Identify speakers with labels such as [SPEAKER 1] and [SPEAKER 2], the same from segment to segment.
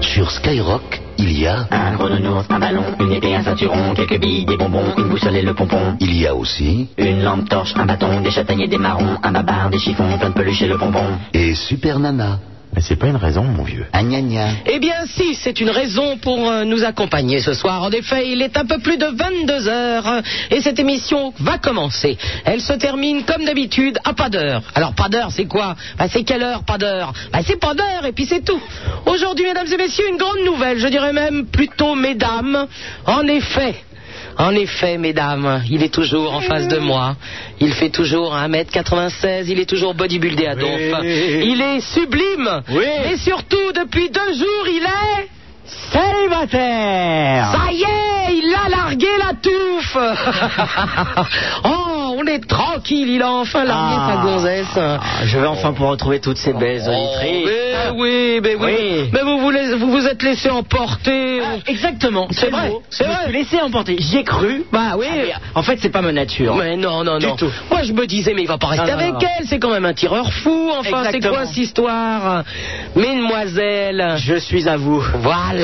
[SPEAKER 1] Sur Skyrock, il y a...
[SPEAKER 2] Un gros nounours, un ballon, une épée, un ceinturon, quelques billes, des bonbons, une boussole et le pompon.
[SPEAKER 1] Il y a aussi...
[SPEAKER 2] Une lampe torche, un bâton, des châtaigniers, des marrons, un babar, des chiffons, plein de peluches et le bonbon.
[SPEAKER 1] Et Super Nana.
[SPEAKER 3] Mais c'est pas une raison, mon vieux.
[SPEAKER 1] Ah, gna gna.
[SPEAKER 4] Eh bien, si, c'est une raison pour euh, nous accompagner ce soir. En effet, il est un peu plus de 22 heures euh, et cette émission va commencer. Elle se termine comme d'habitude à pas d'heure. Alors, pas d'heure, c'est quoi Bah, C'est quelle heure, pas d'heure Bah, C'est pas d'heure et puis c'est tout. Aujourd'hui, mesdames et messieurs, une grande nouvelle. Je dirais même plutôt mesdames. En effet. En effet, mesdames, il est toujours en face de moi. Il fait toujours 1m96, il est toujours bodybuildé à donf. Ah Il est sublime.
[SPEAKER 3] Oui.
[SPEAKER 4] Et surtout, depuis deux jours, il est...
[SPEAKER 3] Célibataire
[SPEAKER 4] Ça y est, il a largué la touffe Oh, on est tranquille, il a enfin largué
[SPEAKER 3] Ah.
[SPEAKER 4] sa gonzesse.
[SPEAKER 3] Ah, Je vais enfin pouvoir retrouver toutes ces belles auditrices.
[SPEAKER 4] Mais oui, mais oui.
[SPEAKER 3] Oui.
[SPEAKER 4] Mais vous vous, laissez- vous vous êtes laissé emporter.
[SPEAKER 3] Ah, Exactement,
[SPEAKER 4] C'est vrai,
[SPEAKER 3] le mot.
[SPEAKER 4] c'est
[SPEAKER 3] Je me
[SPEAKER 4] vrai.
[SPEAKER 3] suis laissé emporter, j'ai cru.
[SPEAKER 4] Bah oui.
[SPEAKER 3] En fait, c'est pas ma nature.
[SPEAKER 4] Mais non, non,
[SPEAKER 3] Du
[SPEAKER 4] non.
[SPEAKER 3] tout. Ah,
[SPEAKER 4] Moi, je me disais, mais il va pas rester
[SPEAKER 3] Non, non,
[SPEAKER 4] avec
[SPEAKER 3] non.
[SPEAKER 4] elle. C'est quand même un tireur fou. Enfin, c'est
[SPEAKER 3] Exactement.
[SPEAKER 4] quoi cette histoire Mesdemoiselles.
[SPEAKER 3] Je suis à vous.
[SPEAKER 4] Voilà.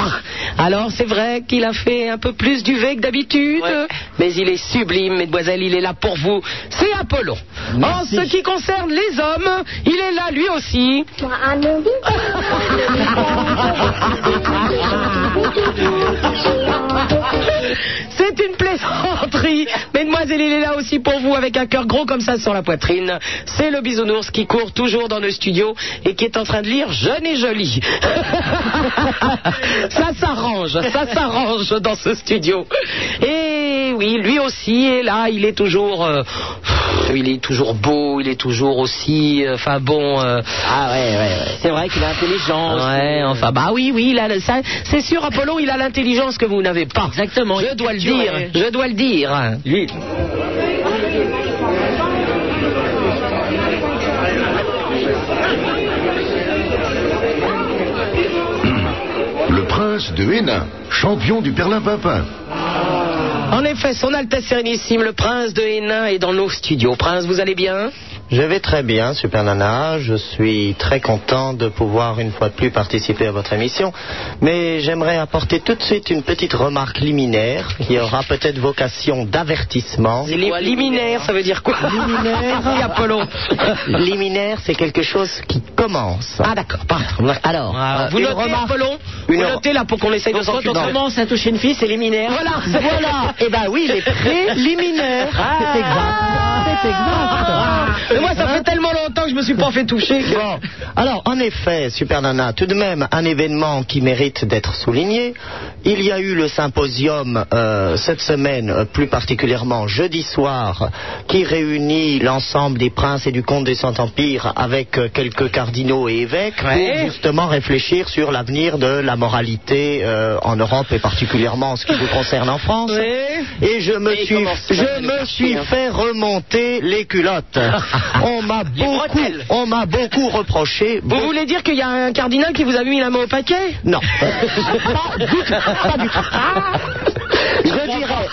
[SPEAKER 4] Alors, c'est vrai qu'il a fait un peu plus d'UV que d'habitude.
[SPEAKER 3] Ouais.
[SPEAKER 4] Mais il est sublime, mesdemoiselles. Il est là pour vous. C'est Apollon.
[SPEAKER 3] Merci.
[SPEAKER 4] En ce qui concerne les hommes, il est là lui aussi. C'est une plaisanterie. Mesdemoiselles, il est là aussi pour vous avec un cœur gros comme ça sur la poitrine. C'est le bisounours qui court toujours dans le studio et qui est en train de lire Jeune et jolie. ça s'arrange, ça s'arrange dans ce studio. Et oui, lui aussi est là, il est toujours euh, il est toujours beau, il est toujours aussi euh, enfin bon euh,
[SPEAKER 3] Ah ouais, ouais, ouais. C'est vrai qu'il est intelligent.
[SPEAKER 4] Ouais, enfin, bah oui, oui, il a le- ça- c'est sûr, Apollon, il a l'intelligence que vous n'avez pas. Exactement. euh, Je dois le
[SPEAKER 3] Tu
[SPEAKER 4] dire,
[SPEAKER 3] es-
[SPEAKER 4] je dois le dire.
[SPEAKER 3] Lui.
[SPEAKER 1] Le prince de Hénin, champion du Perlin-Papin.
[SPEAKER 4] En effet, son Altesse Sérénissime, le prince de Hénin, est dans nos studios. Prince, vous allez bien
[SPEAKER 5] Je vais très bien, Super Nana. Je suis très content de pouvoir une fois de plus participer à votre émission. Mais j'aimerais apporter tout de suite une petite remarque liminaire qui aura peut-être vocation d'avertissement.
[SPEAKER 4] Les liminaires, ça veut dire quoi Liminaire Merci, Apollon.
[SPEAKER 5] Liminaire, c'est quelque chose qui commence.
[SPEAKER 4] Ah, d'accord, pardon.
[SPEAKER 5] Alors,
[SPEAKER 4] Ah,
[SPEAKER 5] euh,
[SPEAKER 4] vous
[SPEAKER 5] une
[SPEAKER 4] notez,
[SPEAKER 5] remarque-
[SPEAKER 4] Apollon
[SPEAKER 5] une
[SPEAKER 4] Vous
[SPEAKER 5] re-
[SPEAKER 4] notez là pour qu'on essaye de
[SPEAKER 3] Donc, quand on
[SPEAKER 4] s'enculer.
[SPEAKER 3] commence à toucher une fille, c'est liminaire.
[SPEAKER 4] Voilà,
[SPEAKER 5] Voilà. Eh ben oui, les préliminaires. C'est exact. C'est
[SPEAKER 4] Ah.
[SPEAKER 5] exact.
[SPEAKER 4] Mais moi, ça fait tellement longtemps que je me suis pas fait toucher. que-
[SPEAKER 5] Bon, alors en effet, Super Nana, tout de même un événement qui mérite d'être souligné. Il y a eu le symposium euh, cette semaine, euh, plus particulièrement jeudi soir, qui réunit l'ensemble des princes et du comte des Cent-Empires avec euh, quelques cardinaux et évêques
[SPEAKER 4] Ouais.
[SPEAKER 5] pour justement réfléchir sur l'avenir de la moralité euh, en Europe et particulièrement en ce qui vous concerne en France.
[SPEAKER 4] Ouais.
[SPEAKER 5] Et je me
[SPEAKER 3] Et
[SPEAKER 5] suis,
[SPEAKER 3] comment se passent
[SPEAKER 5] je
[SPEAKER 3] les
[SPEAKER 5] me
[SPEAKER 3] parties,
[SPEAKER 5] suis
[SPEAKER 3] hein.
[SPEAKER 5] fait remonter les culottes. On m'a
[SPEAKER 4] Les
[SPEAKER 5] beaucoup,
[SPEAKER 4] bretelles.
[SPEAKER 5] on m'a beaucoup reproché.
[SPEAKER 4] Vous voulez dire qu'il y a un cardinal qui vous a mis la main au paquet Ah,
[SPEAKER 5] Non, pas du tout, pas du tout. Je dirais,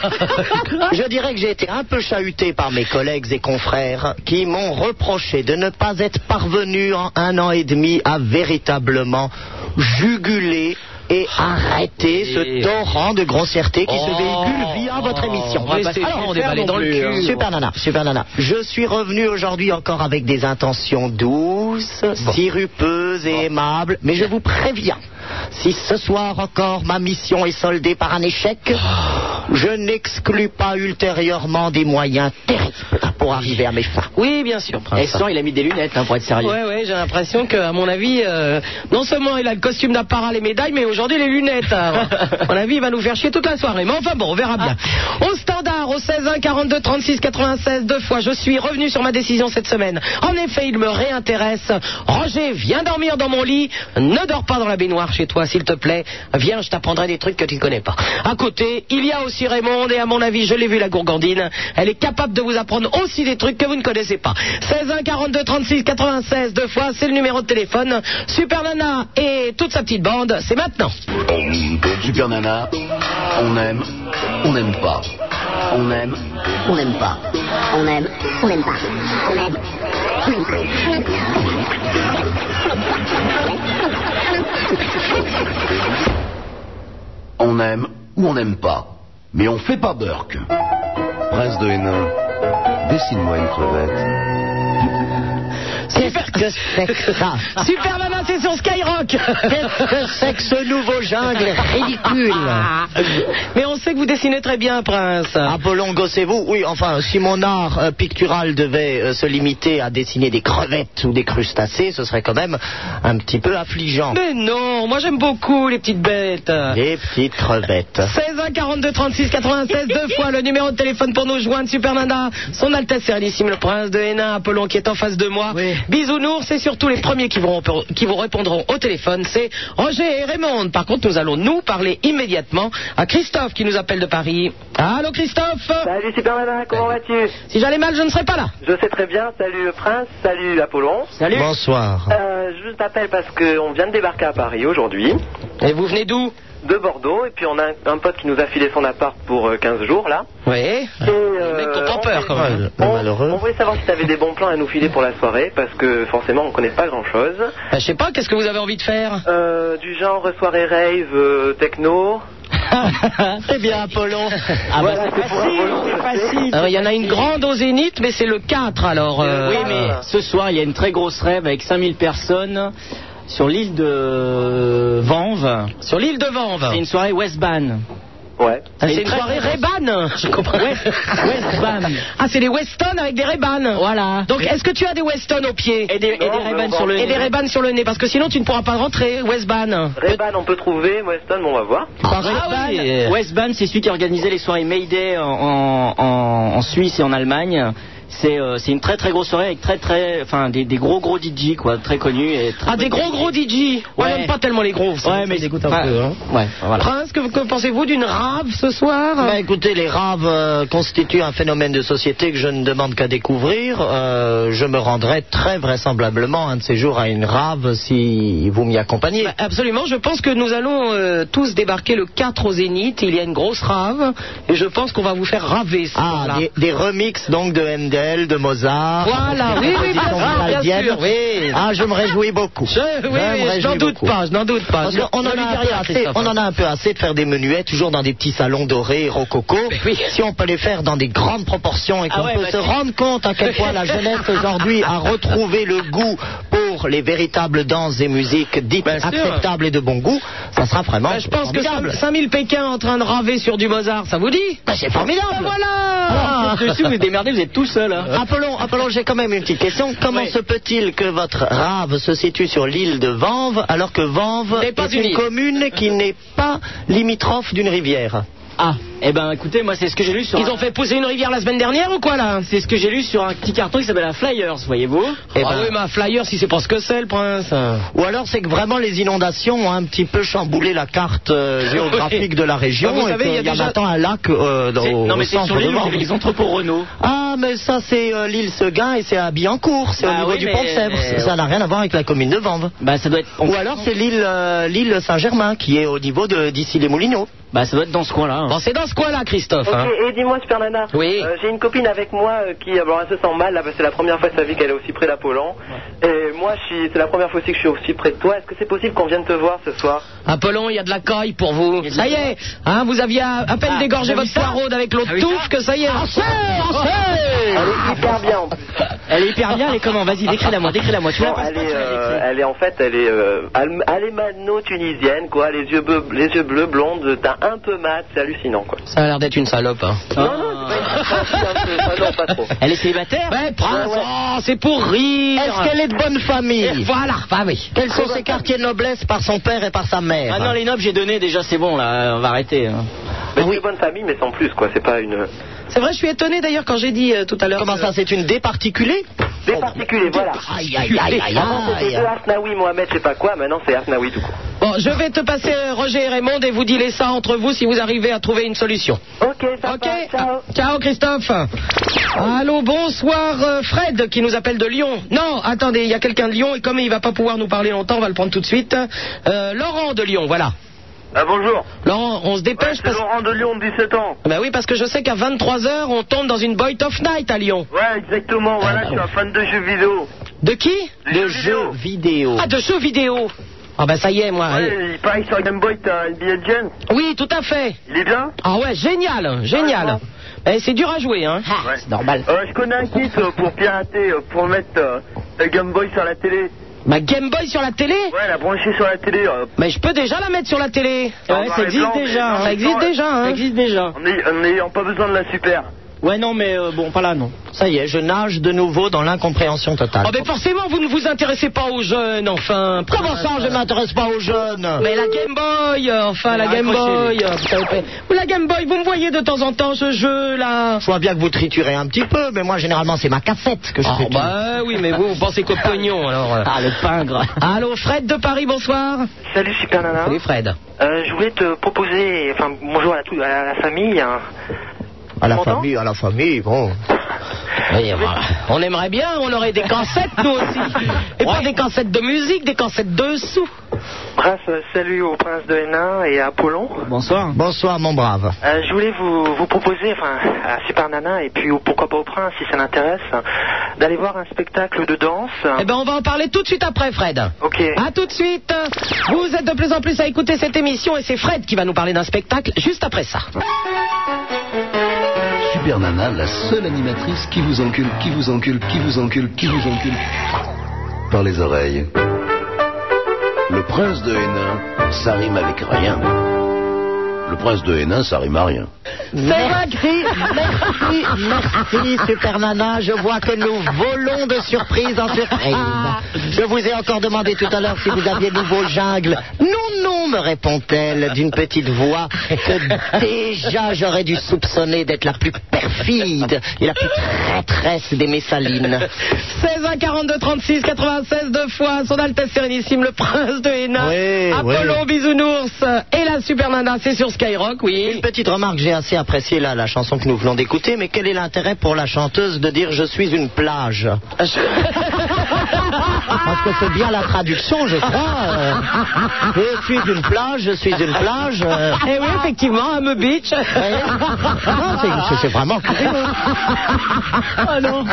[SPEAKER 5] je dirais que j'ai été un peu chahuté par mes collègues et confrères qui m'ont reproché de ne pas être parvenu en un an et demi à véritablement juguler et arrêter ce torrent de grossièté qui se véhicule via votre émission.
[SPEAKER 4] mais c'est
[SPEAKER 5] Alors,
[SPEAKER 4] bon, Oh. on est balai dans le
[SPEAKER 5] Super
[SPEAKER 4] cul, hein.
[SPEAKER 5] Super nana, super nana. Je suis revenu aujourd'hui encore avec des intentions douces, sirupeuses et aimables, mais je vous préviens, si ce soir encore ma mission est soldée par un échec,
[SPEAKER 3] Ah.
[SPEAKER 5] je n'exclus pas ultérieurement des moyens terribles pour arriver à mes fins.
[SPEAKER 4] Oui, bien sûr,
[SPEAKER 3] Et
[SPEAKER 4] prince.
[SPEAKER 3] sans, il a mis des lunettes, hein, pour être sérieux.
[SPEAKER 4] Ouais, ouais, j'ai l'impression que, à mon avis, euh, non seulement il a le costume d'apparat, les médailles, mais aujourd'hui les lunettes. hein. à mon avis, il va nous faire chier toute la soirée. Mais enfin bon, on verra bien.
[SPEAKER 5] Ah.
[SPEAKER 4] Au standard, au 16 1 42 36 96, deux fois, je suis revenu sur ma décision cette semaine. En effet, il me réintéresse. Roger, viens dormir dans mon lit. Ne dors pas dans la baignoire chez toi, s'il te plaît. Viens, je t'apprendrai des trucs que tu ne connais pas. À côté, il y a aussi Raymond, et à mon avis, je l'ai vu, la gourgandine. Elle est capable de vous apprendre aussi des trucs que vous ne connaissez pas. 16 1 42 36 96, deux fois, c'est le numéro de téléphone. Super Nana et toute sa petite bande, c'est maintenant.
[SPEAKER 1] Super Nana, on aime, on n'aime pas. On aime, on n'aime pas.
[SPEAKER 6] On aime, on n'aime pas. On aime, on n'aime pas.
[SPEAKER 1] aime ou on n'aime pas. Mais on fait pas Burke.
[SPEAKER 7] Prince de Hénin, dessine-moi une crevette.
[SPEAKER 5] Qu'est-ce que c'est que ça
[SPEAKER 4] Super Nana, c'est sur Skyrock
[SPEAKER 5] Qu'est-ce que c'est que ce nouveau jungle Ah. ridicule
[SPEAKER 4] Mais on sait que vous dessinez très bien, Prince.
[SPEAKER 5] Apollon Gossez-vous Oui, enfin, si mon art euh, pictural devait euh, se limiter à dessiner des crevettes ou des crustacés, ce serait quand même un petit peu affligeant.
[SPEAKER 4] Mais non, moi j'aime beaucoup les petites bêtes.
[SPEAKER 5] Les petites crevettes.
[SPEAKER 4] 16 1 42 36 96 deux fois le numéro de téléphone pour nous joindre Super Nana son Altesse Sérénissime le Prince de Hénin Apollon qui est en face de moi
[SPEAKER 5] Oui.
[SPEAKER 4] bisounours c'est surtout les premiers qui vous, qui vous répondront au téléphone c'est Roger et Raymond par contre nous allons nous parler immédiatement à Christophe qui nous appelle de Paris Allô Christophe
[SPEAKER 8] Salut Superman, comment vas-tu
[SPEAKER 4] si j'allais mal je ne serais pas là
[SPEAKER 8] Je sais très bien, salut le prince, salut Apollon.
[SPEAKER 4] salut
[SPEAKER 5] Bonsoir.
[SPEAKER 8] Euh, je t'appelle parce qu'on vient de débarquer à Paris aujourd'hui,
[SPEAKER 4] et vous venez d'où
[SPEAKER 8] de Bordeaux, et puis on a un, un pote qui nous a filé son appart pour euh, 15 jours là.
[SPEAKER 4] oui
[SPEAKER 8] Et, euh,
[SPEAKER 4] mecs ont pas
[SPEAKER 8] on
[SPEAKER 4] peur,
[SPEAKER 8] voulait-
[SPEAKER 4] quand même.
[SPEAKER 5] Le- le
[SPEAKER 8] On,
[SPEAKER 5] malheureux.
[SPEAKER 8] on voulait savoir si t'avais des bons plans à nous filer pour la soirée, parce que forcément on connaît pas grand chose.
[SPEAKER 4] Bah, je sais pas qu'est-ce que vous avez envie de faire
[SPEAKER 8] euh, du genre soirée rave, euh, techno.
[SPEAKER 5] C'est bien, Apollon.
[SPEAKER 8] Voilà, c'est pour Apollon.
[SPEAKER 4] Alors, il y en a une grande au Zénith mais c'est le 4 alors euh,
[SPEAKER 3] Oui, mais ce soir, il y a une très grosse rêve avec 5000 personnes sur l'île de Vanves.
[SPEAKER 4] sur l'île de Vanves
[SPEAKER 3] C'est une soirée West Ban.
[SPEAKER 8] Ouais.
[SPEAKER 4] Ah, C'est une
[SPEAKER 3] très-
[SPEAKER 4] soirée Reban. Je comprends.
[SPEAKER 3] West- West Bam.
[SPEAKER 4] Ah, c'est les Weston avec des Reban.
[SPEAKER 3] Voilà.
[SPEAKER 4] Donc, est-ce que tu as des Weston aux pieds
[SPEAKER 3] Et des, et des
[SPEAKER 8] Non, mais
[SPEAKER 3] Ray-Ban
[SPEAKER 8] on va-
[SPEAKER 3] sur le
[SPEAKER 4] Et des
[SPEAKER 3] nez.
[SPEAKER 4] Reban sur le nez Parce que sinon, tu ne pourras pas rentrer, Westban.
[SPEAKER 8] Reban on peut trouver, Weston bon, on va voir.
[SPEAKER 3] Par
[SPEAKER 4] Ah oui.
[SPEAKER 3] Westbahn, Westbahn, c'est celui qui organisait les soirées Mayday en, en- en- en Suisse et en Allemagne. C'est euh, c'est une très très grosse soirée avec très très enfin des, des gros gros DJ quoi très connus et très
[SPEAKER 4] Ah, des gros gros DJ. Ouais,
[SPEAKER 3] Ouais.
[SPEAKER 4] j'aime pas tellement les gros. ça-
[SPEAKER 3] ouais
[SPEAKER 4] ça
[SPEAKER 3] mais
[SPEAKER 4] dégoûte un
[SPEAKER 3] enfin,
[SPEAKER 4] peu, hein.
[SPEAKER 3] ouais voilà
[SPEAKER 4] Prince, que, que pensez-vous d'une rave ce soir
[SPEAKER 5] Bah, écoutez, les raves euh, constituent un phénomène de société que je ne demande qu'à découvrir. Euh, je me rendrai très vraisemblablement un de ces jours à une rave si vous m'y accompagnez.
[SPEAKER 4] Bah, Absolument, je pense que nous allons euh, tous débarquer le 4 au Zénith. Il y a une grosse rave et je pense qu'on va vous faire raver. ce
[SPEAKER 5] ah,
[SPEAKER 4] soir-là.
[SPEAKER 5] des, des remixes donc de Handel, de Mozart.
[SPEAKER 4] Voilà, oui,
[SPEAKER 5] des
[SPEAKER 4] oui, bien
[SPEAKER 5] compositions
[SPEAKER 4] sûr, bien
[SPEAKER 5] vivaldiennes.
[SPEAKER 4] sûr, oui.
[SPEAKER 5] Ah, je me réjouis beaucoup.
[SPEAKER 4] Je,
[SPEAKER 5] me
[SPEAKER 4] oui, oui, je
[SPEAKER 5] réjouis
[SPEAKER 4] n'en doute
[SPEAKER 5] beaucoup.
[SPEAKER 4] pas, je n'en doute pas.
[SPEAKER 5] Parce qu'on en,
[SPEAKER 4] Ne
[SPEAKER 5] a
[SPEAKER 4] lui
[SPEAKER 5] un
[SPEAKER 4] dis
[SPEAKER 5] peu
[SPEAKER 4] rien,
[SPEAKER 5] assez-
[SPEAKER 4] Christophe.
[SPEAKER 5] on en a un peu assez de faire des menuets, toujours dans des petits salons dorés et rococo.
[SPEAKER 4] oui.
[SPEAKER 5] Si on peut les faire dans des grandes proportions et qu'on
[SPEAKER 3] Ah ouais,
[SPEAKER 5] peut
[SPEAKER 3] bah
[SPEAKER 5] se
[SPEAKER 3] tu-
[SPEAKER 5] rendre compte à quel point la jeunesse aujourd'hui a retrouvé le goût pour les véritables danses et musiques dites
[SPEAKER 4] Bien sûr.
[SPEAKER 5] acceptables et de bon goût, ça sera vraiment
[SPEAKER 4] Bah, je pense que
[SPEAKER 5] formidable.
[SPEAKER 4] 5000 Pékins en train de raver sur du Mozart, ça vous dit
[SPEAKER 5] Bah, c'est formidable. Ah.
[SPEAKER 4] Voilà
[SPEAKER 3] Dessus, vous vous démerdez vous êtes tout seul hein.
[SPEAKER 5] Appelons, appelons, Ah. j'ai quand même une petite question. Comment se peut-il que votre rave se situe sur l'île de Vanves alors que Vanves
[SPEAKER 4] N'est
[SPEAKER 5] est
[SPEAKER 4] pas une
[SPEAKER 5] une
[SPEAKER 4] île.
[SPEAKER 5] commune qui n'est pas limitrophe d'une rivière
[SPEAKER 3] ah eh ben écoutez moi c'est ce que j'ai lu sur
[SPEAKER 4] Ils
[SPEAKER 3] un-
[SPEAKER 4] ont fait pousser une rivière la semaine dernière ou quoi là
[SPEAKER 3] c'est ce que j'ai lu sur un petit carton qui s'appelle la Flyers voyez-vous
[SPEAKER 5] Eh
[SPEAKER 4] Ah
[SPEAKER 5] ben.
[SPEAKER 4] oui, ma flyer, si c'est pas ce que c'est, le prince.
[SPEAKER 5] Ou alors c'est que vraiment les inondations ont un petit peu chamboulé la carte euh, géographique de la région
[SPEAKER 3] Ah,
[SPEAKER 4] Bah, vous
[SPEAKER 5] et
[SPEAKER 4] savez,
[SPEAKER 5] qu'il
[SPEAKER 4] il y
[SPEAKER 5] y
[SPEAKER 4] a
[SPEAKER 5] a,
[SPEAKER 4] déjà-
[SPEAKER 5] maintenant un lac euh, dans,
[SPEAKER 3] C'est-
[SPEAKER 5] au,
[SPEAKER 3] non mais
[SPEAKER 5] au
[SPEAKER 3] c'est sur
[SPEAKER 5] centre de
[SPEAKER 3] l'île où
[SPEAKER 5] Vanves.
[SPEAKER 3] les entrepôts Renault
[SPEAKER 5] Ah mais ça c'est euh, l'île Seguin et c'est à Billancourt, c'est
[SPEAKER 3] Ah
[SPEAKER 5] au niveau
[SPEAKER 3] oui,
[SPEAKER 5] du
[SPEAKER 3] mais-
[SPEAKER 5] pont de Sèvres.
[SPEAKER 3] mais-
[SPEAKER 5] Ça n'a rien à voir avec la commune de Vanves.
[SPEAKER 3] bah ça doit être
[SPEAKER 5] Ou alors c'est l'île euh, l'île Saint-Germain qui est au niveau de d'ici les Moulineaux.
[SPEAKER 3] bah ça doit être dans ce coin là
[SPEAKER 4] Bon, c'est dans ce coin-là, hein. Christophe.
[SPEAKER 8] Ok,
[SPEAKER 4] hein.
[SPEAKER 8] et dis-moi Super Nana,
[SPEAKER 4] Oui.
[SPEAKER 8] euh, j'ai une copine avec moi euh, qui, alors elle se sent mal là, parce que c'est la première fois de sa vie qu'elle est aussi près d'Apollon. Et moi, je suis- c'est la première fois aussi que je suis aussi près de toi. Est-ce que c'est possible qu'on vienne te voir ce soir
[SPEAKER 4] Apollon, il y a de la caille pour vous.
[SPEAKER 3] y a de
[SPEAKER 4] Ça
[SPEAKER 3] la
[SPEAKER 4] y est, hein, vous aviez à, à peine
[SPEAKER 3] Ah,
[SPEAKER 4] dégorgé
[SPEAKER 3] t'as
[SPEAKER 4] votre
[SPEAKER 3] vu ça
[SPEAKER 4] poireau avec l'autre
[SPEAKER 3] T'as vu
[SPEAKER 4] touffe
[SPEAKER 3] ça
[SPEAKER 4] que ça y est.
[SPEAKER 8] Elle est hyper bien en plus.
[SPEAKER 3] elle est hyper bien elle est comment vas-y décris-la moi décris-la moi tu vois
[SPEAKER 4] Ah,
[SPEAKER 8] Bon, elle, est, euh, elle est en fait, elle est euh, alm- alémano-tunisienne, quoi. Les yeux, bleu- les yeux bleus, blondes, teint un peu mat, c'est hallucinant, quoi.
[SPEAKER 4] Ça a l'air d'être une salope. hein.
[SPEAKER 8] Non, non, c'est pas une salope, c'est un peu- ah non, pas trop.
[SPEAKER 3] elle est célibataire
[SPEAKER 4] Ouais, prince, oh, c'est pour rire.
[SPEAKER 5] Est-ce qu'elle est de bonne famille
[SPEAKER 4] Voilà, bah oui.
[SPEAKER 5] Quels sont ses quartiers de noblesse par son père et par sa mère
[SPEAKER 3] Ah non, les nobles, j'ai donné déjà, c'est bon là, on va arrêter. hein.
[SPEAKER 8] Mais c'est une bonne famille, mais sans plus, quoi. C'est pas une.
[SPEAKER 4] C'est vrai, je suis étonné d'ailleurs quand j'ai dit euh, tout à l'heure.
[SPEAKER 5] Comment
[SPEAKER 4] que-
[SPEAKER 5] ça, c'est une départiculée
[SPEAKER 8] Des particuliers, voilà.
[SPEAKER 5] Aïe, aïe, aïe, aïe,
[SPEAKER 8] Avant,
[SPEAKER 5] aïe.
[SPEAKER 8] c'était deux Hasnaoui, Mohamed, je sais pas quoi. Maintenant, c'est Hasnaoui, tout court.
[SPEAKER 4] Bon, je vais te passer euh, Roger et Raymond et vous dealez ça entre vous si vous arrivez à trouver une solution.
[SPEAKER 8] Ok, ça
[SPEAKER 4] Ok.
[SPEAKER 8] va, ciao.
[SPEAKER 4] Ah, Ciao Christophe. Allô, bonsoir euh, Fred qui nous appelle de Lyon. Non, attendez, il y a quelqu'un de Lyon et comme il va pas pouvoir nous parler longtemps, on va le prendre tout de suite. Euh, Laurent de Lyon, voilà.
[SPEAKER 9] Ah bonjour,
[SPEAKER 4] Laurent, on se
[SPEAKER 9] Ouais,
[SPEAKER 4] dépêche
[SPEAKER 9] c'est
[SPEAKER 4] parce
[SPEAKER 9] Laurent de Lyon, 17 ans.
[SPEAKER 4] Ah bah oui, parce que je sais qu'à 23h, on tombe dans une Boy of Night à Lyon.
[SPEAKER 9] Ouais, exactement, voilà, je suis un fan de jeux vidéo.
[SPEAKER 4] De qui
[SPEAKER 9] De
[SPEAKER 5] Jeux vidéo.
[SPEAKER 4] Ah, de jeux vidéo. Ah bah ça y est, moi.
[SPEAKER 9] Ouais, il paraît que sur Game Boy, t'as NBA Legends.
[SPEAKER 4] Oui, tout à fait.
[SPEAKER 9] Il est bien
[SPEAKER 4] Ah ouais, génial, génial. Eh, c'est dur à jouer, hein.
[SPEAKER 9] Ouais.
[SPEAKER 4] C'est normal.
[SPEAKER 9] Euh, je connais un kit euh, pour pirater, euh, pour mettre euh, le Game Boy sur la télé.
[SPEAKER 4] Ma Game Boy sur la télé
[SPEAKER 9] Ouais, la brancher sur la télé. euh,
[SPEAKER 4] Mais je peux déjà la mettre sur la télé.
[SPEAKER 9] Ouais, ça existe déjà, hein.
[SPEAKER 4] Ah Ça existe déjà, hein.
[SPEAKER 3] Ça existe déjà.
[SPEAKER 9] en ay- en n'ayant pas besoin de la super.
[SPEAKER 3] Ouais, non, mais euh, bon, pas là, non.
[SPEAKER 5] Ça y est, je nage de nouveau dans l'incompréhension totale.
[SPEAKER 4] Oh, mais forcément, vous ne vous intéressez pas aux jeunes, enfin.
[SPEAKER 5] Comment ça, je ne m'intéresse pas aux jeunes
[SPEAKER 4] Mais la Game Boy, euh, enfin, la Game Boy. euh, putain, vous faites- Ou la Game Boy, vous me voyez de temps en temps ce jeu-là.
[SPEAKER 5] Je vois bien que vous triturez un petit peu, mais moi, généralement, c'est ma cassette que je
[SPEAKER 4] Ah,
[SPEAKER 5] fais tout.
[SPEAKER 4] bah oui, mais vous, vous pensez qu'au pognon, alors. euh.
[SPEAKER 3] Ah, le pingre.
[SPEAKER 4] Allô, Fred de Paris, bonsoir.
[SPEAKER 8] Salut Super Nana.
[SPEAKER 4] Salut, Fred.
[SPEAKER 8] Euh, je voulais te proposer, enfin bonjour à, la, tou- à la famille. hein.
[SPEAKER 5] À la
[SPEAKER 8] M'entends
[SPEAKER 5] famille, à la famille, bon.
[SPEAKER 4] Oui, voilà. On aimerait bien, on aurait des cancettes, nous aussi. Et pas des cancettes de musique, des cancettes de sous.
[SPEAKER 8] Bref, euh, salut au prince de Hénin et à Apollon.
[SPEAKER 3] Bonsoir.
[SPEAKER 5] Bonsoir, mon brave.
[SPEAKER 8] Euh, je voulais vous, vous proposer, enfin à Super Nana et puis au- pourquoi pas au prince si ça l'intéresse, d'aller voir un spectacle de danse.
[SPEAKER 4] Eh ben, on va en parler tout de suite après, Fred.
[SPEAKER 8] Ok.
[SPEAKER 4] À tout de suite. Vous êtes de plus en plus à écouter cette émission et c'est Fred qui va nous parler d'un spectacle juste après ça.
[SPEAKER 1] Super Nana, la seule animatrice qui vous encule, qui vous encule, qui vous encule, qui vous encule.
[SPEAKER 7] par les oreilles.
[SPEAKER 1] Le prince de Hénin, ça rime avec rien. Le prince de Hénin, ça rime à rien.
[SPEAKER 5] Merci, merci, merci, Super Nana. Je vois que nous volons de surprise en surprise. Je vous ai encore demandé tout à l'heure si vous aviez nouveau jungle. Non, non, me répond-elle d'une petite voix que déjà j'aurais dû soupçonner d'être la plus perfide et la plus traîtresse des Messalines.
[SPEAKER 4] 16 1 42 36 96 deux fois son Altesse Sérénissime le Prince de Hénin
[SPEAKER 5] Oui,
[SPEAKER 4] Apollon Bisounours et la Super Nana c'est sur Skyrock
[SPEAKER 5] Une
[SPEAKER 4] oui
[SPEAKER 5] petite remarque, j'ai assez apprécié là, la chanson que nous venons d'écouter, mais quel est l'intérêt pour la chanteuse de dire je suis une plage Parce que c'est bien la traduction, je crois. euh. je suis une plage, je suis une plage. euh.
[SPEAKER 4] et Eh oui effectivement à Me Beach
[SPEAKER 5] Non, c'est- c'est vraiment curieux.
[SPEAKER 4] oh non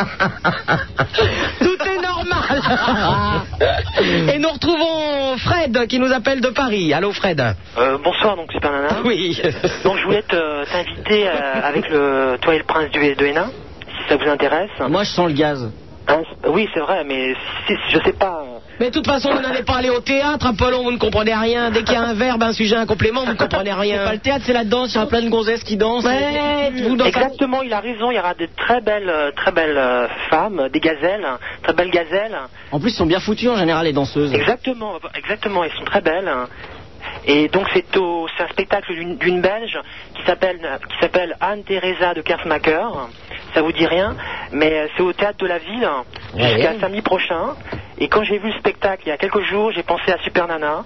[SPEAKER 4] tout est normal et nous retrouvons Fred qui nous appelle de Paris allô Fred
[SPEAKER 8] Euh, bonsoir donc Super Nana.
[SPEAKER 4] oui
[SPEAKER 8] Donc je voulais te- t'inviter euh, avec le toi et le prince du, de Hénin, si ça vous intéresse.
[SPEAKER 3] Moi, je sens le gaz.
[SPEAKER 8] Hein, oui c'est vrai, mais si, je sais pas.
[SPEAKER 4] mais de toute façon, vous n'allez pas aller au théâtre, Apollon, vous ne comprenez rien. Dès qu'il y a un verbe, un sujet, un complément, vous ne comprenez rien.
[SPEAKER 3] C'est pas le théâtre, c'est la danse, il y a plein de gonzesses qui dansent.
[SPEAKER 4] Ouais, vous dans ta-
[SPEAKER 8] Exactement, il a raison, il y aura de très belles, euh, très belles euh, femmes, des gazelles, très belles gazelles.
[SPEAKER 3] En plus, ils sont bien foutus en général, les danseuses.
[SPEAKER 8] Exactement, exactement, elles sont très belles. hein. Et donc c'est au- c'est un spectacle d'une- d'une Belge qui s'appelle qui s'appelle Anne Teresa de Kerfmaker. Ça vous dit rien, mais euh, c'est au théâtre de la ville hein,
[SPEAKER 4] Ah
[SPEAKER 8] jusqu'à samedi prochain. Et quand j'ai vu le spectacle il y a quelques jours, j'ai pensé à Super Nana.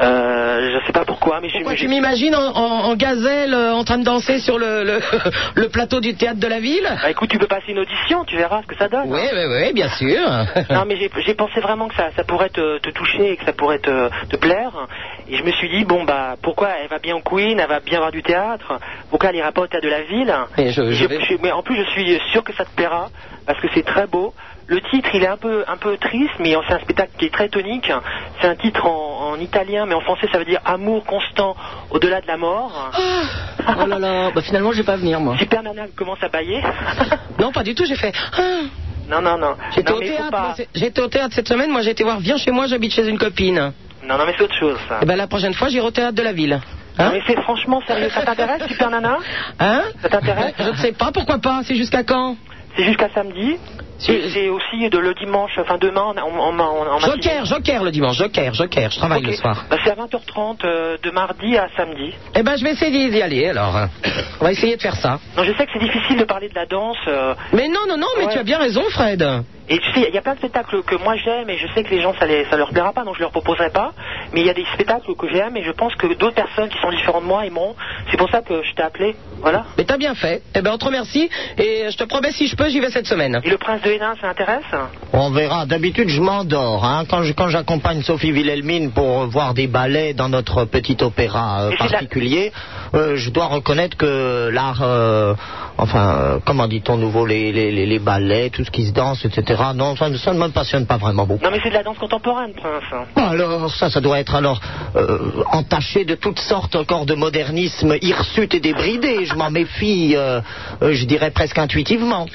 [SPEAKER 8] Euh, je sais pas pourquoi, mais j'ai-
[SPEAKER 4] Pourquoi
[SPEAKER 8] mais
[SPEAKER 4] tu
[SPEAKER 8] j'ai
[SPEAKER 4] m'imagines en, en- en gazelle euh, en train de danser sur le, le- le plateau du théâtre de la ville
[SPEAKER 8] Bah, écoute, tu peux passer une audition, tu verras ce que ça donne.
[SPEAKER 4] Oui, oui, oui, bien sûr.
[SPEAKER 8] Non, mais j'ai- j'ai pensé vraiment que ça, ça pourrait te, te toucher et que ça pourrait te, te plaire. Et je me suis dit, bon, bah, pourquoi elle va bien au Queen, elle va bien voir du théâtre, pourquoi elle ira pas au théâtre de la ville
[SPEAKER 4] Et je- je vais-
[SPEAKER 8] Mais en plus, je suis sûr que ça te plaira, parce que c'est très beau. Le titre, il est un peu, un peu triste, mais c'est un spectacle qui est très tonique. C'est un titre en, en italien, mais en français, ça veut dire amour constant au-delà de la mort.
[SPEAKER 4] Ah.
[SPEAKER 3] Oh là là, bah finalement, je vais pas venir, moi.
[SPEAKER 8] Super Nana commence à bailler.
[SPEAKER 4] Non, pas du tout, j'ai fait. Ah
[SPEAKER 8] non, non, non.
[SPEAKER 4] J'étais
[SPEAKER 8] Non,
[SPEAKER 4] au,
[SPEAKER 8] mais faut
[SPEAKER 4] théâtre,
[SPEAKER 8] pas-
[SPEAKER 4] moi, c'est- j'étais au théâtre cette semaine, moi j'ai été voir Viens chez moi, j'habite chez une copine.
[SPEAKER 8] Non, non, mais c'est autre chose, ça.
[SPEAKER 4] Et ben la prochaine fois, j'irai au théâtre de la ville.
[SPEAKER 8] Non,
[SPEAKER 4] Hein
[SPEAKER 8] Ah, mais c'est franchement sérieux. Ça t'intéresse, Super Nana
[SPEAKER 4] Hein
[SPEAKER 8] Ça t'intéresse
[SPEAKER 4] Je ne sais pas, pourquoi pas, c'est jusqu'à quand
[SPEAKER 8] C'est jusqu'à samedi.
[SPEAKER 4] Si-
[SPEAKER 8] Et C'est aussi de le dimanche, enfin demain, en, en, en, en matinée.
[SPEAKER 4] Joker, joker le dimanche, joker, joker, je travaille
[SPEAKER 8] Ok.
[SPEAKER 4] le soir.
[SPEAKER 8] Bah, c'est à 20h30 euh, de mardi à samedi.
[SPEAKER 4] Eh ben je vais essayer d'y aller alors. On va essayer de faire ça.
[SPEAKER 8] Non, je sais que c'est difficile de parler de la danse. euh,
[SPEAKER 4] Mais non, non, non, mais
[SPEAKER 8] Ouais.
[SPEAKER 4] tu as bien raison Fred.
[SPEAKER 8] et tu sais, il y a plein de spectacles que moi j'aime et je sais que les gens, ça, les, ça leur plaira pas, donc je leur proposerai pas. Mais il y a des spectacles que j'aime et je pense que d'autres personnes qui sont différentes de moi aimeront. C'est pour ça que je t'ai appelé. Voilà.
[SPEAKER 4] Mais t'as bien fait. Eh ben, on te remercie. Et je te promets, si je peux, j'y vais cette semaine.
[SPEAKER 8] Et le prince de Hénin, ça intéresse
[SPEAKER 5] On verra. D'habitude, je m'endors. hein. Quand je- quand j'accompagne Sophie Wilhelmine pour euh, voir des ballets dans notre petit opéra euh,
[SPEAKER 8] Mais c'est la-
[SPEAKER 5] particulier, euh, je dois reconnaître que l'art, euh, enfin, euh, comment dit-on nouveau, les, les- les- les ballets, tout ce qui se danse, etc., etc. Non, ça, ne- ça ne me passionne pas vraiment beaucoup.
[SPEAKER 10] Non, mais c'est de la danse contemporaine,
[SPEAKER 11] Hein
[SPEAKER 10] Prince.
[SPEAKER 5] Alors, ça, ça doit être alors euh, entaché de toutes sortes encore de modernisme hirsute et débridé. Je m'en méfie, euh, euh, je dirais presque intuitivement.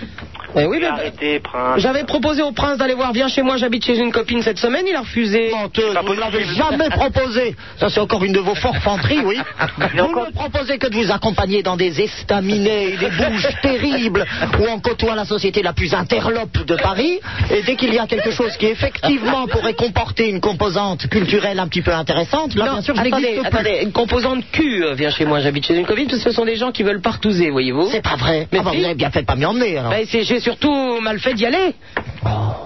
[SPEAKER 4] Eh oui, mais-
[SPEAKER 10] Arrêtez, Prince.
[SPEAKER 4] J'avais proposé au prince d'aller voir Viens chez moi, j'habite chez une copine cette semaine, il a refusé.
[SPEAKER 5] Menteuse,
[SPEAKER 10] pas
[SPEAKER 5] vous ne l'avez
[SPEAKER 10] possible.
[SPEAKER 5] jamais proposé. Ça, c'est encore une de vos forfanteries, oui.
[SPEAKER 10] Mais
[SPEAKER 5] Vous
[SPEAKER 10] encore-
[SPEAKER 5] ne proposez que de vous accompagner dans des estaminets et des bouches terribles où on côtoie la société la plus interlope de Paris. Et dès qu'il y a quelque chose qui, effectivement, pourrait comporter une composante culturelle un petit peu intéressante, là, bien sûr, ça
[SPEAKER 4] attendez,
[SPEAKER 5] n'existe plus.
[SPEAKER 4] attendez, une composante Q euh, Viens chez moi, j'habite chez une copine, parce que ce sont des gens qui veulent partouser, voyez-vous.
[SPEAKER 5] C'est pas vrai.
[SPEAKER 4] Mais
[SPEAKER 5] Ah bah,
[SPEAKER 4] si.
[SPEAKER 5] vous avez bien fait de pas m'y emmener, alors.
[SPEAKER 4] Ben, c'est- j'ai surtout mal fait d'y aller.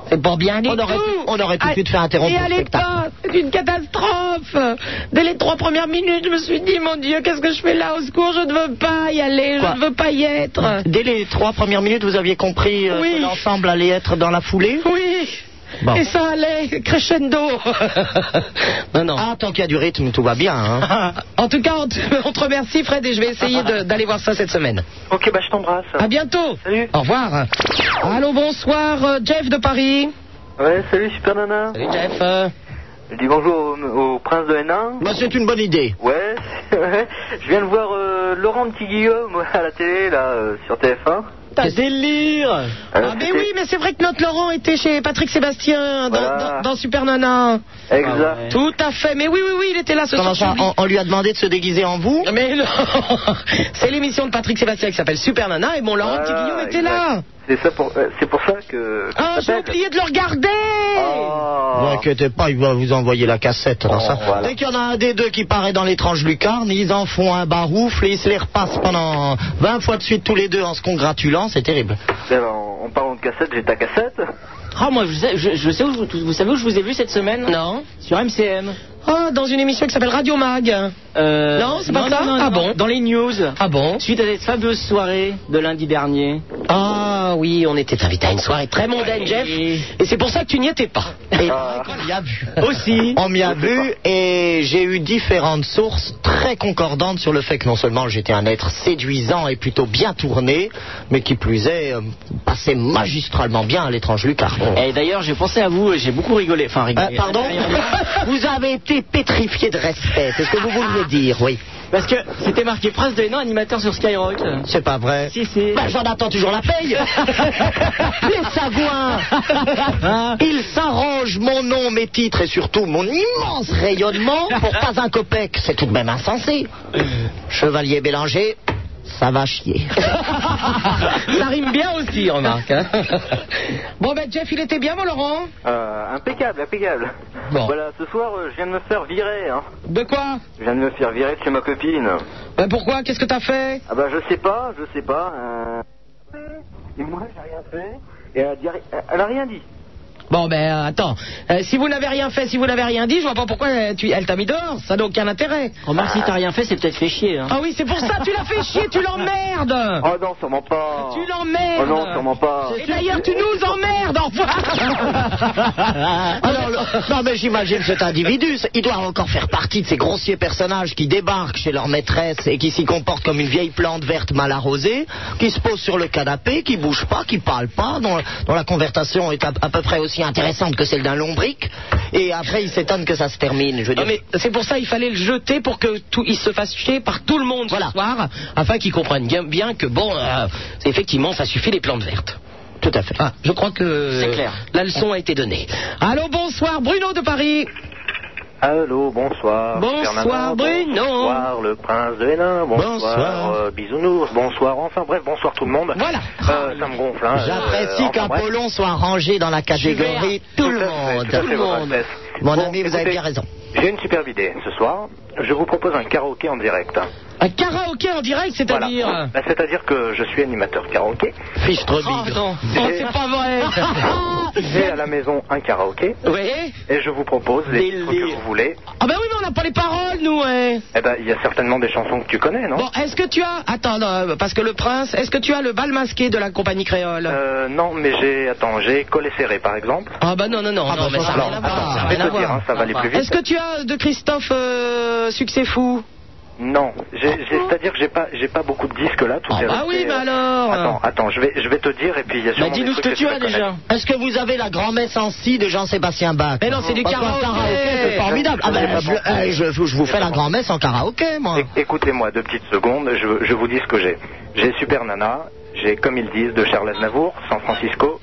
[SPEAKER 5] C'est pas bien On aurait pu, on aurait pu
[SPEAKER 4] Ah,
[SPEAKER 5] te faire interrompre
[SPEAKER 4] Et
[SPEAKER 5] ton
[SPEAKER 4] allez
[SPEAKER 5] spectacle.
[SPEAKER 4] pas, c'est une catastrophe. Dès les trois premières minutes, je me suis dit, mon Dieu, qu'est-ce que je fais là Au secours, je ne veux pas y aller,
[SPEAKER 5] Quoi
[SPEAKER 4] je ne veux pas y être.
[SPEAKER 5] Dès les trois premières minutes, vous aviez compris euh,
[SPEAKER 4] Oui.
[SPEAKER 5] que l'ensemble allait être dans la foulée
[SPEAKER 4] Oui.
[SPEAKER 5] Bon.
[SPEAKER 4] Et ça allait crescendo. non, non.
[SPEAKER 5] Ah, tant qu'il y a du rythme, tout va bien. hein.
[SPEAKER 4] En tout cas, on te, on te remercie, Fred, et je vais essayer de- d'aller voir ça cette semaine.
[SPEAKER 10] Ok, bah je t'embrasse.
[SPEAKER 4] À bientôt.
[SPEAKER 8] Salut.
[SPEAKER 4] Au revoir. Allô, bonsoir, euh, Jeff de Paris.
[SPEAKER 8] Ouais, salut Super Nana.
[SPEAKER 4] Salut, Jeff. Euh,
[SPEAKER 8] Je dis bonjour au, au prince de Hénin.
[SPEAKER 5] Bah, c'est une bonne idée.
[SPEAKER 8] Ouais, ouais. je viens de voir euh, Laurent Petit Guillaume à la télé, là, euh, sur TF1.
[SPEAKER 4] T'as délire.
[SPEAKER 8] Euh,
[SPEAKER 4] Ah, mais
[SPEAKER 8] c'était-
[SPEAKER 4] oui, mais c'est vrai que notre Laurent était chez Patrick Sébastien dans,
[SPEAKER 8] Voilà.
[SPEAKER 4] dans- dans Super Nana.
[SPEAKER 8] Exact.
[SPEAKER 4] Tout à fait. Mais oui, oui, oui, il était là ce
[SPEAKER 5] Ah Comment
[SPEAKER 4] soir.
[SPEAKER 5] ça,
[SPEAKER 4] je l'oublie.
[SPEAKER 5] on, on lui a demandé de se déguiser en vous
[SPEAKER 4] Mais non C'est l'émission de Patrick Sébastien qui s'appelle Super Nana et mon Laurent
[SPEAKER 8] Voilà,
[SPEAKER 4] Petit Guillaume était
[SPEAKER 8] exact.
[SPEAKER 4] là.
[SPEAKER 8] C'est ça pour, euh, c'est pour ça que.
[SPEAKER 4] Ah, j'ai oublié de le regarder
[SPEAKER 5] Ne vous
[SPEAKER 8] Oh.
[SPEAKER 5] inquiétez pas, il va vous envoyer la cassette dans
[SPEAKER 8] Oh,
[SPEAKER 5] ça.
[SPEAKER 8] voilà.
[SPEAKER 5] Dès qu'il y en a un des deux qui paraît dans l'étrange lucarne, ils en font un baroufle et ils se les repassent pendant 20 fois de suite tous les deux en se congratulant, c'est terrible.
[SPEAKER 8] Ben, en, en parlant de cassette, j'ai ta cassette.
[SPEAKER 12] Ah, moi, je, sais- je- je sais où je vous, vous savez où je vous ai vu cette semaine
[SPEAKER 4] Non.
[SPEAKER 12] Sur MCM.
[SPEAKER 4] Ah, dans une émission qui s'appelle Radio Mag.
[SPEAKER 12] Euh,
[SPEAKER 4] Non, c'est pas ça
[SPEAKER 12] non, non,
[SPEAKER 4] Ah
[SPEAKER 12] non,
[SPEAKER 4] bon
[SPEAKER 12] Dans les news.
[SPEAKER 4] Ah bon
[SPEAKER 12] Suite à cette fameuse soirée de lundi dernier.
[SPEAKER 4] Ah oui, on était invité à une soirée très mondaine,
[SPEAKER 12] Ouais.
[SPEAKER 4] Jeff. Et c'est pour ça que tu n'y étais pas.
[SPEAKER 5] Et
[SPEAKER 8] Ah.
[SPEAKER 5] on m'y a vu.
[SPEAKER 12] Aussi.
[SPEAKER 5] On m'y a vu et j'ai eu différentes sources très concordantes sur le fait que non seulement j'étais un être séduisant et plutôt bien tourné, mais qui plus est, euh, passait magistralement bien à l'étrange lucarne.
[SPEAKER 12] Et Eh, d'ailleurs, j'ai pensé à vous et j'ai beaucoup rigolé. Enfin,
[SPEAKER 5] Euh,
[SPEAKER 12] rigolé.
[SPEAKER 5] pardon Vous avez été pétrifié de respect, c'est ce que vous vouliez dire, oui.
[SPEAKER 12] Parce que c'était marqué Prince de Hénin, animateur sur Skyrock.
[SPEAKER 5] C'est pas vrai.
[SPEAKER 12] Si, si.
[SPEAKER 4] Bah,
[SPEAKER 5] Ben, j'en attends toujours la paye. Les sagouins Ils s'arrangent mon nom, mes titres et surtout mon immense rayonnement pour pas un copec. C'est tout de même insensé. Chevalier Bélanger, ça va chier.
[SPEAKER 4] ça rime bien aussi, remarque. hein. bon, ben Jeff, il était bien, mon Laurent
[SPEAKER 8] Euh, impeccable, impeccable.
[SPEAKER 4] Bon.
[SPEAKER 8] Voilà, ce soir, euh, je viens de me faire virer. Hein.
[SPEAKER 4] De quoi
[SPEAKER 8] Je viens de me faire virer de chez ma copine.
[SPEAKER 4] Ben pourquoi Qu'est-ce que t'as fait
[SPEAKER 8] Ah bah je sais pas, je sais pas. euh, Et moi j'ai rien fait. Et
[SPEAKER 9] euh,
[SPEAKER 8] elle a, dit- elle a rien dit.
[SPEAKER 4] Bon, ben euh, attends. Euh, si vous n'avez rien fait, si vous n'avez rien dit, je vois pas pourquoi euh, tu- elle t'a mis dehors. Ça n'a aucun intérêt.
[SPEAKER 12] Remarque, si t'as rien fait, c'est peut-être fait chier. hein.
[SPEAKER 4] Ah oui, c'est pour ça, tu l'as fait chier, tu l'emmerdes
[SPEAKER 8] Oh non, sûrement pas.
[SPEAKER 4] Tu l'emmerdes
[SPEAKER 8] Oh non, sûrement pas.
[SPEAKER 4] Et d'ailleurs, tu nous emmerdes, au revoir
[SPEAKER 5] Alors, le- non, mais j'imagine cet individu, il doit encore faire partie de ces grossiers personnages qui débarquent chez leur maîtresse et qui s'y comportent comme une vieille plante verte mal arrosée, qui se pose sur le canapé, qui bouge pas, qui parle pas, dont, dont la conversation est à, à peu près aussi intéressante que celle d'un lombric, et après il s'étonne que ça se termine. Je veux dire,
[SPEAKER 4] Non, mais c'est pour ça il fallait le jeter pour que tout il se fasse chier par tout le monde
[SPEAKER 5] Voilà.
[SPEAKER 4] ce soir afin qu'ils comprennent bien, bien que bon euh, effectivement ça suffit les plantes vertes. Tout à fait.
[SPEAKER 5] Ah,
[SPEAKER 4] je crois que
[SPEAKER 12] C'est clair.
[SPEAKER 4] la leçon a été donnée. Allô, bonsoir Bruno de Paris.
[SPEAKER 8] Allô, bonsoir.
[SPEAKER 4] Bonsoir,
[SPEAKER 8] Fernand.
[SPEAKER 4] Bruno.
[SPEAKER 8] Bonsoir le prince de Hénin. Bonsoir,
[SPEAKER 5] Bonsoir.
[SPEAKER 8] euh, bisounours. Bonsoir, enfin bref, bonsoir tout le monde.
[SPEAKER 4] Voilà.
[SPEAKER 8] Euh, ça me gonfle. Hein,
[SPEAKER 5] j'apprécie
[SPEAKER 8] Euh,
[SPEAKER 5] qu'un
[SPEAKER 8] enfin, bref.
[SPEAKER 5] polon soit rangé dans la catégorie tout le
[SPEAKER 8] à fait,
[SPEAKER 5] monde.
[SPEAKER 8] tout à fait, votre Altesse.
[SPEAKER 5] Mon
[SPEAKER 8] Bon,
[SPEAKER 5] ami, vous avez
[SPEAKER 8] écoutez,
[SPEAKER 5] bien raison.
[SPEAKER 8] J'ai une superbe idée. Ce soir, je vous propose un karaoké en direct.
[SPEAKER 4] Un karaoké en direct,
[SPEAKER 8] Voilà.
[SPEAKER 4] c'est-à-dire
[SPEAKER 8] Bah, C'est-à-dire que je suis animateur karaoké.
[SPEAKER 5] Fichtre
[SPEAKER 4] Oh
[SPEAKER 5] bigre.
[SPEAKER 4] non, Oh, c'est pas vrai.
[SPEAKER 8] J'ai à la maison un karaoké
[SPEAKER 4] oui.
[SPEAKER 8] et je vous propose les titres que
[SPEAKER 12] Délire.
[SPEAKER 8] vous voulez.
[SPEAKER 4] Ah ben oui, mais on n'a pas les paroles nous. ouais.
[SPEAKER 8] Eh ben, il y a certainement des chansons que tu connais, non
[SPEAKER 4] Bon, est-ce que tu as Attends, non, parce que le prince, est-ce que tu as le bal masqué de la compagnie créole
[SPEAKER 8] euh, Non, mais j'ai. Attends, j'ai Collet Serré par exemple.
[SPEAKER 4] Ah bah non, non, non,
[SPEAKER 5] Ah
[SPEAKER 4] non,
[SPEAKER 5] bah,
[SPEAKER 4] mais
[SPEAKER 5] ça,
[SPEAKER 4] ça n'a
[SPEAKER 5] alors,
[SPEAKER 4] rien à
[SPEAKER 5] attends,
[SPEAKER 4] voir. Ah, bah. ça
[SPEAKER 8] je
[SPEAKER 4] n'a rien
[SPEAKER 8] vais
[SPEAKER 4] à
[SPEAKER 8] te dire,
[SPEAKER 4] voir.
[SPEAKER 8] hein, ça va aller plus vite.
[SPEAKER 4] Est-ce que tu as de Christophe euh, Succès Fou
[SPEAKER 8] Non, J'ai- j'ai- c'est-à-dire que j'ai pas, j'ai pas beaucoup de disques là. Tout
[SPEAKER 4] Ah
[SPEAKER 8] est
[SPEAKER 4] bah
[SPEAKER 8] resté,
[SPEAKER 4] oui, mais
[SPEAKER 8] euh,
[SPEAKER 4] alors
[SPEAKER 8] Attends, attends, je vais, je vais te dire et puis il y a
[SPEAKER 3] Bah,
[SPEAKER 8] sûrement. des
[SPEAKER 3] dis-nous ce
[SPEAKER 8] trucs
[SPEAKER 3] que tu
[SPEAKER 8] je
[SPEAKER 3] as
[SPEAKER 8] vais
[SPEAKER 3] déjà.
[SPEAKER 8] connaître.
[SPEAKER 5] Est-ce que vous avez la grand-messe en scie de Jean-Sébastien Bach
[SPEAKER 4] Mais non, c'est du
[SPEAKER 5] Parce qu'en
[SPEAKER 4] karaoké.
[SPEAKER 8] Eh,
[SPEAKER 5] C'est formidable. Ah ben, je, euh, je- je- je vous fais la grand-messe en karaoké, moi.
[SPEAKER 8] É- Écoutez-moi deux petites secondes, je, je vous dis ce que j'ai. J'ai Super Nana, j'ai Comme ils disent de Charles Aznavour, San Francisco,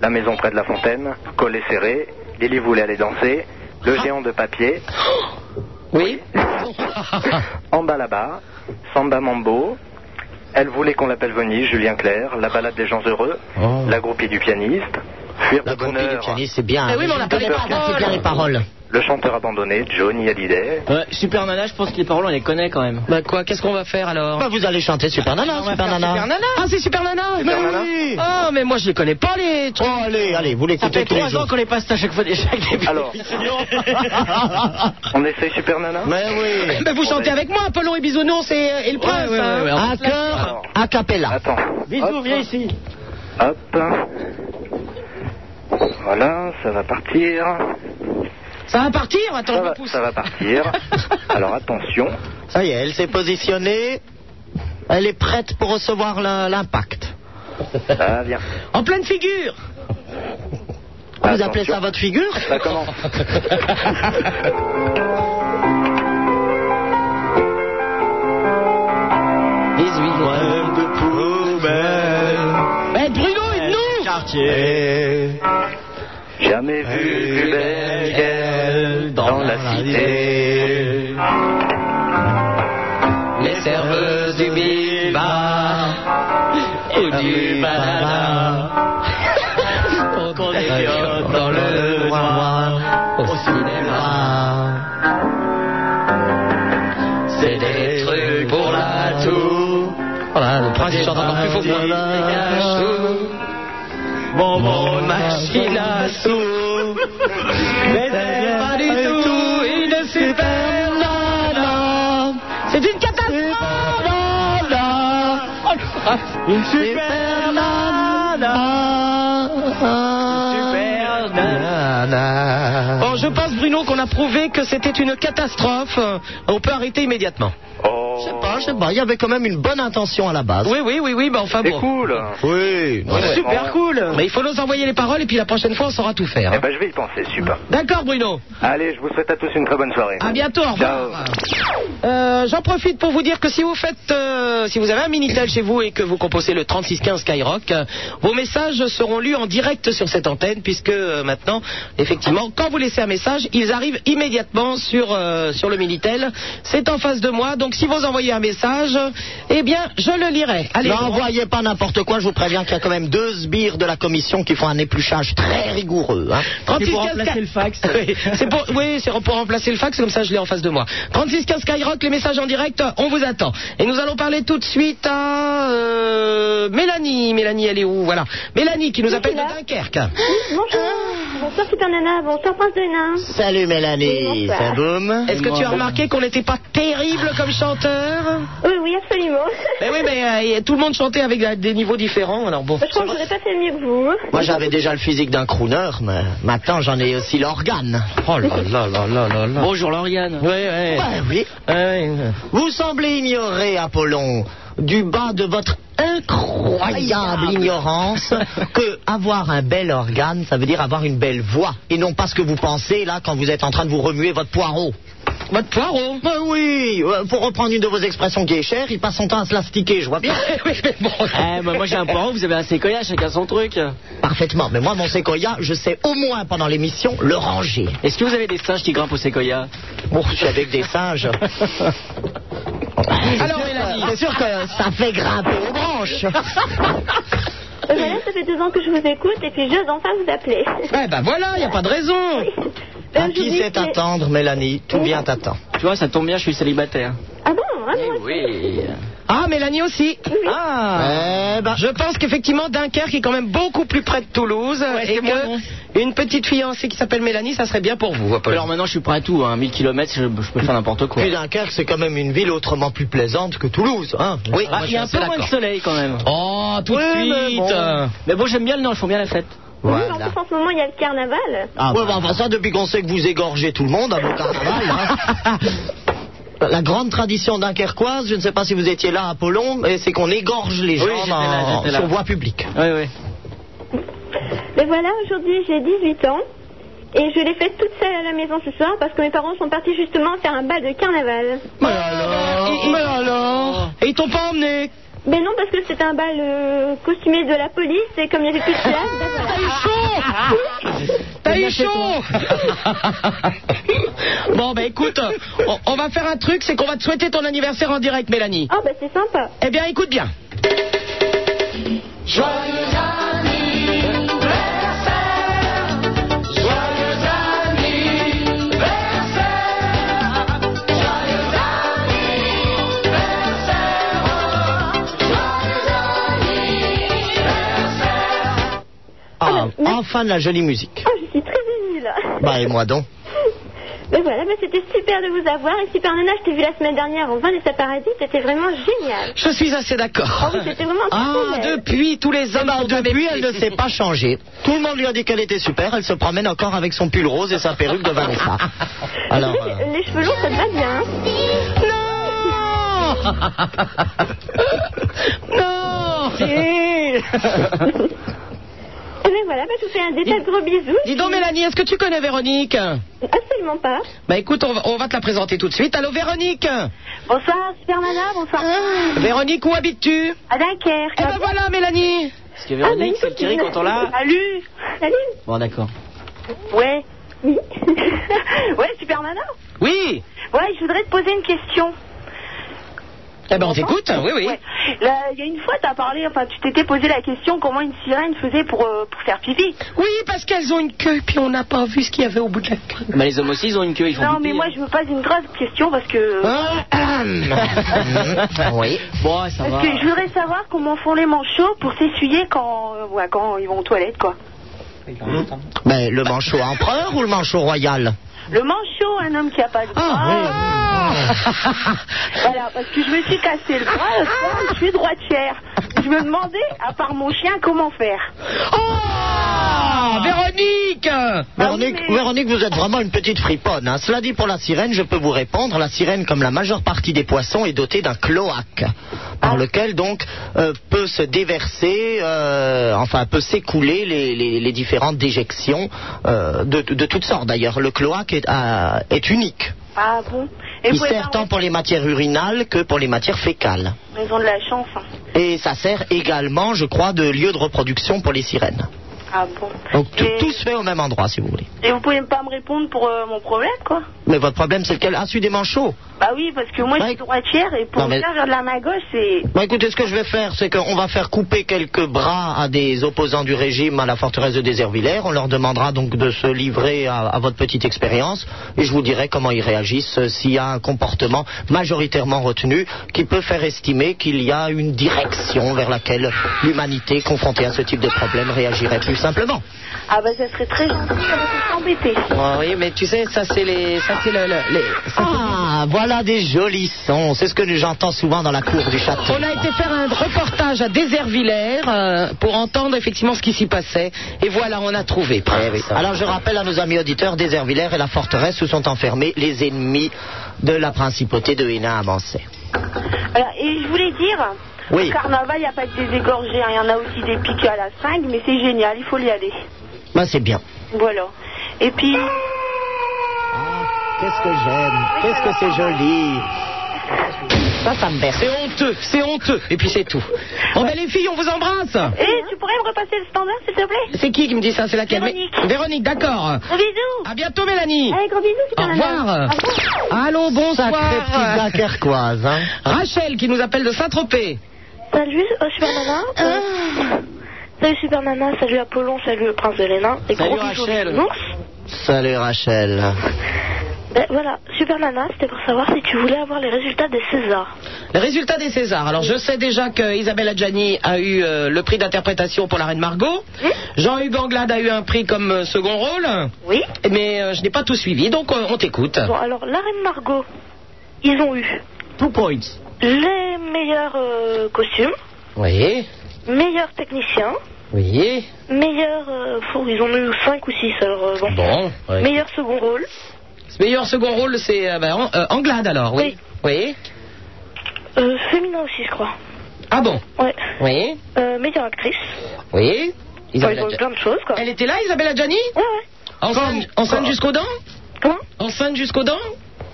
[SPEAKER 8] La maison près de la fontaine, Collet serré, Lily voulait aller danser,
[SPEAKER 5] Ah.
[SPEAKER 8] Le géant de papier,
[SPEAKER 4] Oui.
[SPEAKER 8] En bas là-bas, Samba Mambo, Elle voulait qu'on l'appelle Venise, Julien Clerc, La balade des gens heureux, La groupie du pianiste, Fuir
[SPEAKER 5] Oh. La
[SPEAKER 8] de
[SPEAKER 5] groupie du
[SPEAKER 8] bonheur,
[SPEAKER 5] pianiste, c'est bien.
[SPEAKER 4] Mais oui, mais on
[SPEAKER 5] Je
[SPEAKER 4] n'a pas
[SPEAKER 5] connais
[SPEAKER 4] les
[SPEAKER 5] c'est
[SPEAKER 4] paroles.
[SPEAKER 5] bien les paroles.
[SPEAKER 8] Le chanteur abandonné, Johnny Hallyday,
[SPEAKER 3] Ouais, Super Nana, je pense que les paroles, on les connaît quand même.
[SPEAKER 4] Bah quoi, qu'est-ce qu'on va faire alors
[SPEAKER 5] Bah, vous allez chanter Super Nana, Super Nana.
[SPEAKER 4] Ah, c'est Super Nana Mais
[SPEAKER 8] Nana
[SPEAKER 4] oui Oh, mais moi je les connais pas les
[SPEAKER 5] Oh, allez, allez, vous
[SPEAKER 3] Ça fait
[SPEAKER 5] l'écoutez tous les
[SPEAKER 3] trois ans
[SPEAKER 5] jours.
[SPEAKER 3] qu'on les passe à chaque fois, chaque début.
[SPEAKER 8] Alors.
[SPEAKER 3] d'émission.
[SPEAKER 8] on essaye Super Nana
[SPEAKER 5] Mais oui.
[SPEAKER 4] Mais Bah, vous chantez avec moi, Apollon et Bisounours et, et le prince
[SPEAKER 3] ouais,
[SPEAKER 4] hein.
[SPEAKER 3] ouais, ouais.
[SPEAKER 5] Un cœur
[SPEAKER 8] Alors.
[SPEAKER 5] a cappella.
[SPEAKER 8] Attends.
[SPEAKER 3] Bisous,
[SPEAKER 8] Hop.
[SPEAKER 3] viens ici.
[SPEAKER 8] Hop. Voilà, ça va partir.
[SPEAKER 4] Ça va partir Attends,
[SPEAKER 8] Ça
[SPEAKER 4] je me
[SPEAKER 8] va,
[SPEAKER 4] pousse.
[SPEAKER 8] ça va partir. Alors attention.
[SPEAKER 5] Ça y est, elle s'est positionnée. Elle est prête pour recevoir la- l'impact.
[SPEAKER 8] Ça vient.
[SPEAKER 4] En pleine figure
[SPEAKER 5] Vous
[SPEAKER 8] Attention.
[SPEAKER 5] appelez ça votre figure
[SPEAKER 8] Ça commence.
[SPEAKER 4] Eh Bruno, aide-nous
[SPEAKER 8] Jamais
[SPEAKER 4] Eh.
[SPEAKER 8] vu plus belle qu'elle dans la cité.
[SPEAKER 4] Les serveuses du Bilba ou du Banana qu'on
[SPEAKER 5] éclate dans le noir
[SPEAKER 4] au cinéma. C'est des trucs pour la tour.
[SPEAKER 5] Voilà, le prince il chante encore plus fort que moi.
[SPEAKER 4] Bon, bon, machine à sous. Mais c'est pas du tout une super nana. C'est une catastrophe. Une super nana. Super nana. Bon, je pense, Bruno, qu'on a prouvé que c'était une catastrophe. On peut arrêter immédiatement.
[SPEAKER 8] Oh.
[SPEAKER 5] Je sais pas, Ah, je sais pas. Il y avait quand même une bonne intention à la base.
[SPEAKER 4] Oui, oui, oui, oui, bah enfin
[SPEAKER 8] C'est
[SPEAKER 4] bon.
[SPEAKER 8] cool.
[SPEAKER 5] Oui.
[SPEAKER 8] Ouais, ouais.
[SPEAKER 3] Super cool.
[SPEAKER 4] Mais il faut nous envoyer les paroles hein. et puis la prochaine fois, on saura tout faire.
[SPEAKER 8] Eh ben, je vais y penser, super.
[SPEAKER 4] D'accord, Bruno.
[SPEAKER 8] Allez, je vous souhaite à tous une très bonne soirée.
[SPEAKER 4] À bientôt, au revoir. Euh, J'en profite pour vous dire que si vous faites, euh, si vous avez un minitel chez vous et que vous composez le 3615 Skyrock, euh, vos messages seront lus en direct sur cette antenne puisque euh, maintenant, effectivement, quand vous laissez un message, ils arrivent immédiatement sur euh, sur le minitel. C'est en face de moi, donc si vous envoyez un message, eh bien, je le lirai. Allez.
[SPEAKER 5] N'envoyez pas n'importe quoi, je vous préviens qu'il y a quand même deux sbires de la commission qui font un épluchage très rigoureux. Hein.
[SPEAKER 4] 36
[SPEAKER 3] pour
[SPEAKER 4] 15
[SPEAKER 3] remplacer le fax.
[SPEAKER 4] Oui, c'est pour, oui, c'est pour remplacer le fax, comme ça je l'ai en face de moi. 36 15 Skyrock, les messages en direct, on vous attend. Et nous allons parler tout de suite à euh, Mélanie. Mélanie, elle est où Voilà. Mélanie qui nous appelle de
[SPEAKER 11] là.
[SPEAKER 4] Dunkerque.
[SPEAKER 11] Bonjour,
[SPEAKER 3] Ah.
[SPEAKER 11] bonsoir Super Nana, bonsoir Prince de Hénin.
[SPEAKER 5] Salut Mélanie,
[SPEAKER 11] Bonsoir.
[SPEAKER 5] ça boum
[SPEAKER 4] Est-ce que tu as remarqué qu'on n'était pas terrible comme chanteur
[SPEAKER 11] Oui, oui, absolument.
[SPEAKER 4] Mais oui, mais euh, tout le monde chantait avec euh, des niveaux différents, alors bon.
[SPEAKER 11] Je crois que j'aurais pas fait mieux que vous.
[SPEAKER 5] Moi j'avais déjà le physique d'un crooner, mais maintenant j'en ai aussi l'organe. Oh là là là là là là.
[SPEAKER 3] Bonjour, Lauriane.
[SPEAKER 4] Oui, oui.
[SPEAKER 5] oui. Vous semblez ignorer, Apollon, du bas de votre incroyable ignorance, que avoir un bel organe, ça veut dire avoir une belle voix, et non pas ce que vous pensez là quand vous êtes en train de vous remuer votre poireau.
[SPEAKER 4] Votre poireau.
[SPEAKER 5] Ben oui, euh, pour reprendre une de vos expressions qui est chère, il passe son temps à se l'astiquer, je vois bien.
[SPEAKER 4] Oui, mais bon.
[SPEAKER 3] Eh, bah, moi j'ai un poireau, vous avez un séquoia, chacun son truc.
[SPEAKER 5] Parfaitement, mais moi, mon séquoia, je sais au moins pendant l'émission le ranger.
[SPEAKER 3] Est-ce que vous avez des singes qui grimpent au séquoia
[SPEAKER 5] Bon, je suis avec des singes.
[SPEAKER 4] Alors, Mélanie.
[SPEAKER 5] C'est sûr que ça fait
[SPEAKER 3] Ah,
[SPEAKER 5] grimper aux branches.
[SPEAKER 11] Euh, Voilà, ça fait deux ans que je vous écoute et puis j'ose enfin vous appeler.
[SPEAKER 4] Eh
[SPEAKER 3] bah
[SPEAKER 4] ben voilà, il n'y a pas de raison.
[SPEAKER 5] À
[SPEAKER 11] Euh, je vous
[SPEAKER 5] qui
[SPEAKER 11] dis
[SPEAKER 5] sait
[SPEAKER 11] que-
[SPEAKER 5] attendre, Mélanie Tout bien t'attend.
[SPEAKER 3] Tu vois, ça tombe bien, je suis célibataire.
[SPEAKER 11] Ah bon
[SPEAKER 6] hein,
[SPEAKER 11] ah, bon,
[SPEAKER 3] Oui.
[SPEAKER 4] Ah, Mélanie aussi. Ah.
[SPEAKER 5] Eh ben,
[SPEAKER 4] Je pense qu'effectivement Dunkerque est quand même beaucoup plus près de Toulouse et que une petite fiancée qui s'appelle Mélanie, ça serait bien pour vous.
[SPEAKER 3] Alors maintenant, je suis prêt à tout, hein. 1000 km, je, je peux faire n'importe quoi.
[SPEAKER 5] puis Dunkerque, c'est quand même une ville autrement plus plaisante que Toulouse, hein Oui,
[SPEAKER 3] Ah, il y a un peu moins de soleil quand même.
[SPEAKER 4] Oh, tout de suite.
[SPEAKER 3] Mais bon, j'aime bien le Nord, ils font bien la fête.
[SPEAKER 11] oui, en plus, en ce moment, il y a le carnaval.
[SPEAKER 5] Ah, bah, ouais, bah, enfin, ça, depuis qu'on sait que vous égorgez tout le monde à mon carnaval, hein. la grande tradition dunkerquoise, je ne sais pas si vous étiez là à Apollon, mais c'est qu'on égorge les gens
[SPEAKER 13] Oui, j'étais là,
[SPEAKER 5] dans-
[SPEAKER 13] j'étais là.
[SPEAKER 5] sur voie publique.
[SPEAKER 13] Oui, oui.
[SPEAKER 6] Mais voilà, aujourd'hui j'ai 18 ans et je l'ai faite toute seule à la maison ce soir parce que mes parents sont partis justement faire un bal de carnaval.
[SPEAKER 4] Mais alors Mais
[SPEAKER 3] Oh.
[SPEAKER 4] alors Et ils t'ont pas emmené
[SPEAKER 6] Mais non, parce que c'était un bal euh, costumé de la police et comme il n'y avait plus de place. ben voilà.
[SPEAKER 4] T'as eu chaud Bon, bah écoute, on, on va faire un truc, c'est qu'on va te souhaiter ton anniversaire en direct, Mélanie.
[SPEAKER 6] Ah, bah c'est sympa.
[SPEAKER 4] Eh bien, écoute bien.
[SPEAKER 5] Ah, enfin de la jolie musique.
[SPEAKER 6] Ah, je suis très émue là.
[SPEAKER 5] Bah et moi donc.
[SPEAKER 6] Mais voilà, mais c'était super de vous avoir et super Nana, je t'ai vu la semaine dernière en vain et sa paradis, c'était vraiment génial.
[SPEAKER 4] Je suis assez d'accord.
[SPEAKER 6] Ah oui, c'était vraiment
[SPEAKER 4] Ah,
[SPEAKER 6] super.
[SPEAKER 4] depuis, tous les hommes sont à mes
[SPEAKER 5] Eh ben, Depuis,
[SPEAKER 4] pieds.
[SPEAKER 5] elle ne s'est pas changée. Tout le monde lui a dit qu'elle était super. Elle se promène encore avec son pull rose et sa perruque de Vanessa.
[SPEAKER 4] Ah.
[SPEAKER 5] Alors,
[SPEAKER 6] Tu sais,
[SPEAKER 5] euh,
[SPEAKER 6] Les cheveux longs, ça te va bien. hein.
[SPEAKER 4] Non Si.
[SPEAKER 6] Mais voilà, bah, je vous fais un des tas de gros bisous.
[SPEAKER 4] Dis donc, Mélanie, est-ce que tu connais Véronique
[SPEAKER 6] Absolument pas.
[SPEAKER 4] Bah écoute, on va, on va te la présenter tout de suite. Allô, Véronique Ah.
[SPEAKER 6] Bonsoir, super Nana, bonsoir.
[SPEAKER 4] Véronique, où habites-tu
[SPEAKER 6] À Dunkerque.
[SPEAKER 4] Eh ben voilà, Mélanie
[SPEAKER 13] Parce
[SPEAKER 12] Ah,
[SPEAKER 13] que Véronique, c'est le Thierry quand on l'a.
[SPEAKER 6] Salut. Salut.
[SPEAKER 13] Bon, d'accord.
[SPEAKER 6] Ouais. Oui. ouais, super Nana.
[SPEAKER 4] Oui
[SPEAKER 6] Ouais, je voudrais te poser une question.
[SPEAKER 4] Eh ben on t'écoute, oui, oui.
[SPEAKER 12] Ouais. Là, Il y a une fois, tu as parlé, enfin, tu t'étais posé la question comment une sirène faisait pour, euh, pour faire pipi.
[SPEAKER 4] Oui, parce qu'elles ont une queue, puis on n'a pas vu ce qu'il y avait au bout de la queue.
[SPEAKER 13] Mais les hommes aussi, ils ont une queue, ils font
[SPEAKER 12] Non,
[SPEAKER 13] pipi,
[SPEAKER 12] mais moi,
[SPEAKER 13] hein.
[SPEAKER 12] je me pose une grave question parce que.
[SPEAKER 4] Ah,
[SPEAKER 5] oui.
[SPEAKER 13] Bon, ça va.
[SPEAKER 12] Parce que je voudrais savoir comment font les manchots pour s'essuyer quand, euh, ouais, quand ils vont aux toilettes, quoi.
[SPEAKER 5] ben, le manchot empereur ou le manchot royal
[SPEAKER 12] Le manchot, un homme qui a
[SPEAKER 5] Ah,
[SPEAKER 12] pas de bras. Voilà, parce que je me suis cassé le bras, au fond, je suis droitière. Je me demandais, à part mon chien, comment faire.
[SPEAKER 4] Ah, Véronique
[SPEAKER 5] Véronique,
[SPEAKER 12] Ah mais-
[SPEAKER 5] Véronique, vous êtes vraiment une petite friponne. hein. Cela dit, pour la sirène, je peux vous répondre. La sirène, comme la majeure partie des poissons, est dotée d'un cloaque,
[SPEAKER 12] Ah.
[SPEAKER 5] par lequel donc euh, peut se déverser, euh, enfin peut s'écouler les, les- les différentes déjections euh, de, de toutes sortes. D'ailleurs, le cloaque est, euh, est unique.
[SPEAKER 12] Ah bon Et
[SPEAKER 5] Il
[SPEAKER 12] vous
[SPEAKER 5] sert tant pour les matières urinales que pour les matières fécales.
[SPEAKER 12] Ils ont de la chance. hein.
[SPEAKER 5] Et ça sert également, je crois, de lieu de reproduction pour les sirènes.
[SPEAKER 12] Ah bon
[SPEAKER 5] Donc tout,
[SPEAKER 12] Et-
[SPEAKER 5] tout se fait au même endroit, si vous voulez.
[SPEAKER 12] Et vous pouvez pas me répondre pour euh, mon problème, quoi
[SPEAKER 5] Mais votre problème, c'est lequel Ah, celui des manchots.
[SPEAKER 12] Bah oui, parce que moi, je suis
[SPEAKER 5] Ouais.
[SPEAKER 12] droitière et pour
[SPEAKER 5] Non, mais-
[SPEAKER 12] me faire vers la main gauche, c'est.
[SPEAKER 5] Bon, écoutez, ce que je vais faire, c'est qu'on va faire couper quelques bras à des opposants du régime à la forteresse de Déservillers. On leur demandera donc de se livrer à, à votre petite expérience et je vous dirai comment ils réagissent euh, s'il y a un comportement majoritairement retenu qui peut faire estimer qu'il y a une direction vers laquelle l'humanité confrontée à ce type de problème réagirait plus simplement.
[SPEAKER 12] Ah bah ça serait très gentil, ça va être embêté.
[SPEAKER 4] oui, mais tu sais, ça c'est les... Ça c'est le... le- les- ça, c'est-
[SPEAKER 5] Ah, voilà des jolis sons. C'est ce que j'entends souvent dans la cour du château.
[SPEAKER 4] On a été faire un reportage à Désertvillers euh, pour entendre effectivement ce qui s'y passait. Et voilà, on a trouvé.
[SPEAKER 5] Eh oui. Alors je rappelle à nos amis auditeurs, Désertvillers et la forteresse où sont enfermés les ennemis de la principauté de Hénin à Mancey.
[SPEAKER 12] Voilà, et je voulais dire,
[SPEAKER 5] Oui.
[SPEAKER 12] au carnaval, il n'y a pas que des égorgés, hein, il y en a aussi des piquets à la seringue, mais c'est génial, il faut y aller.
[SPEAKER 5] Ben c'est bien.
[SPEAKER 12] Voilà. Et puis,
[SPEAKER 5] Qu'est-ce que j'aime, qu'est-ce que c'est joli. Ça, ça me berce.
[SPEAKER 4] C'est honteux, c'est honteux. Et puis c'est tout. Bon ben les filles, on vous embrasse.
[SPEAKER 12] eh, tu pourrais me repasser le standard, s'il te plaît
[SPEAKER 4] C'est qui qui me dit ça C'est laquelle Mais-
[SPEAKER 12] Véronique.
[SPEAKER 4] Véronique, d'accord.
[SPEAKER 12] Gros bisous
[SPEAKER 4] À bientôt Mélanie.
[SPEAKER 12] Allez, gros bisous,
[SPEAKER 4] Au
[SPEAKER 12] super
[SPEAKER 4] revoir.
[SPEAKER 12] nana. Au revoir.
[SPEAKER 4] Allô,
[SPEAKER 5] Sacrée petite
[SPEAKER 4] bonsoir.
[SPEAKER 5] Dunkerquoise, hein.
[SPEAKER 4] Rachel qui nous appelle de Saint-Tropez.
[SPEAKER 6] Salut, euh, super Nana.
[SPEAKER 4] Ah.
[SPEAKER 6] Euh, Salut super Nana, salut Apollon, salut le prince de Léna. Et
[SPEAKER 13] Salut,
[SPEAKER 6] gros bisous
[SPEAKER 13] Rachel.
[SPEAKER 6] à tout le monde.
[SPEAKER 5] Salut Rachel.
[SPEAKER 6] Ben, voilà, super Nana, c'était pour savoir si tu voulais avoir les résultats des Césars.
[SPEAKER 4] Les résultats des Césars. Alors, je sais déjà que Isabelle Adjani a eu euh, le prix d'interprétation pour la Reine Margot. Jean-Hugues Anglade a eu un prix comme euh, second rôle.
[SPEAKER 6] Oui.
[SPEAKER 4] Mais euh, je n'ai pas tout suivi, donc euh, on t'écoute.
[SPEAKER 6] Bon, alors la reine Margot, ils ont eu
[SPEAKER 13] Two points.
[SPEAKER 6] les meilleurs euh, costumes,
[SPEAKER 4] Oui,
[SPEAKER 6] meilleurs techniciens,
[SPEAKER 4] oui.
[SPEAKER 6] meilleurs. euh, fou, ils en ont eu 5 ou 6, alors euh, bon.
[SPEAKER 4] Bon. ouais.
[SPEAKER 6] Meilleur second rôle.
[SPEAKER 4] Ce meilleur second rôle, c'est euh, bah, An- euh, ben, Anglade alors, oui. Oui.
[SPEAKER 14] Euh, féminin aussi, je crois.
[SPEAKER 4] Ah bon
[SPEAKER 14] Ouais.
[SPEAKER 4] Oui.
[SPEAKER 14] Euh, meilleure actrice.
[SPEAKER 4] Oui.
[SPEAKER 14] Isabelle plein de choses, quoi.
[SPEAKER 4] Elle était là, Isabelle Adjani
[SPEAKER 14] Ouais, ouais.
[SPEAKER 4] Enceinte, enceinte jusqu'aux dents
[SPEAKER 14] Comment
[SPEAKER 4] Enceinte jusqu'aux dents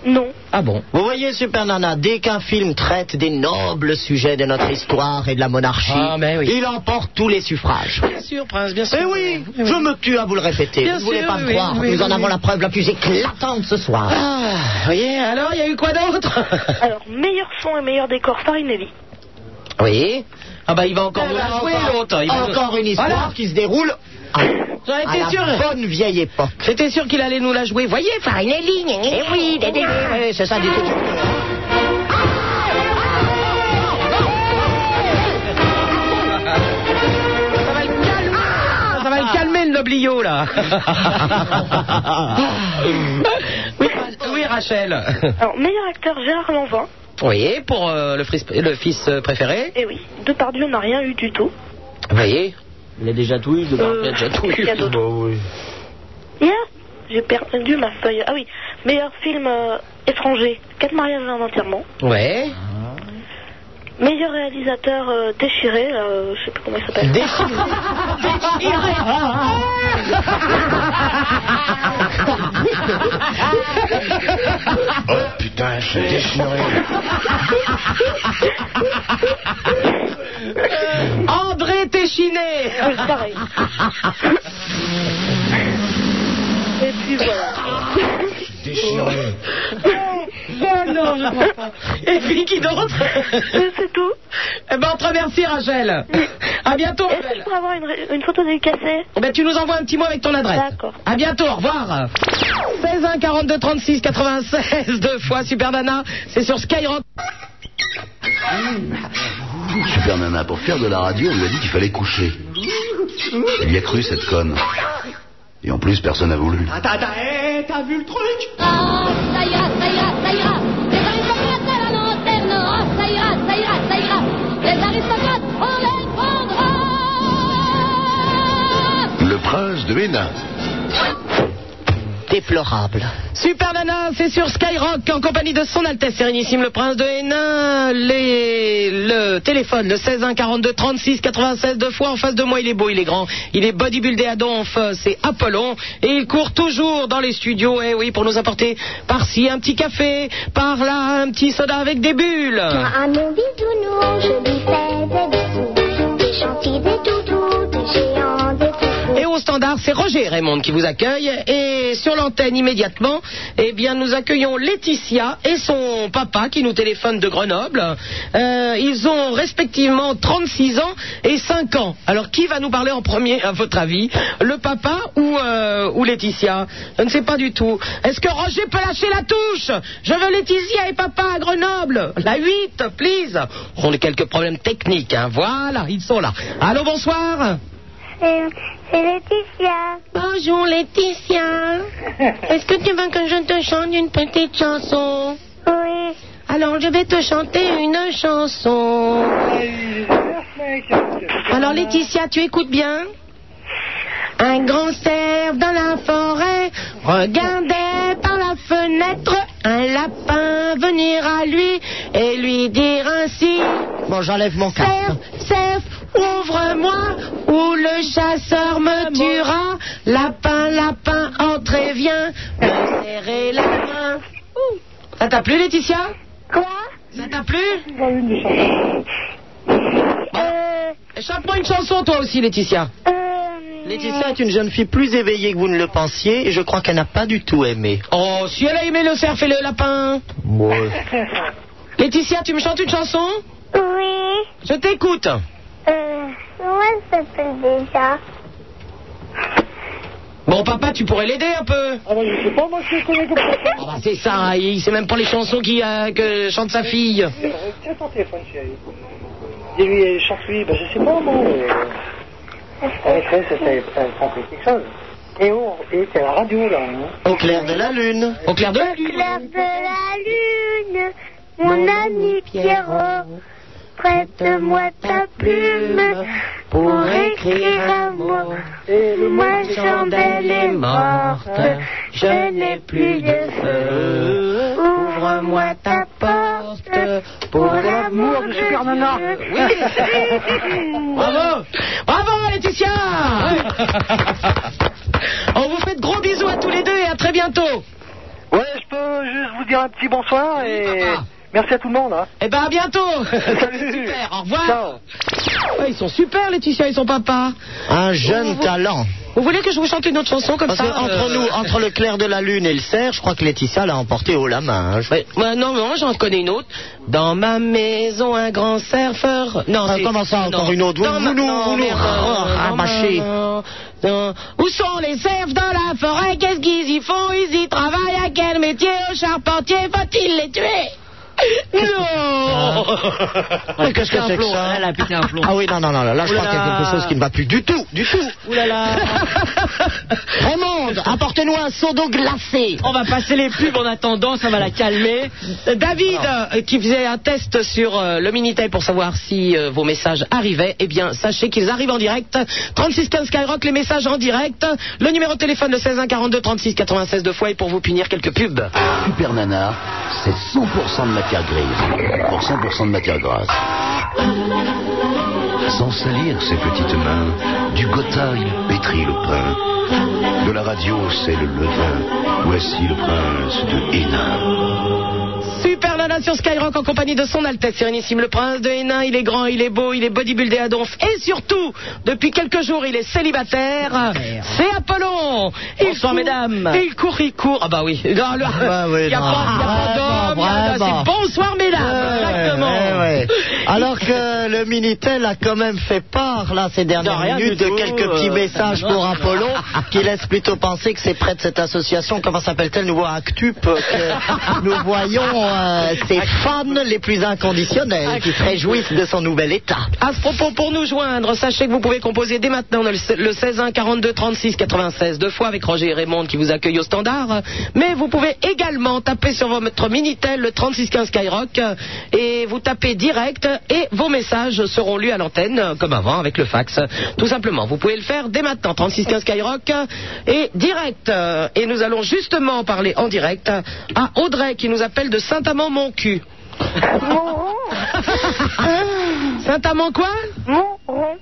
[SPEAKER 14] Non.
[SPEAKER 4] Ah bon
[SPEAKER 5] Vous voyez, Super Nana, dès qu'un film traite des nobles sujets de notre histoire et de la monarchie,
[SPEAKER 4] Ah, mais oui.
[SPEAKER 5] il emporte tous les suffrages.
[SPEAKER 4] Bien sûr, Prince, bien sûr.
[SPEAKER 5] Eh oui, je me tue à vous le répéter.
[SPEAKER 4] Bien
[SPEAKER 5] vous ne voulez
[SPEAKER 4] sûr,
[SPEAKER 5] pas me
[SPEAKER 4] oui,
[SPEAKER 5] croire.
[SPEAKER 4] oui,
[SPEAKER 5] Nous en
[SPEAKER 4] oui.
[SPEAKER 5] avons la preuve la plus éclatante ce soir.
[SPEAKER 4] Ah, voyez, alors, il y a eu quoi d'autre
[SPEAKER 14] Alors, meilleur son et meilleur décor, Farinelli.
[SPEAKER 5] Oui.
[SPEAKER 4] Ah bah, il va encore
[SPEAKER 5] Eh ben,
[SPEAKER 4] jouer
[SPEAKER 5] encore-
[SPEAKER 4] l'autre. il va-
[SPEAKER 5] Encore une histoire
[SPEAKER 4] Voilà.
[SPEAKER 5] qui se déroule à,
[SPEAKER 4] J'en
[SPEAKER 5] à
[SPEAKER 4] étais
[SPEAKER 5] la
[SPEAKER 4] sûr.
[SPEAKER 5] bonne vieille époque.
[SPEAKER 4] J'étais sûr qu'il allait nous la jouer. Voyez, Farinelli. gna, gna.
[SPEAKER 5] Eh oui, des- des- oui, c'est ça du tout.
[SPEAKER 4] Ça va le calmer.
[SPEAKER 5] Ah,
[SPEAKER 4] ça va le calmer, le noblio, là. oui, Ra- oui, Rachel.
[SPEAKER 14] Alors, meilleur acteur, Gérard Lanvin.
[SPEAKER 4] Oui, pour euh, le, fris- le fils euh, préféré.
[SPEAKER 14] Eh oui, Depardieu n'a rien eu du tout.
[SPEAKER 4] Voyez.
[SPEAKER 3] Il a déjà tout eu, de
[SPEAKER 14] Euh, qu'est-ce qu'il y a d'autre Hier, j'ai perdu ma feuille. Ah oui, meilleur film euh, étranger, 4 mariages et un enterrement. Ah.
[SPEAKER 4] Ouais.
[SPEAKER 14] Meilleur réalisateur euh, déchiré, là, euh, je sais plus comment il s'appelle.
[SPEAKER 4] Ah,
[SPEAKER 7] Oh putain, je suis déchiré.
[SPEAKER 4] André Téchiné.
[SPEAKER 14] Oui, pareil. Et puis voilà.
[SPEAKER 7] Déchiré.
[SPEAKER 4] Oh non, je crois pas. Et puis qui d'autre
[SPEAKER 14] Euh, C'est tout.
[SPEAKER 4] Eh ben, on te remercie, Rachel. À bientôt,
[SPEAKER 14] Est-ce que
[SPEAKER 4] Rachel.
[SPEAKER 14] je pourrais avoir une, ré- une photo dédicacée
[SPEAKER 4] Eh ben, tu nous envoies un petit mot avec ton adresse.
[SPEAKER 14] D'accord.
[SPEAKER 4] À bientôt, au revoir. 16 1 42 36 96 deux fois Super Nana, c'est sur Skyrock.
[SPEAKER 1] Super Nana, pour faire de la radio, on lui a dit qu'il fallait coucher. Il y a cru, cette conne. Et en plus, personne n'a voulu.
[SPEAKER 4] eh,
[SPEAKER 12] Ah, ça ira, ça ira, ça ira. Les aristocrates à la lanterne. Ah, ça ira, ça ira, ça ira. Les aristocrates, on les prendra.
[SPEAKER 7] Le prince de Hénin.
[SPEAKER 5] Déplorable.
[SPEAKER 4] Super Nana, c'est sur Skyrock en compagnie de son Altesse Sérénissime le Prince de Hénin. Les- le téléphone, le 16 1 42 36 96 deux fois en face de moi. Il est beau, il est grand, il est bodybuildé à donf, euh, c'est Apollon et il court toujours dans les studios. Eh oui, pour nous apporter par-ci un petit café, par-là un petit soda avec des bulles.
[SPEAKER 6] À mon bisounours, je lui fais des bisous. Des gentils, des toutous, des géants, des toutous.
[SPEAKER 4] Et au standard, c'est Roger et Raymond qui vous accueille. Et sur l'antenne immédiatement, eh bien, nous accueillons Laetitia et son papa qui nous téléphone de Grenoble. Euh, ils ont respectivement 36 ans et 5 ans. Alors, qui va nous parler en premier, à votre avis Le papa ou, euh, ou Laetitia Je ne sais pas du tout. Est-ce que Roger peut lâcher la touche Je veux Laetitia et papa à Grenoble. La 8, please. On a quelques problèmes techniques. hein. Voilà, ils sont là. Allô, bonsoir.
[SPEAKER 6] Euh, C'est Laetitia.
[SPEAKER 12] Bonjour Laetitia. Est-ce que tu veux que je te chante une petite chanson
[SPEAKER 6] Oui.
[SPEAKER 12] Alors je vais te chanter une chanson.
[SPEAKER 4] Alors Laetitia, tu écoutes bien Un grand cerf dans la forêt regardait par la fenêtre un lapin venir à lui et lui dire ainsi
[SPEAKER 5] Bon, j'enlève mon
[SPEAKER 4] Cerf,
[SPEAKER 5] casque.
[SPEAKER 4] cerf, ouvre-moi ou le chasseur me tuera. Lapin, lapin, entre et viens me serrer la main. Ouh. Ça t'a plu Laetitia
[SPEAKER 6] Quoi
[SPEAKER 4] Ça t'a plu
[SPEAKER 6] Euh,
[SPEAKER 4] Chante-moi une chanson toi aussi Laetitia.
[SPEAKER 6] euh,
[SPEAKER 5] Laetitia est une jeune fille plus éveillée que vous ne le pensiez et je crois qu'elle n'a pas du tout aimé.
[SPEAKER 4] Oh, si elle a aimé le cerf et le lapin. Laetitia, tu me chantes une chanson
[SPEAKER 6] oui.
[SPEAKER 4] Je t'écoute.
[SPEAKER 6] Euh, comment elle s'appelle déjà
[SPEAKER 4] Bon, papa, tu pourrais l'aider un peu. Ah bah, c'est ça, il sait même pas les chansons qui, euh, que chante sa fille.
[SPEAKER 9] Tiens ton téléphone, chérie. Dis-lui, euh, chante-lui, bah, je sais pas, moi. euh, La maîtresse, elle, elle, elle sentait quelque chose. Et oh, et c'est la radio, là. hein.
[SPEAKER 5] Au clair de la lune.
[SPEAKER 4] Au clair de la lune.
[SPEAKER 6] Clair de la lune, mon ami Pierrot, prête-moi ta plume pour écrire un mot.
[SPEAKER 9] Et le
[SPEAKER 6] Ma chandelle est morte, je n'ai plus de feu. Ouvre-moi ta porte,
[SPEAKER 4] riposte pour l'amour de Super Nana. Oui. Bravo. Bravo, Laetitia. On vous fait de gros bisous à tous les deux et à très bientôt.
[SPEAKER 9] Ouais, je peux juste vous dire un petit bonsoir et merci à tout le monde. hein.
[SPEAKER 4] Eh ben à bientôt. Super. Au revoir. Ouais, ils sont super, Laetitia et son papa.
[SPEAKER 5] Un jeune talent.
[SPEAKER 4] Vous voulez que je vous chante une autre chanson comme
[SPEAKER 5] Parce
[SPEAKER 4] ça
[SPEAKER 5] que entre
[SPEAKER 4] euh,
[SPEAKER 5] nous, entre le clair de la lune et le cerf, je crois que Laetitia l'a emporté haut la main. hein. Je-
[SPEAKER 4] Ouais, Bah, non, mais moi j'en connais une autre. Dans ma maison, un grand surfeur. Non,
[SPEAKER 5] Ah,
[SPEAKER 4] c'est-
[SPEAKER 5] comment ça, encore
[SPEAKER 4] non.
[SPEAKER 5] une autre Vous-
[SPEAKER 4] Dans
[SPEAKER 5] vous
[SPEAKER 4] ma-
[SPEAKER 5] nous-
[SPEAKER 4] non,
[SPEAKER 5] vous nous Oh,
[SPEAKER 4] mais, euh,
[SPEAKER 5] rabâchez.
[SPEAKER 4] dans ma- dans- Où sont les cerfs dans la forêt Qu'est-ce qu'ils y font Ils y travaillent À quel métier Au charpentier Faut-il les tuer Non
[SPEAKER 5] Ah. Mais qu'est-ce que c'est que ça
[SPEAKER 3] Elle a pété un plomb.
[SPEAKER 5] Ah oui, non, non, non, là, là, je crois qu'il y a quelque chose qui ne va plus du tout, du tout.
[SPEAKER 4] Ouh là là
[SPEAKER 5] Raymond, apportez-nous un seau d'eau glacée.
[SPEAKER 3] On va passer les pubs en attendant, ça va la calmer.
[SPEAKER 4] David, euh, qui faisait un test sur euh, le Minitel pour savoir si euh, vos messages arrivaient, eh bien, sachez qu'ils arrivent en direct. 3615 Skyrock, les messages en direct. Le numéro de téléphone, le 16 1 42 36 96 deux fois, et pour vous punir, quelques pubs.
[SPEAKER 1] Super Nana, c'est 100% de matière grise pour 100% de matière grasse. Sans salir ses petites mains, du gotha il pétrit le pain. De la radio, c'est le levain. Voici le prince de Hénin.
[SPEAKER 4] Super Nana sur Skyrock en compagnie de son Altesse Sérénissime le Prince de Hénin. Il est grand, il est beau, il est bodybuildé à donf. Et surtout, depuis quelques jours, il est
[SPEAKER 5] Ah,
[SPEAKER 4] célibataire. C'est Apollon. Il
[SPEAKER 3] Bonsoir,
[SPEAKER 4] court,
[SPEAKER 3] mesdames.
[SPEAKER 4] Il court, il court. Ah bah oui. Non, le-
[SPEAKER 5] Ah oui,
[SPEAKER 4] il n'y a
[SPEAKER 5] non. Ah,
[SPEAKER 4] pas, il y a pas d'homme. il y a-
[SPEAKER 5] Vraiment.
[SPEAKER 4] C'est bonsoir, mesdames.
[SPEAKER 5] Euh,
[SPEAKER 4] Exactement.
[SPEAKER 5] Eh Ouais, ouais. Alors que le Minitel a quand même fait part, là, ces
[SPEAKER 4] De
[SPEAKER 5] dernières
[SPEAKER 4] rien
[SPEAKER 5] minutes,
[SPEAKER 4] du
[SPEAKER 5] de
[SPEAKER 4] tout,
[SPEAKER 5] quelques petits
[SPEAKER 4] euh,
[SPEAKER 5] messages
[SPEAKER 4] non,
[SPEAKER 5] pour
[SPEAKER 4] non.
[SPEAKER 5] Apollo, qui laisse plutôt penser que c'est près de cette association, comment s'appelle-t-elle, Nouveau Actup, euh, que nous voyons euh, ses fans les plus inconditionnels qui se réjouissent de son nouvel état.
[SPEAKER 4] À ce propos, pour nous joindre, sachez que vous pouvez composer dès maintenant le le 16 1 42 36 96 deux fois avec Roger et Raymond qui vous accueillent au standard. Mais vous pouvez également taper sur votre minitel le 36 15 Skyrock et vous tapez direct et vos messages seront lus à l'antenne comme avant avec le fax. Tout simplement, vous pouvez le faire dès maintenant 36 15 Skyrock et direct. Et nous allons justement parler en direct à Audrey qui nous appelle de Saint-Amand-Moncu.
[SPEAKER 6] Oh.
[SPEAKER 4] Saint-Amand quoi
[SPEAKER 15] Monron.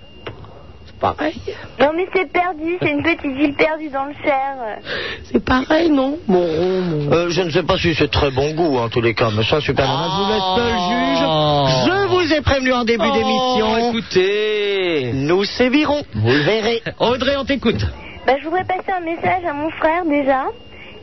[SPEAKER 4] Pareil.
[SPEAKER 15] Non mais c'est perdu, c'est une petite île perdue dans le cerf.
[SPEAKER 4] C'est pareil, non Mon rond, mon-
[SPEAKER 5] Euh, je ne sais pas si c'est très bon goût, en tous les cas, mais ça, super. Je vous laisse seul juge. Je vous ai prévenu en début d'émission.
[SPEAKER 4] Écoutez
[SPEAKER 5] Nous sévirons, vous le verrez.
[SPEAKER 4] Audrey, on t'écoute.
[SPEAKER 15] Bah, je voudrais passer un message à mon frère déjà,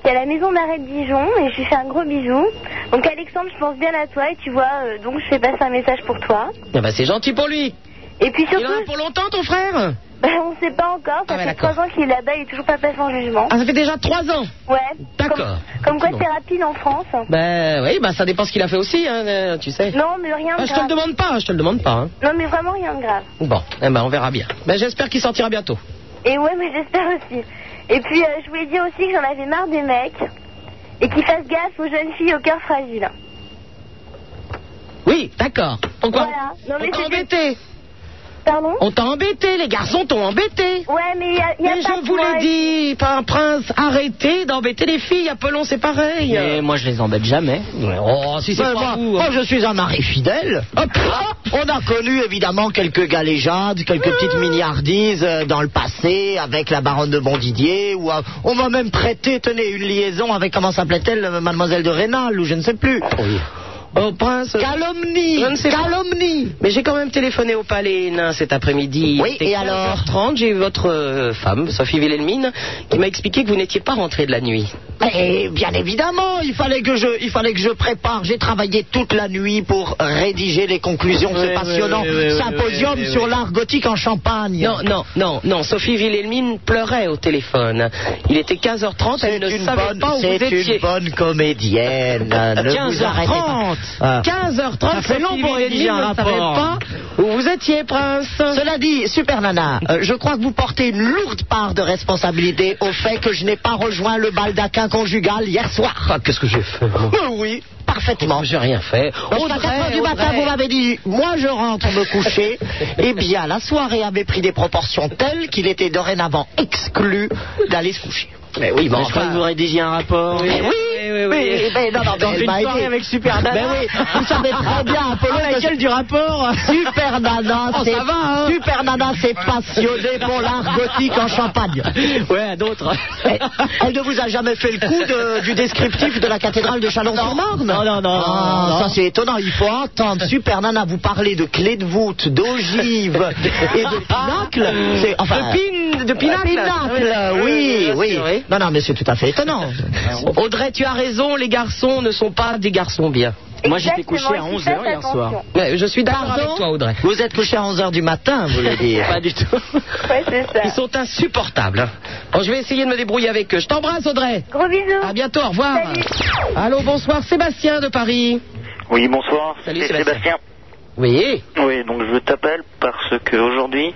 [SPEAKER 15] qui est à la maison d'arrêt de Dijon, et je lui fais un gros bisou. Donc Alexandre, je pense bien à toi, et tu vois, euh, donc je fais passer un message pour toi.
[SPEAKER 4] Ah bah, c'est gentil pour lui.
[SPEAKER 15] Et puis surtout...
[SPEAKER 4] Il en a pour longtemps, ton frère
[SPEAKER 15] Bah, on sait pas encore, ça
[SPEAKER 4] Ah ouais,
[SPEAKER 15] fait
[SPEAKER 4] d'accord.
[SPEAKER 15] trois ans qu'il est là-bas, il est toujours pas passé en jugement.
[SPEAKER 4] Ah, ça fait déjà trois ans
[SPEAKER 15] Ouais.
[SPEAKER 4] D'accord.
[SPEAKER 15] Comme quoi,
[SPEAKER 4] Dis donc.
[SPEAKER 15] c'est rapide en France.
[SPEAKER 4] Ben oui, bah ça dépend ce qu'il a fait aussi, hein, euh, tu sais.
[SPEAKER 15] Non, mais rien de
[SPEAKER 4] Ah, je te le
[SPEAKER 15] grave.
[SPEAKER 4] demande pas, je te le demande pas. hein.
[SPEAKER 15] Non, mais vraiment rien de grave.
[SPEAKER 4] Bon, eh ben, on verra bien. Ben, J'espère qu'il sortira bientôt.
[SPEAKER 15] Et ouais, mais j'espère aussi. Et puis, euh, je voulais dire aussi que j'en avais marre des mecs, et qu'ils fassent gaffe aux jeunes filles au cœur fragile.
[SPEAKER 4] Oui, d'accord. Pourquoi
[SPEAKER 15] Voilà. Non, mais
[SPEAKER 4] On t'a
[SPEAKER 15] c'était-
[SPEAKER 4] embêté.
[SPEAKER 15] Pardon
[SPEAKER 4] On t'a embêté, les garçons t'ont embêté.
[SPEAKER 15] Ouais, mais il y a, y a
[SPEAKER 4] Mais
[SPEAKER 15] pas
[SPEAKER 4] je
[SPEAKER 15] de
[SPEAKER 4] vous
[SPEAKER 15] point.
[SPEAKER 4] l'ai dit, pas un prince, arrêtez d'embêter les filles, Apollon c'est pareil.
[SPEAKER 3] Mais moi, je les embête jamais. Bah,
[SPEAKER 4] Oh, si c'est
[SPEAKER 5] Ben,
[SPEAKER 4] pas
[SPEAKER 5] moi,
[SPEAKER 4] vous,
[SPEAKER 5] moi,
[SPEAKER 4] hein.
[SPEAKER 5] je suis un mari fidèle. Hop.
[SPEAKER 3] oh,
[SPEAKER 5] On a connu évidemment quelques galéjades, quelques petites
[SPEAKER 4] Ah.
[SPEAKER 5] milliardises euh, dans le passé avec la baronne de Bondidier. Ou euh, on m'a même prêté, tenez, une liaison avec comment s'appelait-elle, euh, mademoiselle de Rênal ou je ne sais plus.
[SPEAKER 4] Oh, prince.
[SPEAKER 5] Calomnie.
[SPEAKER 4] Je ne sais pas.
[SPEAKER 5] calomnie.
[SPEAKER 4] Mais j'ai quand même téléphoné au Palais Hénin cet après-midi.
[SPEAKER 5] Oui, et alors
[SPEAKER 4] 30, j'ai eu votre euh, femme, Sophie Villelmine, qui m'a expliqué que vous n'étiez pas rentrée de la nuit.
[SPEAKER 5] Eh bien évidemment, il fallait que je, il fallait que je prépare. J'ai travaillé toute la nuit pour rédiger les conclusions.
[SPEAKER 4] Oui,
[SPEAKER 5] C'est
[SPEAKER 4] oui,
[SPEAKER 5] passionnant.
[SPEAKER 4] oui, oui, oui,
[SPEAKER 5] Symposium
[SPEAKER 4] oui, oui, oui.
[SPEAKER 5] sur l'art gothique en Champagne.
[SPEAKER 4] Non, non, non, non. Sophie Villelmine pleurait au téléphone. Il était 15h30,
[SPEAKER 5] C'est
[SPEAKER 4] elle ne
[SPEAKER 5] une,
[SPEAKER 4] savait
[SPEAKER 5] bonne-
[SPEAKER 4] pas où vous
[SPEAKER 5] c'est
[SPEAKER 4] étiez.
[SPEAKER 5] une bonne comédienne. Ne euh, vous arrêtez pas.
[SPEAKER 4] 15h30
[SPEAKER 5] Ah.
[SPEAKER 4] 15h30,
[SPEAKER 5] Ça fait
[SPEAKER 4] Sophie
[SPEAKER 5] long pour
[SPEAKER 4] Villelmine
[SPEAKER 5] rédiger un
[SPEAKER 4] ne savait
[SPEAKER 5] rapport.
[SPEAKER 4] pas où vous étiez, prince.
[SPEAKER 5] Cela dit, Super Nana, euh, je crois que vous portez une lourde part de responsabilité au fait que je n'ai pas rejoint le baldaquin conjugal hier soir.
[SPEAKER 4] Ah, Qu'est-ce que j'ai fait
[SPEAKER 5] Mais oui, parfaitement.
[SPEAKER 4] J'ai rien fait.
[SPEAKER 5] Parce qu'à
[SPEAKER 4] Audrey,
[SPEAKER 5] 4 heures du matin,
[SPEAKER 4] Audrey.
[SPEAKER 5] vous m'avez dit, moi je rentre me coucher. eh bien, la soirée avait pris des proportions telles qu'il était dorénavant exclu d'aller se coucher.
[SPEAKER 3] Mais oui,
[SPEAKER 5] bon,
[SPEAKER 3] je crois
[SPEAKER 5] enfin-
[SPEAKER 3] que vous rédigez un rapport.
[SPEAKER 5] Mais oui,
[SPEAKER 4] oui, oui, oui.
[SPEAKER 5] eh ben, non, non, mais
[SPEAKER 4] Dans
[SPEAKER 5] elle
[SPEAKER 4] une
[SPEAKER 5] m'a
[SPEAKER 4] soirée
[SPEAKER 5] aidé.
[SPEAKER 4] avec Super Nana.
[SPEAKER 5] Ben oui, vous savez très bien, Apollo.
[SPEAKER 4] Ah, la
[SPEAKER 5] que
[SPEAKER 4] gueule
[SPEAKER 5] je-
[SPEAKER 4] du rapport.
[SPEAKER 5] Super Nana,
[SPEAKER 4] Oh,
[SPEAKER 5] c'est.
[SPEAKER 4] ça va, hein
[SPEAKER 5] Super Nana, c'est passionné pour l'art gothique en Champagne.
[SPEAKER 4] Ouais, à d'autres.
[SPEAKER 5] Elle, elle ne vous a jamais fait le coup de- du descriptif de la cathédrale de Chalon-sur-Marne
[SPEAKER 4] Non, non, non,
[SPEAKER 5] Ah,
[SPEAKER 4] non, non.
[SPEAKER 5] ça c'est étonnant. Il faut entendre Super Nana vous parler de clé de voûte, d'ogive et de pinacle. C'est- Enfin,
[SPEAKER 4] Ah. De pin- de pinacle. Euh,
[SPEAKER 5] Pinacle, Ah, oui, oui. Ah, Non, non, mais c'est tout à fait étonnant.
[SPEAKER 4] Audrey, tu as raison, les garçons ne sont pas des garçons bien.
[SPEAKER 3] Moi, j'étais couché à 11 heures hier soir.
[SPEAKER 4] Ouais, je suis d'accord
[SPEAKER 5] Pardon
[SPEAKER 4] avec toi, Audrey.
[SPEAKER 5] Vous êtes couché à 11h du matin, vous voulez dire
[SPEAKER 3] Pas du tout.
[SPEAKER 15] Ouais, c'est ça.
[SPEAKER 4] Ils sont insupportables. hein. Bon, je vais essayer de me débrouiller avec eux. Je t'embrasse, Audrey.
[SPEAKER 15] Gros bisous.
[SPEAKER 4] À bientôt, au revoir. Allô, bonsoir, Sébastien de Paris.
[SPEAKER 16] Oui, bonsoir.
[SPEAKER 4] Salut,
[SPEAKER 16] C'est Sébastien.
[SPEAKER 4] Sébastien. Oui.
[SPEAKER 16] Oui, donc je t'appelle parce que aujourd'hui,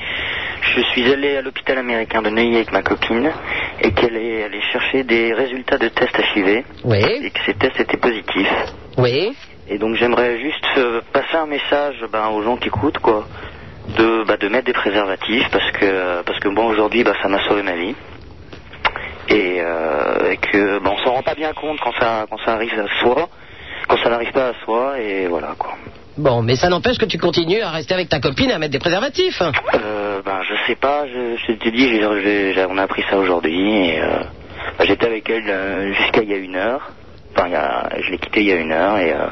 [SPEAKER 16] je suis allé à l'hôpital américain de Neuilly avec ma copine et qu'elle est allée chercher des résultats de tests HIV
[SPEAKER 4] Oui.
[SPEAKER 16] et que ces tests étaient positifs.
[SPEAKER 4] Oui.
[SPEAKER 16] Et donc j'aimerais juste euh, passer un message ben, aux gens qui écoutent quoi, de, bah, de mettre des préservatifs parce que euh, parce que moi aujourd'hui bah, ça m'a sauvé ma vie et, euh, et que bah, on s'en rend pas bien compte quand ça quand ça arrive à soi, quand ça n'arrive pas à soi et voilà quoi.
[SPEAKER 4] Bon, mais ça n'empêche que tu continues à rester avec ta copine et à mettre des préservatifs.
[SPEAKER 16] Euh, ben, je sais pas, je, je te dis, j'ai- j'ai- j'ai- on a appris ça aujourd'hui. et, euh, ben, J'étais avec elle euh, jusqu'à il y a une heure. Enfin, il y a- je l'ai quittée il y a une heure et euh,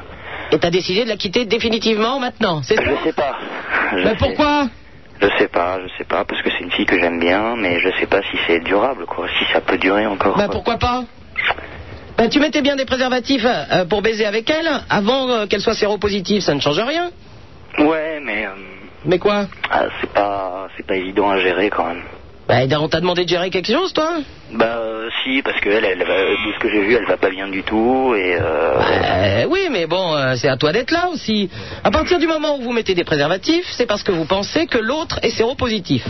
[SPEAKER 4] Et t'as décidé de la quitter définitivement maintenant, c'est ça
[SPEAKER 16] je sais pas. Je
[SPEAKER 4] Mais
[SPEAKER 16] sais-
[SPEAKER 4] pourquoi
[SPEAKER 16] Je sais pas, je sais pas, parce que c'est une fille que j'aime bien, mais je sais pas si c'est durable, quoi, si ça peut durer encore.
[SPEAKER 4] Bah
[SPEAKER 16] quoi.
[SPEAKER 4] pourquoi pas Bah tu mettais bien des préservatifs euh, pour baiser avec elle avant euh, qu'elle soit séropositive, ça ne change rien.
[SPEAKER 16] Ouais, mais euh,
[SPEAKER 4] Mais quoi
[SPEAKER 16] ah, c'est pas, c'est pas évident à gérer quand même.
[SPEAKER 4] Bah on t'a demandé de gérer quelque chose toi
[SPEAKER 16] Bah euh, si, parce que elle, elle va- de ce que j'ai vu, elle va pas bien du tout et. Euh,
[SPEAKER 4] Euh, Oui mais bon, euh, c'est à toi d'être là aussi. À partir du moment où vous mettez des préservatifs, c'est parce que vous pensez que l'autre est séropositif.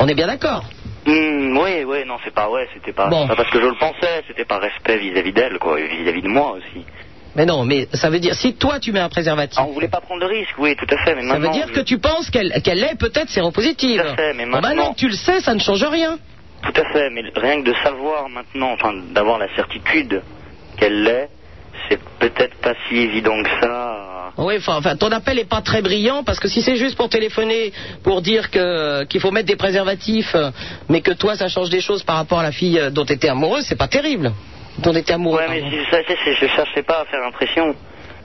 [SPEAKER 4] On est bien d'accord
[SPEAKER 16] Hmm, oui, oui, non, c'est pas, ouais, c'était pas,
[SPEAKER 4] Bon.
[SPEAKER 16] pas parce que je le pensais, c'était par respect vis-à-vis d'elle, quoi, et vis-à-vis de moi aussi.
[SPEAKER 4] Mais non, mais ça veut dire si toi tu mets un préservatif,
[SPEAKER 16] Ah, on voulait pas prendre de risque, oui, tout à fait, mais
[SPEAKER 4] ça veut
[SPEAKER 16] maintenant.
[SPEAKER 4] dire
[SPEAKER 16] je-
[SPEAKER 4] que tu penses qu'elle qu'elle est peut-être séropositive.
[SPEAKER 16] Tout à fait, mais
[SPEAKER 4] Bon, bah
[SPEAKER 16] maintenant-
[SPEAKER 4] non, tu le sais, ça ne change rien.
[SPEAKER 16] Tout à fait, mais rien que de savoir maintenant, enfin, d'avoir la certitude qu'elle l'est, c'est peut-être pas si évident que ça.
[SPEAKER 4] Oui, enfin, enfin, ton appel n'est pas très brillant parce que si c'est juste pour téléphoner, pour dire que qu'il faut mettre des préservatifs, euh, mais que toi ça change des choses par rapport à la fille euh, dont tu étais amoureux, c'est pas terrible. Dont t'étais amoureux.
[SPEAKER 16] Ouais, mais
[SPEAKER 4] pardon.
[SPEAKER 16] c'est- ça, c'est- c'est- je cherchais pas à faire impression.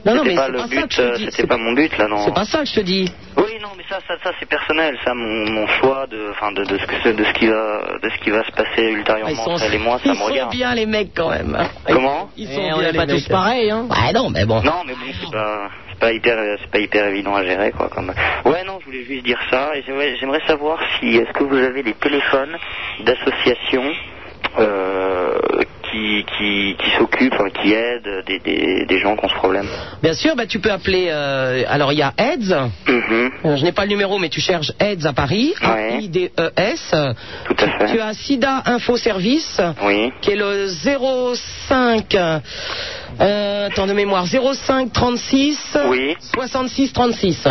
[SPEAKER 4] Non, non,
[SPEAKER 16] C'était
[SPEAKER 4] mais
[SPEAKER 16] pas
[SPEAKER 4] c'est
[SPEAKER 16] le
[SPEAKER 4] pas ça
[SPEAKER 16] but,
[SPEAKER 4] que je te
[SPEAKER 16] euh,
[SPEAKER 4] dis,
[SPEAKER 16] c'était
[SPEAKER 4] c'est-
[SPEAKER 16] pas mon but, là, non.
[SPEAKER 4] C'est pas ça que je te dis.
[SPEAKER 16] Oui, non, mais ça, ça, ça c'est personnel, ça, mon, mon choix de, enfin, de, de ce que, de ce qui va, de ce qui va se passer
[SPEAKER 4] Ah,
[SPEAKER 16] ultérieurement entre elle et moi, ça
[SPEAKER 4] ils
[SPEAKER 16] me
[SPEAKER 4] sont
[SPEAKER 16] regarde.
[SPEAKER 4] bien les mecs quand même. hein.
[SPEAKER 16] Comment
[SPEAKER 4] Ils sont
[SPEAKER 3] Eh, on
[SPEAKER 4] bien,
[SPEAKER 3] n'est
[SPEAKER 4] les
[SPEAKER 3] pas tous
[SPEAKER 4] mecs.
[SPEAKER 3] pareils, hein.
[SPEAKER 4] Ouais, non, mais bon.
[SPEAKER 16] Non, mais bon, c'est pas, c'est pas hyper, c'est pas hyper évident à gérer, quoi, quand même. Ouais, non, je voulais juste dire ça. Et j'aimerais, j'aimerais savoir si, est-ce que vous avez des téléphones d'associations euh, qui, qui, qui s'occupent, enfin, qui aident des, des, des gens qui ont ce problème.
[SPEAKER 4] Bien sûr, bah, tu peux appeler. euh, alors il y a AIDS.
[SPEAKER 16] Mhm.
[SPEAKER 4] Euh, Je n'ai pas le numéro, mais tu cherches AIDS à Paris.
[SPEAKER 16] Ouais.
[SPEAKER 4] A-I-D-E-S.
[SPEAKER 16] Tout à fait.
[SPEAKER 4] Tu as SIDA Info Service.
[SPEAKER 16] Oui.
[SPEAKER 4] qui est le 05 euh, temps de mémoire 05 36
[SPEAKER 16] Oui.
[SPEAKER 4] 66 36.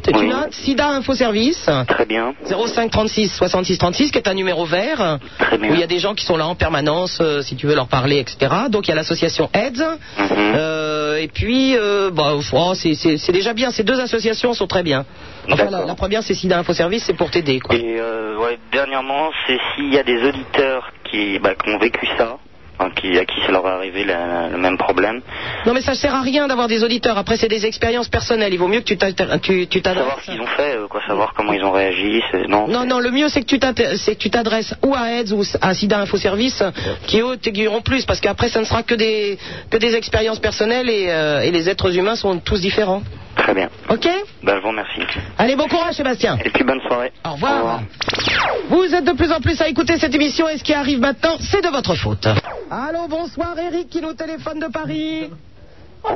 [SPEAKER 4] Tu tu
[SPEAKER 16] Oui.
[SPEAKER 4] notes SIDA Info Service
[SPEAKER 16] Très bien.
[SPEAKER 4] 05 36 66 36 qui est un numéro vert
[SPEAKER 16] Très bien.
[SPEAKER 4] où il y a des gens qui sont là en permanence euh, si tu veux leur parler etc. Donc il y a l'association AIDS
[SPEAKER 16] Mhm.
[SPEAKER 4] euh, et puis euh, bah, oh, c'est- c'est c'est déjà bien ces deux associations sont très bien. Enfin, la,
[SPEAKER 16] D'accord.
[SPEAKER 4] la première c'est SIDA Info Service c'est pour t'aider quoi.
[SPEAKER 16] Et euh, ouais, dernièrement, c'est s'il y a des auditeurs qui, bah, qui ont vécu ça, enfin, qui, à qui ça leur est arrivé la- le même problème,
[SPEAKER 4] Non mais ça sert à rien d'avoir des auditeurs. Après c'est des expériences personnelles. Il vaut mieux que tu t'inter- tu- tu
[SPEAKER 16] savoir
[SPEAKER 4] t'adresses.
[SPEAKER 16] ce qu'ils ont fait, euh, quoi, savoir comment ils ont réagi, c'est- non.
[SPEAKER 4] Non, non, le mieux c'est que tu t'inté- c'est que tu t'adresses ou à AIDS ou à SIDA Info Service qui eux t'aiguilleront plus parce qu'après ça ne sera que des, que des expériences personnelles et, euh, et les êtres humains sont tous différents.
[SPEAKER 16] Très bien.
[SPEAKER 4] Ok
[SPEAKER 16] Bah, je vous remercie.
[SPEAKER 4] Allez, bon courage Sébastien.
[SPEAKER 16] Et puis bonne soirée.
[SPEAKER 4] Au revoir. Vous êtes de plus en plus à écouter cette émission et ce qui arrive maintenant c'est de votre faute. Allô, bonsoir Eric qui nous téléphone de Paris. Oh,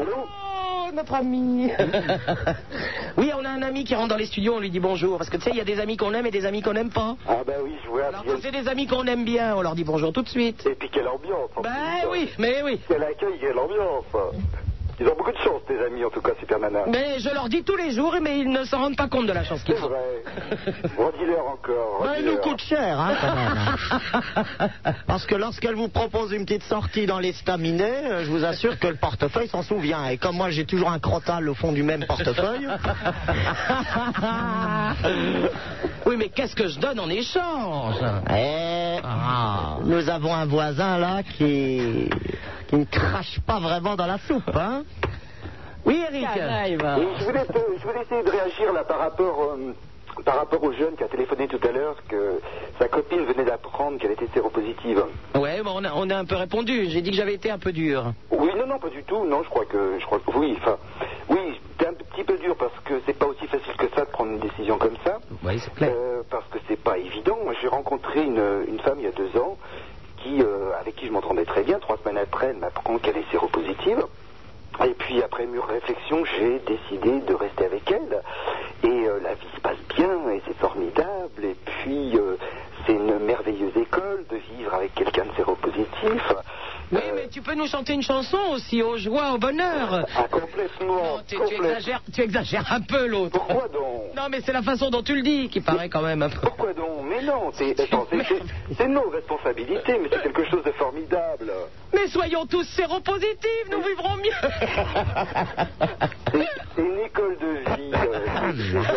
[SPEAKER 4] notre ami. oui, on a un ami qui rentre dans les studios, on lui dit bonjour. Parce que tu sais, il y a des amis qu'on aime et des amis qu'on n'aime pas.
[SPEAKER 17] Ah bah oui, je vois.
[SPEAKER 4] Alors quand c'est des amis qu'on aime bien, on leur dit bonjour tout de suite.
[SPEAKER 17] Et puis quelle ambiance en
[SPEAKER 4] Bah
[SPEAKER 17] plus, hein.
[SPEAKER 4] oui, mais oui.
[SPEAKER 17] Quel accueil, quelle ambiance
[SPEAKER 9] Ils ont beaucoup de chance, tes amis, en tout cas, Super Nana.
[SPEAKER 4] Mais je leur dis tous les jours, mais ils ne s'en rendent pas compte de la chance
[SPEAKER 9] C'est
[SPEAKER 4] qu'ils font.
[SPEAKER 9] vrai. Redis-leur encore.
[SPEAKER 5] Ben, il nous coûte cher, hein, quand même. hein. Parce que lorsqu'elle vous propose une petite sortie dans l'estaminet, euh, je vous assure que le portefeuille s'en souvient. Et comme moi, j'ai toujours un crotal au fond du même portefeuille.
[SPEAKER 4] oui, mais qu'est-ce que je donne en échange
[SPEAKER 5] Eh, Nous avons un voisin là qui, qui ne crache pas vraiment dans la soupe, hein
[SPEAKER 4] Oui, Eric.
[SPEAKER 9] Oui, je voulais, te- je voulais essayer de réagir là par rapport, euh, par rapport au jeune qui a téléphoné tout à l'heure que sa copine venait d'apprendre qu'elle était séropositive.
[SPEAKER 4] Ouais, bon, on, a, on a un peu répondu. J'ai dit que j'avais été un peu dur.
[SPEAKER 9] Oui, non, non, pas du tout. Non, je crois que, je crois que oui. Enfin, oui, c'est un petit peu dur parce que c'est pas aussi facile que ça de prendre une décision comme ça.
[SPEAKER 4] Oui, c'est clair.
[SPEAKER 9] Euh, parce que c'est pas évident. Moi, j'ai rencontré une, une femme il y a deux ans qui, euh, avec qui je m'entendais très bien. Trois semaines après, elle m'apprend qu'elle est séropositive. Et puis, après mûre réflexion, j'ai décidé de rester avec elle. Et euh, la vie se passe bien et c'est formidable. Et puis, euh, c'est une merveilleuse école de vivre avec quelqu'un de séropositif.
[SPEAKER 4] Oui, mais tu peux nous chanter une chanson aussi, aux joies, au bonheur.
[SPEAKER 9] Ah, complètement.
[SPEAKER 4] Tu, tu exagères, tu exagères un peu l'autre.
[SPEAKER 9] Pourquoi donc
[SPEAKER 4] Non, mais c'est la façon dont tu le dis qui paraît quand même un peu.
[SPEAKER 9] Pourquoi donc Mais non, c'est attends, c'est- c'est- c'est nos responsabilités, mais c'est quelque chose de formidable.
[SPEAKER 4] Mais soyons tous séropositifs, nous vivrons mieux.
[SPEAKER 9] C'est une école de vie, euh, ces gens-là.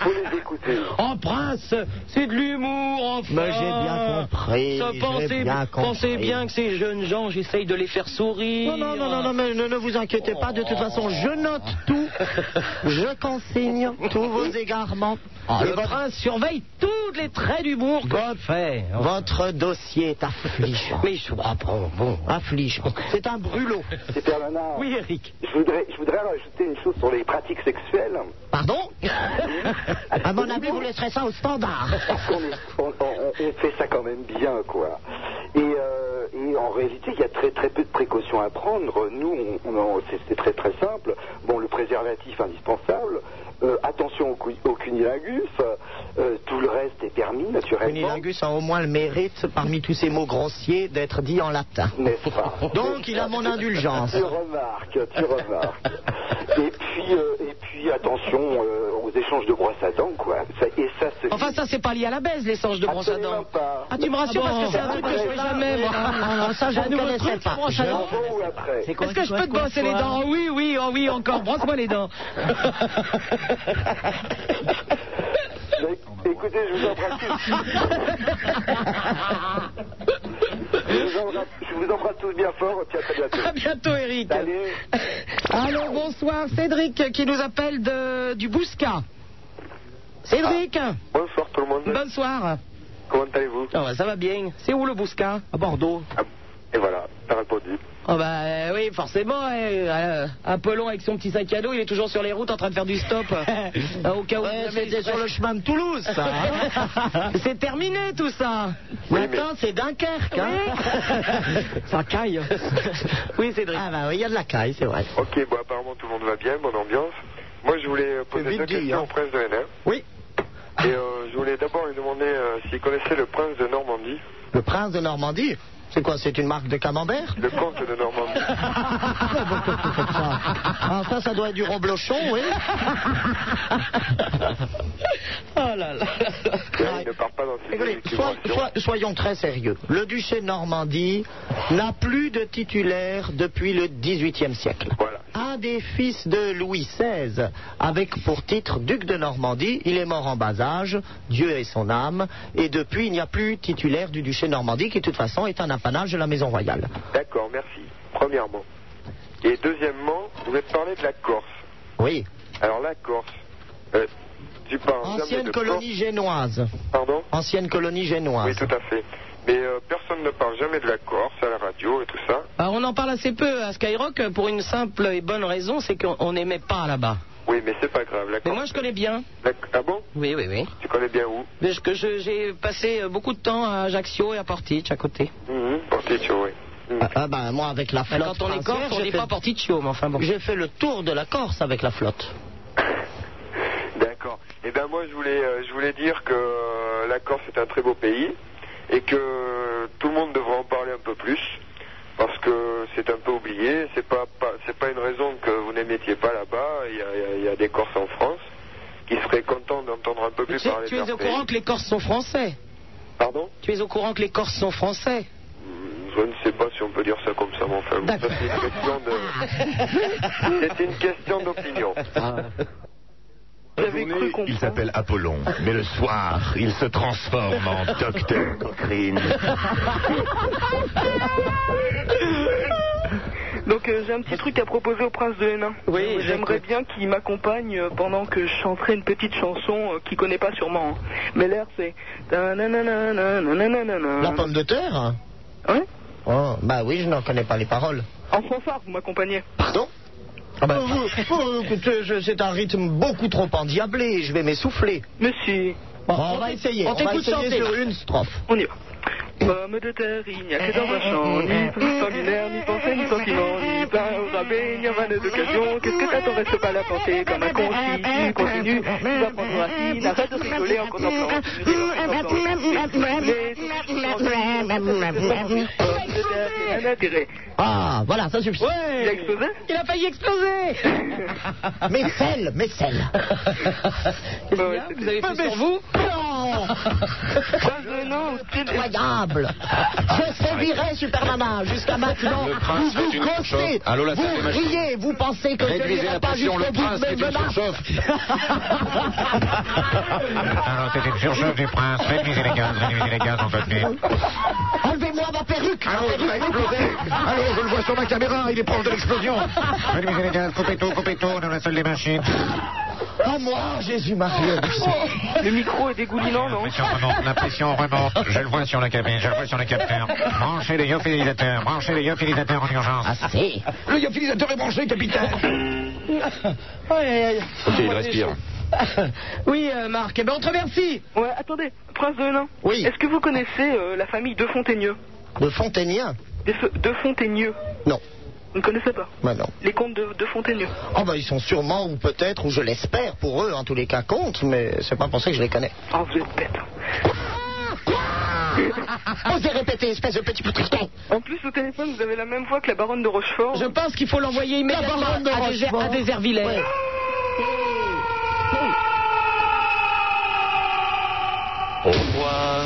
[SPEAKER 9] Faut les écouter.
[SPEAKER 4] En prince, c'est de l'humour, enfin.
[SPEAKER 9] Mais j'ai bien compris,
[SPEAKER 4] Ah, Ça,
[SPEAKER 9] j'ai
[SPEAKER 4] pensez,
[SPEAKER 9] bien compris.
[SPEAKER 4] pensez bien que ces jeunes gens, j'essaye de les faire sourire.
[SPEAKER 5] Non, non, non, non, non, mais ne, ne vous inquiétez pas, de toute façon, je note tout, je consigne tous vos égarements.
[SPEAKER 4] Ah,
[SPEAKER 5] Et
[SPEAKER 4] le
[SPEAKER 5] votre-
[SPEAKER 4] prince surveille tous les traits d'humour que je fais.
[SPEAKER 5] Votre dossier est affligeant.
[SPEAKER 4] Mais je comprends, bon.
[SPEAKER 5] ah Affligeant. C'est un brûlot.
[SPEAKER 9] Super Nana.
[SPEAKER 4] Oui, Eric.
[SPEAKER 9] Je voudrais, je voudrais rajouter une chose sur les pratiques sexuelles.
[SPEAKER 5] Pardon À mon avis, vous laisserez ça au standard.
[SPEAKER 9] Parce qu'on est- on, on- on fait ça quand même bien, quoi. Et, euh, et en réalité, il y a très très peu de précautions à prendre. Nous, on, on- c'est- c'est très très simple. Bon, le préservatif indispensable. Euh, attention au, cou- au cunilingus. Euh, tout le reste est permis, naturellement.
[SPEAKER 5] Cunilingus a au moins le mérite, parmi tous ces mots grossiers, d'être dit en latin.
[SPEAKER 9] N'est-ce pas
[SPEAKER 5] Donc, il a mon indulgence.
[SPEAKER 9] Tu remarques, tu remarques. et puis, euh, et puis, attention euh, aux échanges de brosses à dents, quoi. Ça- et ça, se
[SPEAKER 4] Enfin, ça, c'est pas lié à la baisse, les sanges de bronze à dents. Ah, tu me rassures
[SPEAKER 5] Ah bon ah
[SPEAKER 4] parce que c'est un truc que je fais jamais, moi. Ah,
[SPEAKER 5] non, non, ça, je
[SPEAKER 4] Un
[SPEAKER 5] ne
[SPEAKER 4] nouveau
[SPEAKER 5] connaissais
[SPEAKER 4] truc,
[SPEAKER 5] pas.
[SPEAKER 4] la brosse à
[SPEAKER 5] Je-
[SPEAKER 4] dents.
[SPEAKER 9] ou après
[SPEAKER 5] quoi,
[SPEAKER 4] Est-ce que
[SPEAKER 5] tu
[SPEAKER 4] je
[SPEAKER 5] vois
[SPEAKER 4] peux te
[SPEAKER 5] quoi,
[SPEAKER 4] brosser les
[SPEAKER 5] toi
[SPEAKER 4] dents Oh Oui, oui, oh oui, encore. Brosse-moi les dents.
[SPEAKER 9] Écoutez, je vous embrasse tous. je, vous embrasse, je vous embrasse tous bien fort, et puis à très bientôt.
[SPEAKER 4] À bientôt, Eric.
[SPEAKER 9] Salut.
[SPEAKER 4] Allô, bonsoir, Cédric qui nous appelle de, du Bousca. Cédric,
[SPEAKER 8] Bonsoir tout le monde.
[SPEAKER 4] bonsoir.
[SPEAKER 8] Comment allez-vous
[SPEAKER 4] Ah bah, ça va bien. C'est où le Bousca À Bordeaux.
[SPEAKER 8] Et voilà, t'as répondu.
[SPEAKER 4] Oh bah euh, oui, forcément, eh, euh, Apollon avec son petit sac à dos, il est toujours sur les routes en train de faire du stop. Euh, au cas où
[SPEAKER 5] Ouais,
[SPEAKER 4] jamais
[SPEAKER 5] c'était
[SPEAKER 4] il
[SPEAKER 5] sur le
[SPEAKER 4] serait-
[SPEAKER 5] chemin de Toulouse, ça. hein
[SPEAKER 4] C'est terminé tout ça.
[SPEAKER 5] Maintenant, c'est Dunkerque. Hein
[SPEAKER 4] Ça caille. oui, Cédric.
[SPEAKER 5] Ah bah oui, il y a de la caille, c'est vrai.
[SPEAKER 8] Ok, bon, apparemment tout le monde va bien, bonne ambiance. Moi, je voulais euh,
[SPEAKER 5] C'est
[SPEAKER 8] poser
[SPEAKER 5] vite
[SPEAKER 8] deux
[SPEAKER 5] dit,
[SPEAKER 8] questions
[SPEAKER 5] hein.
[SPEAKER 8] au prince de Hénin.
[SPEAKER 5] Oui.
[SPEAKER 8] Et euh, je voulais d'abord lui demander euh, s'il connaissait le prince de Normandie,
[SPEAKER 5] Le prince de Normandie C'est quoi, c'est une marque de camembert
[SPEAKER 8] le comte de Normandie.
[SPEAKER 5] Ah, ça, ça doit être du reblochon, oui.
[SPEAKER 4] Oh là là.
[SPEAKER 8] Et là, il ne part pas dans ses
[SPEAKER 5] Écoutez,
[SPEAKER 8] élucubrations.
[SPEAKER 5] sois- sois- soyons très sérieux. Le duché de Normandie n'a plus de titulaire depuis le XVIIIe siècle.
[SPEAKER 8] Voilà.
[SPEAKER 5] Un des fils de Louis XVI, avec pour titre duc de Normandie, il est mort en bas âge, Dieu et son âme, et depuis il n'y a plus titulaire du duché de Normandie, qui de toute façon est un apanage de la maison royale.
[SPEAKER 8] D'accord, merci. Premièrement. Et deuxièmement, vous avez parlé de la Corse.
[SPEAKER 5] Oui.
[SPEAKER 8] Alors la Corse, euh, tu parles jamais
[SPEAKER 5] Ancienne
[SPEAKER 8] de
[SPEAKER 5] colonie génoise.
[SPEAKER 8] Corse. Pardon
[SPEAKER 5] Ancienne colonie génoise.
[SPEAKER 8] Oui, tout à fait. Mais euh, personne ne parle jamais de la Corse à la radio et tout ça.
[SPEAKER 4] Bah, on en parle assez peu à Skyrock pour une simple et bonne raison, c'est qu'on on n'aimait pas là-bas.
[SPEAKER 8] Oui, mais c'est pas grave. La
[SPEAKER 4] Mais
[SPEAKER 8] Corse,
[SPEAKER 4] moi, je connais bien.
[SPEAKER 8] la- Ah bon
[SPEAKER 4] Oui, oui, oui.
[SPEAKER 8] Tu connais bien où
[SPEAKER 4] Parce que je- j'ai passé euh, beaucoup de temps à Ajaccio et à Portici, à côté.
[SPEAKER 8] Mhm, Porticcio, oui.
[SPEAKER 5] Ah, Ah bah moi avec la
[SPEAKER 4] Mais
[SPEAKER 5] flotte.
[SPEAKER 4] quand on est
[SPEAKER 5] princière,
[SPEAKER 4] corse, on
[SPEAKER 5] j'ai
[SPEAKER 4] n'est
[SPEAKER 5] fait-
[SPEAKER 4] pas Porticcio, mais enfin bon.
[SPEAKER 5] J'ai fait le tour de la Corse avec la flotte.
[SPEAKER 8] D'accord. Eh
[SPEAKER 9] ben,
[SPEAKER 8] bien, moi, je voulais, euh, je voulais dire que euh, la Corse est un très beau pays et que euh, tout le monde devrait en parler un peu plus.
[SPEAKER 9] parce que c'est un peu oublié. C'est pas, pas c'est pas une raison que vous n'émettiez pas là-bas. Il y, a, il y a- il y a des Corses en France qui seraient contents d'entendre un peu
[SPEAKER 4] Tu,
[SPEAKER 9] plus
[SPEAKER 4] sais-
[SPEAKER 9] parler
[SPEAKER 4] tu
[SPEAKER 9] de
[SPEAKER 4] es
[SPEAKER 9] leur
[SPEAKER 4] au
[SPEAKER 9] pays.
[SPEAKER 4] courant que les Corses sont français
[SPEAKER 9] Pardon
[SPEAKER 4] Tu es au courant que les Corses sont français
[SPEAKER 9] Je ne sais pas si on peut dire ça comme ça, mais enfin, bon, ça, c'est une question de- c'est une question d'opinion.
[SPEAKER 7] La journée, il s'appelle Apollon, mais le soir, il se transforme en Docteur Cochrane.
[SPEAKER 8] Donc euh, j'ai un petit truc à proposer au prince de Hénin. Oui, j'aimerais bien qu'il m'accompagne euh, pendant que je chanterai une petite chanson euh, qu'il connaît pas sûrement. hein. Mais l'air c'est
[SPEAKER 5] La
[SPEAKER 8] la
[SPEAKER 5] pomme de terre
[SPEAKER 8] Hein
[SPEAKER 5] Oh, bah oui, je n'en connais pas les paroles.
[SPEAKER 8] En fanfare, vous m'accompagnez.
[SPEAKER 5] Pardon ah bah, vous- vous- écoutez, je- c'est un rythme beaucoup trop endiablé, je vais m'essouffler.
[SPEAKER 8] Monsieur.
[SPEAKER 5] Bon, on, va essayer, on, va essayer sur une strophe.
[SPEAKER 8] On y va. Pomme de terre, il n'y a que dans un champ,
[SPEAKER 4] Eh,
[SPEAKER 8] ni plus sanguinaire, ni pensée, ni sentiment, ni pain au rabais, ni vanne d'occasion. Qu'est-ce que t'attends, reste pas la pensée, comme un con, si
[SPEAKER 4] Eh,
[SPEAKER 8] tu continues, tu vas prendre racine, arrête de rigoler en contemplant.
[SPEAKER 4] eh, eh,
[SPEAKER 5] Ah, voilà, ça suffit.
[SPEAKER 8] Il a explosé
[SPEAKER 4] Il a failli exploser
[SPEAKER 5] Mais celle, mais celle.
[SPEAKER 8] Bah
[SPEAKER 4] Vous avez fait sur vous
[SPEAKER 8] Bah,
[SPEAKER 5] Incroyable. Je sévirais, Supermana, jusqu'à maintenant.
[SPEAKER 12] Le prince
[SPEAKER 5] vous
[SPEAKER 12] fait
[SPEAKER 5] vous
[SPEAKER 12] une
[SPEAKER 5] gossez,
[SPEAKER 12] surchauffe. Allô, la salle des
[SPEAKER 5] vous
[SPEAKER 12] machines.
[SPEAKER 5] riez, vous pensez que je
[SPEAKER 12] Réduisez
[SPEAKER 5] n'irai
[SPEAKER 12] la
[SPEAKER 5] pas
[SPEAKER 12] passion, le
[SPEAKER 5] jusqu'au bout de
[SPEAKER 12] prince
[SPEAKER 5] mes
[SPEAKER 12] fait une
[SPEAKER 5] menaces.
[SPEAKER 12] surchauffe. Alors, c'est une surchauffe du prince. Réduisez les gaz, réduisez les gaz, on peut tenir.
[SPEAKER 5] Enlevez-moi ma perruque.
[SPEAKER 12] Allô, il va exploser. Allô, je le vois sur ma caméra, il est proche de l'explosion. Réduisez les gaz, coupez tout, coupez tout, dans la salle des machines.
[SPEAKER 5] Ah, moi, Jésus-Marie.
[SPEAKER 8] Le micro est dégoulinant, non
[SPEAKER 12] La pression remonte, la pression remonte. Je le vois sur le cabine, je le vois sur le capteur. Branchez les lyophilisateurs, branchez les lyophilisateurs en
[SPEAKER 5] Ah,
[SPEAKER 12] urgence. Assez. Le lyophiliseur est branché, capitaine.
[SPEAKER 4] Aïe, aïe, aïe.
[SPEAKER 12] Ok, il respire.
[SPEAKER 4] Oui, euh, Marc, eh ben on te remercie
[SPEAKER 8] Ouais, attendez, prince de Hénin.
[SPEAKER 5] Oui.
[SPEAKER 8] Est-ce que vous connaissez euh, la famille de Fontaineux
[SPEAKER 5] De Fontainien
[SPEAKER 8] De, F- de Fontaineux
[SPEAKER 5] Non.
[SPEAKER 8] Vous ne connaissez pas
[SPEAKER 5] Maintenant.
[SPEAKER 8] Les contes de, de Fontaineux.
[SPEAKER 5] Oh bah ils sont sûrement ou peut-être ou je l'espère pour eux en tous les cas compte mais c'est pas pour ça que je les connais.
[SPEAKER 8] Oh vous êtes bête.
[SPEAKER 5] Osez répéter espèce de petit poutriquet.
[SPEAKER 8] En plus au téléphone vous avez la même voix que la baronne de Rochefort.
[SPEAKER 4] Je pense qu'il faut l'envoyer immédiatement
[SPEAKER 8] La baronne de
[SPEAKER 4] à, des,
[SPEAKER 8] Rochefort.
[SPEAKER 4] à des Hervillers.
[SPEAKER 8] Ouais.
[SPEAKER 7] Au revoir.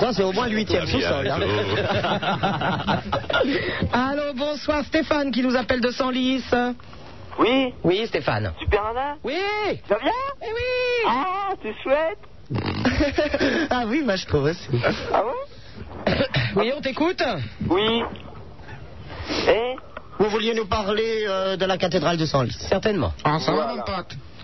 [SPEAKER 5] Ça c'est au moins le huitième
[SPEAKER 7] À
[SPEAKER 5] sous-sol. hein.
[SPEAKER 4] Allô, bonsoir Stéphane qui nous appelle de Senlis.
[SPEAKER 8] Oui.
[SPEAKER 4] Oui, Stéphane.
[SPEAKER 8] Super Nana
[SPEAKER 4] Oui.
[SPEAKER 8] Ça vient
[SPEAKER 4] Eh oui.
[SPEAKER 8] Ah c'est chouette.
[SPEAKER 5] ah oui Machko aussi.
[SPEAKER 8] Ah ouais
[SPEAKER 4] Oui, on t'écoute
[SPEAKER 8] Oui. Eh
[SPEAKER 5] Vous vouliez nous parler euh, de la cathédrale de Ah, Senlis
[SPEAKER 4] Certainement.
[SPEAKER 5] Ensemble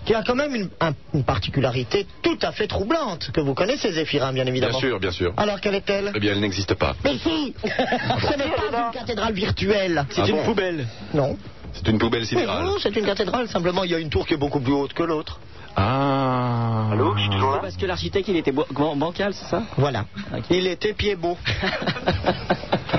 [SPEAKER 5] Qui a quand même une, un- une particularité tout à fait troublante que vous connaissez Zéphirin bien évidemment.
[SPEAKER 12] Bien sûr, bien sûr.
[SPEAKER 5] Alors quelle est-elle
[SPEAKER 12] Eh bien, elle n'existe pas.
[SPEAKER 5] Mais si Ce n'est pas une cathédrale virtuelle.
[SPEAKER 12] C'est Ah une bon
[SPEAKER 5] poubelle. Non.
[SPEAKER 12] C'est une poubelle
[SPEAKER 5] Mais
[SPEAKER 12] sidérale.
[SPEAKER 5] non, c'est une cathédrale, simplement il y a une tour qui est beaucoup plus haute que l'autre.
[SPEAKER 12] Ah. Allô,
[SPEAKER 18] Parce que l'architecte, il était bo- ban- bancal, c'est ça
[SPEAKER 5] Voilà. Il était pied beau.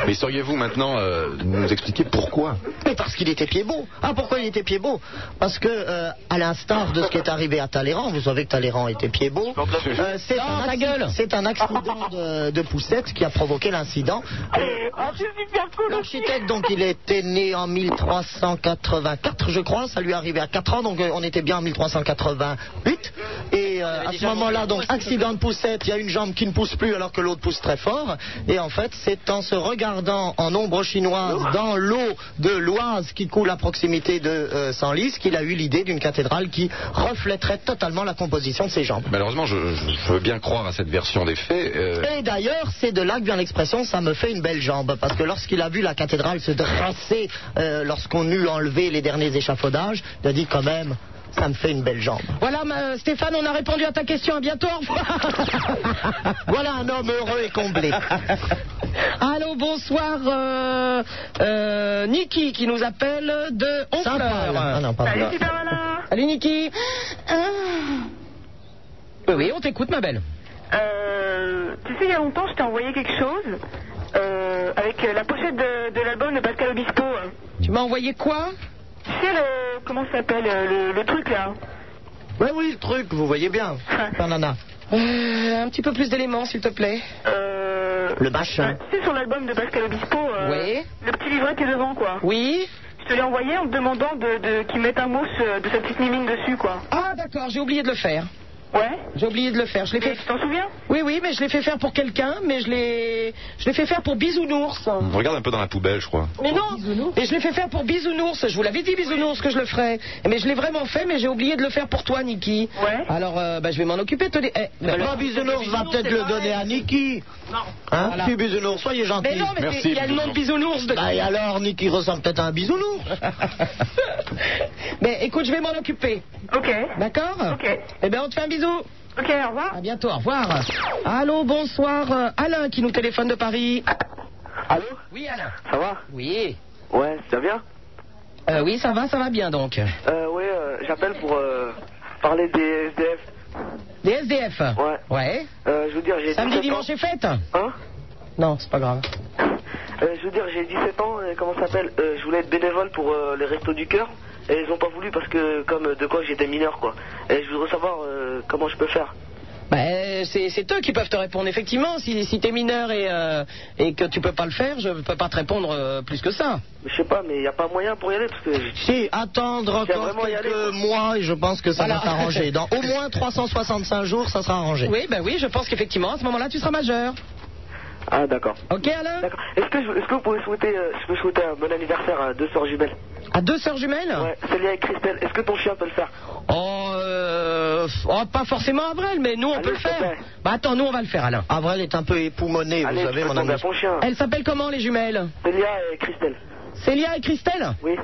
[SPEAKER 12] Mais sauriez-vous maintenant euh, nous expliquer pourquoi
[SPEAKER 5] Mais parce qu'il était pied beau. Ah, pourquoi il était pied beau Parce que, euh, à l'instar de ce qui est arrivé à Talleyrand, vous savez que Talleyrand était pied beau. euh, c'est un, acci- c'est un accident de, de poussette qui a provoqué l'incident.
[SPEAKER 8] Ah c'est super cool
[SPEAKER 5] L'architecte, donc, il était né en 1384, je crois. Ça lui est arrivé à 4 ans, donc euh, on était bien en 1388. Et euh, à ce moment-là, donc, accident de poussette, il y a une jambe qui ne pousse plus alors que l'autre pousse très fort. Et en fait, c'est en se regardant en ombre chinoise dans l'eau de l'Oise qui coule à proximité de euh, Senlis qu'il a eu l'idée d'une cathédrale qui reflèterait totalement la composition de ses jambes.
[SPEAKER 12] Malheureusement, je, je- je veux bien croire à cette version des faits. euh,
[SPEAKER 5] Et d'ailleurs, c'est de là que vient l'expression ça me fait une belle jambe. Parce que lorsqu'il a vu la cathédrale se dresser, euh, lorsqu'on eut enlevé les derniers échafaudages, il a dit quand même ça me fait une belle jambe.
[SPEAKER 4] Voilà, ma- Stéphane, on a répondu à ta question. À bientôt, au revoir.
[SPEAKER 5] voilà un homme heureux et comblé.
[SPEAKER 4] Allô, bonsoir, euh, euh, Niki qui nous appelle de Honfleur.
[SPEAKER 5] Ah non, pardon. Salut,
[SPEAKER 4] Allez, Niki. Oui, oui, on t'écoute, ma belle.
[SPEAKER 8] Euh, tu sais, il y a longtemps, je t'ai envoyé quelque chose euh, avec euh, la pochette de, de l'album de Pascal Obispo. hein.
[SPEAKER 4] Tu m'as envoyé quoi
[SPEAKER 8] Tu sais, le, Oh, comment ça s'appelle euh, le, le truc là
[SPEAKER 5] Ouais, oui, le truc, vous voyez bien. Banana.
[SPEAKER 4] Euh, Un petit peu plus d'éléments, s'il te plaît.
[SPEAKER 8] euh,
[SPEAKER 5] Le machin.
[SPEAKER 19] C'est sur l'album de Pascal Obispo. euh, Le petit livret qui est devant, quoi.
[SPEAKER 4] Oui.
[SPEAKER 19] Je te l'ai envoyé en te demandant de, de, qu'ils mettent un mot ce- de sa petite mimine dessus, quoi.
[SPEAKER 4] Ah, d'accord, j'ai oublié de le faire.
[SPEAKER 19] Ouais.
[SPEAKER 4] J'ai oublié de le faire. Je l'ai fait. Tu
[SPEAKER 19] t'en souviens
[SPEAKER 4] Oui, oui, mais je l'ai fait faire pour quelqu'un, mais je l'ai, je l'ai fait faire pour Bisounours.
[SPEAKER 18] Regarde un peu dans la poubelle, je crois.
[SPEAKER 4] Mais non, mais je l'ai fait faire pour Bisounours. Je vous l'avais dit Bisounours que je le ferais, mais je l'ai vraiment fait, mais j'ai oublié de le faire pour toi, Niki. Ouais. Alors, euh, bah, je vais m'en occuper. Tenez. Eh,
[SPEAKER 5] Mais pas Bisounours va peut-être le donner à Niki. Hein
[SPEAKER 4] Voilà.
[SPEAKER 5] Si, Bisounours, soyez gentil.
[SPEAKER 4] Mais non, mais Merci, c'est- il y a le nom de Bisounours. Bisounours dedans.
[SPEAKER 5] Bah, et alors, Niki ressemble peut-être à un Bisounours.
[SPEAKER 4] Mais écoute, je vais m'en occuper.
[SPEAKER 19] Ok.
[SPEAKER 4] D'accord Ok. Eh bien, on te fait un bisou.
[SPEAKER 19] Ok, au revoir.
[SPEAKER 4] À bientôt, au revoir. Allô, bonsoir. euh, Alain qui nous téléphone de Paris.
[SPEAKER 8] Allô
[SPEAKER 4] Oui, Alain.
[SPEAKER 8] Ça va
[SPEAKER 4] Oui.
[SPEAKER 8] Ouais, ça va bien
[SPEAKER 4] Euh, oui, ça va, ça va bien donc.
[SPEAKER 8] Euh, ouais, euh, j'appelle pour euh, parler des SDF.
[SPEAKER 4] Des SDF
[SPEAKER 8] Ouais.
[SPEAKER 4] Ouais.
[SPEAKER 8] Euh, je veux dire, j'ai
[SPEAKER 4] Samedi,
[SPEAKER 8] 17 ans.
[SPEAKER 4] dimanche et fête
[SPEAKER 8] Hein
[SPEAKER 4] Non, c'est pas grave.
[SPEAKER 8] Euh, je veux dire, j'ai 17 ans, euh, comment ça s'appelle Euh, Je voulais être bénévole pour euh, les Restos du Cœur, et ils ont pas voulu parce que, comme euh, de quoi j'étais mineur, quoi. Et je voudrais savoir euh, comment je peux faire.
[SPEAKER 4] Bah, euh, c'est c'est eux qui peuvent te répondre. Effectivement, si, si t'es mineur et, euh, et que tu peux pas le faire, je peux pas te répondre euh, plus que ça.
[SPEAKER 8] Je sais pas, mais il n'y a pas moyen pour y aller parce que.
[SPEAKER 5] Si, attendre
[SPEAKER 8] Je tiens
[SPEAKER 5] encore
[SPEAKER 8] vraiment à y
[SPEAKER 5] quelques
[SPEAKER 8] aller, quoi.
[SPEAKER 5] mois et je pense que ça
[SPEAKER 4] Voilà.
[SPEAKER 5] va s'arranger. Dans au moins 365 jours, ça sera arrangé.
[SPEAKER 4] Oui, bah oui, je pense qu'effectivement, à ce moment-là, tu seras majeur.
[SPEAKER 8] Ah, d'accord.
[SPEAKER 4] Ok, Alain
[SPEAKER 8] D'accord. Est-ce que, je- est-ce que vous pouvez souhaiter, euh, je peux souhaiter un bon anniversaire à deux sœurs jumelles
[SPEAKER 4] À deux sœurs jumelles
[SPEAKER 8] Ouais, Célia et Christelle. Est-ce que ton chien peut le faire
[SPEAKER 4] Oh, euh, oh, pas forcément Avril, mais nous on peut le faire. Bah attends, nous on va le faire Alain.
[SPEAKER 5] Avril est un peu époumonée,
[SPEAKER 8] Allez,
[SPEAKER 5] vous savez,
[SPEAKER 8] je
[SPEAKER 5] mon
[SPEAKER 8] peux
[SPEAKER 5] ami.
[SPEAKER 8] tomber à ton chien.
[SPEAKER 4] Elles s'appellent comment les jumelles
[SPEAKER 8] Célia et Christelle.
[SPEAKER 4] Célia et Christelle
[SPEAKER 8] Oui.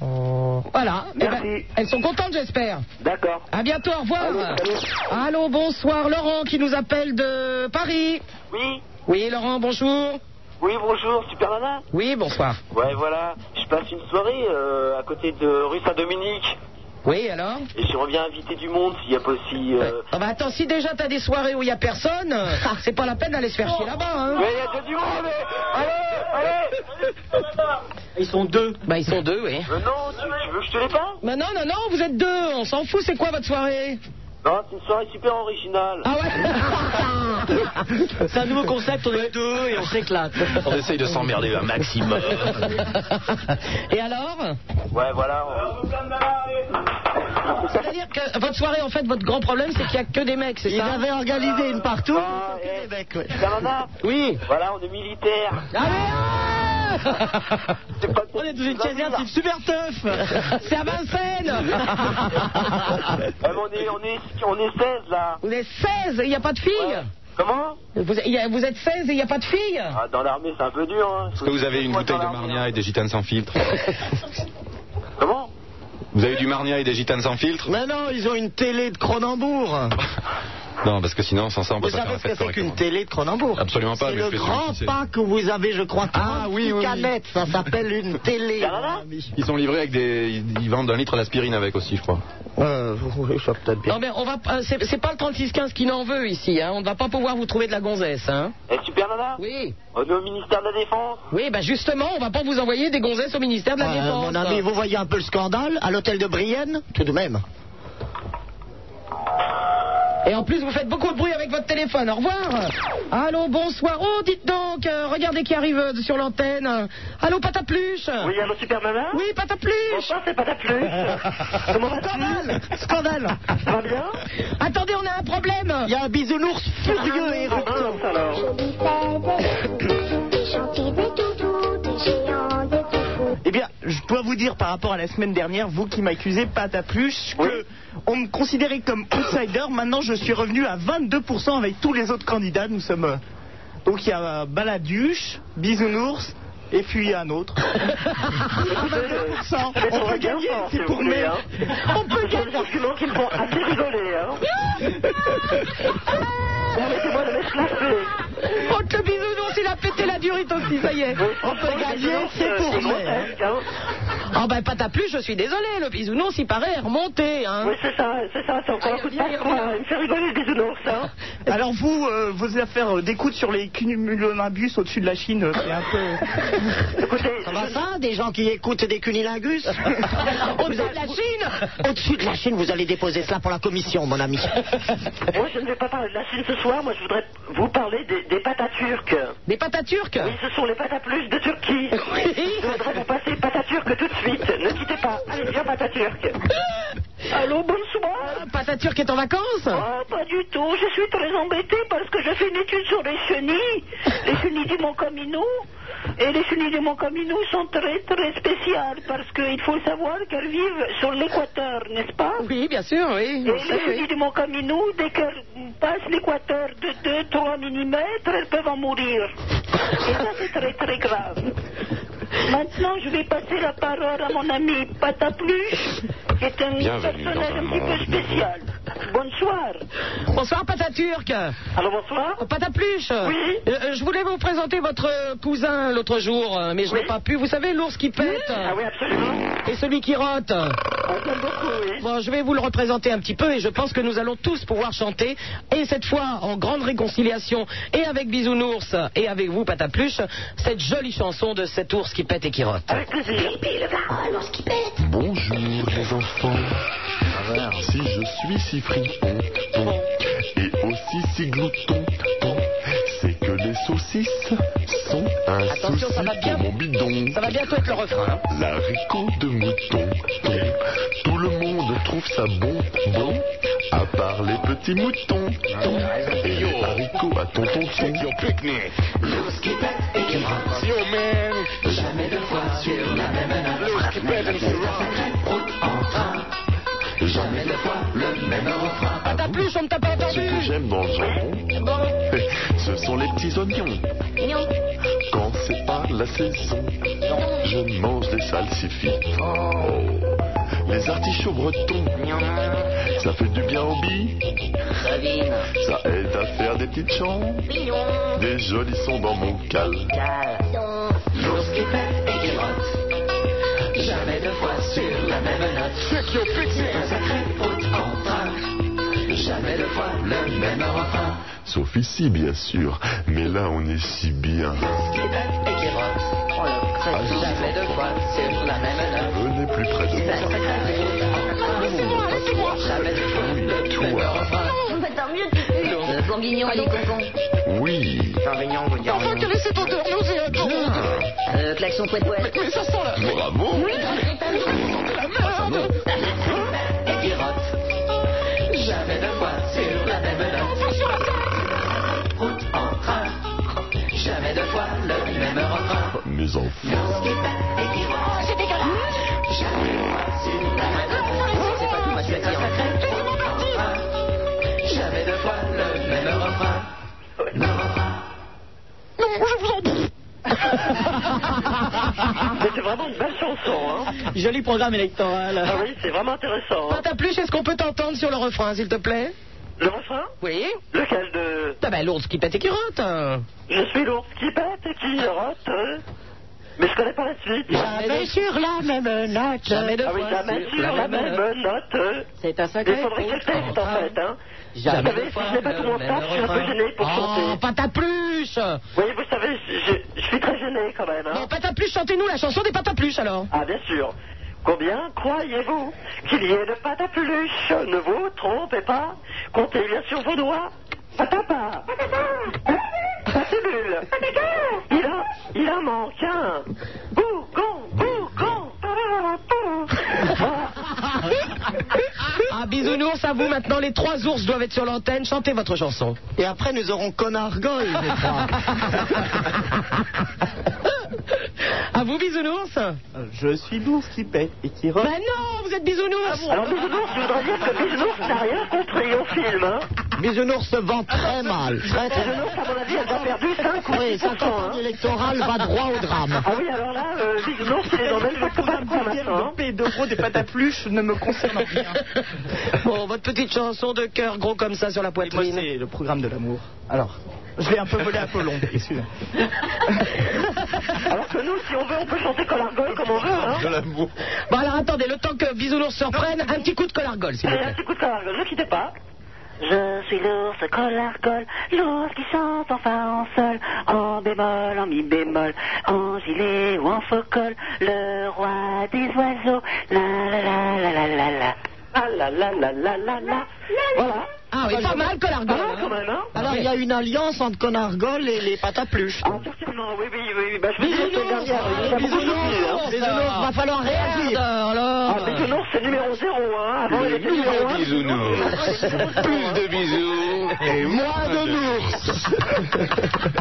[SPEAKER 4] Voilà. Eh ben, elles sont contentes, j'espère.
[SPEAKER 8] Oh. D'accord.
[SPEAKER 4] À bientôt, au revoir.
[SPEAKER 8] Allô,
[SPEAKER 4] Allô, bonsoir, Laurent qui nous appelle de Paris.
[SPEAKER 8] Oui.
[SPEAKER 4] Oui, Laurent, bonjour.
[SPEAKER 8] Oui, bonjour, Super Nana
[SPEAKER 4] Oui, bonsoir.
[SPEAKER 8] Ouais, voilà, je passe une soirée euh, à côté de rue Saint-Dominique.
[SPEAKER 4] Oui, alors
[SPEAKER 8] Et j'aimerais bien inviter du monde s'il y a possible. Euh...
[SPEAKER 4] Ah bah attends, si déjà t'as des soirées où il y a personne, euh, c'est pas la peine d'aller se faire chier là-bas. Hein.
[SPEAKER 8] Ah. Mais il y a déjà du monde eh. mais- Allez, allez
[SPEAKER 4] Ils sont deux. Bah ils sont deux, oui.
[SPEAKER 8] Mais non, tu, tu veux que je te les parle
[SPEAKER 4] Bah non, non, non, vous êtes deux, on s'en fout, c'est quoi votre soirée
[SPEAKER 8] Non, c'est une soirée super originale.
[SPEAKER 4] Ah ouais
[SPEAKER 20] C'est un nouveau concept, on est deux et on s'éclate.
[SPEAKER 18] On essaye de s'emmerder un maximum.
[SPEAKER 4] Et alors
[SPEAKER 8] Ouais, voilà. on-
[SPEAKER 4] C'est-à-dire que votre soirée, en fait, votre grand problème, c'est qu'il n'y a que des mecs, c'est ça
[SPEAKER 5] Ils avaient organisé une partout.
[SPEAKER 8] Ah, eh, Super Nana
[SPEAKER 4] Oui.
[SPEAKER 8] Voilà, on est militaires.
[SPEAKER 4] Ah, On est dans une caserne, c'est super teuf C'est à Vincennes
[SPEAKER 8] Ouais, mais on, est, on, est, on est 16 là.
[SPEAKER 4] Vous êtes 16 et il n'y a pas de filles
[SPEAKER 8] Comment
[SPEAKER 4] vous, il y a- vous êtes 16 et il n'y a pas de filles
[SPEAKER 8] Ah, Dans l'armée, c'est un peu dur. Hein.
[SPEAKER 18] Est-ce que vous avez une
[SPEAKER 8] Moi, dans
[SPEAKER 18] bouteille de
[SPEAKER 8] l'armée,
[SPEAKER 18] marnia et des gitanes sans filtre
[SPEAKER 8] Comment
[SPEAKER 18] Vous avez du marnia et des gitanes sans filtre
[SPEAKER 5] Mais non, ils ont une télé de Cronenbourg.
[SPEAKER 18] Non, parce que sinon, sans ça, on
[SPEAKER 5] Vous
[SPEAKER 18] peut pas faire
[SPEAKER 5] savez
[SPEAKER 18] la
[SPEAKER 5] ce que
[SPEAKER 18] fête
[SPEAKER 5] c'est qu'une
[SPEAKER 18] correctement.
[SPEAKER 5] télé de Cronenbourg
[SPEAKER 18] Absolument pas,
[SPEAKER 5] C'est
[SPEAKER 18] mais je
[SPEAKER 5] le
[SPEAKER 18] fais
[SPEAKER 5] grand
[SPEAKER 18] celui-ci.
[SPEAKER 5] pas que vous avez, je crois, 36
[SPEAKER 18] Ah, oui, oui,
[SPEAKER 5] canettes. Ça s'appelle une télé. mon ami.
[SPEAKER 18] Ils sont livrés avec des. Ils ils vendent un litre d'aspirine avec aussi, je crois.
[SPEAKER 5] Euh, oui, ça peut-être bien.
[SPEAKER 4] Non mais on va, euh, c'est c'est pas le 36-15 qui n'en veut ici, hein. on ne va pas pouvoir vous trouver de la gonzesse. Hein.
[SPEAKER 8] Eh, Super Nana
[SPEAKER 4] Oui.
[SPEAKER 8] On est au ministère de la Défense.
[SPEAKER 4] Oui, bah justement, on va pas vous envoyer des gonzesses au ministère de la
[SPEAKER 12] Euh,
[SPEAKER 5] Ouais,
[SPEAKER 4] Défense.
[SPEAKER 5] Ah, mon ami, vous voyez un peu le scandale à l'hôtel de Brienne, tout de même.
[SPEAKER 4] Et en plus, vous faites beaucoup de bruit avec votre téléphone. Au revoir. Allô, bonsoir. Oh, dites donc, euh, regardez qui arrive euh, sur l'antenne. Allô, Patapluche
[SPEAKER 8] Oui, allô, Super Nana
[SPEAKER 4] Oui, Patapluche
[SPEAKER 8] Bonsoir, c'est pas ta plus. Comment
[SPEAKER 4] oh,
[SPEAKER 8] vas-tu
[SPEAKER 4] Scandale Scandale
[SPEAKER 8] Ça va bien
[SPEAKER 4] Attendez, on a un problème
[SPEAKER 5] Il y a un bisounours furieux et
[SPEAKER 8] Ah,
[SPEAKER 5] éruptant.
[SPEAKER 8] mince, alors.
[SPEAKER 12] Eh bien, je dois vous dire par rapport à la semaine dernière, vous qui m'accusez patapluche, que on me considérait comme outsider. Maintenant, je suis revenu à 22% avec tous les autres candidats. Nous sommes. euh, Donc, il y a euh, Baladuche, Bisounours. Et puis un autre.
[SPEAKER 8] Ça,
[SPEAKER 12] 22%. On peut gagner, c'est pour
[SPEAKER 8] mes...
[SPEAKER 12] mes.
[SPEAKER 8] On peut gagner. des arguments qui me font assez rigoler, hein. Permettez-moi de m'exclamer.
[SPEAKER 4] Oh, que le bisounours, il a pété la durite aussi, ça y est.
[SPEAKER 8] On peut
[SPEAKER 5] gagner, c'est pour
[SPEAKER 8] grotesque, hein.
[SPEAKER 4] Ah ben pas ta plus, je suis désolé, le bisounours il paraît est remonté. Hein.
[SPEAKER 6] Oui, c'est ça, c'est ça, c'est encore un coup de patte, quoi. Il me fait rigoler, le bisounours, hein.
[SPEAKER 8] Alors vous, euh, vos affaires d'écoute sur les cumulonimbus au-dessus de la Chine, euh, c'est un peu...
[SPEAKER 5] Ça va ça, des gens qui écoutent des cunilingus
[SPEAKER 4] Au-dessus de la Chine
[SPEAKER 5] Au-dessus de la Chine, vous allez déposer cela pour la commission, mon ami.
[SPEAKER 6] Moi, Oh, je ne vais pas parler de la Chine ce soir. Moi, je voudrais vous parler des, des patates turques.
[SPEAKER 4] Des patates turques
[SPEAKER 6] Oui, ce sont les patates plus de Turquie. Je voudrais vous passer patates turques tout de suite. Ne quittez pas. Allez, viens, patates turques. Allô, bonsoir
[SPEAKER 4] Patate turque est en vacances
[SPEAKER 6] Oh, pas du tout. Je suis très embêtée parce que je fais une étude sur les chenilles, les chenilles du Mont Camino. Et les chenilles du Mont Camino sont très, très spéciales parce qu'il faut savoir qu'elles vivent sur l'équateur, n'est-ce pas
[SPEAKER 4] Oui, bien sûr, oui.
[SPEAKER 6] Et
[SPEAKER 4] on sait,
[SPEAKER 6] les
[SPEAKER 4] oui.
[SPEAKER 6] chenilles du Mont Camino, dès qu'elles passent l'équateur de 2-3 mm, elles peuvent en mourir. Et ça, c'est très, très grave. Maintenant, je vais passer la parole à mon ami Patapluche, qui est un
[SPEAKER 4] Bienvenue dans
[SPEAKER 6] personnage
[SPEAKER 4] un
[SPEAKER 6] un petit peu
[SPEAKER 4] monde
[SPEAKER 6] Oh, spécial. Bonsoir.
[SPEAKER 4] Bonsoir Oh, Pataturk.
[SPEAKER 6] Alors bonsoir.
[SPEAKER 4] Patapluche.
[SPEAKER 6] Oui.
[SPEAKER 4] Euh, euh, je voulais vous présenter votre cousin l'autre jour, euh, mais je n'ai pas pu. Vous savez, l'ours qui pète. Ah
[SPEAKER 6] oui, absolument.
[SPEAKER 4] Et celui qui rote. Bon, je vais vous le représenter un petit peu et je pense que nous allons tous pouvoir chanter. Et cette fois, en grande réconciliation, et avec Bisounours, et avec vous, Patapluche, cette jolie chanson de cet ours qui pète et qui rote.
[SPEAKER 6] Avec plaisir.
[SPEAKER 7] Bonjour les enfants. Ah, ben, Si je suis si fripon pon, et aussi si glouton, pon, c'est que les saucisses sont un
[SPEAKER 4] Attention,
[SPEAKER 7] souci
[SPEAKER 4] ça va bien.
[SPEAKER 7] pour mon bidon.
[SPEAKER 4] Ça va bientôt être le refrain. hein.
[SPEAKER 7] L'haricot de mouton, ton, tout le monde trouve ça bon, bon, à part les petits moutons, ton, et les haricots à ton tonton.
[SPEAKER 12] L'ours qui pète et qui rote. Jamais deux fois sur la même note. L'ours qui pète et qui rote. route en train. Jamais deux fois le même refrain.
[SPEAKER 4] Patapluche, Ah, on ne t'a pas
[SPEAKER 7] Ce que
[SPEAKER 4] entendu.
[SPEAKER 7] j'aime dans le jambon, ce sont les petits oignons. Quand c'est pas la saison, je mange des salsifis. Oh, les artichauts bretons, ça fait du bien aux billes. Ça aide à faire des petites chants, des jolis sons dans mon cal.
[SPEAKER 12] L'ours qui pète et qui rote. Jamais deux fois sur la même note. C'est qui un sacré route en train. Jamais deux fois le même refrain.
[SPEAKER 7] Sauf ici, bien sûr, mais là on est si bien.
[SPEAKER 12] Qui pète et qui rote. Jamais deux fois sur la même note.
[SPEAKER 7] Venez plus près de
[SPEAKER 12] C'est un
[SPEAKER 7] moi.
[SPEAKER 12] sacré route en train. Jamais deux fois le même refrain.
[SPEAKER 21] Tant mieux, tu sais. Le bourguignon et les concons.
[SPEAKER 7] Oui.
[SPEAKER 21] Enfin, quelle est cette odeur nauséabonde Euh, klaxon poète poète. Mais ça sent la...
[SPEAKER 7] Bravo.
[SPEAKER 12] merde Et qui rote Jamais deux fois sur la même note Route en train Jamais deux fois le même refrain
[SPEAKER 7] Mes enfants.
[SPEAKER 12] L'ours qui pète et qui rote C'est dégueulasse Jamais deux fois sur la même note C'est pas tout, ma suite, un sacré tour en train. Jamais deux fois le même refrain Le refrain
[SPEAKER 22] Non, je vous en prie.
[SPEAKER 6] C'était vraiment une belle chanson. Hein.
[SPEAKER 4] Joli programme électoral.
[SPEAKER 6] Ah oui, c'est vraiment intéressant. hein.
[SPEAKER 4] Patapluche, est-ce qu'on peut t'entendre sur le refrain, s'il te plaît
[SPEAKER 6] Le refrain
[SPEAKER 4] Oui.
[SPEAKER 6] Lequel de.
[SPEAKER 4] Ah ben, l'ours qui pète et qui rote. hein.
[SPEAKER 6] Je suis l'ours qui pète et qui rote. euh. Mais je connais pas la suite.
[SPEAKER 5] Jamais sur la même note.
[SPEAKER 4] Jamais deux
[SPEAKER 6] Ah oui,
[SPEAKER 4] fois
[SPEAKER 6] jamais sur la même note. euh.
[SPEAKER 23] C'est un
[SPEAKER 6] Mais
[SPEAKER 23] sacré.
[SPEAKER 6] il faudrait que je texte en fait. Hein.
[SPEAKER 23] Jamais
[SPEAKER 6] vous savez, si je n'ai pas tout mon
[SPEAKER 23] le
[SPEAKER 6] temps, je suis un peu
[SPEAKER 23] refrain.
[SPEAKER 6] gêné pour
[SPEAKER 4] Oh,
[SPEAKER 6] chanter.
[SPEAKER 4] Patapluche
[SPEAKER 6] Oui, vous savez, je, je suis très gêné quand même. Hein.
[SPEAKER 4] Bon, Patapluche, chantez-nous la chanson des Patapluches, alors.
[SPEAKER 6] Ah, bien sûr. Combien croyez-vous qu'il y ait de patapluche Ne vous trompez pas, comptez bien sur vos doigts. Patapa Patibule il, en- il en manque un Bougon Bougon
[SPEAKER 4] Ah, bisounours à vous. Maintenant, les trois ours doivent être sur l'antenne. Chantez votre chanson.
[SPEAKER 5] Et après, nous aurons Conargoy, je crois.
[SPEAKER 4] À Ah, vous, bisounours
[SPEAKER 24] Euh,
[SPEAKER 4] Ben
[SPEAKER 8] Je suis l'ours qui pète et qui rote.
[SPEAKER 4] Ah non, vous êtes
[SPEAKER 24] Ah
[SPEAKER 4] bisounours
[SPEAKER 6] Alors, Bisounours, je voudrais dire que Bisounours n'a rien compris au film. Hein.
[SPEAKER 5] Bisounours se vend
[SPEAKER 6] Ah
[SPEAKER 5] très mal. Très, très mal.
[SPEAKER 6] Bisounours, à mon avis, elle a perdu 5 ou 6%.
[SPEAKER 5] Oui, sa campagne
[SPEAKER 6] hein.
[SPEAKER 5] électorale va droit au drame.
[SPEAKER 6] Ah oui, alors là, euh, Bisounours, il est dans le même combat
[SPEAKER 8] Programme
[SPEAKER 6] que
[SPEAKER 8] couvert
[SPEAKER 6] maintenant.
[SPEAKER 8] de paix, d'euros, des pâtes à pluche ne me concerne rien.
[SPEAKER 4] Bon, votre petite chanson de cœur gros comme ça sur la
[SPEAKER 8] Et moi,
[SPEAKER 4] poitrine.
[SPEAKER 8] c'est le programme de l'amour. Alors, je vais un peu voler Apollon, excusez-moi.
[SPEAKER 6] Alors que nous, si on veut, on peut chanter Colargol comme on veut. Hein.
[SPEAKER 4] de l'amour. Bon, alors attendez, le temps que Bisounours se reprenne, un petit coup de collargol, s'il vous plaît.
[SPEAKER 6] Écoute, Colargol, ne quittez pas. Je suis l'ours Colargol, l'ours qui chante en fa en sol, en bémol, en mi bémol, en gilet ou en faux col, le roi des oiseaux, la la la la la la la. Ah la la la la la la. Voilà.
[SPEAKER 4] Ah oui, pas mal, Colargol.
[SPEAKER 6] Ah, quand même, hein
[SPEAKER 5] Alors, il y a une alliance entre Conargol et les patapluches.
[SPEAKER 6] Ah, Certainement, oui, oui, oui, oui. Bah, je vous dis la semaine dernière, il a beaucoup soutenu, hein.
[SPEAKER 5] Bisounours, va falloir réagir.
[SPEAKER 6] Ah, Bisounours, c'est numéro 0, hein. Avant, il était numéro 1.
[SPEAKER 25] Bisounours. Plus de bisous et moins de ours.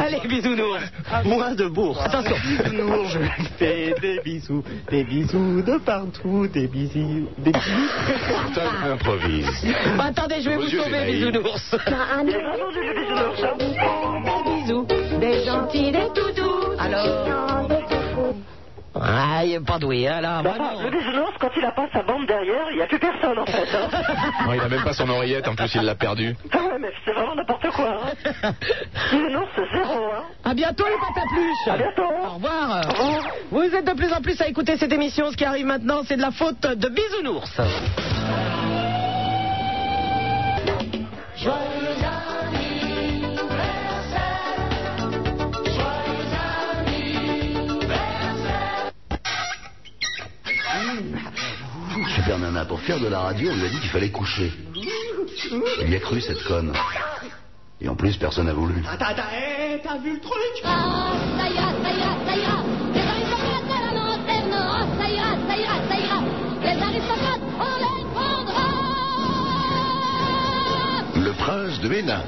[SPEAKER 4] Allez, bisounours.
[SPEAKER 5] Moins de bourse.
[SPEAKER 4] Attention.
[SPEAKER 24] Bisounours, je lui fais des bisous, des bisous de partout, des bisous, des bisous.
[SPEAKER 1] Putain, improvise.
[SPEAKER 4] Bah, attendez, je vais
[SPEAKER 1] Vos
[SPEAKER 4] vous
[SPEAKER 1] yeux,
[SPEAKER 4] sauver,
[SPEAKER 1] Lénaïque.
[SPEAKER 4] bisounours.
[SPEAKER 12] hein. Des gentils, des toutous,
[SPEAKER 4] Alors. Ah, il est pas doué, hein, là. vraiment.
[SPEAKER 6] Le bisounours, quand il a pas sa bande derrière, il n'y a plus personne, en fait. Hein.
[SPEAKER 7] Non, il a même pas son oreillette, en plus il l'a perdu.
[SPEAKER 6] Ah ouais, mais c'est vraiment n'importe quoi. Hein. Bisounours, c'est 0, hein.
[SPEAKER 4] À bientôt les patapluches.
[SPEAKER 6] À bientôt.
[SPEAKER 4] Au revoir. Vous êtes de plus en plus à écouter cette émission. Ce qui arrive maintenant, c'est de la faute de Bisounours.
[SPEAKER 1] Super Nana, pour faire de la radio, on lui a dit qu'il fallait coucher. Il y a cru, cette conne. Et en plus, personne n'a voulu.
[SPEAKER 24] Attends, attends, hé, t'as vu le truc
[SPEAKER 12] Ah, Ça ira, ça ira, ça ira. Les aristocrates, à la non, c'est non. Ça ira, ça ira, ça ira. Les aristocrates, on les prendra.
[SPEAKER 1] Le prince de Ménin.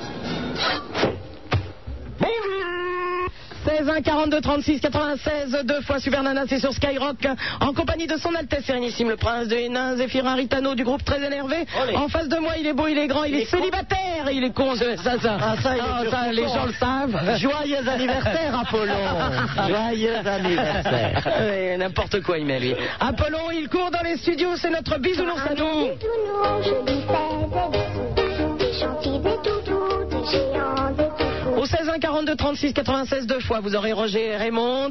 [SPEAKER 4] 16 1 42 36 96 deux fois Super Nana c'est sur Skyrock en compagnie de son Altesse Sérénissime le Prince de Hénin Zéphirin Ritano du groupe très énervé
[SPEAKER 5] Olé.
[SPEAKER 4] en face de moi il est beau il est grand il, est, célibataire et il est con je- ça ça
[SPEAKER 5] Ah, ça, il est
[SPEAKER 4] Ah,
[SPEAKER 5] sûr
[SPEAKER 4] ça,
[SPEAKER 5] que
[SPEAKER 4] les
[SPEAKER 5] con.
[SPEAKER 4] gens le savent
[SPEAKER 5] Joyeux anniversaire, Apollon. Joyeux anniversaire.
[SPEAKER 4] Ouais, n'importe quoi il met lui Apollon il court dans les studios c'est notre bisounours à
[SPEAKER 5] Ah,
[SPEAKER 4] nous
[SPEAKER 12] Bisounours, je lui fais des bisous. Des gentils, des toutous, des géants, des toutous.
[SPEAKER 4] Au 16 1 42 36 96 deux fois, vous aurez Roger et Raymond.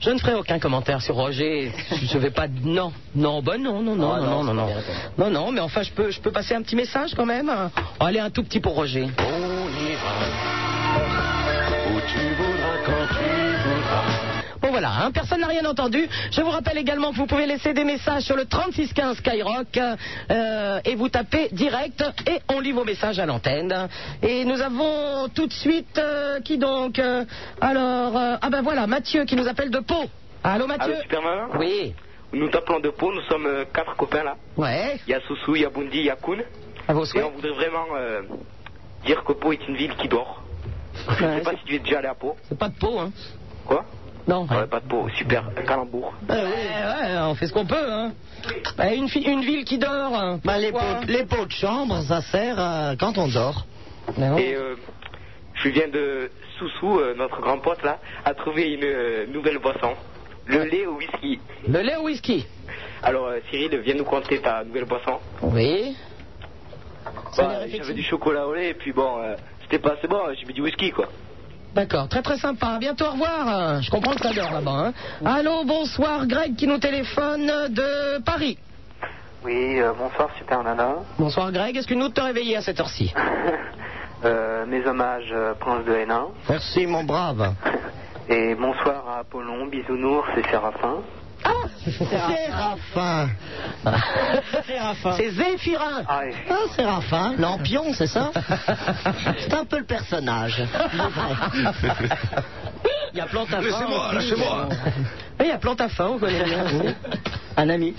[SPEAKER 4] Je ne ferai aucun commentaire sur Roger. Je ne vais pas. Non, non, bah non, non, non,
[SPEAKER 5] Ah,
[SPEAKER 4] non,
[SPEAKER 5] non,
[SPEAKER 4] non, non, non,
[SPEAKER 5] c'est
[SPEAKER 4] non, non. Mais enfin, je peux, je peux passer un petit message quand même. Oh, allez, un tout petit pour Roger.
[SPEAKER 25] Où tu voudras quand tu voudras.
[SPEAKER 4] Bon voilà, hein, personne n'a rien entendu. Je vous rappelle également que vous pouvez laisser des messages sur le 3615 Skyrock euh, et vous tapez direct et on lit vos messages à l'antenne. Et nous avons tout de suite euh, qui donc euh, Alors euh, ah ben voilà Mathieu qui nous appelle de Pau. Allô Mathieu.
[SPEAKER 8] Allô, Superman
[SPEAKER 4] Oui.
[SPEAKER 8] Nous t'appelons de Pau, nous sommes euh, quatre copains là.
[SPEAKER 4] Ouais.
[SPEAKER 8] Il y a Soussou, il y a Bundi, il y a Kun.
[SPEAKER 4] À vos
[SPEAKER 8] Et
[SPEAKER 4] souhaits.
[SPEAKER 8] on voudrait vraiment euh, dire que Pau est une ville qui dort. Je
[SPEAKER 4] Ouais,
[SPEAKER 8] sais pas si tu es déjà allé à Pau.
[SPEAKER 4] C'est pas de Pau hein.
[SPEAKER 8] Quoi
[SPEAKER 4] Non.
[SPEAKER 8] Ouais, pas de Pau, super, un calembour.
[SPEAKER 4] Ouais,
[SPEAKER 5] Euh,
[SPEAKER 4] ouais, ouais, on fait ce qu'on peut hein. Ouais, une, fi- une ville qui dort. hein.
[SPEAKER 5] Bah, les,
[SPEAKER 4] Quoi
[SPEAKER 5] pots, les pots de chambre, ça sert euh, quand on dort.
[SPEAKER 4] Non.
[SPEAKER 8] Et euh, je viens de Soussou, euh, notre grand pote là, a trouvé une euh, nouvelle boisson. Le lait au whisky.
[SPEAKER 4] Ah. Le lait au whisky.
[SPEAKER 8] Alors euh, Cyril, viens nous conter ta nouvelle boisson.
[SPEAKER 4] Oui.
[SPEAKER 8] Bah, J'avais du chocolat au lait et puis bon, euh, c'était pas assez bon, j'ai mis du whisky quoi.
[SPEAKER 4] D'accord, très très sympa. À bientôt, au revoir. Euh, Je comprends que ça dort là-bas. Hein. Allô, bonsoir, Greg qui nous téléphone de Paris.
[SPEAKER 26] Oui, euh, bonsoir Super Nana.
[SPEAKER 4] Bonsoir, Greg. Est-ce que nous te réveiller à cette heure-ci
[SPEAKER 26] Euh, mes hommages, euh, Prince de Hénin.
[SPEAKER 5] Merci, mon brave.
[SPEAKER 26] Et bonsoir à Apollon, Bisounours et Séraphin.
[SPEAKER 5] Séraphin. Séraphin.
[SPEAKER 4] C'est Zéphirin.
[SPEAKER 26] Ah, et-
[SPEAKER 5] Ah, Séraphin, lampion, c'est ça C'est un peu le personnage.
[SPEAKER 4] Il y a plante à faim.
[SPEAKER 5] Laissez-moi,
[SPEAKER 4] aussi.
[SPEAKER 5] lâchez-moi.
[SPEAKER 4] Oui, Il y a plante à faim, on connaît bien. aussi. Un ami.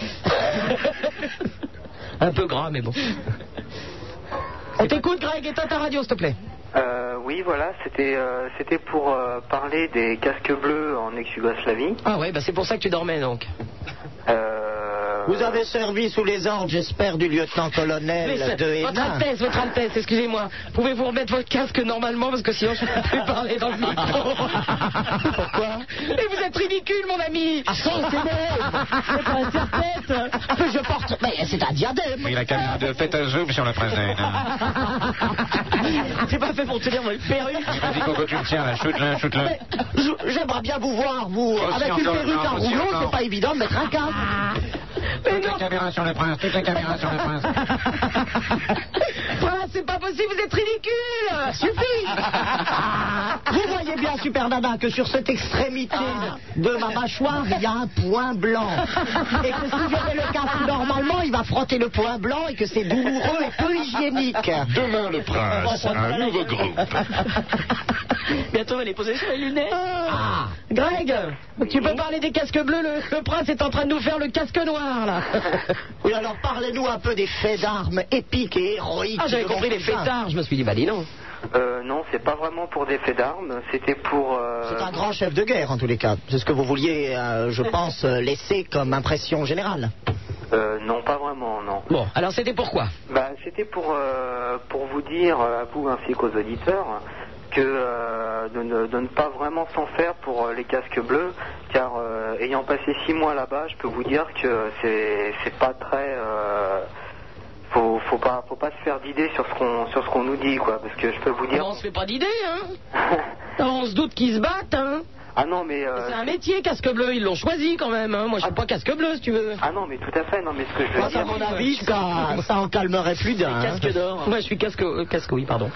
[SPEAKER 4] Un peu gras, mais bon. On t'écoute, Greg, éteins ta radio, s'il te plaît.
[SPEAKER 26] Euh, oui, voilà, c'était euh, c'était pour euh, parler des casques bleus en ex-Yougoslavie.
[SPEAKER 4] Ah ouais, bah c'est pour ça que tu dormais donc.
[SPEAKER 26] Euh,
[SPEAKER 5] Vous avez servi sous les ordres, j'espère, du lieutenant-colonel de
[SPEAKER 4] Votre
[SPEAKER 5] Hénin.
[SPEAKER 4] Altesse, votre Altesse, excusez-moi. Pouvez-vous remettre votre casque normalement parce que sinon je ne peux plus parler dans le micro. Pourquoi Mais vous êtes ridicule, mon ami. Ah, ça, c'est C'est pas un serre-tête.
[SPEAKER 5] Je porte. Mais c'est un diadème.
[SPEAKER 27] Oui, la caméra de faites un zoom sur le prince de Hénin.
[SPEAKER 5] C'est pas fait pour tenir une perruque.
[SPEAKER 27] Vas-y, Coco, tu le tiens, là, shoot-le, shoot-le.
[SPEAKER 5] Mais je- J'aimerais bien vous voir, vous.
[SPEAKER 27] Aussi
[SPEAKER 5] bah, Avec une
[SPEAKER 27] Oh, encore,
[SPEAKER 5] perruque en
[SPEAKER 27] non, aussi
[SPEAKER 5] rouleau,
[SPEAKER 27] encore.
[SPEAKER 5] c'est pas évident de mettre un casque.
[SPEAKER 27] Toutes les caméras sur le prince, toutes les caméras sur le prince.
[SPEAKER 4] Voilà, c'est pas possible, vous êtes ridicule.
[SPEAKER 5] Ah, Suffit Vous voyez bien, Super Nana, que sur cette extrémité de ma mâchoire, il y a un point blanc. Et que si je mets le casque normalement, il va frotter le point blanc et que c'est douloureux et peu hygiénique.
[SPEAKER 1] Demain, le prince, un nouveau groupe.
[SPEAKER 4] Bientôt, on va les poser sur les lunettes.
[SPEAKER 27] Ah.
[SPEAKER 4] Greg, tu peux parler des casques bleus. Le, le prince est en train de nous faire le casque noir, là.
[SPEAKER 5] Oui, alors parlez-nous un peu des faits d'armes épiques et héroïques.
[SPEAKER 4] Ah, j'avais
[SPEAKER 5] de
[SPEAKER 4] compris les
[SPEAKER 5] Valentin.
[SPEAKER 4] faits d'armes. Je me suis dit, bah dis non.
[SPEAKER 8] Euh, non, c'est pas vraiment pour des faits d'armes, c'était pour. euh,
[SPEAKER 5] C'est un grand chef de guerre en tous les cas. C'est ce que vous vouliez, euh, je pense, euh, laisser comme impression générale.
[SPEAKER 8] euh, non, pas vraiment, non.
[SPEAKER 4] Bon, alors c'était pourquoi
[SPEAKER 8] Bah, c'était pour, euh, pour vous dire, euh, à vous ainsi qu'aux auditeurs, que euh, de, ne, de ne pas vraiment s'en faire pour euh, les casques bleus, car euh, ayant passé six mois là-bas, je peux vous dire que c'est c'est pas très. euh, faut, faut pas faut pas se faire d'idées sur ce qu'on sur ce qu'on nous dit quoi parce que je peux vous dire
[SPEAKER 4] Ah Non, on se fait pas d'idée, hein Alors, On se doute qu'ils se battent, hein
[SPEAKER 8] ah non mais euh,
[SPEAKER 4] C'est un métier, casque bleu, ils l'ont choisi quand même. hein. Moi, je suis pas casque bleu, si tu veux.
[SPEAKER 8] ah non mais tout à fait non mais ce que je veux
[SPEAKER 4] Moi,
[SPEAKER 8] dire
[SPEAKER 4] à mon avis,
[SPEAKER 5] ça, ça en calmerait plus d'un. hein.
[SPEAKER 4] Casque d'or. Moi, je suis casque, euh, casque oui, pardon.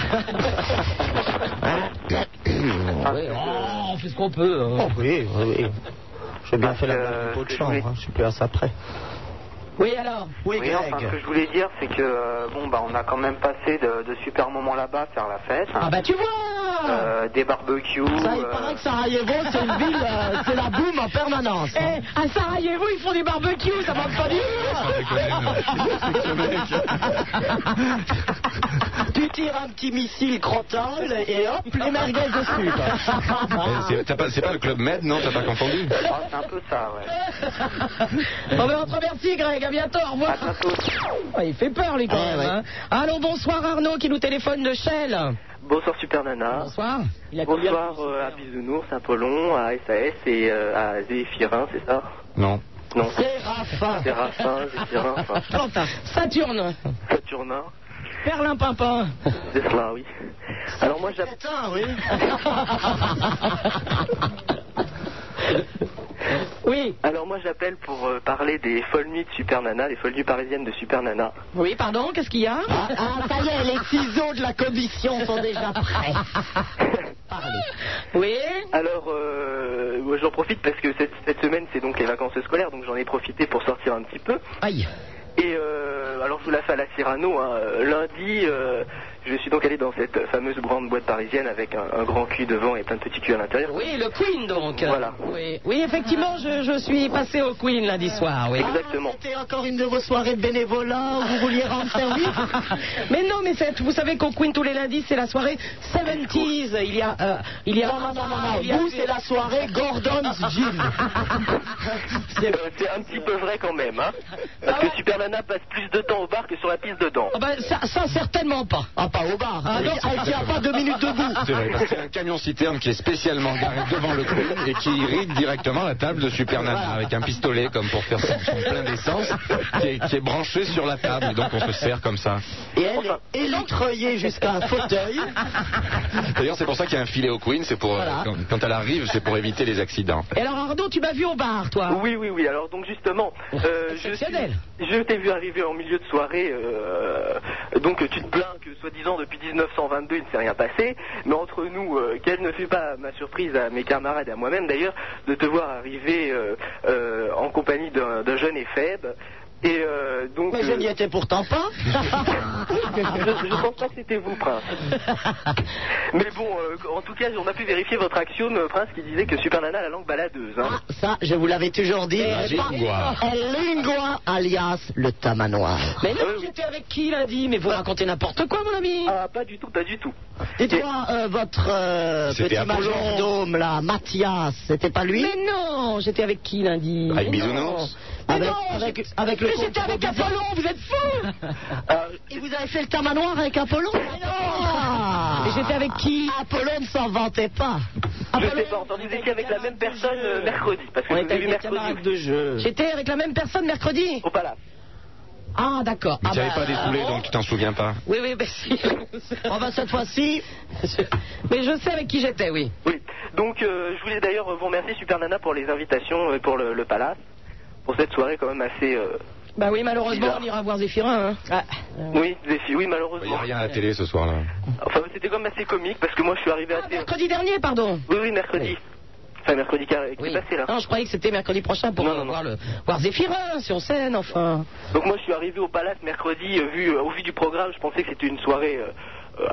[SPEAKER 4] Ouais, oh, on fait ce qu'on peut. hein.
[SPEAKER 5] Ah, Oh, oui, oui, oui. J'ai bien fait la blague
[SPEAKER 8] euh,
[SPEAKER 5] du pot de
[SPEAKER 8] je
[SPEAKER 5] chambre,
[SPEAKER 8] voulais-
[SPEAKER 5] hein, je suis plus à ça près.
[SPEAKER 4] Oui, alors
[SPEAKER 5] Oui,
[SPEAKER 8] Oui, enfin, ce que
[SPEAKER 5] Greg.
[SPEAKER 8] je voulais dire, c'est que euh, bon, bah, on a quand même passé de, de super moments là-bas, faire la fête. hein.
[SPEAKER 4] Ah bah tu vois
[SPEAKER 8] Euh, des barbecues.
[SPEAKER 5] Ça, il
[SPEAKER 8] euh,
[SPEAKER 5] paraît que Sarajevo, c'est une ville, euh, c'est la boum en permanence. hein.
[SPEAKER 4] Eh, à Sarajevo, ils font des barbecues, ça manque pas
[SPEAKER 5] Ah. Tu tires un petit missile crottal et hop, les merguez dessus.
[SPEAKER 18] Eh, c'est- t'as pas- C'est pas le Club Med, non T'as pas confondu
[SPEAKER 8] ah, c'est un peu ça, ouais.
[SPEAKER 4] du Bon, ben, on te remercie, Greg, à bientôt, au revoir. Ah, il fait peur, lui, quand même. hein. Allons, bonsoir Arnaud qui nous téléphone de Shell.
[SPEAKER 8] Bonsoir Super Nana.
[SPEAKER 4] Bonsoir. Il a combien
[SPEAKER 8] Bonsoir euh, à Bisounours, à Apollon, à SAS et euh, à Zéphirin, c'est ça
[SPEAKER 18] Non.
[SPEAKER 8] Non.
[SPEAKER 5] Séraphin.
[SPEAKER 8] Séraphin, Zéphirin, enfin,
[SPEAKER 4] Plantin. Saturne.
[SPEAKER 8] Saturnin,
[SPEAKER 4] Perlin Pimpin.
[SPEAKER 8] c'est cela, Ah oui. Alors moi, j'appelle.
[SPEAKER 5] Putain, oui.
[SPEAKER 4] Oui,
[SPEAKER 8] Alors moi j'appelle pour euh, parler des folles nuits de Super Nana, les folles nuits parisiennes de Super Nana.
[SPEAKER 4] oui, pardon, qu'est-ce qu'il y a
[SPEAKER 5] Ah, ah, ça y est, les ciseaux de la commission sont déjà prêts.
[SPEAKER 4] Oui.
[SPEAKER 8] Alors, euh, moi, j'en profite parce que cette, cette semaine, c'est donc les vacances scolaires, donc j'en ai profité pour sortir un petit peu.
[SPEAKER 4] Aïe.
[SPEAKER 8] Et euh, alors, je vous la fais à la Cyrano. hein. Lundi, euh, je suis donc allé dans cette fameuse grande boîte parisienne avec un, un grand cul devant et plein de petits culs à l'intérieur.
[SPEAKER 4] Oui, le Queen donc.
[SPEAKER 8] Voilà.
[SPEAKER 4] Oui, oui effectivement, je, je suis passé au Queen lundi soir. Oui.
[SPEAKER 8] Exactement.
[SPEAKER 5] C'était Ah, encore une de vos soirées de bénévolat où vous vouliez rendre service
[SPEAKER 4] Mais non, mais c'est- vous savez qu'au Queen tous les lundis, c'est la soirée 70s. Il y a. euh, il y a
[SPEAKER 5] Non, non, non, non,
[SPEAKER 4] il y a-
[SPEAKER 5] non. Vous, c'est la soirée Gordon's Gym.
[SPEAKER 8] Euh, c'est un petit peu vrai quand même, hein. Parce
[SPEAKER 4] Ah ouais
[SPEAKER 8] que Super Nana passe plus de temps au bar que sur la piste de danse.
[SPEAKER 4] Ah ben, ça, ça, certainement pas.
[SPEAKER 5] Ah, pas au bar.
[SPEAKER 4] Ah,
[SPEAKER 5] Elle
[SPEAKER 4] non,
[SPEAKER 5] tient- elle tient pas deux minutes debout.
[SPEAKER 18] C'est vrai, parce qu'il y a un camion citerne qui est spécialement garé devant le club et qui irrigue directement la table de Super Nana avec un pistolet comme pour faire son, son plein d'essence qui est, qui est branché sur la table et donc on se sert comme ça.
[SPEAKER 5] Et elle est électroyée jusqu'à un fauteuil.
[SPEAKER 18] D'ailleurs, c'est pour ça qu'il y a un filet au Queen, c'est pour euh,
[SPEAKER 5] Voilà.
[SPEAKER 18] quand, quand elle arrive, c'est pour éviter les accidents.
[SPEAKER 4] Et alors, Arnaud, tu m'as vu au bar, toi
[SPEAKER 8] Oui, oui, oui. Alors, donc, justement, euh, je,
[SPEAKER 4] Exceptionnel.
[SPEAKER 8] suis- je t'ai vu arriver en milieu de soirée. euh, donc, tu te plains que, soi-disant, depuis 1922, il ne s'est rien passé. Mais entre nous, euh, quelle ne fut pas ma surprise à mes camarades et à moi-même, d'ailleurs, de te voir arriver euh, euh, en compagnie d'un d'un jeune et faible. Et euh, donc.
[SPEAKER 5] Mais je
[SPEAKER 8] euh,
[SPEAKER 5] n'y étais pourtant pas.
[SPEAKER 8] je, je pense pas que c'était vous, Prince. Mais bon, euh, en tout cas, on a pu vérifier votre axiome, euh, Prince, qui disait que Super Nana a la langue baladeuse. hein.
[SPEAKER 5] Ah, ça, je vous l'avais toujours dit.
[SPEAKER 18] La
[SPEAKER 5] c'est pas-
[SPEAKER 18] lingua.
[SPEAKER 5] El lingua, alias le tamanoir.
[SPEAKER 4] Mais non,
[SPEAKER 8] Oui, oui.
[SPEAKER 4] j'étais avec qui lundi Mais vous racontez n'importe quoi, mon ami.
[SPEAKER 8] Euh, Bah. Ah, pas du tout, pas du tout.
[SPEAKER 5] Dites-moi, euh, votre euh,
[SPEAKER 18] C'était
[SPEAKER 5] petit
[SPEAKER 18] Apollon.
[SPEAKER 5] majordome, là, Mathias, c'était pas lui
[SPEAKER 4] Mais non, j'étais avec qui lundi
[SPEAKER 18] Avec
[SPEAKER 4] Mais non.
[SPEAKER 18] Ah, Bisounours
[SPEAKER 5] Avec, avec, avec le
[SPEAKER 28] mais j'étais
[SPEAKER 5] compte
[SPEAKER 28] avec
[SPEAKER 5] Robinson.
[SPEAKER 28] Apollon, vous êtes fous
[SPEAKER 5] Et vous avez fait le tamin noir avec Apollon Et j'étais avec qui Apollon ne s'en vantait pas.
[SPEAKER 8] Je sais pas, enfin, vous étiez avec la même personne euh, mercredi. Parce que
[SPEAKER 5] On
[SPEAKER 8] je
[SPEAKER 5] était
[SPEAKER 8] vous ai vu
[SPEAKER 5] avec des
[SPEAKER 8] mercredi.
[SPEAKER 5] camarades
[SPEAKER 8] de jeu.
[SPEAKER 4] J'étais avec la même personne mercredi
[SPEAKER 8] Au palace.
[SPEAKER 4] Ah, d'accord.
[SPEAKER 7] Mais
[SPEAKER 4] Ah
[SPEAKER 7] tu n'avais
[SPEAKER 4] bah,
[SPEAKER 7] pas découlé, donc tu t'en souviens pas.
[SPEAKER 4] Oui, oui, ben si. On va cette fois-ci. Mais je sais avec qui j'étais, oui.
[SPEAKER 8] Donc, euh, je voulais d'ailleurs vous remercier, Super Nana, pour les invitations et pour le, le palace. Pour cette soirée quand même assez. euh,
[SPEAKER 4] Bah oui, malheureusement, on ira voir Zéphirin. hein.
[SPEAKER 8] Ah. Oui, des filles, oui, malheureusement.
[SPEAKER 7] Il n'y a rien à la télé ce soir-là.
[SPEAKER 8] Enfin, c'était quand même assez comique parce que moi je suis arrivé assez.
[SPEAKER 4] Mercredi dernier, pardon.
[SPEAKER 8] Oui, oui, mercredi. Enfin, mercredi carré, qui est passé là.
[SPEAKER 4] Non, je croyais que c'était mercredi prochain pour euh, voir, le, voir Zéphirin sur scène, enfin.
[SPEAKER 8] Donc, moi je suis arrivé au palace mercredi, euh, vu, euh, au vu du programme, je pensais que c'était une soirée. euh, euh,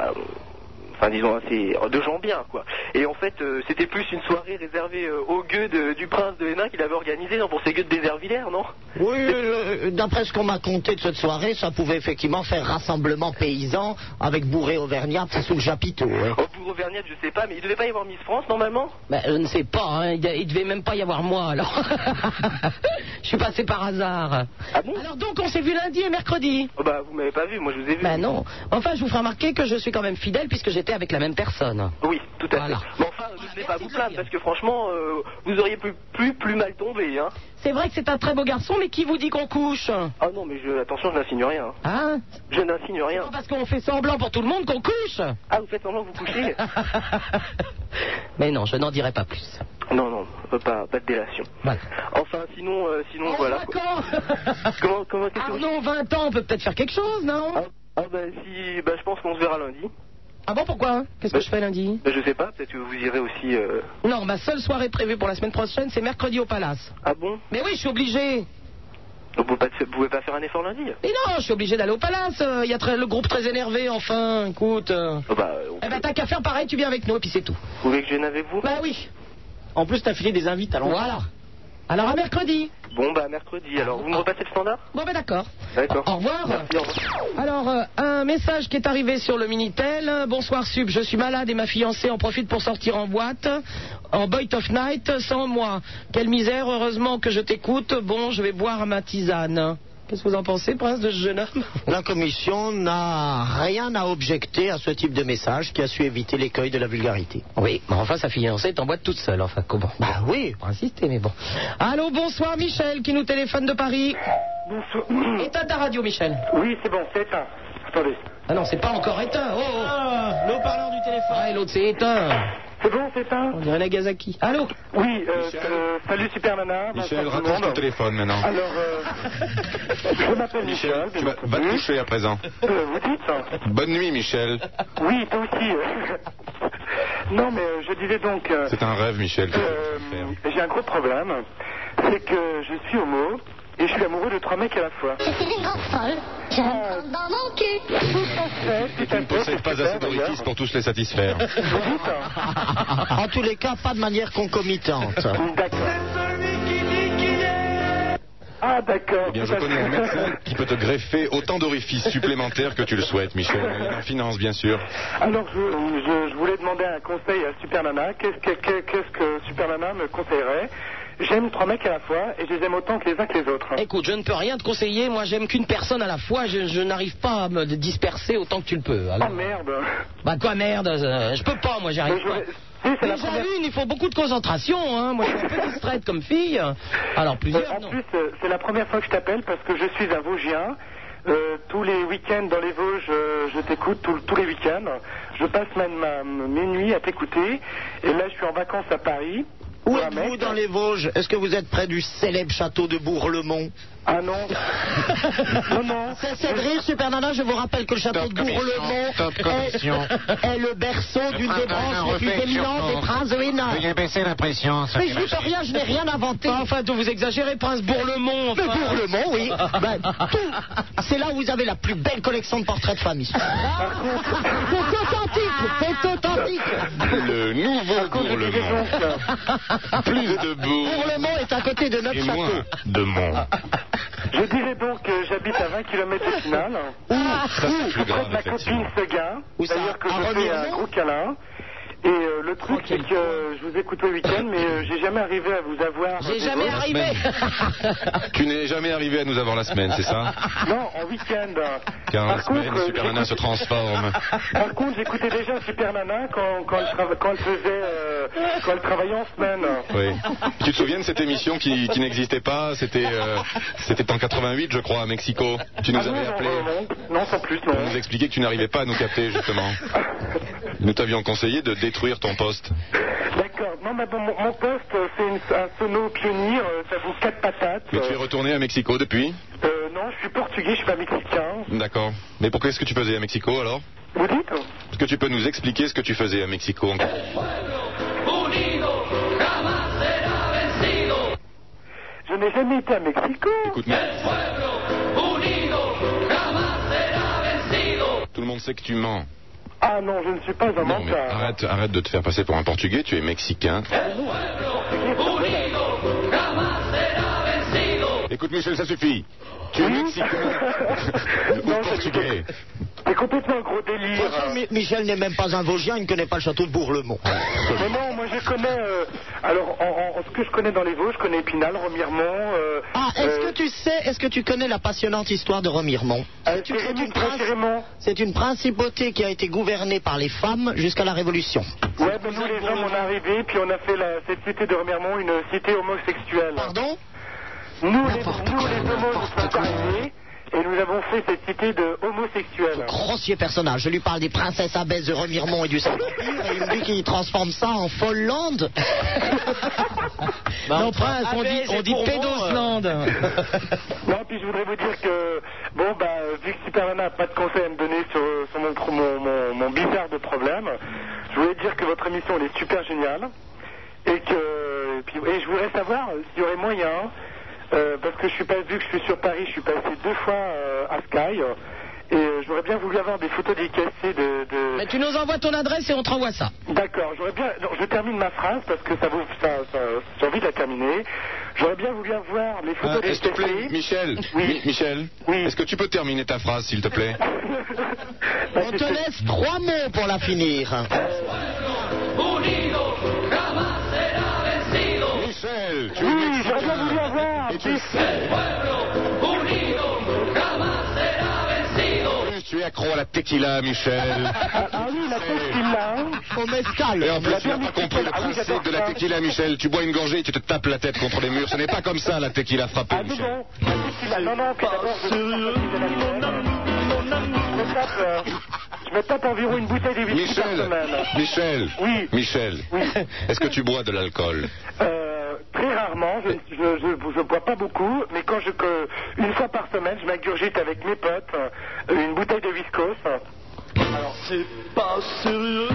[SPEAKER 8] Enfin, disons, assez euh, de gens bien, quoi. Et en fait, euh, c'était plus une soirée réservée euh, aux gueux de- du prince de Hénin qu'il avait organisé, non, pour ses gueux de Déservillers, non
[SPEAKER 5] Oui, euh, d'après ce qu'on m'a conté de cette soirée, ça pouvait effectivement faire rassemblement paysan avec bourré auvergnat sous le chapiteau. hein.
[SPEAKER 18] Oh.
[SPEAKER 8] Pour Auvergnat, je sais pas, mais il devait pas y avoir Miss France, normalement
[SPEAKER 4] Bah, je ne sais pas, hein, il de- il devait même pas y avoir moi alors. je suis passé par hasard. alors donc on s'est vu lundi et mercredi.
[SPEAKER 8] Ah Oh, Bah, vous m'avez pas vu, moi je vous ai vu.
[SPEAKER 4] Bah non. Enfin, je vous ferai remarquer que je suis quand même fidèle puisque j'étais avec la même personne.
[SPEAKER 8] Oui, tout à fait. Mais enfin, je
[SPEAKER 4] Ah,
[SPEAKER 8] ne vais pas vous plaindre parce que franchement, euh, vous auriez pu plus, plus mal tomber. Hein.
[SPEAKER 4] C'est vrai que c'est un très beau garçon, mais qui vous dit qu'on couche
[SPEAKER 8] Ah non, mais je, attention, je n'insigne rien.
[SPEAKER 4] Hein
[SPEAKER 8] Je n'insigne rien.
[SPEAKER 4] Parce qu'on fait semblant pour tout le monde qu'on couche
[SPEAKER 8] Ah, vous faites semblant que vous couchez
[SPEAKER 4] Mais non, je n'en dirai pas plus.
[SPEAKER 8] Non, non, euh, pas, pas de délation. Enfin, sinon, euh, sinon, voilà. quoi. Comment, comment qu'est-ce que vous-
[SPEAKER 4] Arnaud, 20 ans, on peut peut-être faire quelque chose, non
[SPEAKER 8] Ah bah si, bah je pense qu'on se verra lundi.
[SPEAKER 4] Ah bon, pourquoi Qu'est-ce que je fais lundi
[SPEAKER 8] Bah, je sais pas, peut-être que vous irez aussi. euh,
[SPEAKER 4] Non, ma seule soirée prévue pour la semaine prochaine, c'est mercredi au Palace.
[SPEAKER 8] Ah bon
[SPEAKER 4] Mais oui, je suis obligé.
[SPEAKER 8] Vous pouvez pas, vous pouvez pas faire un effort lundi
[SPEAKER 4] Mais non, je suis obligé d'aller au Palace. euh, Il y a très- le groupe très énervé, enfin, écoute. euh.
[SPEAKER 8] Oh, Bah, euh,
[SPEAKER 4] Eh ben, t'as qu'à faire pareil, tu viens avec nous, et puis c'est tout.
[SPEAKER 8] vous voulez que je vienne avec vous
[SPEAKER 4] Bah oui.
[SPEAKER 29] En plus, t'as filé des invites à
[SPEAKER 4] l'envers. Voilà. Alors à mercredi.
[SPEAKER 8] Bon bah mercredi, alors vous me repassez le standard
[SPEAKER 4] Bon, ben d'accord.
[SPEAKER 8] D'accord.
[SPEAKER 4] Au revoir.
[SPEAKER 8] Merci, au revoir.
[SPEAKER 4] Alors, euh, un message qui est arrivé sur le Minitel. Euh, Bonsoir Sub, je suis malade et ma fiancée en profite pour sortir en boîte, en boîte of night, sans moi. Quelle misère, heureusement que je t'écoute. Bon, je vais boire ma tisane. Qu'est-ce que vous en pensez, prince, de ce jeune homme
[SPEAKER 5] La commission n'a rien à objecter à ce type de message qui a su éviter l'écueil de la vulgarité.
[SPEAKER 4] Oui, mais enfin, sa fiancée est en boîte toute seule, enfin, comment
[SPEAKER 5] Bah oui.
[SPEAKER 4] Pour insister, mais bon. Allô, bonsoir Michel, qui nous téléphone de Paris. Bonsoir. Éteins ta radio, Michel.
[SPEAKER 9] Oui, c'est bon, c'est éteint. Attendez.
[SPEAKER 4] Ah non, c'est pas encore éteint. Oh, L'eau-parleur du téléphone. Ah, et l'autre, c'est éteint.
[SPEAKER 9] C'est bon, c'est éteint
[SPEAKER 4] On dirait Nagasaki. Allô
[SPEAKER 9] Oui, euh, euh, salut Super Nana.
[SPEAKER 7] Michel,
[SPEAKER 9] bonsoir tout le
[SPEAKER 7] raccroche
[SPEAKER 9] monde.
[SPEAKER 7] ton téléphone maintenant.
[SPEAKER 9] Alors, euh, je m'appelle Michel.
[SPEAKER 7] Tu vas, va te coucher à présent.
[SPEAKER 9] Euh, vous dites hein
[SPEAKER 7] Bonne nuit, Michel.
[SPEAKER 9] Oui, toi aussi. euh. non, mais euh, je disais donc, euh,
[SPEAKER 7] C'est un rêve, Michel. hein.
[SPEAKER 9] j'ai un gros problème. C'est que je suis homo et je suis amoureux de trois mecs à la fois. Ah.
[SPEAKER 30] Je suis une grande folle. Je rentre dans mon cul.
[SPEAKER 9] Tout à fait, tout à
[SPEAKER 7] Tu ne possèdes pas assez d'orifices pour tous les satisfaire.
[SPEAKER 18] hein.
[SPEAKER 5] En tous les cas, pas de manière concomitante.
[SPEAKER 9] Ah, d'accord.
[SPEAKER 7] Eh bien, je connais un médecin qui peut te greffer autant d'orifices supplémentaires que tu le souhaites, Michel. En finance, bien sûr.
[SPEAKER 9] Alors, je, je- je voulais demander un conseil à Super Nana. Qu'est-ce que, que- qu'est-ce que Super Nana me conseillerait J'aime trois mecs à la fois et je les aime autant que les uns que les autres.
[SPEAKER 4] Écoute, je ne peux rien te conseiller. Moi, j'aime qu'une personne à la fois. Je, je n'arrive pas à me disperser autant que tu le peux.
[SPEAKER 5] Ah,
[SPEAKER 4] Alors...
[SPEAKER 9] Oh merde
[SPEAKER 4] Bah quoi, merde euh, Je peux pas, moi, j'arrive pas. Déjà une, il faut beaucoup de concentration. Hein. Moi, je suis un peu distraite comme fille. Alors, plusieurs,
[SPEAKER 9] En plus, euh, c'est la première fois que je t'appelle parce que je suis un Vosgien. Euh, tous les week-ends dans les Vosges, euh, je t'écoute tous- tous les week-ends. Je passe ma, ma- mes nuits à t'écouter. Et là, je suis en vacances à Paris.
[SPEAKER 5] Où êtes-vous dans les Vosges Est-ce que vous êtes près du célèbre château de Bourlemont
[SPEAKER 9] Ah non Non, non
[SPEAKER 5] C'est de rire, Super Nana, Ah, je vous rappelle que le château de Bourlemont
[SPEAKER 12] top
[SPEAKER 5] est,
[SPEAKER 12] commission.
[SPEAKER 5] est le berceau d'une des branches les plus éminentes des princes de Hénin.
[SPEAKER 12] Veuillez baisser la pression. ça
[SPEAKER 5] Mais
[SPEAKER 12] fait
[SPEAKER 5] je ne peux
[SPEAKER 12] mal.
[SPEAKER 5] rien, je n'ai rien inventé.
[SPEAKER 4] Enfin, vous exagérez, Prince Bourlemont.
[SPEAKER 5] Mais Bourlemont, oui. Ben, tout. C'est là où vous avez la plus belle collection de portraits de famille. C'est authentique, c'est authentique.
[SPEAKER 7] Le nouveau Bourlemont. Plus de bourg
[SPEAKER 5] Bourlemont est à côté de notre
[SPEAKER 7] et
[SPEAKER 5] château.
[SPEAKER 7] moins de mont.
[SPEAKER 9] Je dirais donc que j'habite à 20 km de Finale.
[SPEAKER 5] Où
[SPEAKER 7] Ça, c'est plus
[SPEAKER 9] Auprès de
[SPEAKER 7] grave,
[SPEAKER 9] ma copine
[SPEAKER 7] effectivement.
[SPEAKER 9] Seguin.
[SPEAKER 5] Où ça
[SPEAKER 9] D'ailleurs que
[SPEAKER 5] À
[SPEAKER 9] je fais un
[SPEAKER 5] Remiremont
[SPEAKER 9] gros câlin. Et euh, le truc, c'est que euh, je vous écoute le week-end, mais euh, j'ai jamais arrivé à vous avoir.
[SPEAKER 4] J'ai jamais arrivé.
[SPEAKER 18] Tu n'es jamais arrivé à nous avoir la semaine, c'est ça
[SPEAKER 9] Non, en week-end.
[SPEAKER 18] Car la
[SPEAKER 9] Par contre,
[SPEAKER 18] semaine,
[SPEAKER 9] euh,
[SPEAKER 18] Super Nana se transforme.
[SPEAKER 9] Par contre, j'écoutais déjà Super Nana quand, quand, elle, trava- quand elle faisait, euh, quand elle travaillait en semaine.
[SPEAKER 18] Oui. Tu te souviens de cette émission qui, qui n'existait pas C'était euh, c'était en 88, je crois, à Mexico. Tu nous
[SPEAKER 9] Ah
[SPEAKER 18] avais appelé.
[SPEAKER 9] Non, sans plus,
[SPEAKER 18] Pour nous expliquer que tu n'arrivais pas à nous capter, justement. Nous t'avions conseillé de détruire ton poste.
[SPEAKER 9] D'accord. Non, mais bon, mon, mon poste, euh, c'est une- un sono pionnier, euh, ça vaut quatre patates.
[SPEAKER 18] Mais tu es retourné à Mexico depuis
[SPEAKER 9] Euh, non, je suis portugais, je suis pas mexicain.
[SPEAKER 18] D'accord. Mais pourquoi est-ce que tu faisais à Mexico alors
[SPEAKER 9] Vous dites
[SPEAKER 18] Est-ce que tu peux nous expliquer ce que tu faisais à Mexico en-
[SPEAKER 9] Je n'ai jamais été à Mexico.
[SPEAKER 18] Écoute-moi. Tout le monde sait que tu mens.
[SPEAKER 9] Ah non, je ne suis pas un
[SPEAKER 18] Non, mais
[SPEAKER 9] menteur.
[SPEAKER 18] arrête, arrête de te faire passer pour un Portugais, tu es Mexicain. Écoute, Michel, ça suffit. Tu es Mexicain ou Portugais
[SPEAKER 9] C'est complètement un gros délire.
[SPEAKER 5] Mi- Michel n'est même pas un Vosgien, il ne connaît pas le château de Bourlemont.
[SPEAKER 9] Mais non, moi je connais. euh, alors, en, en- en- ce que je connais dans les Vosges, je connais Épinal, Remiremont. euh,
[SPEAKER 5] Ah, est-ce
[SPEAKER 9] euh,
[SPEAKER 5] que tu sais, est-ce que tu connais la passionnante histoire de Remiremont C'est une- c'est une prince- C'est une principauté qui a été gouvernée par les femmes jusqu'à la Révolution.
[SPEAKER 9] Ouais, ben nous les hommes, on est arrivés, puis on a fait la, cette cité de Remiremont une cité homosexuelle.
[SPEAKER 5] Pardon
[SPEAKER 9] Nous, les, nous les homos, nous sommes arrivés, et nous avons fait cette cité de homosexuels.
[SPEAKER 5] Grossier personnage, je lui parle des princesses abbesses de Remiremont et du Saint-Empire, et il me dit qu'il transforme ça en Follande.
[SPEAKER 4] Non, prince, on
[SPEAKER 5] Ah,
[SPEAKER 4] dit, on dit pédoslande.
[SPEAKER 9] Non, puis je voudrais vous dire que, bon, bah, vu que Superman n'a pas de conseil à me donner sur, euh, sur mon, trou- mon, mon- mon bizarre de problème, je voulais dire que votre émission, elle est super géniale. Et que, et puis, et je voudrais savoir s'il y aurait moyen, euh, parce que je suis pas, vu que je suis sur Paris, je suis passé deux fois euh, à Sky, et euh, j'aurais bien voulu avoir des photos dédicacées de. de-
[SPEAKER 4] Mais tu nous envoies ton adresse et on te renvoie ça.
[SPEAKER 9] D'accord, j'aurais bien. non, je termine ma phrase parce que ça vous. Ça, ça- J'ai envie de la terminer. J'aurais bien voulu avoir les photos
[SPEAKER 18] Ah, S'il te plaît,
[SPEAKER 9] dédicacées.
[SPEAKER 18] Michel. Mi- Michel, est-ce que tu peux terminer ta phrase, s'il te plaît
[SPEAKER 5] On te laisse trois mots pour la finir.
[SPEAKER 18] Michel,
[SPEAKER 9] tu oui, j'aurais bien voulu avoir. puis-
[SPEAKER 18] En plus, tu es accro à la tequila, Michel.
[SPEAKER 9] Ah oui, la tequila.
[SPEAKER 5] Au mescal.
[SPEAKER 18] Et en plus, tu n'as pas compris le
[SPEAKER 9] Ah
[SPEAKER 18] principe de la tequila, Michel. Tu bois une gorgée et tu te tapes la tête contre les murs. Ce n'est pas comme ça la tequila frappée,
[SPEAKER 9] Ah
[SPEAKER 18] Michel.
[SPEAKER 9] tequila. Non, non, puis d'abord, je me tape Je me tape, euh, je me tape environ une bouteille de whisky par
[SPEAKER 18] Michel,
[SPEAKER 9] semaine.
[SPEAKER 18] Michel,
[SPEAKER 9] Oui.
[SPEAKER 18] Michel, est-ce que tu bois de l'alcool
[SPEAKER 9] Euh, très rarement, je je, je, je bois pas beaucoup, mais quand je que- une fois par semaine, je m'ingurgite avec mes potes euh, une bouteille de viscose. Alors c'est pas sérieux.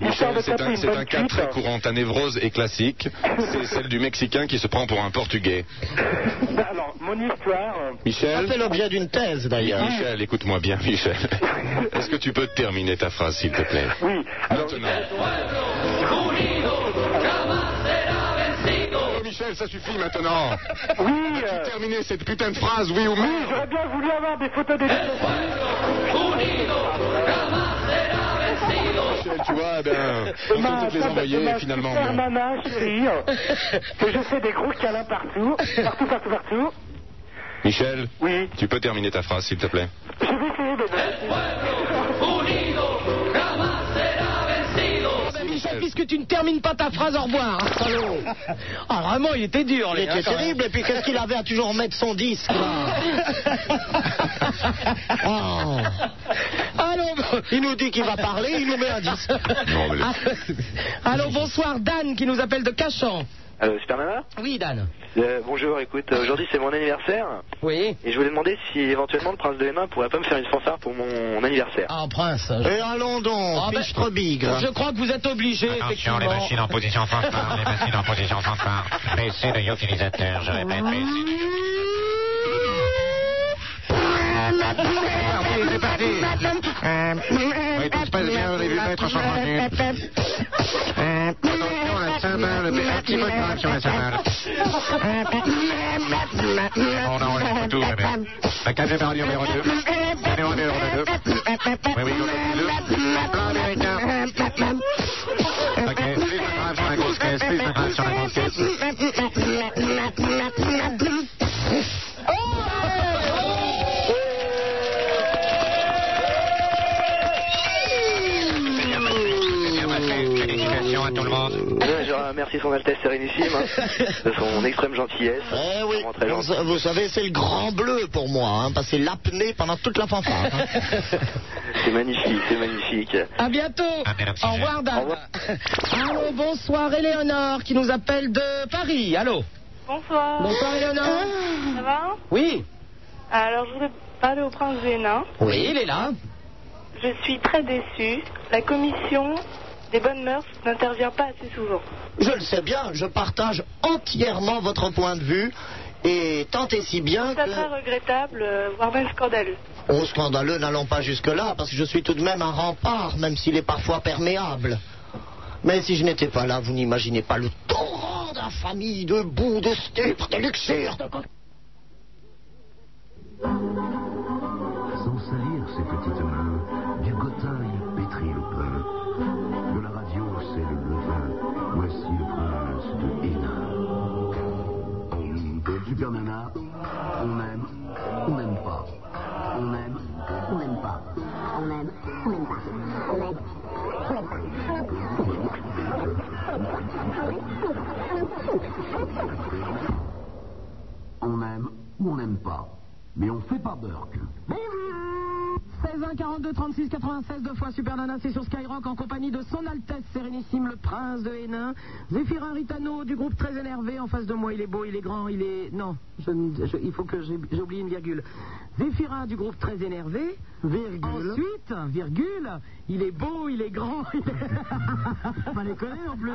[SPEAKER 18] Michel, c'est un,
[SPEAKER 9] taper une
[SPEAKER 18] c'est
[SPEAKER 9] bonne
[SPEAKER 18] un cas
[SPEAKER 9] cuite.
[SPEAKER 18] très courant. Ta névrose est classique. C'est celle du Mexicain qui se prend pour un Portugais.
[SPEAKER 9] Alors mon histoire. euh,
[SPEAKER 18] Michel
[SPEAKER 5] C'est l'objet d'une thèse d'ailleurs.
[SPEAKER 18] Michel, écoute-moi bien, Michel. Est-ce que tu peux terminer ta phrase, s'il te plaît
[SPEAKER 9] Oui.
[SPEAKER 18] Oh, Michel, ça suffit maintenant.
[SPEAKER 9] Oui. euh,
[SPEAKER 18] As-tu terminé cette putain de phrase, oui ou
[SPEAKER 9] Oui,
[SPEAKER 18] non Ah,
[SPEAKER 9] j'aurais bien voulu avoir des photos des.
[SPEAKER 18] Michel, tu vois, eh ben, on peut
[SPEAKER 9] Ma-
[SPEAKER 18] toutes les
[SPEAKER 9] ma-
[SPEAKER 18] envoyer
[SPEAKER 9] ma
[SPEAKER 18] finalement.
[SPEAKER 9] super
[SPEAKER 18] mais-
[SPEAKER 9] nana, chérie, que je fais des gros câlins partout, partout, partout, partout.
[SPEAKER 18] Michel,
[SPEAKER 9] oui.
[SPEAKER 18] tu peux terminer ta phrase, s'il te plaît
[SPEAKER 9] Je vais essayer de.
[SPEAKER 18] Eh ben,
[SPEAKER 4] Mais
[SPEAKER 5] Euh.
[SPEAKER 4] Michel, puisque tu ne termines pas ta phrase, au revoir. hein, salaud. Ah, vraiment, il était dur,
[SPEAKER 5] Il
[SPEAKER 4] les gars,
[SPEAKER 5] était
[SPEAKER 4] quand même.
[SPEAKER 5] terrible, et puis qu'est-ce qu'il avait à toujours mettre son disque
[SPEAKER 4] Oh. Allons,
[SPEAKER 5] Il nous dit qu'il va parler, il nous met un disque.
[SPEAKER 4] Ah, allons, bonsoir, Dan, qui nous appelle de Cachan.
[SPEAKER 31] Euh, Superman
[SPEAKER 4] Oui, Dan.
[SPEAKER 31] Euh, bonjour, écoute, euh, aujourd'hui c'est mon anniversaire.
[SPEAKER 4] Oui.
[SPEAKER 31] Et je voulais demander si éventuellement le prince de Hénin pourrait pas me faire une fanfare pour mon anniversaire.
[SPEAKER 4] Ah, prince. Ah, ben,
[SPEAKER 5] Et allons donc, fichtre bigre.
[SPEAKER 4] Je crois que vous êtes obligé,
[SPEAKER 27] Attention, les machines en position fanfare, les machines en position fanfare. Baissez le yophilisateur, je répète, baissez le yophilisateur. C'est parti, c'est parti. Oui, tout se passe bien, les vues maîtres sont rendus. Attention, la salle Oh non, on est pas tout, ma mère. La cage est radio numéro 2. Numéro 2, numéro 2. Oui, oui, numéro 2. Ok, six betteraves sur la grosse caisse, six betteraves sur la grosse caisse.
[SPEAKER 32] Félicitations à tout le monde.
[SPEAKER 31] Je remercie son Altesse Sérénissime hein, de son extrême gentillesse.
[SPEAKER 5] Eh oui, vous, vous savez, c'est le grand bleu pour moi, hein, parce que c'est l'apnée pendant toute la fanfare. hein.
[SPEAKER 31] C'est magnifique, c'est magnifique.
[SPEAKER 4] À bientôt.
[SPEAKER 27] Ah.
[SPEAKER 4] Au revoir, Dan. Allô, bonsoir, Éléonore, qui nous appelle de Paris. Allô.
[SPEAKER 11] Bonsoir.
[SPEAKER 4] Bonsoir, Éléonore.
[SPEAKER 11] Ça va
[SPEAKER 4] Oui.
[SPEAKER 11] Alors, je voudrais parler au prince Vénin.
[SPEAKER 4] Oui, il est là.
[SPEAKER 11] Je suis très déçue. La commission des bonnes mœurs n'intervient pas assez souvent.
[SPEAKER 5] Je le sais bien, je partage entièrement votre point de vue, et tant et si bien
[SPEAKER 11] C'est
[SPEAKER 5] que...
[SPEAKER 11] très regrettable, euh, voire même scandaleux.
[SPEAKER 5] Oh, scandaleux, n'allons pas jusque-là, parce que je suis tout de même un rempart, même s'il est parfois perméable. Mais si je n'étais pas là, vous n'imaginez pas le torrent d'infamie, de boue, de stupre, de luxure, de... co-
[SPEAKER 1] Sans salir ses petites mains, du gotha il pétrit le pain. De la radio, c'est le levain. Voici le prince de Hénin. Super Nana, on aime, on n'aime pas. On aime, on n'aime pas. On aime, on n'aime pas. On aime, on n'aime pas. On aime ou on n'aime pas. Mais on fait pas Burke.
[SPEAKER 4] 16 1 42 36 96 deux fois Super Nana c'est sur Skyrock en compagnie de son Altesse Sérénissime le Prince de Hénin Zéphirin Ritano du groupe très énervé en face de moi il est beau il est grand il est non je ne- je- il faut que j'ai j'ai oublié une virgule Zéphirin du groupe très énervé ensuite virgule il est beau il est grand il est... pas les en plus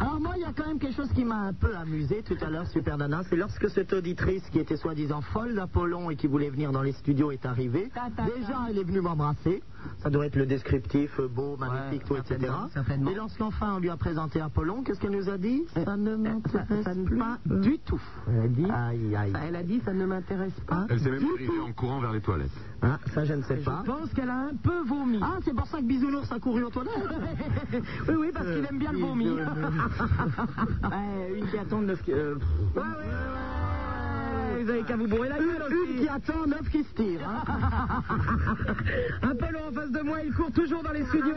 [SPEAKER 5] Alors moi, il y a quand même quelque chose qui m'a un peu amusé tout à l'heure, Super Nana, c'est lorsque cette auditrice qui était soi-disant folle d'Apollon et qui voulait venir dans les studios est arrivée. Déjà, elle est venue m'embrasser. Ça doit être le descriptif, euh, beau, magnifique, tout, etc. Et lorsqu'enfin on lui a présenté Apollon, qu'est-ce qu'elle nous a dit Ça ne m'intéresse pas du tout. Elle a dit Aïe, aïe. Elle a dit ça ne m'intéresse pas.
[SPEAKER 4] Hein?
[SPEAKER 18] Elle s'est même dirigée en courant vers les toilettes. hein.
[SPEAKER 5] Ah, ça, je ne sais pas.
[SPEAKER 4] Je pense qu'elle a un peu vomi.
[SPEAKER 5] Ah, c'est pour ça que Bisounours a couru aux toilettes.
[SPEAKER 4] oui, oui, parce qu'il aime bien le vomi.
[SPEAKER 5] une qui attend, neuf qui.
[SPEAKER 4] Vous avez qu'à vous bourrer la gueule aussi.
[SPEAKER 5] Une qui attend, neuf qui se tire.
[SPEAKER 4] Un peu long en face de moi, il court toujours dans les studios.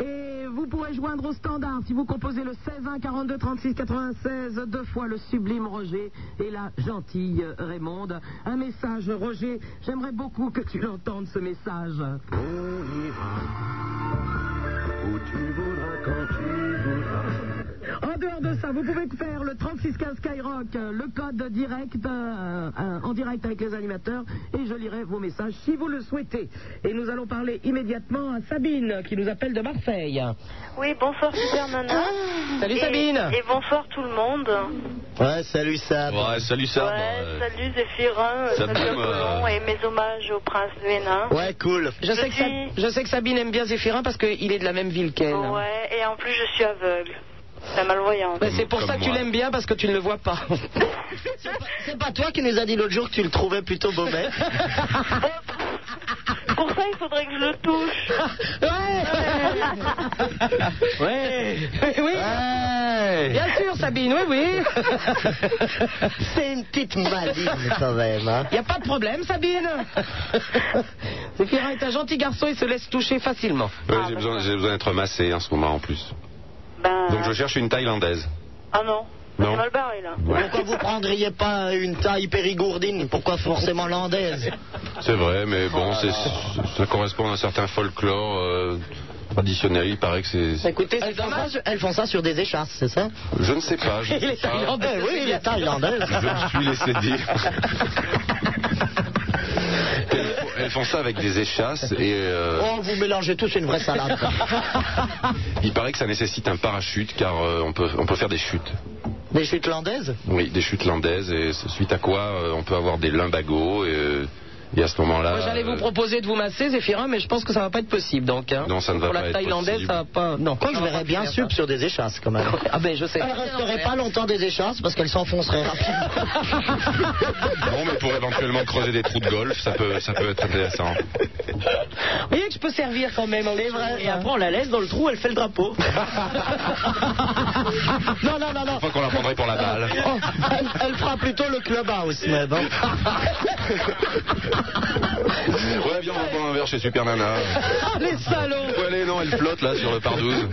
[SPEAKER 4] Et vous pourrez joindre au standard si vous composez le 16 1 42 36 96 deux fois le sublime Roger et la gentille Raymonde. Un message Roger, j'aimerais beaucoup que tu l'entendes ce message.
[SPEAKER 12] Où tu voudras, quand tu voudras.
[SPEAKER 4] En dehors de ça, vous pouvez faire le 3615 Skyrock, euh, le code direct, euh, euh, en direct avec les animateurs, et je lirai vos messages si vous le souhaitez. Et nous allons parler immédiatement à Sabine, qui nous appelle de Marseille.
[SPEAKER 5] Ah.
[SPEAKER 11] Oui, bonsoir Super Nana.
[SPEAKER 4] Salut,
[SPEAKER 11] Et-
[SPEAKER 4] Sabine.
[SPEAKER 11] Et bonsoir tout le monde.
[SPEAKER 5] Ouais, salut Sab.
[SPEAKER 18] Ouais, salut Sam.
[SPEAKER 4] bah,
[SPEAKER 18] euh,
[SPEAKER 11] Salut Zéphirin,
[SPEAKER 18] Ça
[SPEAKER 11] salut
[SPEAKER 18] me-
[SPEAKER 11] Apollon et mes hommages au prince de Hénin.
[SPEAKER 5] Ouais, cool.
[SPEAKER 4] Je sais, que Sab- je sais que Sabine aime bien Zéphirin parce qu'il est de la même ville qu'elle.
[SPEAKER 11] Ouais, et en plus je suis aveugle. La malvoyante.
[SPEAKER 4] Bah, c'est pour ça que tu l'aimes bien parce que tu ne le vois pas.
[SPEAKER 5] C'est pas toi qui nous as dit l'autre jour que tu le trouvais plutôt beau mec.
[SPEAKER 11] Pour ça, il faudrait que je le touche.
[SPEAKER 4] ouais. Oui. Bien sûr, Sabine, oui, oui.
[SPEAKER 5] C'est une petite maligne quand même. Hein.
[SPEAKER 4] Il n'y a pas de problème, Sabine. Zéphirin est un gentil garçon, il se laisse toucher facilement.
[SPEAKER 18] ouais, j'ai besoin, j'ai besoin d'être massé en ce moment en plus. Donc je cherche une Thaïlandaise.
[SPEAKER 11] Ah non.
[SPEAKER 18] Non.
[SPEAKER 11] Mal barré, là.
[SPEAKER 5] Pourquoi vous prendriez pas une taille périgourdine Pourquoi forcément landaise
[SPEAKER 18] C'est vrai, mais bon, c'est- ça correspond à un certain folklore euh, traditionnel. Il paraît que c'est.
[SPEAKER 5] Écoutez, elles, font ça, elles font ça sur des échasses, c'est ça
[SPEAKER 18] Je ne sais pas. Je ne sais pas.
[SPEAKER 5] Eh oui, il est thaïlandais.
[SPEAKER 18] Je me suis laissé dire. elles, font- elles font ça avec des échasses et euh,
[SPEAKER 5] Oh, vous mélangez tous une vraie salade.
[SPEAKER 18] il paraît que ça nécessite un parachute car euh, on, peut, on peut faire des chutes.
[SPEAKER 5] Des chutes landaises
[SPEAKER 18] Oui, des chutes landaises et suite à quoi euh, on peut avoir des lumbagos et, euh, Et à ce moment-là.
[SPEAKER 4] Moi, j'allais vous
[SPEAKER 18] euh,
[SPEAKER 4] proposer de vous masser, Zéphirin, mais je pense que ça va pas être possible. Donc, hein.
[SPEAKER 18] Non, ça ne va
[SPEAKER 4] Pour
[SPEAKER 18] pas
[SPEAKER 4] la
[SPEAKER 18] être
[SPEAKER 4] thaïlandaise,
[SPEAKER 18] possible.
[SPEAKER 4] ça va pas. Non.
[SPEAKER 5] Quoi que je verrais bien sub sur des échasses quand même.
[SPEAKER 4] Ah ben, je sais.
[SPEAKER 5] Elle resterait pas longtemps des échasses parce qu'elle s'enfoncerait rapidement.
[SPEAKER 18] Ah Bon, mais pour éventuellement creuser des trous de golf, ça peut, ça peut être intéressant.
[SPEAKER 4] Vous voyez que je peux servir quand même. C'est vrai.
[SPEAKER 5] Et après, on la laisse dans le trou, elle fait le drapeau. non, non, non, non.
[SPEAKER 18] Une fois qu'on la prendrait pour la balle.
[SPEAKER 5] Oh, elle, elle fera plutôt le clubhouse, hein. mais bon.
[SPEAKER 18] Ouais, viens, on va boire un verre chez Super Nana.
[SPEAKER 4] Ah, les salauds
[SPEAKER 18] Ouais, allez, non, elle flotte là sur le pardouze.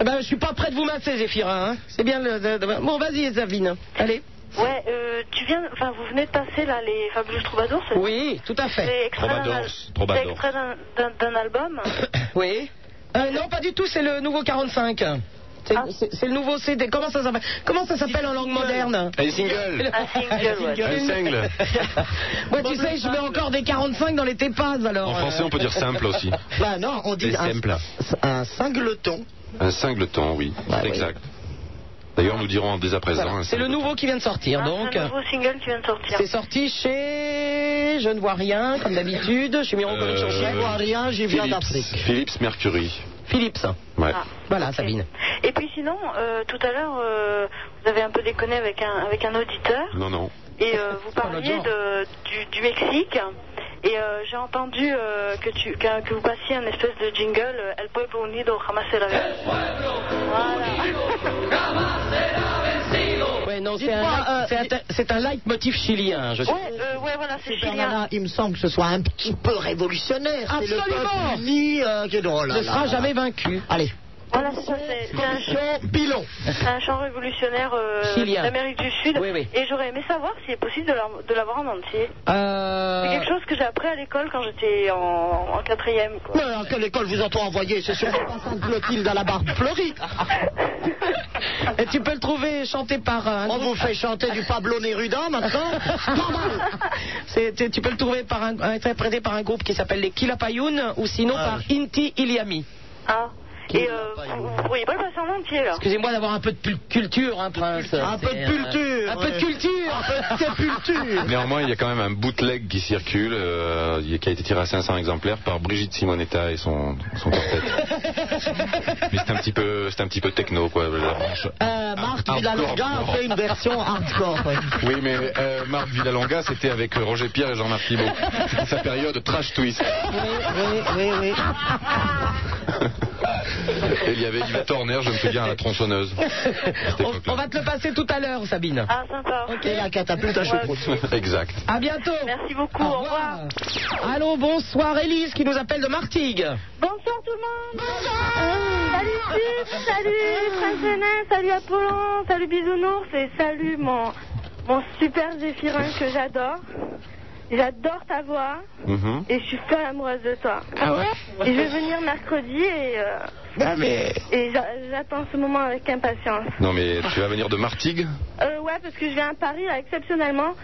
[SPEAKER 4] Eh ben, je suis pas prêt de vous masser, Zéphirin. hein. C'est bien le. de- de- Bon, vas-y, Zavine. Allez.
[SPEAKER 33] Ouais, euh, tu viens, enfin, vous venez de passer là les fabuleux troubadours. c'est-
[SPEAKER 4] Oui, tout à fait.
[SPEAKER 33] C'est extrait d'un
[SPEAKER 4] Troubadours,
[SPEAKER 33] al-
[SPEAKER 4] troubadours.
[SPEAKER 33] c'est extrait d'un- d'un d'un album.
[SPEAKER 4] Oui. Euh, non, pas du tout, c'est le nouveau 45. C'est
[SPEAKER 33] Ah.
[SPEAKER 4] c'est- c'est le nouveau CD. Comment ça s'appelle Comment ça s'appelle en langue moderne
[SPEAKER 18] Un single.
[SPEAKER 4] Un
[SPEAKER 18] single, ouais. Un single.
[SPEAKER 4] Moi, tu sais, je mets encore des 45 dans les tépas, alors.
[SPEAKER 18] En français, on peut dire simple aussi.
[SPEAKER 5] Bah non, on dit
[SPEAKER 18] Des
[SPEAKER 5] un,
[SPEAKER 18] simples.
[SPEAKER 5] un singleton.
[SPEAKER 18] Un singleton, oui. C'est exact. D'ailleurs, nous dirons dès à présent. un
[SPEAKER 4] C'est le nouveau qui vient de sortir, donc.
[SPEAKER 33] Ah, Un nouveau single qui vient de sortir.
[SPEAKER 4] C'est sorti chez. Je ne vois rien, comme d'habitude. Je suis Miron
[SPEAKER 18] Euh,
[SPEAKER 4] Corruption. Je ne vois rien, j'y viens
[SPEAKER 18] Philips.
[SPEAKER 4] d'Afrique.
[SPEAKER 18] Philips Mercury.
[SPEAKER 4] Philips.
[SPEAKER 18] Ouais.
[SPEAKER 33] Ah.
[SPEAKER 4] Voilà, Sabine.
[SPEAKER 33] Et puis sinon, euh, tout à l'heure, euh, vous avez un peu déconné avec un, avec un auditeur
[SPEAKER 18] Non, non.
[SPEAKER 33] et euh, vous parliez de, du, du Mexique. Et euh, j'ai entendu euh, que, tu, qu'un- que vous passiez un espèce de jingle euh, El Pueblo Unido Jamás será vencido.
[SPEAKER 4] Ouais, non, c'est un, c'est un- c'est un leitmotiv chilien, je suis.
[SPEAKER 33] Ouais, euh, ouais, voilà, c'est
[SPEAKER 5] Super
[SPEAKER 33] chilien.
[SPEAKER 5] Nana, il me semble que ce soit un petit peu révolutionnaire. C'est le
[SPEAKER 4] Absolument.
[SPEAKER 5] peuple uni, euh, qui est drôle.
[SPEAKER 4] Ne sera jamais vaincu.
[SPEAKER 5] Allez.
[SPEAKER 33] Voilà, c'est ça, c'est c'est un chant,
[SPEAKER 5] Champion pilon.
[SPEAKER 33] c'est un chant révolutionnaire euh,
[SPEAKER 4] Chilien.
[SPEAKER 33] d'Amérique du Sud. Et j'aurais aimé savoir s'il est possible de la- de l'avoir en entier. C'est
[SPEAKER 5] Euh,
[SPEAKER 33] quelque chose que j'ai appris à l'école quand j'étais en, en quatrième. Quoi.
[SPEAKER 5] Mais à quelle école vous ont-on envoyé C'est surtout pas sainte Clotilde à la barbe fleurie.
[SPEAKER 4] Et tu peux le trouver chanté par euh, un
[SPEAKER 5] On
[SPEAKER 4] groupe.
[SPEAKER 5] vous fait chanter du Pablo Neruda maintenant Pas mal.
[SPEAKER 4] C'est- tu- tu peux le trouver par un, interprété par un groupe qui s'appelle les Kilapayoun ou sinon
[SPEAKER 5] Ah.
[SPEAKER 4] par Inti Iliami.
[SPEAKER 33] Ah. Et euh, vous ne pourriez pas le passer en entier, là
[SPEAKER 4] Excusez-moi d'avoir un peu de pul- culture, hein, prince. Un
[SPEAKER 5] peu de culture,
[SPEAKER 4] Un peu de
[SPEAKER 5] ouais.
[SPEAKER 4] culture.
[SPEAKER 5] Un peu de culture.
[SPEAKER 18] Néanmoins, il y a quand même un bootleg qui circule, euh, qui a été tiré à 500 exemplaires par Brigitte Simonetta et son, son quartet. Mais c'est un petit peu, c'est un petit peu techno, quoi. La branche.
[SPEAKER 5] Euh, Marc
[SPEAKER 18] Hardcore,
[SPEAKER 5] Villalonga a
[SPEAKER 18] non.
[SPEAKER 5] fait une version hardcore. ouais.
[SPEAKER 18] Oui, mais euh, Marc Villalonga, c'était avec euh, Roger Pierre et Jean-Marc Thibault. C'était sa période trash twist.
[SPEAKER 5] Oui, oui, oui.
[SPEAKER 18] Et il y avait Yves Torner, je me souviens, à la tronçonneuse.
[SPEAKER 4] on, on va te le passer tout à l'heure, Sabine.
[SPEAKER 33] Ah, sympa.
[SPEAKER 5] Et la catapulte à choucroute.
[SPEAKER 18] Exact.
[SPEAKER 4] À bientôt.
[SPEAKER 33] Merci beaucoup, au revoir.
[SPEAKER 4] Allô, bonsoir Élise qui nous appelle de Martigues.
[SPEAKER 6] Bonsoir tout le monde Salut Sup, salut Prince Hénin, salut Apollon, salut Bisounours et salut mon, mon super Zéphirin que j'adore. J'adore ta voix
[SPEAKER 18] Mhm.
[SPEAKER 6] et je suis folle amoureuse de toi.
[SPEAKER 18] Ah ouais
[SPEAKER 6] Et je vais venir mercredi et, euh,
[SPEAKER 18] Ah, mais.
[SPEAKER 6] et j'a- j'attends ce moment avec impatience.
[SPEAKER 18] Non, mais tu vas venir de Martigues
[SPEAKER 6] Euh, ouais, parce que je viens à Paris là, exceptionnellement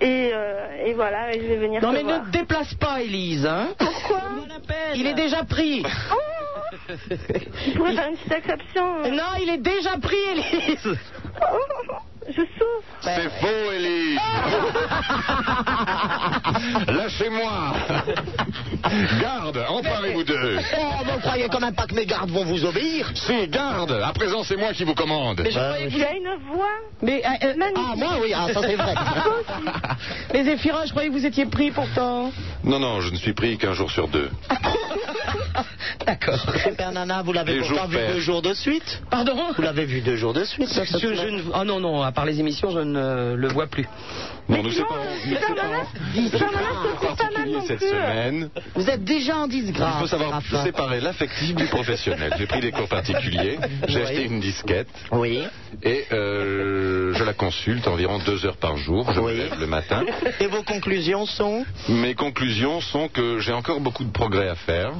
[SPEAKER 6] et, euh, et voilà, et je vais venir
[SPEAKER 4] Non
[SPEAKER 6] te
[SPEAKER 4] mais
[SPEAKER 6] voir.
[SPEAKER 4] ne te déplace pas, Élise. hein.
[SPEAKER 6] Pourquoi
[SPEAKER 4] Il est déjà pris.
[SPEAKER 6] Tu pourrais faire une petite exception.
[SPEAKER 4] Non, il est déjà pris, Élise.
[SPEAKER 6] Je souffre.
[SPEAKER 18] C'est faux, Élise Lâchez-moi Garde, emparez-vous d'eux
[SPEAKER 5] Oh, mais vous croyez quand même pas que mes gardes vont vous obéir
[SPEAKER 18] Si, garde À présent, c'est moi qui vous commande Ah,
[SPEAKER 6] Il a une voix.
[SPEAKER 4] Mais, euh, euh,
[SPEAKER 5] Ah, moi, oui, ah, ça c'est vrai.
[SPEAKER 4] mais Zéphirin, je croyais que vous étiez pris pourtant.
[SPEAKER 18] Non, non, je ne suis pris qu'un jour sur deux.
[SPEAKER 4] D'accord.
[SPEAKER 5] Super Nana, vous l'avez
[SPEAKER 18] Les
[SPEAKER 5] pourtant
[SPEAKER 18] jours
[SPEAKER 5] vu
[SPEAKER 18] pairs.
[SPEAKER 5] deux jours de suite
[SPEAKER 4] Pardon
[SPEAKER 5] Vous l'avez vu deux jours de suite ça, cette
[SPEAKER 4] Je- je
[SPEAKER 5] semaine.
[SPEAKER 4] ne- Ah non, non, à part les émissions, je ne euh, le vois plus.
[SPEAKER 18] Non, nous c'est pas...
[SPEAKER 12] Oh
[SPEAKER 6] Super Nana, Super Nana, je te trouve pas mal
[SPEAKER 18] particulier
[SPEAKER 6] non
[SPEAKER 18] cette
[SPEAKER 6] plus.
[SPEAKER 18] semaine.
[SPEAKER 5] Vous êtes déjà en
[SPEAKER 18] Il faut
[SPEAKER 5] disgrâce.
[SPEAKER 18] savoir
[SPEAKER 5] Raphaël.
[SPEAKER 18] séparer l'affectif du professionnel. J'ai pris des cours particuliers, j'ai
[SPEAKER 5] Oui.
[SPEAKER 18] acheté une disquette
[SPEAKER 5] Oui.
[SPEAKER 18] et euh, je la consulte environ deux heures par jour. Je me lève le matin.
[SPEAKER 5] Et vos conclusions sont
[SPEAKER 18] Mes conclusions sont que j'ai encore beaucoup de progrès à faire,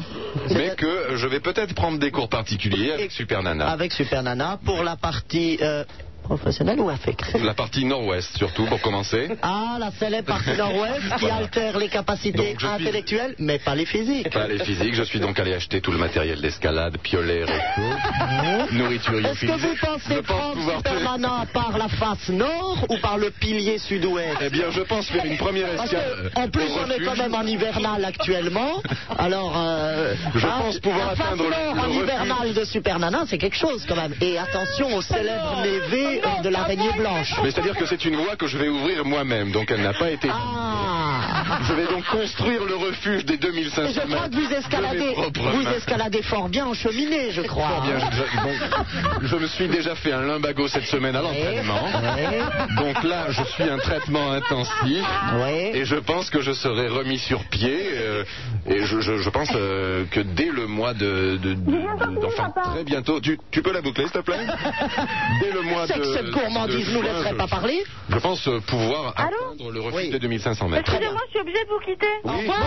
[SPEAKER 18] mais que je vais peut-être prendre des cours particuliers avec Super Nana.
[SPEAKER 5] avec Super Nana pour la partie. euh, professionnelle ou infectée
[SPEAKER 7] La partie nord-ouest, surtout, pour commencer.
[SPEAKER 5] Ah, la célèbre partie nord-ouest qui
[SPEAKER 7] Voilà.
[SPEAKER 5] altère les capacités
[SPEAKER 7] Donc, je suis-
[SPEAKER 5] intellectuelles, mais pas les physiques.
[SPEAKER 7] Pas les physiques, je suis donc allé acheter tout le matériel d'escalade, piolet, réchaud, nourriture
[SPEAKER 5] Est-ce que vous
[SPEAKER 7] lyophilisée. Je
[SPEAKER 5] pensez
[SPEAKER 7] pense
[SPEAKER 5] prendre
[SPEAKER 7] pouvoir-
[SPEAKER 5] Supermana par la face nord ou par le pilier sud-ouest
[SPEAKER 7] Eh bien, je pense faire une première
[SPEAKER 5] Parce
[SPEAKER 7] escale.
[SPEAKER 5] que, en plus,
[SPEAKER 7] au
[SPEAKER 5] on est
[SPEAKER 7] refuge.
[SPEAKER 5] quand même en hivernal actuellement. Alors, euh,
[SPEAKER 7] Je
[SPEAKER 5] hein,
[SPEAKER 7] pense pouvoir
[SPEAKER 5] la face
[SPEAKER 7] atteindre le-
[SPEAKER 5] nord
[SPEAKER 7] le
[SPEAKER 5] en
[SPEAKER 7] refuge.
[SPEAKER 5] hivernal de Supernana, c'est quelque chose quand même. Et attention au célèbre névé de l'araignée blanche.
[SPEAKER 7] Mais c'est-à-dire que c'est une voie que je vais ouvrir moi-même, donc elle n'a pas été.
[SPEAKER 4] Ah.
[SPEAKER 7] Je vais donc construire le refuge des 2500
[SPEAKER 5] Je
[SPEAKER 7] mètres.
[SPEAKER 5] crois que vous
[SPEAKER 7] de mes
[SPEAKER 5] escaladez,
[SPEAKER 7] propres
[SPEAKER 5] vous
[SPEAKER 7] mains.
[SPEAKER 5] escaladez fort bien en cheminée, je crois.
[SPEAKER 7] Fort bien, je, je- bon, je me suis déjà fait un lumbago cette semaine à
[SPEAKER 4] Eh,
[SPEAKER 7] l'entraînement. Donc là, je suis un traitement intensif. Et je pense que je serai remis sur pied. euh, et je, je- je pense euh, que dès le mois de. de- de- de- enfin, très bientôt. Tu, tu peux la boucler, s'il te plaît Dès le mois de.
[SPEAKER 5] C'est que cette gourmandise
[SPEAKER 7] de
[SPEAKER 5] nous
[SPEAKER 7] juin,
[SPEAKER 5] laisserait
[SPEAKER 7] je-
[SPEAKER 5] pas parler.
[SPEAKER 7] Je pense euh, pouvoir
[SPEAKER 5] Allô
[SPEAKER 7] atteindre le refuge des 2500 mètres.
[SPEAKER 5] Excusez-moi,
[SPEAKER 6] je suis obligé de vous quitter.
[SPEAKER 5] Au revoir,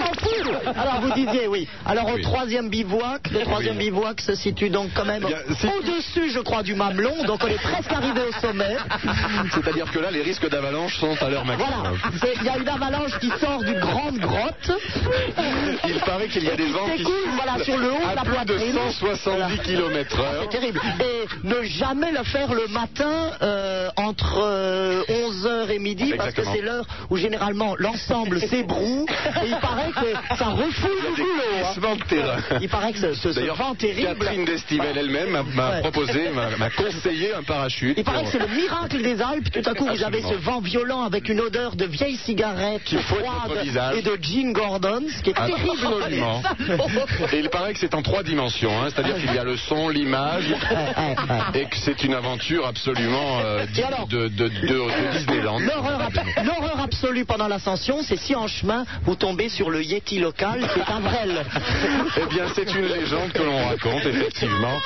[SPEAKER 5] on s'en fout. Alors vous disiez oui. Alors au
[SPEAKER 7] Oui.
[SPEAKER 5] troisième bivouac, le troisième bivouac se situe donc quand
[SPEAKER 7] Eh
[SPEAKER 5] même au-dessus, je crois, du mamelon. Donc on est presque arrivé au sommet.
[SPEAKER 7] C'est-à-dire que là, les risques d'avalanche sont à leur maximum.
[SPEAKER 5] Voilà. C'est- Il y a une avalanche qui sort d'une grande grotte.
[SPEAKER 7] Il paraît qu'il y a des vents
[SPEAKER 5] C'est
[SPEAKER 7] qui
[SPEAKER 5] cool,
[SPEAKER 7] soufflent
[SPEAKER 5] voilà, sur le haut de
[SPEAKER 7] à
[SPEAKER 5] la
[SPEAKER 7] plus de
[SPEAKER 5] poitrine.
[SPEAKER 7] 170 km
[SPEAKER 5] Ah,
[SPEAKER 7] heure.
[SPEAKER 5] C'est terrible. Et ne jamais le faire le matin euh, entre 11h et midi parce que
[SPEAKER 7] Exactement.
[SPEAKER 5] c'est l'heure où généralement l'ensemble s'ébroue et il paraît que ça refoule le boulot. hein.
[SPEAKER 7] Glissement de terrain.
[SPEAKER 5] Il paraît que ce, ce- ce
[SPEAKER 7] D'ailleurs,
[SPEAKER 5] vent terrible.
[SPEAKER 7] Catherine Destivelle elle-même m'a- m'a
[SPEAKER 5] Ouais.
[SPEAKER 7] proposé, m'a m'a conseillé un parachute.
[SPEAKER 5] Il paraît que c'est le miracle des Alpes. Tout à coup, vous avez ce
[SPEAKER 7] Absolument.
[SPEAKER 5] vent violent avec une odeur de vieille cigarette
[SPEAKER 7] Qui fouette votre
[SPEAKER 5] froide
[SPEAKER 7] visage.
[SPEAKER 5] et de Jean Gordon, ce qui est terrible.
[SPEAKER 7] Ah, Absolument. Et il paraît que c'est en trois dimensions, hein, c'est-à-dire qu'il y a le son, l'image, et que c'est une aventure absolument euh,
[SPEAKER 5] Et alors
[SPEAKER 7] de, de- de- de Disneyland.
[SPEAKER 5] L'horreur ab- l'horreur absolue pendant l'ascension, c'est si en chemin vous tombez sur le Yeti local, c'est un vrel.
[SPEAKER 7] Eh bien, c'est une légende que l'on raconte, effectivement.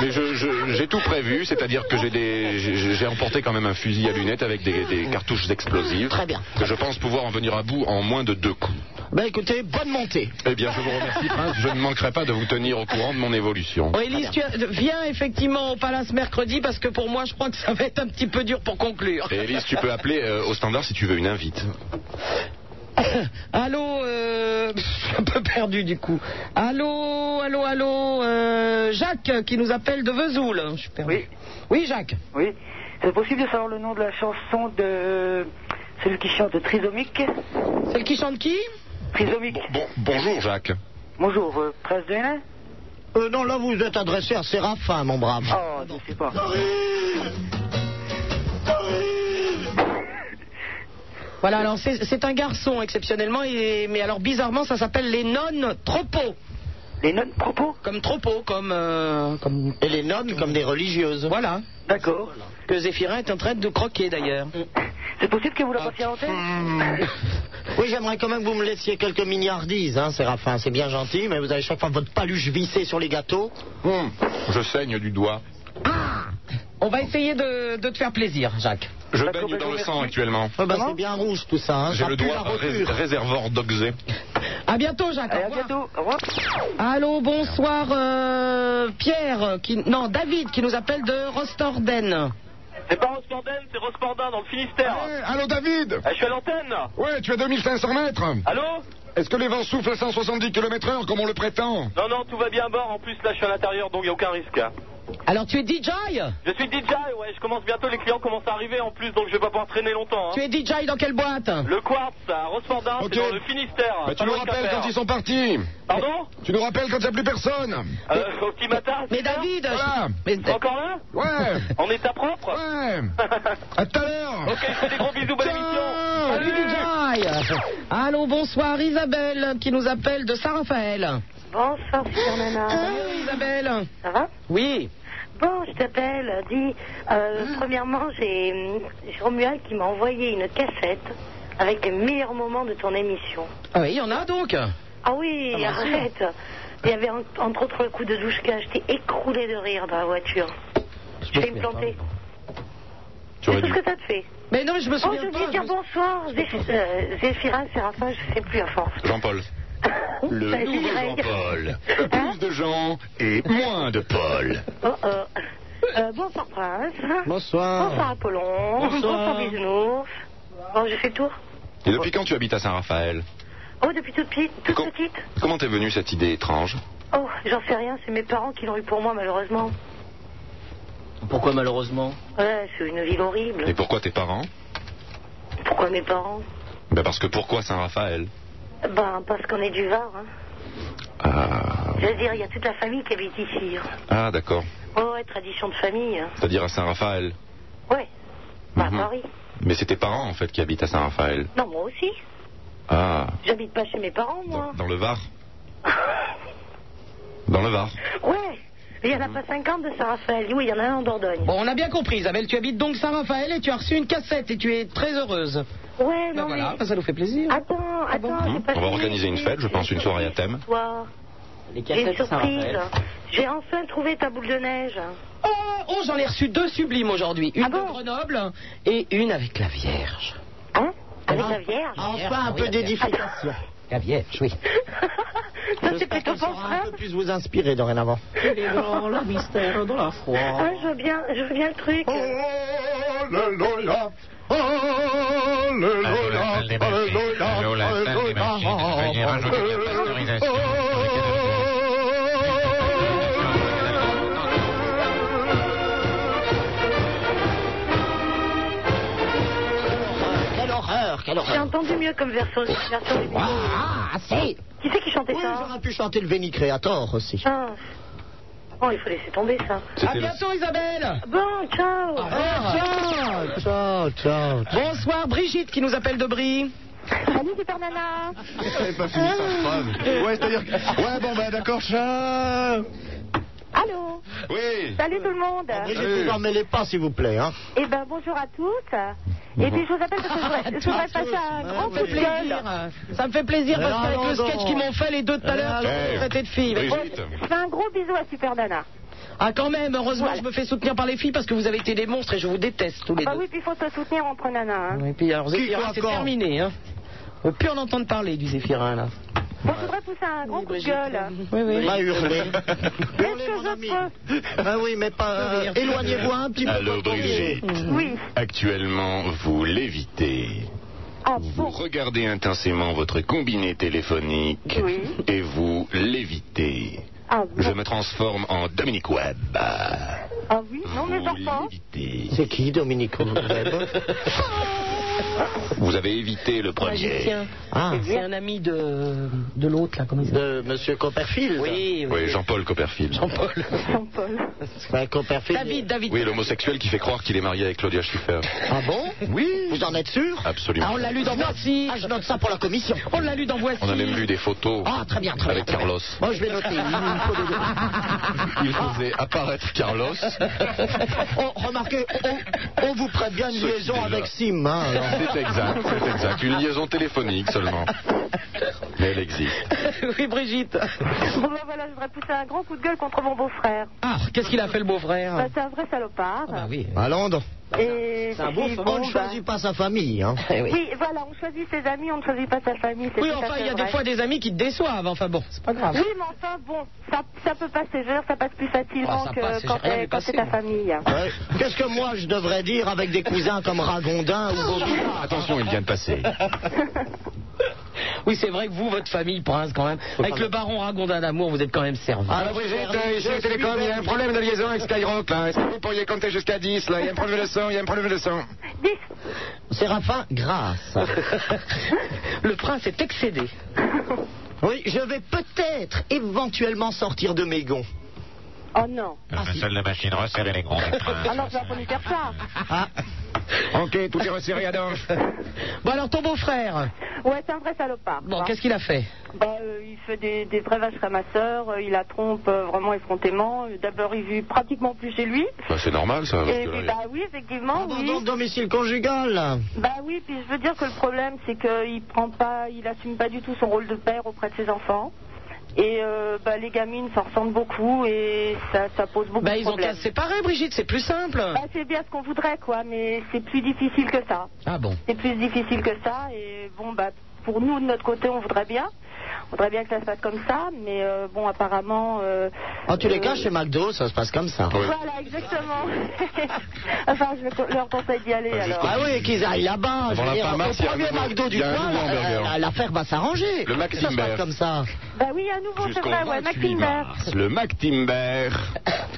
[SPEAKER 7] Mais je- je- j'ai tout prévu, c'est-à-dire que j'ai des- j'ai j'ai emporté quand même un fusil à lunettes avec des, des cartouches explosives. Très bien. Que je pense pouvoir en venir à bout en moins de deux coups.
[SPEAKER 5] Ben écoutez, bonne montée.
[SPEAKER 7] Eh bien, je vous remercie, Prince. Je ne manquerai pas de vous tenir au courant de mon évolution.
[SPEAKER 4] Oh, Élise, tu as- viens effectivement au Palace mercredi parce que pour moi, je crois que ça va être un petit peu dur pour conclure.
[SPEAKER 7] Et Élise, tu peux appeler euh, au standard si tu veux une invite.
[SPEAKER 4] Ah, Allô, euh, je suis un peu perdu du coup. Allô, allô, allô, euh, Jacques qui nous appelle de Vesoul. Je suis perdu. Oui. Jacques.
[SPEAKER 34] Oui. C'est possible de savoir le nom de la chanson de celui qui chante Trisomique
[SPEAKER 4] Celle qui chante qui
[SPEAKER 34] Trisomique.
[SPEAKER 7] bonjour, Jacques.
[SPEAKER 34] Bonjour, euh, presse de Hénin
[SPEAKER 5] Euh, non, là vous vous êtes adressé à Séraphin, mon brave.
[SPEAKER 34] Oh, je sais pas.
[SPEAKER 4] Voilà, alors c'est c'est un garçon exceptionnellement, et- mais alors bizarrement, ça s'appelle les nonnes tropos.
[SPEAKER 34] Les nonnes tropos
[SPEAKER 4] Comme tropos, comme, euh, comme.
[SPEAKER 5] Et les nonnes comme des religieuses.
[SPEAKER 4] Voilà.
[SPEAKER 34] D'accord.
[SPEAKER 4] Que Zéphirin est en train de croquer d'ailleurs. Ah.
[SPEAKER 34] C'est possible que vous la passiez en tête
[SPEAKER 5] Oui, j'aimerais quand même que vous me laissiez quelques milliardises, hein, Séraphin. C'est bien gentil, mais vous avez chaque fois votre paluche vissée sur les gâteaux.
[SPEAKER 7] Hum, je saigne du doigt.
[SPEAKER 4] On va essayer de, de te faire plaisir, Jacques.
[SPEAKER 7] Je baigne dans le sang actuellement.
[SPEAKER 4] ben,
[SPEAKER 5] Ah bah, c'est bien rouge tout ça. Hein.
[SPEAKER 7] J'ai
[SPEAKER 5] Ça
[SPEAKER 7] le
[SPEAKER 5] pue
[SPEAKER 7] doigt
[SPEAKER 5] la
[SPEAKER 7] rés-
[SPEAKER 5] roture.
[SPEAKER 7] réservoir d'oxé.
[SPEAKER 4] À bientôt, Jacques. À bientôt. Allô, bonsoir, euh, Pierre. Qui... Non, David qui nous appelle de Rostorden.
[SPEAKER 8] C'est pas Rospandel, c'est Rospandin dans le Finistère.
[SPEAKER 12] Allô, David
[SPEAKER 8] Ah, je suis à l'antenne
[SPEAKER 12] Ouais, tu as 2500 mètres
[SPEAKER 8] Allô
[SPEAKER 12] Est-ce que les vents soufflent à 170 km heure comme on le prétend
[SPEAKER 8] Non, non, tout va bien à bord. En plus, là, je suis à l'intérieur, donc il n'y a aucun risque. hein.
[SPEAKER 4] Alors, tu es DJ
[SPEAKER 8] Je suis DJ, ouais, je commence bientôt, les clients commencent à arriver en plus, donc je vais pas pouvoir traîner longtemps. hein.
[SPEAKER 4] Tu es DJ dans quelle boîte
[SPEAKER 8] Le Quartz, à Rospandin,
[SPEAKER 12] Ok.
[SPEAKER 8] c'est dans le Finistère.
[SPEAKER 12] Bah,
[SPEAKER 8] Pas
[SPEAKER 12] tu nous
[SPEAKER 8] loin de
[SPEAKER 12] rappelles
[SPEAKER 8] Quimper.
[SPEAKER 12] quand ils sont partis
[SPEAKER 8] Pardon
[SPEAKER 12] Tu nous rappelles quand il n'y a plus personne
[SPEAKER 8] Euh, au petit matin
[SPEAKER 4] Mais David,
[SPEAKER 12] Voilà.
[SPEAKER 8] T'es encore là
[SPEAKER 12] Ouais
[SPEAKER 8] En état propre
[SPEAKER 12] Ouais À tout à l'heure
[SPEAKER 8] Ok, je fais des gros bisous, bonne émission
[SPEAKER 4] Salut, DJ. Allô, bonsoir, Isabelle qui nous appelle de Saint-Raphaël.
[SPEAKER 6] Bonsoir, Super Oh, Nana.
[SPEAKER 4] Isabelle.
[SPEAKER 6] Ça va
[SPEAKER 4] Oui. Ah.
[SPEAKER 6] Bon, je t'appelle. Dis, euh, premièrement, j'ai hum, j'ai Romuald qui m'a envoyé une cassette avec les meilleurs moments de ton émission.
[SPEAKER 4] Ah oui, il y en a donc.
[SPEAKER 6] Ah oui,
[SPEAKER 4] Ah, bah,
[SPEAKER 6] arrête Il y avait en- entre autres le coup de Douchka. Je t'ai écroulé de rire dans la voiture. Je vais me planter. C'est tout ce que ça te fait.
[SPEAKER 4] Mais non, mais je me
[SPEAKER 6] Oh,
[SPEAKER 4] souviens
[SPEAKER 6] j'ai oublié
[SPEAKER 4] pas,
[SPEAKER 6] de dire
[SPEAKER 4] je-
[SPEAKER 6] bonsoir. Zéph- euh, Zéphirin, Séraphin, je sais plus à force.
[SPEAKER 7] Jean-Paul. Le
[SPEAKER 6] Salut,
[SPEAKER 7] nouveau
[SPEAKER 6] Greg.
[SPEAKER 5] Hein
[SPEAKER 7] Jean-Paul. Plus de Jean et moins de Paul.
[SPEAKER 6] Oh, oh. Euh, bonsoir Prince.
[SPEAKER 18] Bonsoir.
[SPEAKER 6] Bonsoir Apollon.
[SPEAKER 18] Bonsoir.
[SPEAKER 6] Bisounours. Bon, j'ai fait le tour.
[SPEAKER 18] Et depuis quand tu habites à Saint-Raphaël
[SPEAKER 6] Oh, depuis toute petite. Toute petite.
[SPEAKER 18] Comment t'es venue cette idée étrange
[SPEAKER 6] Oh, j'en sais rien, c'est mes parents qui l'ont eu pour moi malheureusement.
[SPEAKER 3] Pourquoi malheureusement
[SPEAKER 6] Ouais, c'est une ville horrible.
[SPEAKER 18] Et pourquoi tes parents
[SPEAKER 6] Pourquoi mes parents
[SPEAKER 18] ben Parce que pourquoi Saint-Raphaël
[SPEAKER 6] Ben, parce qu'on est du Var. Hein. Je veux dire, il y a toute la famille qui habite ici. hein.
[SPEAKER 18] Ah, d'accord.
[SPEAKER 6] Ouais, ouais, tradition de famille. hein.
[SPEAKER 18] C'est-à-dire à Saint-Raphaël
[SPEAKER 6] Ouais. Bah,
[SPEAKER 18] Hmm.
[SPEAKER 6] à Paris.
[SPEAKER 18] Mais c'est tes parents, en fait, qui habitent à Saint-Raphaël.
[SPEAKER 6] Non, moi aussi.
[SPEAKER 18] Ah,
[SPEAKER 6] J'habite pas chez mes parents, moi.
[SPEAKER 18] dans le Var Dans le Var.
[SPEAKER 6] Ouais. Il y en a pas 50 de Saint-Raphaël. Oui, il y en a un en Dordogne.
[SPEAKER 4] Bon, on a bien compris, Isabelle. Tu habites donc Saint-Raphaël et tu as reçu une cassette et tu es très heureuse. Ben
[SPEAKER 6] Ouais, non,
[SPEAKER 4] voilà, ça nous fait plaisir. Mmh.
[SPEAKER 6] Attends, Ah, attends, j'ai pas
[SPEAKER 18] On va
[SPEAKER 6] fini.
[SPEAKER 18] organiser une fête, je pense, une soirée à thème.
[SPEAKER 6] Toi,
[SPEAKER 3] Les
[SPEAKER 6] J'ai une
[SPEAKER 3] cassettes
[SPEAKER 6] surprise.
[SPEAKER 3] Saint-Raphaël.
[SPEAKER 6] J'ai enfin trouvé ta boule de neige.
[SPEAKER 4] Oh, oh, j'en ai reçu deux sublimes aujourd'hui.
[SPEAKER 6] Ah
[SPEAKER 4] Une de Grenoble et une avec la Vierge. Ah
[SPEAKER 6] Avec la Vierge.
[SPEAKER 4] Enfin, un peu
[SPEAKER 5] d'édification.
[SPEAKER 4] La Vierge, oui.
[SPEAKER 6] Ça, c'est plutôt bon, frère.
[SPEAKER 5] Puisse vous inspirer dorénavant.
[SPEAKER 3] le mystère dans la foi.
[SPEAKER 6] Ouais, Ah, je vois bien, je vois bien le truc.
[SPEAKER 12] Alléluia. Alléluia. Alléluia.
[SPEAKER 18] Euh,
[SPEAKER 12] Oh.
[SPEAKER 5] Quelle horreur, quelle
[SPEAKER 6] J'ai
[SPEAKER 5] horreur.
[SPEAKER 6] entendu mieux comme version, version du
[SPEAKER 5] Ah, assez.
[SPEAKER 6] Qui c'est qui chantait
[SPEAKER 5] Oui,
[SPEAKER 6] ça
[SPEAKER 5] j'aurais pu chanter le Veni Creator aussi.
[SPEAKER 6] Ah. Oh, il faut laisser tomber ça.
[SPEAKER 5] C'était le-
[SPEAKER 4] bientôt, Isabelle
[SPEAKER 6] Bon, ciao
[SPEAKER 4] Ciao,
[SPEAKER 5] ciao, ciao.
[SPEAKER 4] Bonsoir, Brigitte qui nous appelle de Brie.
[SPEAKER 6] Salut, super nana
[SPEAKER 27] J'avais pas fini sa phrase. Ouais, c'est-à-dire que... Ouais, bon, ben d'accord, ciao
[SPEAKER 6] Allô
[SPEAKER 18] Oui
[SPEAKER 6] Salut tout le monde
[SPEAKER 5] Brigitte, vous en mêlez pas, s'il vous plaît. Hein.
[SPEAKER 6] Eh ben, bonjour à toutes. Et puis, je vous appelle parce que je voudrais- je voudrais passer un grand coup de gueule.
[SPEAKER 4] Ça me fait plaisir parce qu'avec le sketch qu'ils m'ont fait les deux tout à l'heure,
[SPEAKER 12] Eh,
[SPEAKER 4] je me traitais de filles.
[SPEAKER 12] Brigitte.
[SPEAKER 6] Je fais un gros bisou à Super Nana.
[SPEAKER 4] Ah, quand même, heureusement, je me fais soutenir par les filles parce que vous avez été des monstres et je vous déteste tous les
[SPEAKER 6] Bah
[SPEAKER 4] deux.
[SPEAKER 6] oui, puis il faut se soutenir entre nanas. hein.
[SPEAKER 4] Et puis, alors,
[SPEAKER 6] Qui,
[SPEAKER 4] Zéphirin,
[SPEAKER 6] quoi,
[SPEAKER 4] c'est
[SPEAKER 6] encore
[SPEAKER 4] terminé. Hein. On peut plus en entendre parler du Zéphirin, là.
[SPEAKER 6] Bon, je voudrais pousser un grand coup de gueule.
[SPEAKER 4] Oui, oui.
[SPEAKER 5] Va hurler.
[SPEAKER 6] Qu'est-ce que je
[SPEAKER 5] Ah oui, mais pas. euh, Éloignez-vous un petit peu.
[SPEAKER 18] Allô, Brigitte
[SPEAKER 6] peux Oui.
[SPEAKER 18] Actuellement, vous l'évitez. Vous regardez intensément votre combiné téléphonique et vous l'évitez.
[SPEAKER 6] Ah,
[SPEAKER 18] Je me transforme en Dominique Webb.
[SPEAKER 6] ah oui, non, mais pourtant.
[SPEAKER 5] C'est qui, Dominique
[SPEAKER 18] Vous avez évité le
[SPEAKER 4] Magique,
[SPEAKER 18] premier. Ah.
[SPEAKER 4] tiens. C'est un ami de, de l'autre, là, comment il
[SPEAKER 5] Ah. De Monsieur Copperfield
[SPEAKER 4] Oui,
[SPEAKER 18] Oui, Jean-Paul Copperfield.
[SPEAKER 4] Jean-Paul.
[SPEAKER 5] Copperfield.
[SPEAKER 4] David, David.
[SPEAKER 18] Oui, l'homosexuel qui fait croire qu'il est marié avec Claudia Schiffer.
[SPEAKER 5] Ah bon Oui. Vous en êtes sûr
[SPEAKER 18] Absolument.
[SPEAKER 5] Ah, on l'a lu dans Voici. Ah, je note ça pour la commission.
[SPEAKER 4] On l'a lu dans Voici.
[SPEAKER 18] On a même vu des photos
[SPEAKER 5] Ah, très bien, très
[SPEAKER 18] avec
[SPEAKER 5] bien.
[SPEAKER 18] Carlos.
[SPEAKER 5] Moi, je vais noter.
[SPEAKER 18] Il faisait apparaître Carlos.
[SPEAKER 5] Oh, remarquez, on, on vous prête bien une
[SPEAKER 18] Ce
[SPEAKER 5] liaison
[SPEAKER 18] qui
[SPEAKER 5] avec
[SPEAKER 18] déjà-
[SPEAKER 5] Sim. hein, alors.
[SPEAKER 18] C'est exact, c'est exact. Une liaison téléphonique seulement. Mais elle existe.
[SPEAKER 4] oui, Brigitte.
[SPEAKER 6] Bon, ben voilà, je voudrais pousser un grand coup de gueule contre mon beau-frère.
[SPEAKER 4] Ah, qu'est-ce qu'il a fait, le
[SPEAKER 6] Bah,
[SPEAKER 4] beau-frère
[SPEAKER 6] c'est un vrai salopard.
[SPEAKER 4] oui.
[SPEAKER 5] Allons donc.
[SPEAKER 6] Ah Et
[SPEAKER 4] C'est un beau
[SPEAKER 6] puis,
[SPEAKER 4] fond,
[SPEAKER 5] On ne
[SPEAKER 6] bah,
[SPEAKER 5] choisit pas sa famille. Hein.
[SPEAKER 6] Oui, voilà, on choisit ses amis, on ne choisit pas sa famille. c'est
[SPEAKER 4] eh Oui,
[SPEAKER 6] tout à
[SPEAKER 4] enfin,
[SPEAKER 6] fait
[SPEAKER 4] il y a
[SPEAKER 6] vrai.
[SPEAKER 4] des fois des amis qui te déçoivent. Enfin bon, c'est pas grave.
[SPEAKER 6] Oui, mais enfin, bon, ça, ça peut passer, je veux dire, ça passe plus facilement
[SPEAKER 4] Ah, ça
[SPEAKER 6] que
[SPEAKER 4] passe, j'ai
[SPEAKER 6] quand
[SPEAKER 4] rien
[SPEAKER 6] c'est-
[SPEAKER 4] vu
[SPEAKER 6] quand
[SPEAKER 4] passer,
[SPEAKER 6] c'est ta
[SPEAKER 4] moi.
[SPEAKER 6] famille.
[SPEAKER 5] Ouais. Qu'est-ce que moi je devrais dire avec des cousins comme Ragondin ou Bobby
[SPEAKER 18] Attention, il vient de passer.
[SPEAKER 4] Oui, c'est vrai que vous, votre famille, Ah, Prince, quand même, avec le baron Ragondin d'amour, vous êtes quand même servi.
[SPEAKER 18] Alors Brigitte, euh, ici au Télécom, il y a un problème de liaison avec Skyrock. là. Est-ce que vous pourriez compter jusqu'à 10 là Il y a un problème de son, il y a un problème de son.
[SPEAKER 5] Séraphin, grâce.
[SPEAKER 4] Le prince est excédé.
[SPEAKER 5] Oui, je vais peut-être éventuellement sortir de mes gonds.
[SPEAKER 6] Oh non.
[SPEAKER 27] Seule la machine resserre les grands
[SPEAKER 6] Ah non, tu vas pas nous faire ça.
[SPEAKER 18] Ok, tout est resserré à Danche.
[SPEAKER 4] Bon, alors, ton beau-frère,
[SPEAKER 6] Ouais, c'est un vrai salopard.
[SPEAKER 4] bon,
[SPEAKER 6] quoi.
[SPEAKER 4] qu'est-ce qu'il a fait
[SPEAKER 6] Bah, euh, il fait des, des vrais vaches ramasseurs, euh, il la trompe euh, vraiment effrontément. Euh, D'abord, il vit pratiquement plus chez lui.
[SPEAKER 18] Bah, c'est normal ça.
[SPEAKER 4] Eh
[SPEAKER 6] Et puis,
[SPEAKER 4] ben,
[SPEAKER 6] bah oui,
[SPEAKER 4] Ah
[SPEAKER 6] effectivement,
[SPEAKER 5] Abandon
[SPEAKER 6] oui.
[SPEAKER 5] de domicile conjugal.
[SPEAKER 6] Bah oui, puis je veux dire que le problème, c'est qu'il prend pas, il assume pas du tout son rôle de père auprès de ses enfants. Et euh, bah, les gamines s'en ressentent beaucoup et ça, ça pose beaucoup
[SPEAKER 4] Bah,
[SPEAKER 6] de
[SPEAKER 4] ils ont
[SPEAKER 6] problèmes.
[SPEAKER 4] qu'à se séparer, Brigitte, c'est plus simple.
[SPEAKER 6] Bah, c'est bien ce qu'on voudrait, quoi, mais c'est plus difficile que ça.
[SPEAKER 4] Ah bon
[SPEAKER 6] C'est plus difficile que ça, et bon, bah, pour nous, de notre côté, on voudrait bien.
[SPEAKER 16] On voudrait bien que ça se passe comme ça, mais euh, bon, apparemment. euh,
[SPEAKER 5] En tous les
[SPEAKER 16] euh,
[SPEAKER 5] cas, chez McDo, ça se passe comme ça.
[SPEAKER 16] Voilà, exactement. enfin, je me- leur conseille d'y aller alors.
[SPEAKER 5] Ah oui, qu'ils aillent là-bas. Je
[SPEAKER 16] Avant
[SPEAKER 5] veux
[SPEAKER 16] la
[SPEAKER 5] dire,
[SPEAKER 16] fin
[SPEAKER 5] au
[SPEAKER 16] mars, il y a un
[SPEAKER 5] premier
[SPEAKER 16] nouveau-
[SPEAKER 5] McDo du
[SPEAKER 16] il y a un
[SPEAKER 5] coin,
[SPEAKER 16] nouveau hamburger.
[SPEAKER 5] euh, euh, l'affaire va s'arranger.
[SPEAKER 18] Le Mac
[SPEAKER 5] Ça se passe
[SPEAKER 18] Timber.
[SPEAKER 5] comme ça.
[SPEAKER 16] Bah oui, à nouveau, c'est
[SPEAKER 18] Jusqu'au
[SPEAKER 16] vrai, ouais,
[SPEAKER 18] 28
[SPEAKER 6] bah,
[SPEAKER 16] Maximber.
[SPEAKER 18] mars, le McTimber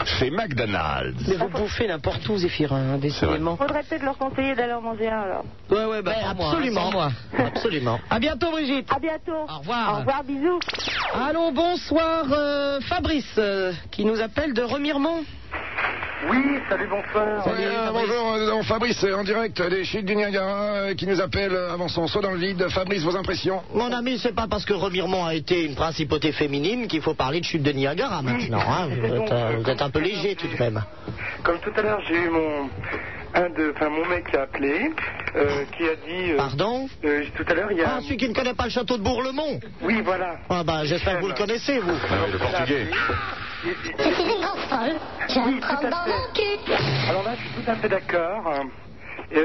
[SPEAKER 18] chez McDonald's.
[SPEAKER 4] Mais vous bouffez n'importe où, Zéphirin, hein, décidément.
[SPEAKER 16] Faudrait peut-être leur conseiller d'aller en manger un alors.
[SPEAKER 4] Ouais, ouais, bah,
[SPEAKER 5] Mais
[SPEAKER 4] sans moi, hein,
[SPEAKER 5] absolument.
[SPEAKER 4] sans moi.
[SPEAKER 5] Absolument.
[SPEAKER 4] À bientôt, Brigitte.
[SPEAKER 16] À bientôt. Au
[SPEAKER 4] revoir.
[SPEAKER 16] Au revoir, bisous.
[SPEAKER 4] Allons, bonsoir, euh, Fabrice, euh, qui nous appelle de Remiremont.
[SPEAKER 9] Oui, salut, bonsoir.
[SPEAKER 17] Ouais, euh, bonjour, euh, donc, Fabrice, euh, en direct des chutes du Niagara, euh, qui nous appelle, euh, avançons, soit dans le vide. Fabrice, vos impressions
[SPEAKER 5] Mon ami, c'est pas parce que Remiremont a été une principauté féminine qu'il faut parler de chute de Niagara maintenant. hein. Vous, êtes, euh, vous êtes un peu léger tout de même.
[SPEAKER 9] Comme tout à l'heure, j'ai eu mon un de, enfin mon mec qui a appelé, euh, qui a dit.
[SPEAKER 5] Pardon
[SPEAKER 9] Tout à l'heure, il y a.
[SPEAKER 5] Ah, celui qui ne connaît pas le château de Bourlemont
[SPEAKER 9] Oui, voilà.
[SPEAKER 5] Ah bah, j'espère que vous le connaissez, vous.
[SPEAKER 16] Ah
[SPEAKER 18] le portugais.
[SPEAKER 9] Oui, tout à fait. Alors là, je suis tout à fait d'accord. Euh,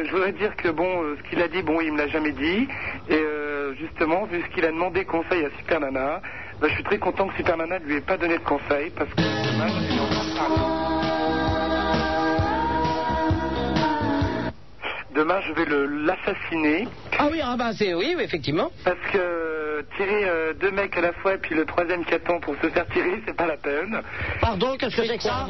[SPEAKER 9] Et je voudrais dire que bon, euh, ce qu'il a dit, bon, il me l'a jamais dit. Et euh, justement, vu ce qu'il a demandé conseil à Super Nana, bah, je suis très content que Super Nana ne lui ait pas donné de conseil parce que. Demain, je vais le- l'assassiner
[SPEAKER 4] Ah oui, ah bah, c'est, oui, oui, effectivement.
[SPEAKER 9] parce que euh, tirer euh, deux mecs à la fois et puis le troisième qui attend pour se faire tirer, c'est pas la peine.
[SPEAKER 5] Pardon, qu'est-ce que c'est que ça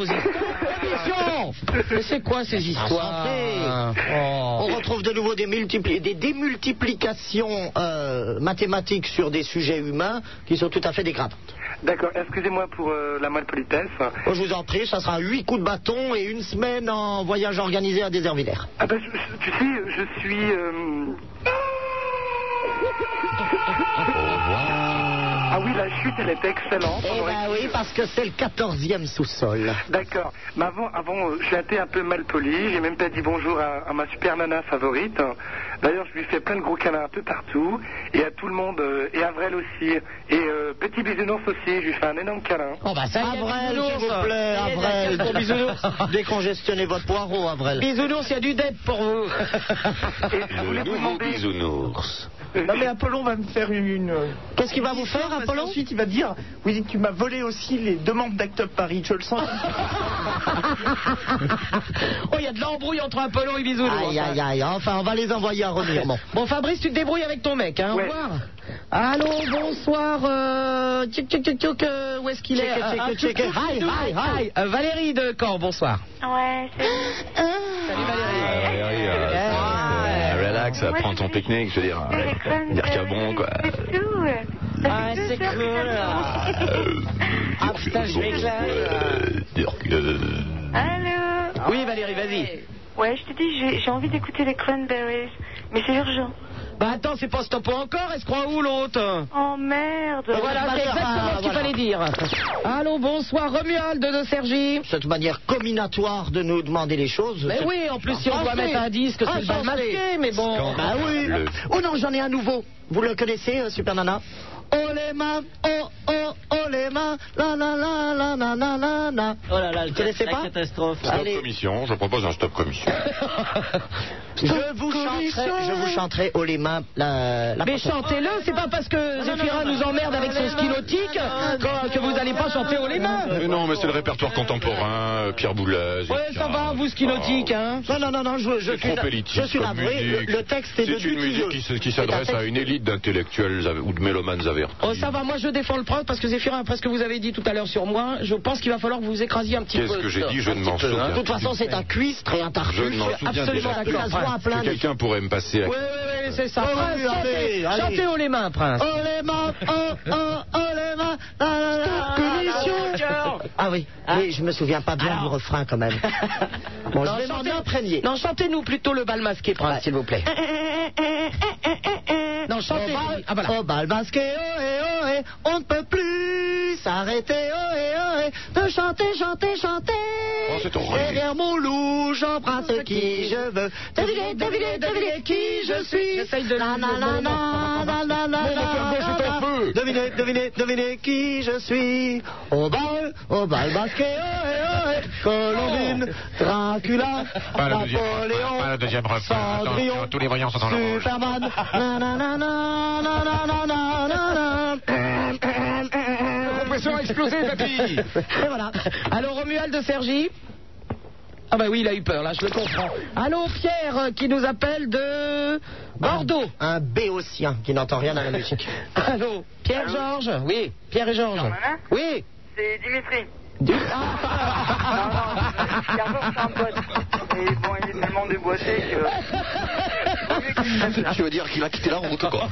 [SPEAKER 4] Mais c'est quoi ces histoires Oh.
[SPEAKER 5] On retrouve de nouveau des, multipli- des démultiplications euh, mathématiques sur des sujets humains qui sont tout à fait dégradantes.
[SPEAKER 9] D'accord, excusez-moi pour euh, la moelle politesse.
[SPEAKER 5] Oh, je vous en prie, ça sera huit coups de bâton et une semaine en voyage organisé à Déservillers.
[SPEAKER 9] Ah bah, je- je- tu sais, je suis. euh, Ah oui, la chute, elle était excellente.
[SPEAKER 5] Eh ben oui, parce que c'est le 14e sous-sol.
[SPEAKER 9] D'accord. Mais avant, avant euh, j'ai été un peu mal poli. J'ai même pas dit bonjour à, à ma super nana favorite. D'ailleurs, je lui fais plein de gros câlins un peu partout. Et à tout le monde. euh, et à Vrel aussi. Et euh, petit bisounours aussi. Je lui fais un énorme câlin.
[SPEAKER 5] Oh bah ça
[SPEAKER 4] y est,
[SPEAKER 5] Avrel,
[SPEAKER 4] bisounours.
[SPEAKER 5] s'il vous
[SPEAKER 35] Eh,
[SPEAKER 5] plaît,
[SPEAKER 4] Ça y est,
[SPEAKER 5] Euh, Avrel.
[SPEAKER 4] d'accord, bisounours.
[SPEAKER 5] Décongestionnez votre poireau, Avrel.
[SPEAKER 4] Bisounours, il y a du dette pour vous.
[SPEAKER 18] Le nouveau bisounours.
[SPEAKER 35] Non mais Apollon va me faire une...
[SPEAKER 5] Qu'est-ce qu'il va vous faire, Apollon
[SPEAKER 35] Ensuite il va dire, oui tu m'as volé aussi les demandes d'Act Up Paris, je le sens.
[SPEAKER 4] oh, il y a de l'embrouille entre Apollon et Bisounours.
[SPEAKER 5] Aïe, aïe, aïe. Enfin, on va les envoyer à Remiremont.
[SPEAKER 4] Bon, Fabrice, tu te débrouilles avec ton mec, hein, au revoir. Allô, bonsoir, euh, tchic, tchic, tchic, tchic, euh, où est-ce qu'il est,
[SPEAKER 5] Tchic, tchic,
[SPEAKER 4] Ah, ah,
[SPEAKER 5] tchic, tchic,
[SPEAKER 4] tchic,
[SPEAKER 5] hi,
[SPEAKER 4] tchic,
[SPEAKER 5] hi,
[SPEAKER 4] tchic, hi. Euh, Valérie de Caen, bonsoir.
[SPEAKER 36] Ouais, c'est. Salut Valérie.
[SPEAKER 18] Valérie, euh, euh, relax, euh, prends ton pique-nique, je veux dire. euh, Dire qu'à bon, quoi.
[SPEAKER 36] Ah, c'est cool.
[SPEAKER 4] Ah putain, je m'éclate.
[SPEAKER 36] Allô
[SPEAKER 4] Oui, Valérie, vas-y.
[SPEAKER 36] Ouais, je te dis, j'ai- j'ai envie d'écouter les Cranberries, mais c'est urgent.
[SPEAKER 4] Bah attends, c'est pas stop encore, elle se croit où l'autre Bah,
[SPEAKER 36] Oh merde
[SPEAKER 4] Voilà, c'est exactement ce qu'il fallait dire. Allô, bonsoir, Romuald de Sergi.
[SPEAKER 5] Cette manière combinatoire de nous demander les choses.
[SPEAKER 4] Mais
[SPEAKER 5] c'est-
[SPEAKER 4] oui, en plus, si on doit
[SPEAKER 5] Insensé.
[SPEAKER 4] mettre un disque, c'est le bal
[SPEAKER 5] Insensé.
[SPEAKER 4] masqué, mais bon. Ah
[SPEAKER 5] Bah oui.
[SPEAKER 4] Scandaleux.
[SPEAKER 5] Oh non, j'en ai un nouveau. Vous le connaissez, euh, Super Nana Oh les mains, oh oh oh les mains, la la la la la la la la.
[SPEAKER 3] Oh là là, le
[SPEAKER 5] Vous connaissez
[SPEAKER 3] la
[SPEAKER 5] pas
[SPEAKER 3] catastrophe.
[SPEAKER 18] Stop commission, je propose un stop commission.
[SPEAKER 5] Je vous chanterai, je vous chanterai oh les mains la, la
[SPEAKER 4] Mais
[SPEAKER 5] prochaine-
[SPEAKER 4] chantez-le, c'est pas parce que Zéphirin nous emmerde avec son ski nautique euh, que- que vous n'allez pas chanter au les mains.
[SPEAKER 18] Mais non, mais c'est le répertoire contemporain, euh, Pierre Boulez.
[SPEAKER 4] Ouais, ça va, vous ski nautique, hein.
[SPEAKER 5] Non, non, non, non, je, je
[SPEAKER 18] C'est
[SPEAKER 5] suis,
[SPEAKER 18] trop
[SPEAKER 5] la-
[SPEAKER 18] élitiste
[SPEAKER 5] je suis
[SPEAKER 18] comme
[SPEAKER 5] navré, le,
[SPEAKER 18] musique.
[SPEAKER 5] le texte est, de
[SPEAKER 18] C'est une musique qui se- qui s'adresse à une élite d'intellectuels av- ou de mélomanes avertis.
[SPEAKER 4] Oh, ça va, moi je défends le prince parce que Zéphirin, après ce que vous avez dit tout à l'heure sur moi, je pense qu'il va falloir que vous vous écrasiez un petit peu.
[SPEAKER 18] Qu'est-ce que j'ai dit Je
[SPEAKER 4] Un
[SPEAKER 18] ne
[SPEAKER 4] petit
[SPEAKER 18] m'en
[SPEAKER 4] peu,
[SPEAKER 18] souviens
[SPEAKER 4] hein.
[SPEAKER 5] De toute façon, c'est un cuistre et un
[SPEAKER 18] Je
[SPEAKER 5] tartuffe.
[SPEAKER 18] ne m'en souviens
[SPEAKER 4] absolument
[SPEAKER 18] déjà plus.
[SPEAKER 4] d'accord, Prince.
[SPEAKER 18] Que quelqu'un pourrait me passer à...
[SPEAKER 4] Oui, oui, oui, c'est ça.
[SPEAKER 5] Oh,
[SPEAKER 4] Prince,
[SPEAKER 5] oui, allez,
[SPEAKER 4] chantez,
[SPEAKER 5] allez.
[SPEAKER 4] chantez haut les mains, Prince.
[SPEAKER 5] Oh les mains, oh oh oh les mains, la la
[SPEAKER 4] Ah,
[SPEAKER 5] la.
[SPEAKER 4] bah,
[SPEAKER 5] Commission. Ah oui, oui, je me souviens pas bien du refrain quand même. Bon, je vais m'en imprégner.
[SPEAKER 4] Non, chantez-nous plutôt le bal masqué, Prince, s'il vous plaît. Non, chantez.
[SPEAKER 5] Au bal, oh, eh,
[SPEAKER 4] Ah, voilà.
[SPEAKER 5] oh, au bal masqué, ohé, ohé, on ne peut plus s'arrêter, ohé, ohé, eh, de veux chanter, chanter, chanter. Derrière mon loup,
[SPEAKER 4] Oh,
[SPEAKER 5] j'embrasse qui je veux. Devinez, devinez, devinez qui je suis. Na, na, na, na, na, na, na, na, na. Devinez, devinez, devinez qui je suis. Au bal, au bal oh, masqué, ohé, ohé. eh. Colombine, Dracula,
[SPEAKER 27] Pas la deuxième, pas, pas la deuxième refrain. Attends,
[SPEAKER 5] Cendrillon.
[SPEAKER 27] attends, tous les voyants sont dans le rouge.
[SPEAKER 5] Superman. Na, na, na, na, na, na, na, na, na, na.
[SPEAKER 17] Le compresseur a explosé, papy
[SPEAKER 4] Et voilà. Allô, Romuald de Sergi Ah bah oui, il a eu peur, là, je le comprends. Allô, Pierre, euh, qui nous appelle de Bordeaux.
[SPEAKER 5] Un béotien qui n'entend rien à la musique.
[SPEAKER 4] Allô, Pierre-Georges Oui, Pierre et Georges. Oui
[SPEAKER 36] C'est Dimitri.
[SPEAKER 31] Tu veux dire qu'il a quitté la route, quoi.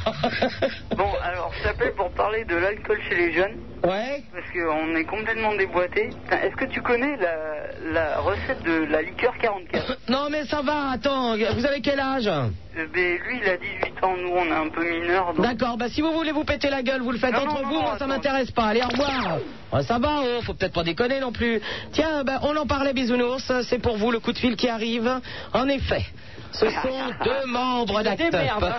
[SPEAKER 36] Bon, alors, je t'appelle pour parler de l'alcool chez les jeunes.
[SPEAKER 4] Ouais.
[SPEAKER 36] Parce qu'on est complètement déboîté. Putain, Est-ce que tu connais la, la recette de la liqueur 44
[SPEAKER 4] Non, mais ça va, attends, vous avez quel âge
[SPEAKER 36] Euh, ben, Lui, il a 18 ans, nous, on est un peu mineurs. donc-
[SPEAKER 4] D'accord, bah si vous voulez vous péter la gueule, vous le faites
[SPEAKER 36] Non,
[SPEAKER 4] entre
[SPEAKER 36] non,
[SPEAKER 4] vous,
[SPEAKER 36] non,
[SPEAKER 4] moi ça m'intéresse pas. Allez, au revoir. Ouais, ça va, oh, faut peut-être pas déconner non plus. Tiens, bah, on en parlait, bisounours, c'est pour vous le coup de fil qui arrive. En effet. Ce sont deux membres d'Act Up.
[SPEAKER 12] démerde, hein,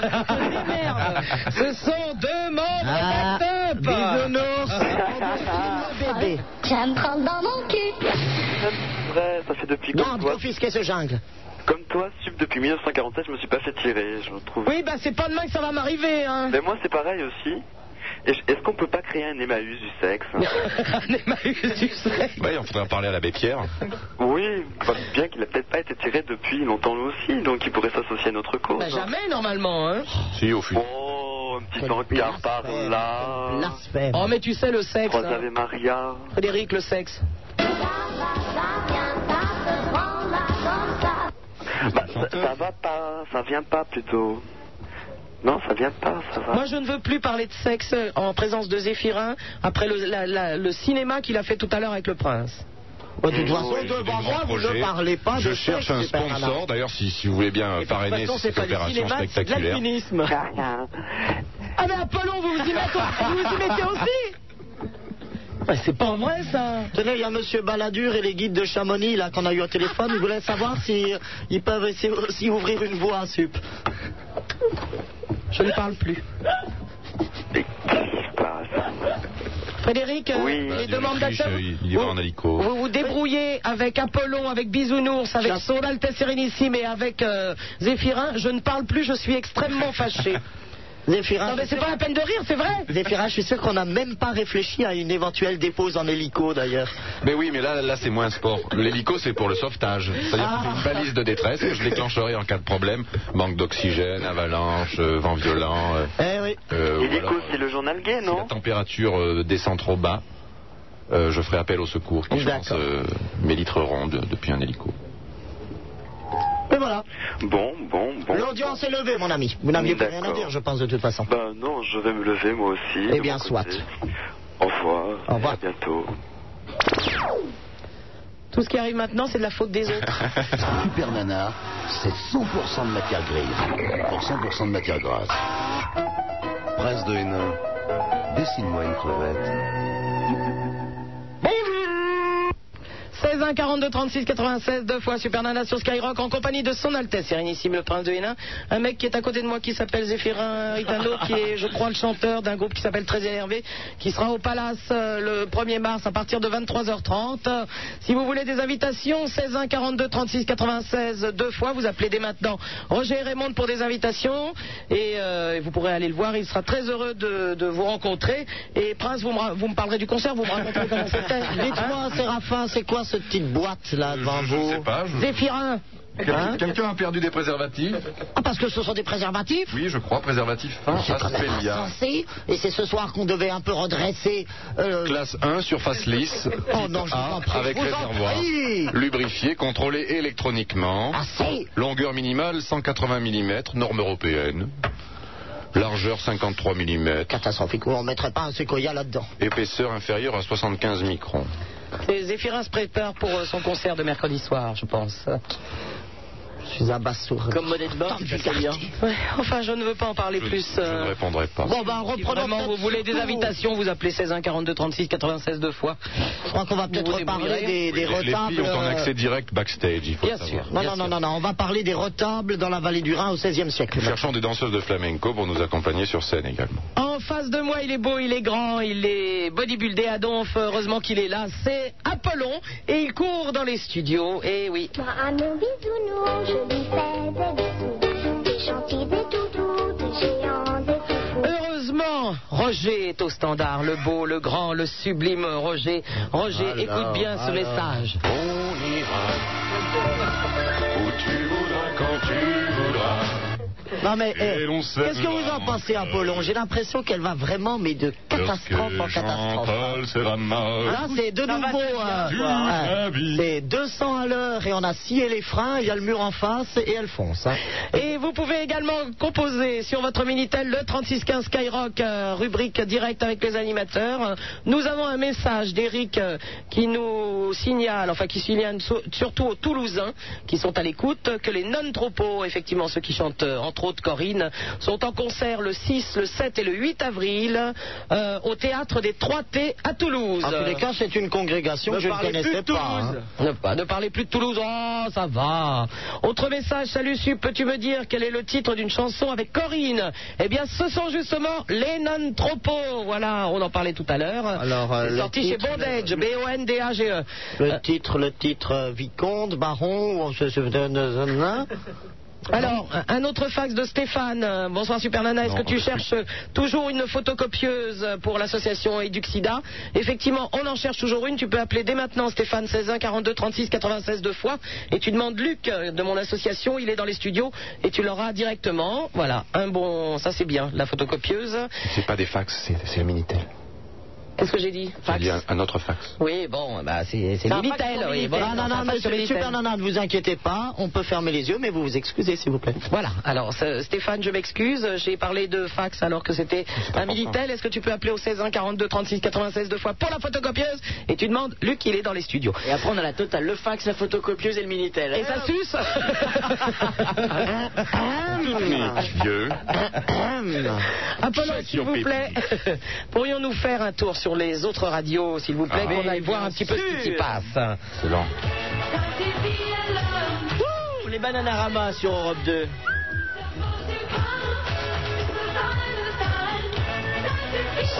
[SPEAKER 12] je
[SPEAKER 4] Ce sont deux membres d'Act Up.
[SPEAKER 5] Bébé. J'aime prendre dans mon cul.
[SPEAKER 31] Ouais, ça fait depuis comme toi.
[SPEAKER 5] Confisquer ce jungle.
[SPEAKER 31] Comme toi, Sup, depuis 1947, je me suis pas fait tirer, je trouve.
[SPEAKER 4] Oui, bah c'est pas demain que ça va m'arriver. Hein.
[SPEAKER 31] Mais
[SPEAKER 36] Ben,
[SPEAKER 31] moi, c'est pareil aussi. Et je- Est-ce qu'on peut pas créer un Emmaüs du sexe
[SPEAKER 36] hein?
[SPEAKER 18] Bah, il en faudrait parler à l'abbé Pierre.
[SPEAKER 31] Oui, enfin, bien qu'il a peut-être pas été tiré depuis longtemps lui aussi, donc il pourrait s'associer à notre cause.
[SPEAKER 4] Bah, jamais normalement. Hein.
[SPEAKER 31] Si, au fond. Oh, un petit encart par là.
[SPEAKER 4] Oh, mais tu sais le sexe.
[SPEAKER 31] Ah. Trois
[SPEAKER 4] hein.
[SPEAKER 31] Ave Maria.
[SPEAKER 4] Frédéric, le sexe.
[SPEAKER 31] Bah, ça, ça va pas, ça vient pas plutôt. Non, ça vient pas, ça va.
[SPEAKER 4] Moi, je ne veux plus parler de sexe euh, en présence de Zéphirin après le, la- la- le cinéma qu'il a fait tout à l'heure avec le prince. Oh,
[SPEAKER 5] Bah, de toute façon,
[SPEAKER 18] Oui, c'est
[SPEAKER 5] devant
[SPEAKER 18] un
[SPEAKER 5] moi,
[SPEAKER 18] grand
[SPEAKER 5] vous
[SPEAKER 18] projet.
[SPEAKER 5] ne parlez pas
[SPEAKER 18] Je
[SPEAKER 5] de
[SPEAKER 18] cherche
[SPEAKER 5] sexe,
[SPEAKER 18] un
[SPEAKER 5] super nana.
[SPEAKER 18] sponsor, d'ailleurs, si, si vous voulez bien euh, parrainer
[SPEAKER 5] façon, c'est
[SPEAKER 18] cette
[SPEAKER 5] pas du
[SPEAKER 18] opération
[SPEAKER 5] cinéma, c'est de
[SPEAKER 18] spectaculaire.
[SPEAKER 4] l'alpinisme. Ah, mais Apollon, vous vous y mettez, vous vous y mettez aussi C'est pas vrai, ça.
[SPEAKER 5] Tenez, il y a Monsieur Balladur et les guides de Chamonix, là, qu'on a eu au téléphone. Ils voulaient savoir s'ils ils peuvent essayer aussi ouvrir une voie à Sup.
[SPEAKER 4] Je ne parle plus. Frédéric, euh,
[SPEAKER 18] Oui.
[SPEAKER 4] les
[SPEAKER 18] Bah,
[SPEAKER 4] demandes
[SPEAKER 18] Dimitri, je-
[SPEAKER 4] d'acteur.
[SPEAKER 18] il y
[SPEAKER 5] Oh.
[SPEAKER 18] va en hélico.
[SPEAKER 4] Vous vous débrouillez avec Apollon, avec Bisounours, avec Son Altesse Sérénissime et avec euh, Zéphirin. Je ne parle plus, je suis extrêmement fâché.
[SPEAKER 5] Zéphirin.
[SPEAKER 4] Non, mais c'est pas la peine de rire, c'est vrai.
[SPEAKER 5] Zéphirin, je suis sûr qu'on n'a même pas réfléchi à une éventuelle dépose en hélico, d'ailleurs.
[SPEAKER 18] Mais oui, mais là, là c'est moins un sport. L'hélico, c'est pour le sauvetage. C'est-à-dire que
[SPEAKER 4] Ah.
[SPEAKER 18] c'est une balise de détresse que je déclencherai en cas de problème. Manque d'oxygène, avalanche, euh, vent violent. euh,
[SPEAKER 5] Eh oui.
[SPEAKER 18] euh, ou
[SPEAKER 31] Hélico,
[SPEAKER 18] alors,
[SPEAKER 31] c'est le journal gay,
[SPEAKER 18] si la
[SPEAKER 31] non
[SPEAKER 18] température euh, descend trop bas, euh, je ferai appel au secours qui, je pense, euh, mériteront de- depuis un hélico.
[SPEAKER 5] Et voilà.
[SPEAKER 31] Bon, bon, bon.
[SPEAKER 5] L'audience est levée, mon ami. Vous n'aviez plus rien à
[SPEAKER 31] D'accord.
[SPEAKER 5] dire, je pense, de toute façon.
[SPEAKER 31] Ben non, je vais me lever moi aussi.
[SPEAKER 5] Eh
[SPEAKER 31] de
[SPEAKER 5] bien,
[SPEAKER 31] mon
[SPEAKER 5] soit.
[SPEAKER 31] côté. Au revoir.
[SPEAKER 5] Au revoir.
[SPEAKER 31] À bientôt.
[SPEAKER 4] Tout ce qui arrive maintenant, c'est de la faute des autres.
[SPEAKER 7] Super Nana, c'est 100% de matière grise pour 100% de matière grasse.
[SPEAKER 1] Prince de Hénin, dessine-moi une crevette.
[SPEAKER 4] 16 1 42 36 96 deux fois Super Nana sur Skyrock en compagnie de son Altesse Sérénissime le Prince de Hénin un mec qui est à côté de moi qui s'appelle Zéphirin Ritano qui est je crois le chanteur d'un groupe qui s'appelle Très Énervé qui sera au Palace euh, le 1er mars à partir de 23h30 Euh, si vous voulez des invitations 16 1 42 36 96 deux fois vous appelez dès maintenant Roger et Raymond pour des invitations et, euh, et vous pourrez aller le voir il sera très heureux de, de vous rencontrer et Prince vous me, ra- vous me parlerez du concert vous me raconterez comment c'était
[SPEAKER 5] Dites-moi,
[SPEAKER 31] hein
[SPEAKER 5] Séraphin, c'est quoi cette petite boîte, là, devant
[SPEAKER 18] Je
[SPEAKER 5] vous
[SPEAKER 18] sais pas. je-
[SPEAKER 4] Zéphirin
[SPEAKER 18] Quelqu'un-
[SPEAKER 5] Hein
[SPEAKER 18] Quelqu'un a perdu des préservatifs
[SPEAKER 5] Ah, parce que ce sont des préservatifs
[SPEAKER 18] Oui, je crois, préservatifs
[SPEAKER 7] Hein
[SPEAKER 18] fin,
[SPEAKER 5] Ah, C'est quand même
[SPEAKER 18] Ah, Aspelia.
[SPEAKER 5] insensé. Et c'est ce soir qu'on devait un peu redresser. euh,
[SPEAKER 18] Classe
[SPEAKER 7] Hein,
[SPEAKER 18] 1, surface lisse,
[SPEAKER 5] Oh
[SPEAKER 18] type
[SPEAKER 5] non, je vous
[SPEAKER 18] A,
[SPEAKER 5] en prie,
[SPEAKER 18] avec
[SPEAKER 5] je vous en
[SPEAKER 18] réservoir,
[SPEAKER 5] prie.
[SPEAKER 18] lubrifié, contrôlé électroniquement,
[SPEAKER 4] Ah,
[SPEAKER 5] Assez.
[SPEAKER 18] longueur minimale 180 mm, norme européenne, largeur 53 mm,
[SPEAKER 5] Catastrophique, on ne mettrait pas un séquoia là-dedans.
[SPEAKER 18] épaisseur inférieure à 75 microns.
[SPEAKER 4] Et Zéphirin se prépare pour euh, son concert de mercredi soir, je pense.
[SPEAKER 5] Je suis abasourdi.
[SPEAKER 3] Comme Modeste Bob, tu fais bien.
[SPEAKER 4] Ouais, enfin, je ne veux pas en parler plus. euh.
[SPEAKER 18] Je ne répondrai pas.
[SPEAKER 4] Bon, bah, reprenons. Vraiment, vous voulez des invitations, vous appelez 16 1 42 36 96 deux fois.
[SPEAKER 5] Je crois qu'on va peut-être reparler
[SPEAKER 18] les,
[SPEAKER 5] des, des
[SPEAKER 18] les
[SPEAKER 5] retables.
[SPEAKER 18] filles ont un
[SPEAKER 5] euh,
[SPEAKER 18] accès direct backstage, il faut
[SPEAKER 5] Bien
[SPEAKER 18] savoir.
[SPEAKER 5] sûr. Non, non, non, non, non, on va parler des retables dans la vallée du Rhin au XVIe siècle.
[SPEAKER 18] Nous cherchons des danseuses de flamenco pour nous accompagner sur scène également.
[SPEAKER 4] En face de moi, il est beau, il est grand, il est bodybuildé à donf. Heureusement qu'il est là. C'est Apollon et il court dans les studios. Et oui.
[SPEAKER 12] Bah, À mon bisounours, je lui fais des bisous, des gentils, des toutous, des géants, des
[SPEAKER 4] Euh, Heureusement, Roger est au standard. Le beau, le grand, le sublime Roger. Roger, écoute bien ce message.
[SPEAKER 12] Où tu voudras, quand tu voudras.
[SPEAKER 5] Non mais, eh,
[SPEAKER 12] l'on
[SPEAKER 5] qu'est-ce que vous en pensez, Apollon J'ai l'impression qu'elle va vraiment, mais de
[SPEAKER 4] Oh,
[SPEAKER 5] catastrophe en catastrophe.
[SPEAKER 4] hein.
[SPEAKER 18] Jean-Paul
[SPEAKER 5] Là, Hein, c'est de nouveau. euh, euh, c'est 200 à l'heure et on a scié les freins, il y a le mur en face et elle fonce. hein.
[SPEAKER 4] Et vous pouvez également composer sur votre Minitel le 3615 Skyrock, euh, rubrique direct avec les animateurs. Nous avons un message d'Eric euh, qui nous signale, enfin qui signale so- surtout aux Toulousains qui sont à l'écoute, que les non-tropos, effectivement ceux qui chantent euh, entre autres Corinne, sont en concert le 6, le 7 et le 8 avril euh, au théâtre des 3T à Toulouse.
[SPEAKER 5] En tous les cas, c'est une congrégation
[SPEAKER 4] Ne
[SPEAKER 5] que je ne
[SPEAKER 4] parlez plus
[SPEAKER 5] connaissais
[SPEAKER 4] de
[SPEAKER 5] pas. hein.
[SPEAKER 4] Toulouse. Ne, pas- ne parlez plus de Toulouse, oh, ça va. Autre message, salut Sup, peux-tu me dire quel est le titre d'une chanson avec Corinne Eh bien, ce sont justement les non-tropos. Voilà, on en parlait tout à l'heure.
[SPEAKER 5] Alors, euh,
[SPEAKER 4] C'est
[SPEAKER 5] le
[SPEAKER 4] sorti
[SPEAKER 5] titre- euh,
[SPEAKER 4] chez Bondage,
[SPEAKER 5] E.
[SPEAKER 4] B-O-N-D-A-G-E.
[SPEAKER 5] Le titre, le titre euh, vicomte, baron, ou on se euh, souviendra.
[SPEAKER 4] Alors, un autre fax de Stéphane. Euh, Bonsoir Super Nana, est-ce que tu cherches euh, toujours une photocopieuse pour l'association Eduxida Effectivement, on en cherche toujours une. Tu peux appeler dès maintenant Stéphane 16 1 42 36 96 deux fois et tu demandes Luc euh, de mon association, il est dans les studios et tu l'auras directement. Voilà, un bon, ça c'est bien, la photocopieuse.
[SPEAKER 18] C'est pas des fax, c'est- c'est le Minitel.
[SPEAKER 4] Qu'est-ce que j'ai dit
[SPEAKER 18] J'ai dit un, un autre fax.
[SPEAKER 4] Oui, bon, bah c'est
[SPEAKER 5] C'est
[SPEAKER 4] c'est Minitel. oui, voilà,
[SPEAKER 5] Ah, non,
[SPEAKER 4] c'est un
[SPEAKER 5] non,
[SPEAKER 4] fax sur
[SPEAKER 5] monsieur,
[SPEAKER 4] Minitel.
[SPEAKER 5] super nana, ne vous inquiétez pas, on peut fermer les yeux, mais vous vous excusez, s'il vous plaît.
[SPEAKER 4] Voilà, alors ça- Stéphane, je m'excuse, j'ai parlé de fax alors que c'était un Minitel. Est-ce que tu peux appeler au 16 1 42 36 96 deux fois pour la photocopieuse Et tu demandes, Luc, il est dans les studios.
[SPEAKER 3] Et après, on a la totale, le fax, la photocopieuse et le Minitel.
[SPEAKER 4] Et ça suce
[SPEAKER 18] Vieux.
[SPEAKER 4] Apollon, s'il vous plaît, pourrions-nous faire un tour sur les autres radios, s'il vous plaît,
[SPEAKER 18] Ah.
[SPEAKER 4] qu'on
[SPEAKER 18] Mais
[SPEAKER 4] aille voir un petit peu ce qui s'y
[SPEAKER 3] sûr.
[SPEAKER 4] passe
[SPEAKER 18] C'est lent.
[SPEAKER 3] Ouh, les Bananarama sur Europe 2.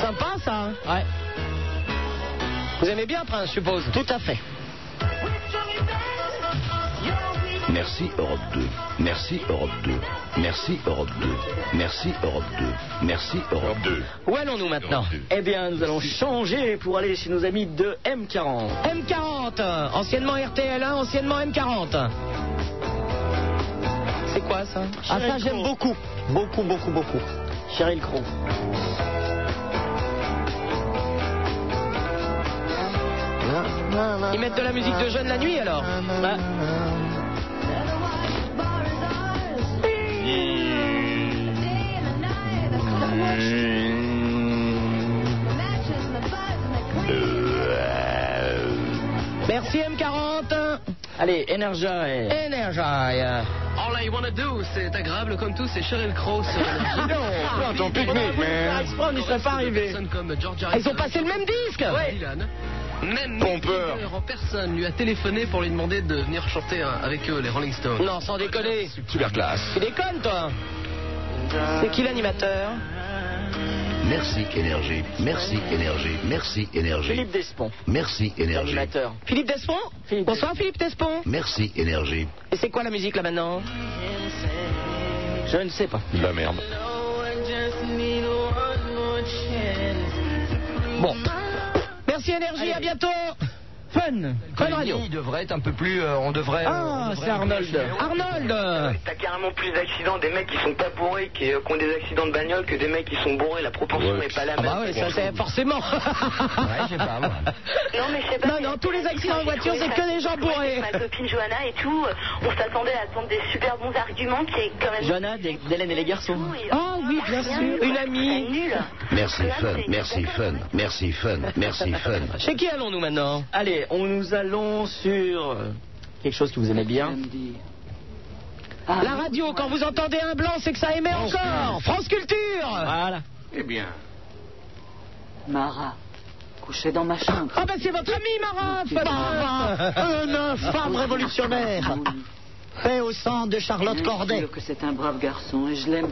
[SPEAKER 4] Sympa ça hein Ouais. Vous aimez bien, Prince, je suppose
[SPEAKER 5] Tout à fait.
[SPEAKER 1] Merci Europe 2. Merci Europe 2. Merci Europe 2. Merci Europe 2. Merci Europe 2.
[SPEAKER 4] Où allons-nous maintenant
[SPEAKER 3] Eh bien, nous allons changer pour aller chez nos amis de M40.
[SPEAKER 4] M40, anciennement RTL1, anciennement M40. C'est quoi ça
[SPEAKER 5] Ah, ça, j'aime beaucoup. Beaucoup, beaucoup, beaucoup.
[SPEAKER 3] Cheryl Crow.
[SPEAKER 4] Ils mettent de la musique de jeunes la nuit alors
[SPEAKER 3] Bah,
[SPEAKER 4] Merci M40
[SPEAKER 3] Allez, Energia et...
[SPEAKER 4] Energy
[SPEAKER 37] All I wanna do, c'est agréable comme tout, c'est Cheryl Crow.
[SPEAKER 18] Non, ton pique-nique, man.
[SPEAKER 3] on n'y serait pas arrivé.
[SPEAKER 4] Ah, Ils ont passé le même disque
[SPEAKER 37] Même
[SPEAKER 18] Pompeur.
[SPEAKER 37] Miller en personne lui a téléphoné pour lui demander de venir chanter euh, avec eux les Rolling Stones.
[SPEAKER 4] Non, sans déconner
[SPEAKER 18] Super classe.
[SPEAKER 4] Tu déconnes toi C'est qui l'animateur
[SPEAKER 1] Merci Énergie. Merci Énergie. Merci Énergie.
[SPEAKER 3] Philippe Despont,
[SPEAKER 1] Merci Énergie.
[SPEAKER 3] animateur.
[SPEAKER 4] Philippe Despont
[SPEAKER 3] Philippe
[SPEAKER 4] Bonsoir Philippe Despont
[SPEAKER 1] Merci Énergie.
[SPEAKER 4] Et c'est quoi la musique là maintenant
[SPEAKER 3] Je ne sais pas.
[SPEAKER 18] De la merde.
[SPEAKER 4] Bon. Merci Énergie, à bientôt Fun Fun Radio
[SPEAKER 37] devrait être un peu plus.
[SPEAKER 4] euh,
[SPEAKER 37] on devrait.
[SPEAKER 3] Ah, c'est Arnold.
[SPEAKER 4] Arnold
[SPEAKER 37] T'as carrément plus d'accidents des mecs qui sont pas bourrés, qui, euh, qui ont des accidents de bagnole, que des mecs qui sont bourrés. La proportion
[SPEAKER 18] Ouais.
[SPEAKER 37] est pas la
[SPEAKER 4] Ah
[SPEAKER 37] même.
[SPEAKER 4] bah ouais, ça c'est forcément
[SPEAKER 33] Non, mais je sais pas.
[SPEAKER 4] Non, non, tous les accidents de voiture, c'est que des gens bourrés
[SPEAKER 33] Ma copine Johanna et tout, euh, on s'attendait à attendre des super bons arguments qui est quand même.
[SPEAKER 3] Johanna, d'Hélène et les garçons.
[SPEAKER 4] Ah oui, bien sûr, une amie.
[SPEAKER 33] Nul.
[SPEAKER 1] Merci fun. Merci fun. Merci fun. Merci fun.
[SPEAKER 4] Chez qui allons-nous maintenant
[SPEAKER 3] Allez, on nous allons sur euh, quelque chose que vous aimez bien.
[SPEAKER 4] Ah, La radio, quand vous entendez un blanc, c'est que ça émet encore. France Culture Voilà.
[SPEAKER 38] Eh bien. Mara, couché dans ma chambre.
[SPEAKER 4] Ah bah c'est votre ami Marat
[SPEAKER 5] Barbara, une femme révolutionnaire. Paix au sang de Charlotte
[SPEAKER 38] Je
[SPEAKER 5] Corday.
[SPEAKER 38] jure que c'est un brave garçon et je l'aime.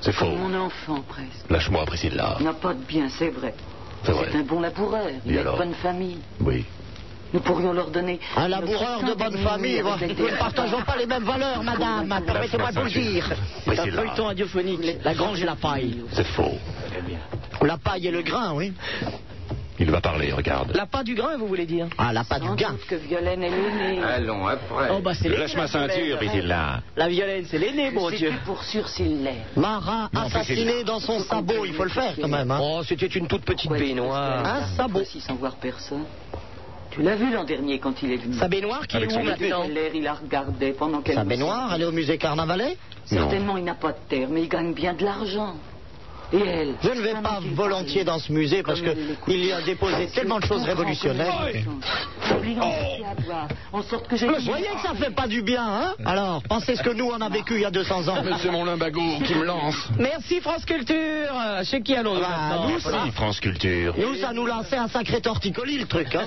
[SPEAKER 16] C'est faux.
[SPEAKER 38] Comme Mon enfant, presque.
[SPEAKER 16] Lâche-moi, Priscilla.
[SPEAKER 38] Il n'a pas de bien, c'est vrai.
[SPEAKER 16] C'est vrai.
[SPEAKER 38] un bon laboureur. Il
[SPEAKER 16] Et
[SPEAKER 38] a une
[SPEAKER 16] alors
[SPEAKER 38] bonne famille.
[SPEAKER 16] Oui.
[SPEAKER 38] Nous pourrions leur donner.
[SPEAKER 5] Un laboureur de bonne famille, moi. nous ne partageons pas les mêmes valeurs,
[SPEAKER 38] Ah,
[SPEAKER 5] madame. Permettez-moi de vous le dire.
[SPEAKER 16] C'est un feuilleton
[SPEAKER 5] radiophonique. La grange et la paille.
[SPEAKER 16] C'est faux.
[SPEAKER 5] La paille et le grain, oui.
[SPEAKER 16] Il va parler, regarde.
[SPEAKER 4] La pas du grain, vous voulez dire
[SPEAKER 5] Ah, la pas du gain.
[SPEAKER 38] que Violaine est l'aînée.
[SPEAKER 16] Allons, après.
[SPEAKER 4] Oh, bah, c'est
[SPEAKER 16] Lâche ma ceinture, Priscilla.
[SPEAKER 4] La violence, c'est l'aîné, bon Dieu.
[SPEAKER 38] Pour sûr s'il l'est.
[SPEAKER 5] Marat
[SPEAKER 16] Non,
[SPEAKER 5] assassiné
[SPEAKER 16] Priscilla.
[SPEAKER 5] dans son sabot, il faut le faire quand même. hein.
[SPEAKER 4] Oh, c'était une toute petite baignoire.
[SPEAKER 5] Un sabot.
[SPEAKER 38] Si sans voir personne. Tu l'as vu l'an dernier quand il est venu.
[SPEAKER 4] Sa baignoire qui est
[SPEAKER 38] Avec
[SPEAKER 4] où
[SPEAKER 38] son
[SPEAKER 4] maintenant
[SPEAKER 38] été. L'air, il la regardait pendant qu'elle.
[SPEAKER 5] Sa baignoire, elle est au musée Carnavalet
[SPEAKER 38] Certainement, il n'a pas de terre, mais il gagne bien de l'argent. Et elle
[SPEAKER 5] Je ne vais pas volontiers dans ce musée parce qu'il y a déposé tellement de choses révolutionnaires.
[SPEAKER 38] Oublions aussi à boire, en sorte que j'ai.
[SPEAKER 5] Vous voyez que ça fait pas du bien, hein Alors, pensez ce que nous, on a vécu il y a 200 ans.
[SPEAKER 7] Mais c'est mon lumbago qui me lance.
[SPEAKER 4] Merci France Culture Chez qui allons-nous
[SPEAKER 5] Ah,
[SPEAKER 4] maintenant
[SPEAKER 5] nous,
[SPEAKER 4] Voilà.
[SPEAKER 5] si.
[SPEAKER 16] France Culture.
[SPEAKER 5] Nous, ça nous lançait un sacré torticolis, le truc, hein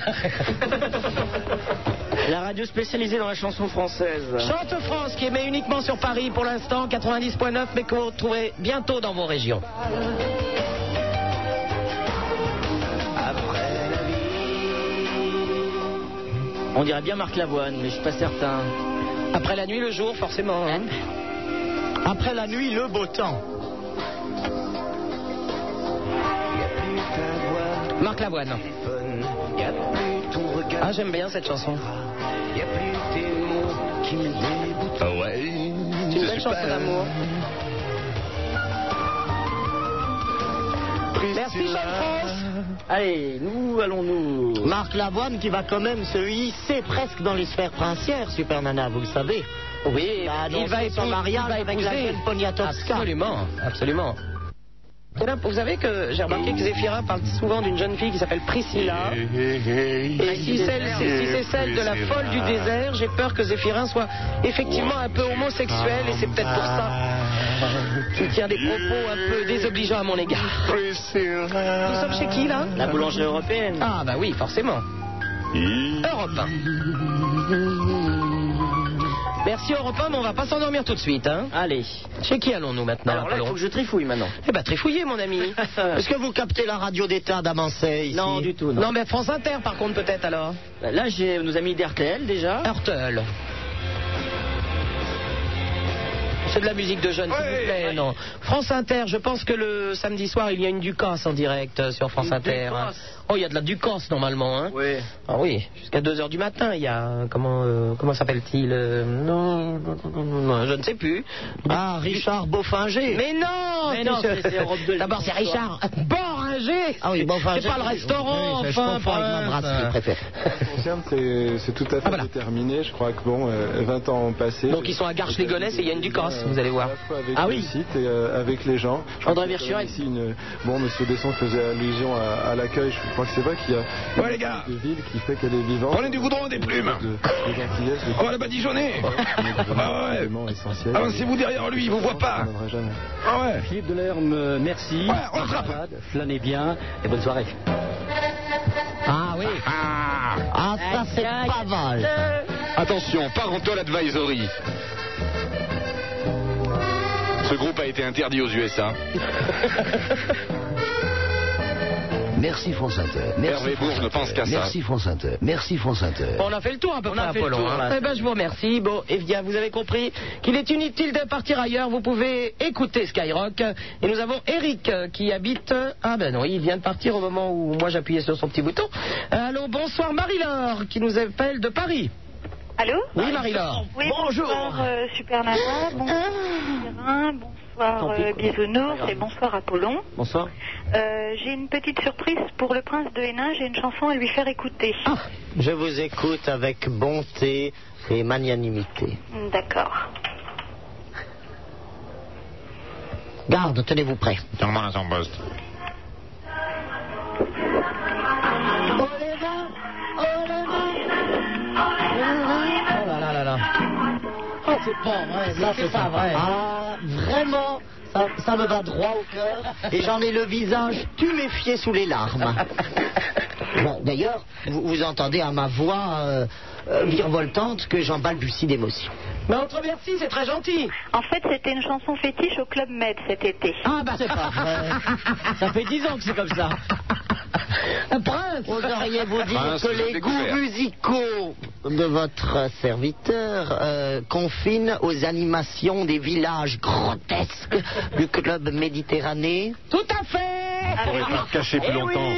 [SPEAKER 12] La radio spécialisée dans la chanson française.
[SPEAKER 4] Chante France qui émet uniquement sur Paris pour l'instant, 90.9, mais que vous retrouvez bientôt dans vos régions.
[SPEAKER 12] On dirait bien Marc Lavoine, mais je suis pas certain.
[SPEAKER 4] Après la nuit, le jour, forcément. hein.
[SPEAKER 5] Après la nuit, le beau temps.
[SPEAKER 4] Marc Lavoine. Ah, j'aime bien cette chanson.
[SPEAKER 16] Ah ouais.
[SPEAKER 4] C'est une belle chanson d'amour. Merci, Chante France.
[SPEAKER 12] Allez, nous allons nous.
[SPEAKER 5] Marc Lavoine qui va quand même se hisser presque dans les sphères princières, Super Nana, vous le savez.
[SPEAKER 4] Oui,
[SPEAKER 5] Il a
[SPEAKER 4] il
[SPEAKER 5] annoncé
[SPEAKER 4] va
[SPEAKER 5] son
[SPEAKER 4] épouser
[SPEAKER 5] mariage avec la jeune Poniatowska.
[SPEAKER 4] Absolument, absolument. Et là, Eh ben, Vous savez que j'ai remarqué que Zéphira parle souvent d'une jeune fille qui s'appelle Priscilla. Et si celle- si c'est celle de la folle du désert, j'ai peur que Zéphirin soit effectivement un peu homosexuel et c'est peut-être pour ça qu'il tient des propos un peu désobligeants à mon égard. Nous sommes chez qui là
[SPEAKER 12] La boulangerie européenne.
[SPEAKER 4] Ah bah oui, forcément. Europe 1. Merci Europe 1, mais on va pas s'endormir tout de suite. Hein.
[SPEAKER 12] Allez.
[SPEAKER 4] Chez qui allons-nous maintenant
[SPEAKER 12] Alors là, il
[SPEAKER 4] Apollon
[SPEAKER 12] faut que je trifouille maintenant.
[SPEAKER 4] Eh ben trifouillez mon ami.
[SPEAKER 5] Est-ce que vous captez la radio d'État d'Amancé ici
[SPEAKER 12] Non, du tout, non.
[SPEAKER 4] non mais France Inter par contre peut-être alors.
[SPEAKER 12] Là, j'ai nos amis d'RTL déjà.
[SPEAKER 4] Hurtle. C'est de la musique de jeunes,
[SPEAKER 12] Eh,
[SPEAKER 4] s'il vous plaît. Non. France Inter, je pense que le samedi soir, il y a une Ducasse en direct euh, sur France Inter. hein. Oh, il y a de la Ducasse normalement. Hein.
[SPEAKER 12] Oui.
[SPEAKER 4] Ah oui, jusqu'à 2h du matin, il y a. euh, Comment, euh, comment s'appelle-t-il euh, non, non, non, non, non, je ne sais plus.
[SPEAKER 5] Ah, Richard Beaufinger.
[SPEAKER 4] Mais non
[SPEAKER 12] Mais non,
[SPEAKER 4] c'est-
[SPEAKER 12] c'est- c'est Europe deux, le
[SPEAKER 4] D'abord, c'est
[SPEAKER 12] soir.
[SPEAKER 4] Richard Boringer
[SPEAKER 5] Ah oui, Beaufinger.
[SPEAKER 4] C'est pas le restaurant,
[SPEAKER 5] Oui, je
[SPEAKER 4] enfin, euh.
[SPEAKER 5] confonds avec ma
[SPEAKER 4] bref.
[SPEAKER 5] brasserie préférée.
[SPEAKER 18] concerne, c'est- c'est tout à fait
[SPEAKER 4] Ah, voilà.
[SPEAKER 18] déterminé. Je crois que bon, euh, 20 ans ont passé.
[SPEAKER 4] Donc, ils sont à Garches-les-Gonesse et il y a une Ducasse,
[SPEAKER 18] Euh,
[SPEAKER 4] vous allez voir.
[SPEAKER 18] à la fois avec
[SPEAKER 4] Ah
[SPEAKER 18] le
[SPEAKER 4] oui.
[SPEAKER 18] site et euh, avec les gens. Je crois
[SPEAKER 4] André
[SPEAKER 18] qu'il y a
[SPEAKER 4] Virchurel.
[SPEAKER 18] Ici une... Bon, Monsieur Desson faisait allusion à, à l'accueil. Je crois que c'est vrai qu'il y a une
[SPEAKER 9] Ouais, les gars.
[SPEAKER 18] ville qui fait qu'elle est vivante.
[SPEAKER 9] Prenez du goudron, des plumes.
[SPEAKER 18] De, de gentillesse, de-
[SPEAKER 9] On va le badigeonner. Ah ouais.
[SPEAKER 18] élément essentiel.
[SPEAKER 9] Avancez-vous derrière lui, il vous voit pas.
[SPEAKER 18] On n'en aura jamais.
[SPEAKER 9] Ah ouais.
[SPEAKER 8] Philippe Delerme, euh, merci.
[SPEAKER 9] Ouais, on l'attrape.
[SPEAKER 8] Flânez bien et bonne soirée.
[SPEAKER 5] Ah oui.
[SPEAKER 9] Ah.
[SPEAKER 5] Ah, ça, c'est pas mal.
[SPEAKER 7] Attention, parental advisory. Ce groupe a été interdit aux USA.
[SPEAKER 1] Merci France Inter.
[SPEAKER 7] Hervé
[SPEAKER 1] Merci France
[SPEAKER 7] Bourges ne
[SPEAKER 1] Inter.
[SPEAKER 7] pense qu'à ça.
[SPEAKER 1] Merci France Inter. Merci France Inter.
[SPEAKER 4] Bon, on a fait le tour à peu
[SPEAKER 12] On
[SPEAKER 4] près,
[SPEAKER 12] a fait le
[SPEAKER 4] Apollon,
[SPEAKER 12] tour,
[SPEAKER 4] hein.
[SPEAKER 12] là.
[SPEAKER 4] Eh ben, je vous remercie. Bon, eh bien, vous avez compris qu'il est inutile de partir ailleurs. Vous pouvez écouter Skyrock. Et nous avons Eric euh, qui habite. Ah ben non, il vient de partir au moment où moi j'appuyais sur son petit bouton. Allô, bonsoir Marie-Laure qui nous appelle de Paris.
[SPEAKER 6] Allô
[SPEAKER 4] Oui, Marie-Laure.
[SPEAKER 6] Oui,
[SPEAKER 4] Bonjour.
[SPEAKER 6] Bonsoir euh, Super
[SPEAKER 5] Ah.
[SPEAKER 6] Nana, bonsoir Pierrin, bonsoir
[SPEAKER 12] Tant pis,
[SPEAKER 6] euh,
[SPEAKER 12] quoi.
[SPEAKER 6] Bisounours
[SPEAKER 12] Regarde.
[SPEAKER 6] et bonsoir Apollon.
[SPEAKER 12] Bonsoir.
[SPEAKER 6] Euh, j'ai une petite surprise pour le prince de Hénin, j'ai une chanson à lui faire écouter.
[SPEAKER 5] Ah. Je vous écoute avec bonté et magnanimité.
[SPEAKER 6] D'accord.
[SPEAKER 5] Garde, tenez-vous prêts.
[SPEAKER 39] Tout le monde à son poste.
[SPEAKER 4] Oh là là là là.
[SPEAKER 6] Oh,
[SPEAKER 5] c'est pas vrai, ça c'est pas vrai. Ah, vraiment, ça, ça me va droit au cœur et j'en ai le visage tuméfié sous les larmes. Bon, D'ailleurs, vous, vous entendez à ma voix euh, euh, virevoltante que j'en balbutie d'émotion.
[SPEAKER 4] Mais on te remercie, c'est très gentil.
[SPEAKER 6] En fait, c'était une chanson fétiche au Club Med cet été.
[SPEAKER 5] Ah, bah c'est pas vrai.
[SPEAKER 4] Ça fait 10 ans que c'est comme ça.
[SPEAKER 5] Prince Vous auriez vous dire
[SPEAKER 4] Prince,
[SPEAKER 5] que
[SPEAKER 4] vous
[SPEAKER 5] les
[SPEAKER 4] êtes
[SPEAKER 5] goûts
[SPEAKER 4] découvert.
[SPEAKER 5] musicaux de votre serviteur euh, confinent aux animations des villages grotesques du club méditerranéen
[SPEAKER 4] Tout à fait
[SPEAKER 7] On pourrait pas le cacher plus longtemps.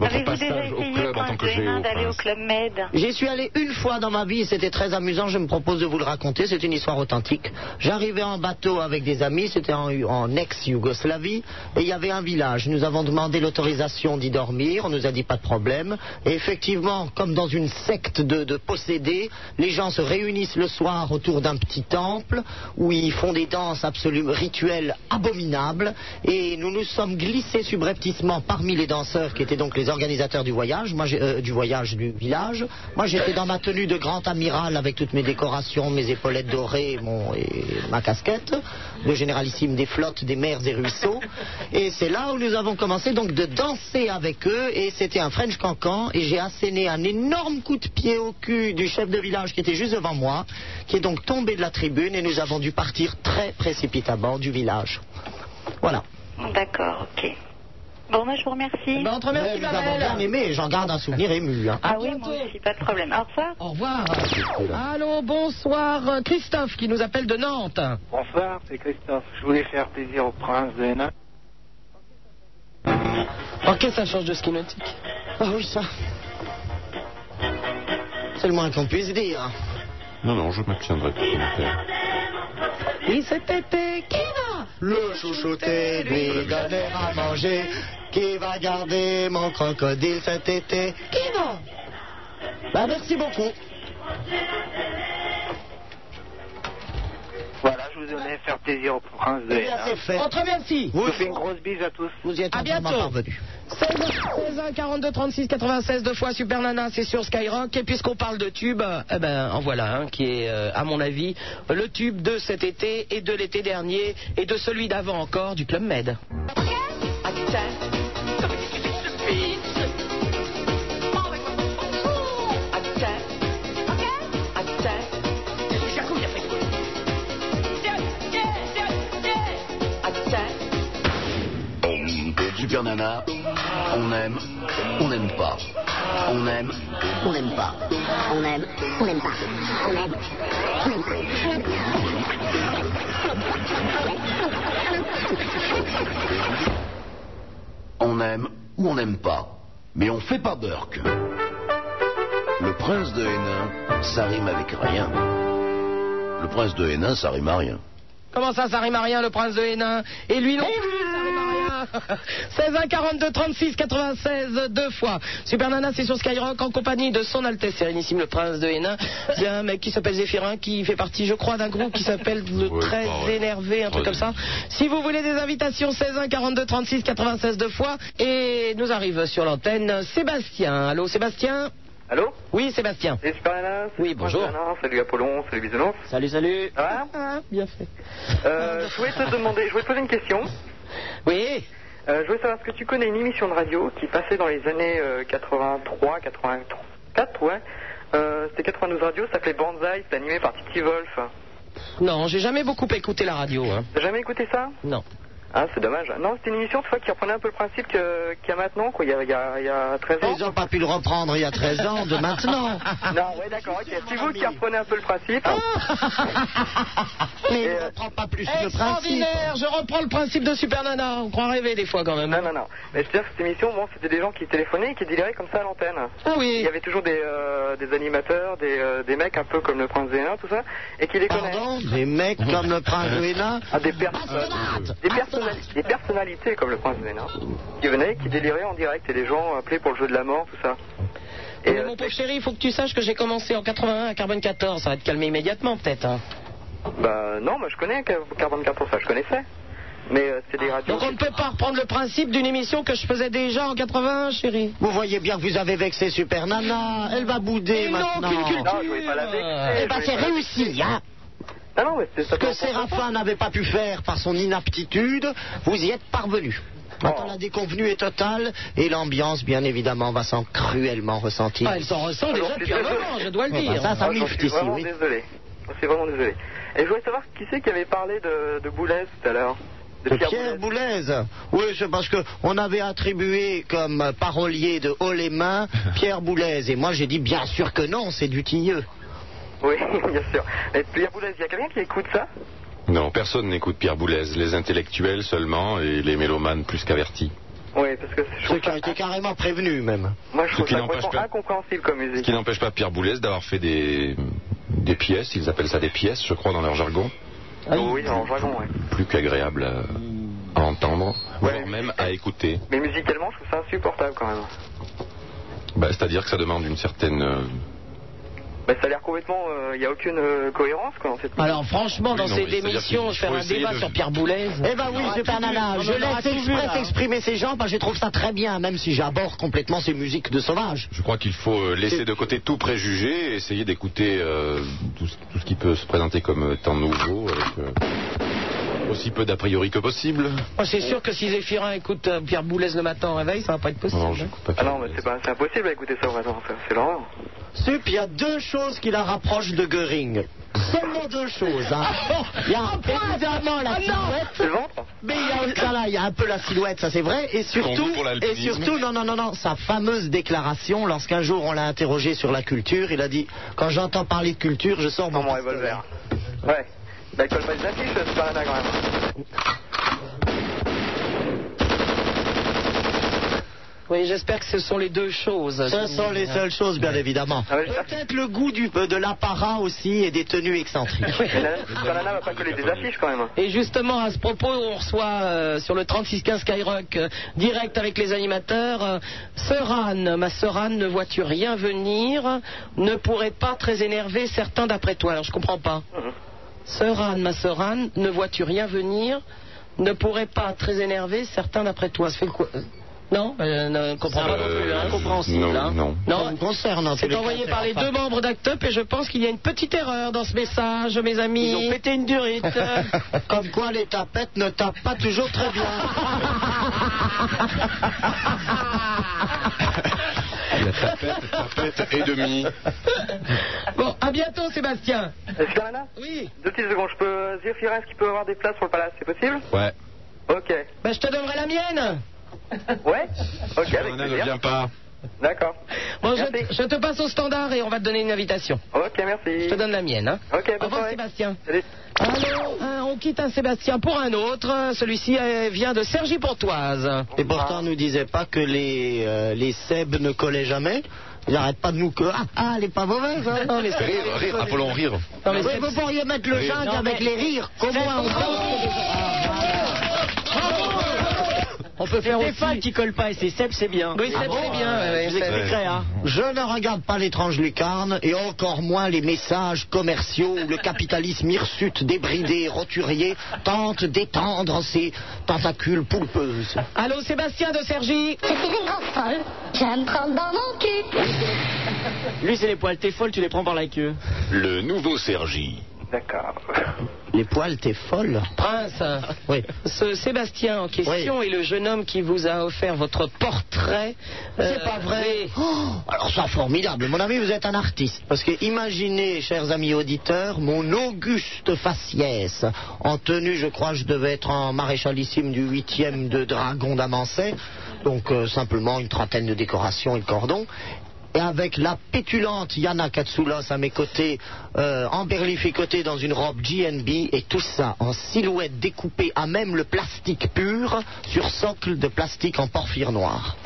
[SPEAKER 7] Votre
[SPEAKER 6] Avez-vous déjà
[SPEAKER 7] passage au
[SPEAKER 6] essayé,
[SPEAKER 7] club en tant
[SPEAKER 6] Prince
[SPEAKER 7] que
[SPEAKER 6] de Hénin,
[SPEAKER 7] géo.
[SPEAKER 6] d'aller au Club Med
[SPEAKER 5] J'y suis allé une fois dans ma vie, c'était très amusant, je me propose de vous le raconter, c'est une histoire authentique. J'arrivais en bateau avec des amis, c'était en, en ex-Yougoslavie, et il y avait un village. Nous avons demandé l'autorisation d'y dormir, on nous a dit pas de problème. Et effectivement, comme dans une secte de, de possédés, les gens se réunissent le soir autour d'un petit temple, où ils font des danses absolument rituelles abominables, et nous nous sommes glissés subrepticement parmi les danseurs qui étaient donc les organisateurs du voyage, moi, j'ai- euh, du voyage du village. Moi j'étais dans ma tenue de grand amiral avec toutes mes décorations, mes épaulettes dorées mon, et ma casquette, le généralissime des flottes, des mers et ruisseaux. Et c'est là où nous avons commencé donc de danser avec eux et c'était un French cancan et j'ai asséné un énorme coup de pied au cul du chef de village qui était juste devant moi, qui est donc tombé de la tribune et nous avons dû partir très précipitamment du village. Voilà.
[SPEAKER 6] D'accord, ok. Bon, moi je vous remercie.
[SPEAKER 4] Ben, on te remercie,
[SPEAKER 5] Eh, Nous avons bien aimé et j'en garde un souvenir ému. hein.
[SPEAKER 6] Ah oui, moi aussi, pas de problème. Au revoir.
[SPEAKER 4] Au revoir. Allô, bonsoir. euh, Christophe qui nous appelle de Nantes.
[SPEAKER 8] Bonsoir, c'est Christophe. Je voulais faire plaisir au prince de Hénin.
[SPEAKER 4] Ah, Ok, ça change de ski nautique.
[SPEAKER 5] Ah oui, ça. C'est le moins qu'on puisse dire.
[SPEAKER 7] Non, non, je m'abstiendrai de commentaire.
[SPEAKER 5] Il s'était qui va le chouchouter, lui donner à manger. Qui va garder mon crocodile cet été Qui va Bah merci beaucoup.
[SPEAKER 8] Voilà, je vous donnais faire plaisir au prince de
[SPEAKER 5] Eh bien, c'est
[SPEAKER 8] Hénin.
[SPEAKER 5] fait.
[SPEAKER 4] Entre merci.
[SPEAKER 8] Je vous fais une grosse bise à tous.
[SPEAKER 5] Vous y êtes
[SPEAKER 4] À
[SPEAKER 5] entièrement
[SPEAKER 4] bientôt.
[SPEAKER 5] parvenu.
[SPEAKER 4] 16 1 42 36 96 deux fois Super Nana, c'est sur Skyrock. Et puisqu'on parle de tube, euh, eh ben en voilà un qui est, euh, à mon avis, le tube de cet été et de l'été dernier et de celui d'avant encore du Club Med.
[SPEAKER 1] Super Nana, on aime, on n'aime pas. On aime, on n'aime pas.
[SPEAKER 12] On aime, on n'aime pas. On aime, on n'aime
[SPEAKER 1] On aime ou on n'aime pas. Mais on fait pas Burke. Le prince de Hénin, ça rime avec rien. Le prince de Hénin, ça rime à rien.
[SPEAKER 4] Comment ça, ça rime à rien, le prince de Hénin Et lui, non plus, ça rime à rien. 16 1 42 36 96 deux fois. Super Nana, c'est sur Skyrock en compagnie de son Altesse Sérénissime, le prince de Hénin. Il y a un mec qui s'appelle Zéphirin qui fait partie, je crois, d'un groupe qui s'appelle le Très Énervé, un truc comme ça. Si vous voulez des invitations, 16 1 42 36 96 deux fois. Et nous arrive sur l'antenne Sébastien. Allô, Sébastien
[SPEAKER 8] Allô
[SPEAKER 4] Oui, Sébastien.
[SPEAKER 8] C'est Super Nana
[SPEAKER 4] Oui, bonjour.
[SPEAKER 8] Salut Apollon, salut Bisounours.
[SPEAKER 40] Salut, salut.
[SPEAKER 8] Ah,
[SPEAKER 4] bien fait.
[SPEAKER 8] Euh, je voulais te demander, je voulais te poser une question.
[SPEAKER 4] Oui.
[SPEAKER 8] Euh, je voulais savoir, est-ce que tu connais une émission de radio qui passait dans les années euh, 83, 84, ouais euh, C'était 92 Radio, ça s'appelait Banzai, c'était animé par Titi Wolf.
[SPEAKER 4] Non, j'ai jamais beaucoup écouté la radio. hein.
[SPEAKER 8] T'as jamais écouté ça
[SPEAKER 4] Non.
[SPEAKER 8] Ah, c'est dommage. Non, c'était une émission, tu vois, qui reprenait un peu le principe que- qu'il y a maintenant, quoi, il y a, il y a- il y a 13 ans.
[SPEAKER 5] Ils n'ont pas pu le reprendre il y a 13 ans de maintenant.
[SPEAKER 8] Non, Ah, ouais, d'accord, ok. C'est vous qui reprenez un peu le principe.
[SPEAKER 5] Mais il ne reprend pas Ah. plus le principe.
[SPEAKER 4] Extraordinaire Je reprends le principe de Super Nana. On croit rêver des fois quand même. hein.
[SPEAKER 8] Non, non, non. Mais je veux dire que cette émission, bon, c'était des gens qui téléphonaient et qui déliraient comme ça à l'antenne.
[SPEAKER 4] Ah oui.
[SPEAKER 8] Il y avait toujours des, euh, des animateurs, des, euh, des mecs un peu comme le prince Zéna, tout ça, et qui les connaissaient.
[SPEAKER 5] Pardon Des mecs comme le prince de Hénin
[SPEAKER 8] Ah, des, pers- euh, des, personnali- des personnalités comme le prince Zéna, qui venaient, qui déliraient en direct, et les gens appelaient pour le jeu de la mort, tout ça. Et
[SPEAKER 4] Mais
[SPEAKER 8] euh,
[SPEAKER 4] mon pauvre chéri, il faut que tu saches que j'ai commencé en 81 à Carbone 14. Ça va te calmer immédiatement peut-être. hein.
[SPEAKER 8] bah non, moi je connais Car- 44 ça, je connaissais. Mais euh, c'est des radios.
[SPEAKER 4] Donc on ne peut pas reprendre le principe d'une émission que je faisais déjà en 81, chéri.
[SPEAKER 5] Vous voyez bien que vous avez vexé Super Nana. Ah Elle va bouder
[SPEAKER 4] Mais non,
[SPEAKER 5] maintenant.
[SPEAKER 4] aucune culture.
[SPEAKER 8] Non, je voulais pas la vexer,
[SPEAKER 5] Eh
[SPEAKER 8] je
[SPEAKER 5] ben,
[SPEAKER 8] voulais
[SPEAKER 5] c'est
[SPEAKER 8] pas la-
[SPEAKER 5] réussi, hein Ce que Séraphin n'avait pas pu faire par son inaptitude, vous y êtes parvenu.
[SPEAKER 8] Oh.
[SPEAKER 5] Maintenant, la déconvenue est totale et l'ambiance, bien évidemment, va s'en cruellement ressentir.
[SPEAKER 4] Ah, elle s'en ressent déjà depuis un moment, je dois le
[SPEAKER 5] Ah, bah,
[SPEAKER 4] dire.
[SPEAKER 5] ça, ça
[SPEAKER 4] Ah,
[SPEAKER 5] mifte
[SPEAKER 4] je suis
[SPEAKER 5] ici,
[SPEAKER 4] vraiment
[SPEAKER 5] oui.
[SPEAKER 31] Désolé. Je suis vraiment désolé. Et je voulais savoir qui c'est qui avait parlé de, de Boulez tout à l'heure.
[SPEAKER 5] De Pierre Boulez. Oui, c'est parce qu'on avait attribué comme parolier de haut les mains Pierre Boulez. Et moi, j'ai dit bien sûr que non, c'est du tilleux.
[SPEAKER 31] Oui, bien sûr. Et Pierre Boulez, il y a quelqu'un qui écoute ça
[SPEAKER 18] Non, personne n'écoute Pierre Boulez. Les intellectuels seulement et les mélomanes plus qu'avertis.
[SPEAKER 31] Oui, parce que je trouve
[SPEAKER 5] ça... J'étais carrément prévenu, même.
[SPEAKER 31] Moi, je
[SPEAKER 18] Ce
[SPEAKER 31] trouve
[SPEAKER 18] qui
[SPEAKER 31] ça
[SPEAKER 18] n'empêche
[SPEAKER 31] complètement
[SPEAKER 18] pas-
[SPEAKER 31] incompréhensible comme
[SPEAKER 18] Ce
[SPEAKER 31] musique.
[SPEAKER 18] qui n'empêche pas Pierre Boulez d'avoir fait des, des pièces, ils appellent ça des pièces, je crois, dans leur jargon.
[SPEAKER 5] Ah
[SPEAKER 31] oui, en jargon, oui.
[SPEAKER 18] Plus qu'agréable à, à entendre, voire même à écouter.
[SPEAKER 31] Mais musicalement, je trouve ça insupportable quand même.
[SPEAKER 18] Bah, C'est-à-dire que ça demande une certaine. euh,
[SPEAKER 31] Bah, ça a l'air complètement. euh, Il n'y a aucune euh, cohérence quoi, dans cette
[SPEAKER 4] Alors franchement, dans
[SPEAKER 31] Oui, non,
[SPEAKER 4] ces
[SPEAKER 31] mais c'est-à-dire
[SPEAKER 4] démissions,
[SPEAKER 31] qu'il
[SPEAKER 4] je faire
[SPEAKER 31] faut
[SPEAKER 4] un
[SPEAKER 31] essayer
[SPEAKER 4] débat
[SPEAKER 31] de-
[SPEAKER 4] sur Pierre Boulez. Ah,
[SPEAKER 5] Eh ben oui, c'est un nana. Je laisse exprès s'exprimer ces gens, parce que je trouve ça très bien, même si j'aborde complètement ces musiques de sauvage.
[SPEAKER 18] Je crois qu'il faut euh, laisser de côté tout préjugé et essayer d'écouter euh, tout, ce- tout ce qui peut se présenter comme étant nouveau avec euh, aussi peu d'a priori que possible.
[SPEAKER 4] Oh, c'est sûr que si Zéphirin écoute euh, Pierre Boulez le matin au réveil, ça va pas être possible. hein.
[SPEAKER 31] Ah non, mais c'est pas- c'est impossible à écouter ça au hasard, ça, c'est l'horreur.
[SPEAKER 5] Sup, il y a deux choses qui la rapprochent de Göring. Seulement deux choses. hein.
[SPEAKER 4] Ah
[SPEAKER 5] Il y a évidemment la silhouette. Mais il y, a, ça, là, il y a un peu la silhouette, ça c'est vrai. Et surtout,
[SPEAKER 18] goût pour
[SPEAKER 5] et
[SPEAKER 18] l'alpinisme.
[SPEAKER 5] surtout, non, non, non, non, sa fameuse déclaration, lorsqu'un jour on l'a interrogé sur la culture, il a dit Quand j'entends parler de culture, je sors mon revolver.
[SPEAKER 31] Ouais. Bah, colle pas des affiches, c'est pas là, quand même.
[SPEAKER 4] Oui, j'espère que ce sont les deux choses.
[SPEAKER 5] Ce
[SPEAKER 18] Euh,
[SPEAKER 5] sont les seules choses, bien évidemment.
[SPEAKER 18] Ah
[SPEAKER 5] Peut-être le goût du, euh, de l'apparat aussi et des tenues excentriques.
[SPEAKER 31] Mais la la nana va pas coller des affiches quand même.
[SPEAKER 4] Et justement, à ce propos, on reçoit euh, sur le 3615 Skyrock, euh, direct avec les animateurs, euh, Sœur Anne, ma sœur Anne ne vois-tu rien venir, ne pourrait pas très énerver certains d'après toi. Alors, je comprends pas. Sœur Anne, ma sœur Anne, ne vois-tu rien venir, ne pourrait pas très énerver certains d'après toi. Ça fait quoi euh, Non euh, ne comprends pas non plus, hein. Incompréhensible,
[SPEAKER 5] non,
[SPEAKER 4] hein.
[SPEAKER 5] Euh, non. Ça me concerne, en tous
[SPEAKER 4] C'est
[SPEAKER 5] les cas,
[SPEAKER 4] envoyé
[SPEAKER 5] c'est
[SPEAKER 4] par les
[SPEAKER 5] enfin.
[SPEAKER 4] deux membres d'Act Up et je pense qu'il y a une petite erreur dans ce message, mes amis.
[SPEAKER 5] Ils ont pété
[SPEAKER 4] une durite.
[SPEAKER 5] Comme quoi les tapettes ne tapent pas toujours très bien.
[SPEAKER 18] La tapette, tapette et demi.
[SPEAKER 4] Bon, à bientôt, Sébastien.
[SPEAKER 31] Est-ce que la nana
[SPEAKER 4] Oui.
[SPEAKER 31] Deux petites secondes, je peux dire, Firenze, qu'il peut avoir des places sur le palace, c'est possible
[SPEAKER 18] Ouais.
[SPEAKER 31] Ok.
[SPEAKER 4] Bah, je te donnerai la mienne.
[SPEAKER 31] Ouais Ok, avec
[SPEAKER 18] Anna ne
[SPEAKER 31] plaisir.
[SPEAKER 18] vient pas.
[SPEAKER 31] D'accord.
[SPEAKER 4] Bon, je, je te passe au standard et on va te donner une invitation.
[SPEAKER 31] Ok, merci.
[SPEAKER 4] Je te donne la mienne. Hein.
[SPEAKER 31] Ok, bonne
[SPEAKER 4] Au revoir,
[SPEAKER 31] soirée.
[SPEAKER 4] Sébastien.
[SPEAKER 31] Salut.
[SPEAKER 4] Alors, euh, on quitte un Sébastien pour un autre. Euh, Celui-ci euh, vient de Sergi Pontoise.
[SPEAKER 5] Et pourtant, on nous disait pas que les, euh, les Seb ne collaient jamais. Ils n'arrêtent pas de nous que. Ah, ah, elle est pas mauvaise. hein. Non, les Seb-
[SPEAKER 18] Rire, rire, Apollon, rire.
[SPEAKER 5] Non, mais Seb- vous pourriez mettre le jungle avec les rires. Comment on
[SPEAKER 3] On peut faire des fans qui collent pas et c'est Seb, c'est bien.
[SPEAKER 4] Oui, Seb, c'est bien, ouais, ouais,
[SPEAKER 3] Je vous
[SPEAKER 4] Seb.
[SPEAKER 3] expliquerai, hein.
[SPEAKER 5] Je ne regarde pas l'étrange lucarne et encore moins les messages commerciaux où le capitalisme hirsute, débridé, roturier tente d'étendre ses tentacules poulpeuses.
[SPEAKER 4] Allô, Sébastien de Sergi.
[SPEAKER 12] Je suis une grande folle. J'aime prendre dans mon cul.
[SPEAKER 3] Lui, c'est les poils. T'es folle, tu les prends par la queue.
[SPEAKER 18] Le nouveau Sergi.
[SPEAKER 31] D'accord.
[SPEAKER 5] Les poils, t'es folle.
[SPEAKER 4] Prince, hein. ce Sébastien en question est le jeune homme qui vous a offert votre portrait.
[SPEAKER 5] C'est pas vrai. Euh, Oh, alors ça, formidable. Mon ami, vous êtes un artiste. Parce que imaginez, chers amis auditeurs, mon auguste faciès, en tenue, je crois, je devais être en maréchalissime du 8e de Dragon d'Amancet, donc euh, simplement une trentaine de décorations et de cordons. Et avec la pétulante Yana Katsoulos à mes côtés, euh, emberlificotée dans une robe GNB, et tout ça en silhouette découpée à même le plastique pur sur socle de plastique en porphyre noir.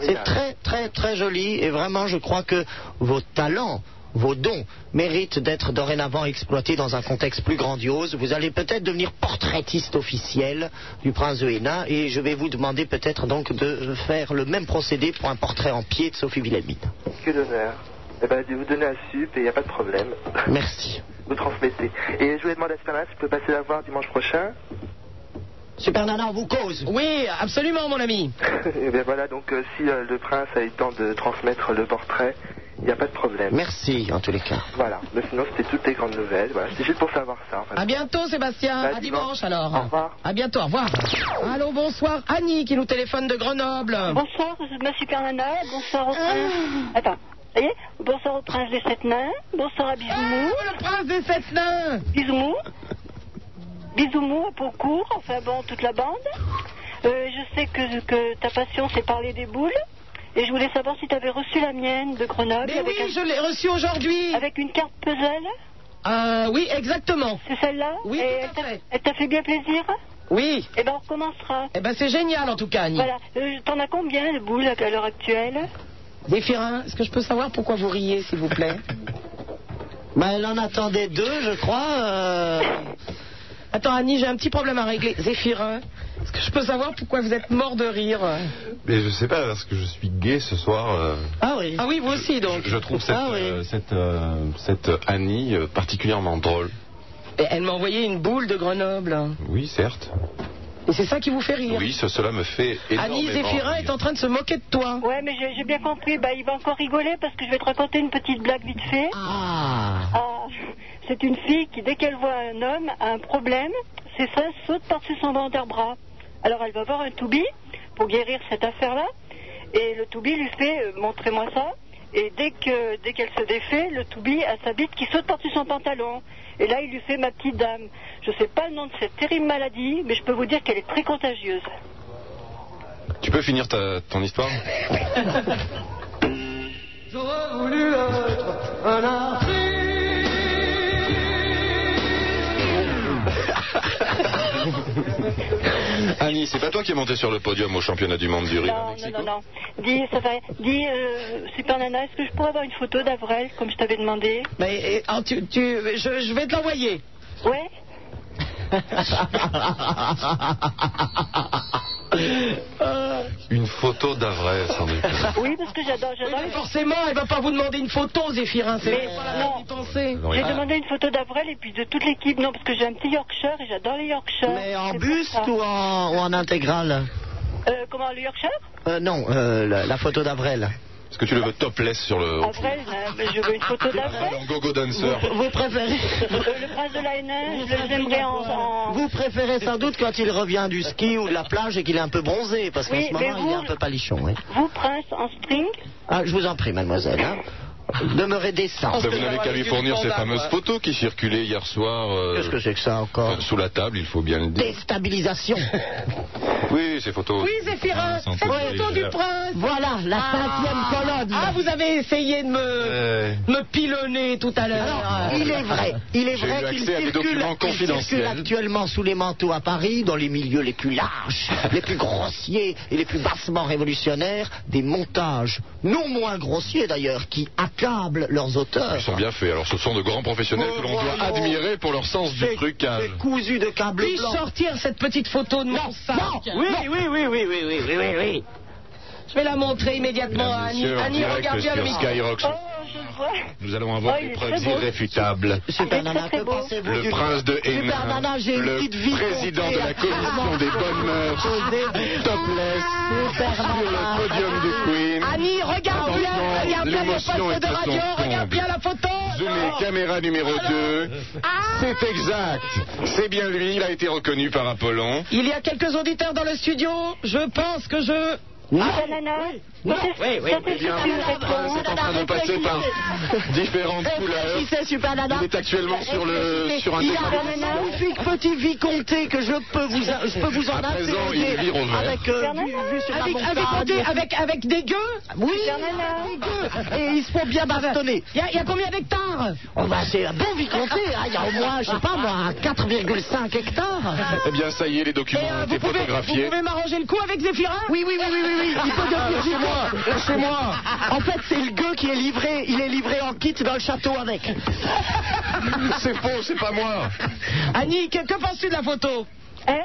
[SPEAKER 5] C'est très, très, très joli et vraiment, je crois que vos talents, vos dons méritent d'être dorénavant exploités dans un contexte plus grandiose. Vous allez peut-être devenir portraitiste officiel du prince de Hénin et je vais vous demander peut-être donc de faire le même procédé pour un portrait en pied de Sophie Wilhelmine.
[SPEAKER 31] Que d'honneur. Eh ben, vous donnez un sup et y a pas de problème.
[SPEAKER 5] Merci.
[SPEAKER 31] Vous transmettez. Et je voulais demander à Superman si je peux passer la voir dimanche prochain.
[SPEAKER 5] Super Nana, on vous cause.
[SPEAKER 4] Oui, absolument, mon ami.
[SPEAKER 31] Eh et bien voilà, donc euh, si euh, le prince a eu le temps de transmettre le portrait,
[SPEAKER 9] Il n'y a pas de problème.
[SPEAKER 5] Merci, en tous les cas.
[SPEAKER 9] Voilà, mais sinon c'était toutes les grandes nouvelles. Voilà, c'était juste pour savoir ça. en fait.
[SPEAKER 4] À bientôt, Sébastien.
[SPEAKER 9] Bah,
[SPEAKER 4] à
[SPEAKER 9] dimanche.
[SPEAKER 4] dimanche, alors.
[SPEAKER 9] Au revoir.
[SPEAKER 4] À bientôt, au revoir. Allô, bonsoir. Annie qui nous téléphone de Grenoble.
[SPEAKER 11] Bonsoir, ma super
[SPEAKER 6] Ah,
[SPEAKER 11] nana. Bonsoir au prince.
[SPEAKER 4] Ah.
[SPEAKER 11] Attends. Ça y est Bonsoir au prince des sept nains. Bonsoir à Bisounou.
[SPEAKER 4] Oh, le prince des sept nains
[SPEAKER 11] Bisounou. Bisounou à Paucourt. Enfin bon, toute la bande. Euh, je sais que, que ta passion, c'est parler des boules. Et je voulais savoir si tu avais reçu la mienne de Grenoble.
[SPEAKER 4] Mais
[SPEAKER 11] avec
[SPEAKER 4] oui,
[SPEAKER 11] un-
[SPEAKER 4] je l'ai reçue aujourd'hui.
[SPEAKER 11] Avec une carte puzzle.
[SPEAKER 4] Euh, oui, exactement.
[SPEAKER 11] C'est celle-là
[SPEAKER 4] Oui,
[SPEAKER 11] Et
[SPEAKER 4] tout à
[SPEAKER 11] elle t'a-
[SPEAKER 4] fait.
[SPEAKER 11] Elle t'a fait bien plaisir
[SPEAKER 4] Oui.
[SPEAKER 11] Eh ben, on recommencera.
[SPEAKER 4] Eh ben, c'est génial, en tout cas, Annie.
[SPEAKER 11] Voilà. Euh, T'en as combien de boules à l'heure actuelle
[SPEAKER 4] Des firins, est-ce que je peux savoir pourquoi vous riez, s'il vous plaît Ben,
[SPEAKER 5] Bah, elle en attendait deux, je crois. euh.
[SPEAKER 4] Attends, Annie, j'ai un petit problème à régler. Zéphirin, est-ce que je peux savoir pourquoi vous êtes mort de rire
[SPEAKER 18] Mais je sais pas, parce que je suis gay ce soir. euh,
[SPEAKER 4] Ah oui. Ah oui, vous aussi, donc.
[SPEAKER 18] Je trouve cette,
[SPEAKER 4] Ah oui.
[SPEAKER 18] euh, cette, euh, cette Annie euh, particulièrement drôle.
[SPEAKER 4] Et Elle m'a envoyé une boule de Grenoble.
[SPEAKER 18] Oui, certes.
[SPEAKER 4] Et c'est ça qui vous fait rire.
[SPEAKER 18] Oui, ce- cela me fait énormément.
[SPEAKER 4] Annie Zéphirin est en train de se moquer de toi.
[SPEAKER 11] Ouais, mais j'ai j'ai bien compris. Bah, il va encore rigoler parce que je vais te raconter une petite blague vite fait.
[SPEAKER 5] Ah.
[SPEAKER 11] Ah, c'est une fille qui, dès qu'elle voit un homme, a un problème. Ses seins sautent par-dessus son avant-bras. Alors, elle va voir un toubi pour guérir cette affaire-là. Et le toubi lui fait euh, Montrez-moi ça. Et dès que dès qu'elle se défait, le toubi a sa bite qui saute par-dessus son pantalon. Et là, il lui fait Ma petite dame. Je sais pas le nom de cette terrible maladie, mais je peux vous dire qu'elle est très contagieuse.
[SPEAKER 18] Tu peux finir ta- ton histoire
[SPEAKER 12] J'aurais voulu être un
[SPEAKER 18] Annie, c'est pas toi qui es montée sur le podium au championnat du monde du rire
[SPEAKER 11] Non, non, non, non. Dis, ça va. Dis, euh, Super Nana, est-ce que je pourrais avoir une photo d'Avrel, comme je t'avais demandé
[SPEAKER 4] Mais et- ah, tu, tu- je, je vais te l'envoyer.
[SPEAKER 11] Ouais
[SPEAKER 5] Ah,
[SPEAKER 18] Une photo d'Avrel, sans doute.
[SPEAKER 11] Oui, parce que j'adore, j'adore.
[SPEAKER 4] Forcément, elle va pas vous demander une photo, Zéphirin. C'est
[SPEAKER 11] Mais
[SPEAKER 4] même pas la peine d'y
[SPEAKER 18] Ah
[SPEAKER 4] penser.
[SPEAKER 11] J'ai demandé une photo d'Avrel et puis de toute l'équipe, non, parce que j'ai un petit Yorkshire et j'adore les Yorkshire.
[SPEAKER 5] Mais en
[SPEAKER 11] C'est pour
[SPEAKER 5] buste
[SPEAKER 11] ça.
[SPEAKER 5] ou en, ou en intégrale
[SPEAKER 11] Euh, Comment, le Yorkshire
[SPEAKER 5] Euh, Non, euh, la, la photo d'Avrel.
[SPEAKER 18] Est-ce que tu le veux topless sur le.
[SPEAKER 4] Ah,
[SPEAKER 18] Ah,
[SPEAKER 11] Avrel, euh, mais je veux une photo d'Avrel.
[SPEAKER 18] Gogo dancer.
[SPEAKER 5] Vous préférez,
[SPEAKER 11] Euh, le prince de la Hénin, je les aimerais en. en-
[SPEAKER 5] vous préférez sans doute quand il revient du ski ou de la plage et qu'il est un peu bronzé, parce qu'en
[SPEAKER 11] Oui,
[SPEAKER 5] ce
[SPEAKER 11] mais
[SPEAKER 5] moment, il
[SPEAKER 11] vous-
[SPEAKER 5] est un peu palichon. oui.
[SPEAKER 11] Vous, prince, en string
[SPEAKER 5] Ah, je vous en prie, mademoiselle. hein. Demeurez décent.
[SPEAKER 18] Ben, vous n'avez qu'à lui fournir ces fameuses photos qui circulaient hier soir. Qu'est-ce que
[SPEAKER 5] c'est que ça encore
[SPEAKER 18] Sous la table, il faut bien le dire.
[SPEAKER 5] Déstabilisation.
[SPEAKER 18] Oui, ces photos.
[SPEAKER 4] Oui, Zéphirin,
[SPEAKER 18] Ah, sans
[SPEAKER 4] cette
[SPEAKER 18] faute.
[SPEAKER 4] photo du prince.
[SPEAKER 5] Voilà, la cinquième colonne.
[SPEAKER 4] Ah, vous avez essayé de me,
[SPEAKER 18] Euh,
[SPEAKER 4] me pilonner tout à l'heure. Ah.
[SPEAKER 5] Il est vrai, il est
[SPEAKER 18] J'ai eu
[SPEAKER 5] vrai qu'il
[SPEAKER 18] accès à des
[SPEAKER 5] circule,
[SPEAKER 18] documents
[SPEAKER 5] il circule
[SPEAKER 18] confidentiels.
[SPEAKER 5] actuellement sous les manteaux à Paris, dans les milieux les plus larges, les plus grossiers et les plus bassement révolutionnaires, des montages non moins grossiers d'ailleurs qui accablent leurs auteurs.
[SPEAKER 18] Ils sont bien faits. Alors, ce sont de grands professionnels que l'on doit admirer pour leur sens du trucage.
[SPEAKER 5] Cousu de câble
[SPEAKER 4] Puis-je
[SPEAKER 5] blanc.
[SPEAKER 4] sortir cette petite photo de mon sac
[SPEAKER 5] Oui, oui, oui, oui, oui, oui, oui, oui, oui.
[SPEAKER 4] Je vais la montrer immédiatement à Annie.
[SPEAKER 18] Monsieur, en
[SPEAKER 4] Annie,
[SPEAKER 18] direct
[SPEAKER 4] regarde bien le
[SPEAKER 18] sur
[SPEAKER 4] micro. Oh,
[SPEAKER 18] Skyrock. Nous allons avoir
[SPEAKER 5] Oh, il
[SPEAKER 18] des
[SPEAKER 5] est
[SPEAKER 18] preuves
[SPEAKER 5] très beau.
[SPEAKER 18] irréfutables.
[SPEAKER 5] Super Nana, que pensez-vous
[SPEAKER 18] Le
[SPEAKER 5] du-
[SPEAKER 18] prince de Hénin,
[SPEAKER 5] Super Nana, j'ai une petite vie
[SPEAKER 18] le président de la commission des bonnes mœurs, topless, sur le podium du Queen.
[SPEAKER 4] Annie, regarde bien, regarde bien le poste
[SPEAKER 18] l'émotion est
[SPEAKER 4] de
[SPEAKER 18] à son
[SPEAKER 4] radio, regarde
[SPEAKER 18] comble.
[SPEAKER 4] bien la photo.
[SPEAKER 18] Zoomé, caméra numéro 2.
[SPEAKER 5] Ah.
[SPEAKER 18] C'est exact. C'est bien lui, il a été reconnu par Apollon.
[SPEAKER 4] Il y a quelques auditeurs dans le studio. Je pense que je. Ah.
[SPEAKER 11] Super Nana
[SPEAKER 4] Non,
[SPEAKER 18] Eh
[SPEAKER 4] oui, oui.
[SPEAKER 18] bien, le prince est en train de passer par différentes couleurs.
[SPEAKER 5] Réfléchissez, Super Nana.
[SPEAKER 18] Il est actuellement sur, le,
[SPEAKER 5] Réfléchissez.
[SPEAKER 18] sur un
[SPEAKER 5] Il y a
[SPEAKER 18] décor.
[SPEAKER 5] un magnifique petit vicomté que je peux vous, je peux vous en
[SPEAKER 18] À présent, il
[SPEAKER 5] imprimer
[SPEAKER 18] vire au vert.
[SPEAKER 5] avec, euh, vue- vue sur la
[SPEAKER 4] Avec, avec,
[SPEAKER 5] montagne.
[SPEAKER 4] des- avec, avec des gueux
[SPEAKER 5] Oui,
[SPEAKER 11] Super Nana
[SPEAKER 5] et ils se font
[SPEAKER 12] Ah
[SPEAKER 5] bien
[SPEAKER 12] ben,
[SPEAKER 5] bastonner.
[SPEAKER 4] Il y, a- il y a combien d'hectares
[SPEAKER 5] Oh bah c'est un bon vicomté, hein. il y a au moins, je sais pas moi, 4,5 hectares.
[SPEAKER 18] Eh bien, ça y est, les documents ont été
[SPEAKER 4] euh, Vous
[SPEAKER 18] photographiés.
[SPEAKER 4] pouvez m'arranger le coup avec Zéphirin
[SPEAKER 5] Oui, oui, oui, oui, oui, oui, il peut devenir vicomte.
[SPEAKER 4] Lâchez-moi
[SPEAKER 5] euh, En fait, c'est le gueux qui est livré, il est livré en kit dans le château avec.
[SPEAKER 18] C'est faux, c'est pas moi.
[SPEAKER 4] Annie, que, que penses-tu de la photo
[SPEAKER 11] Hein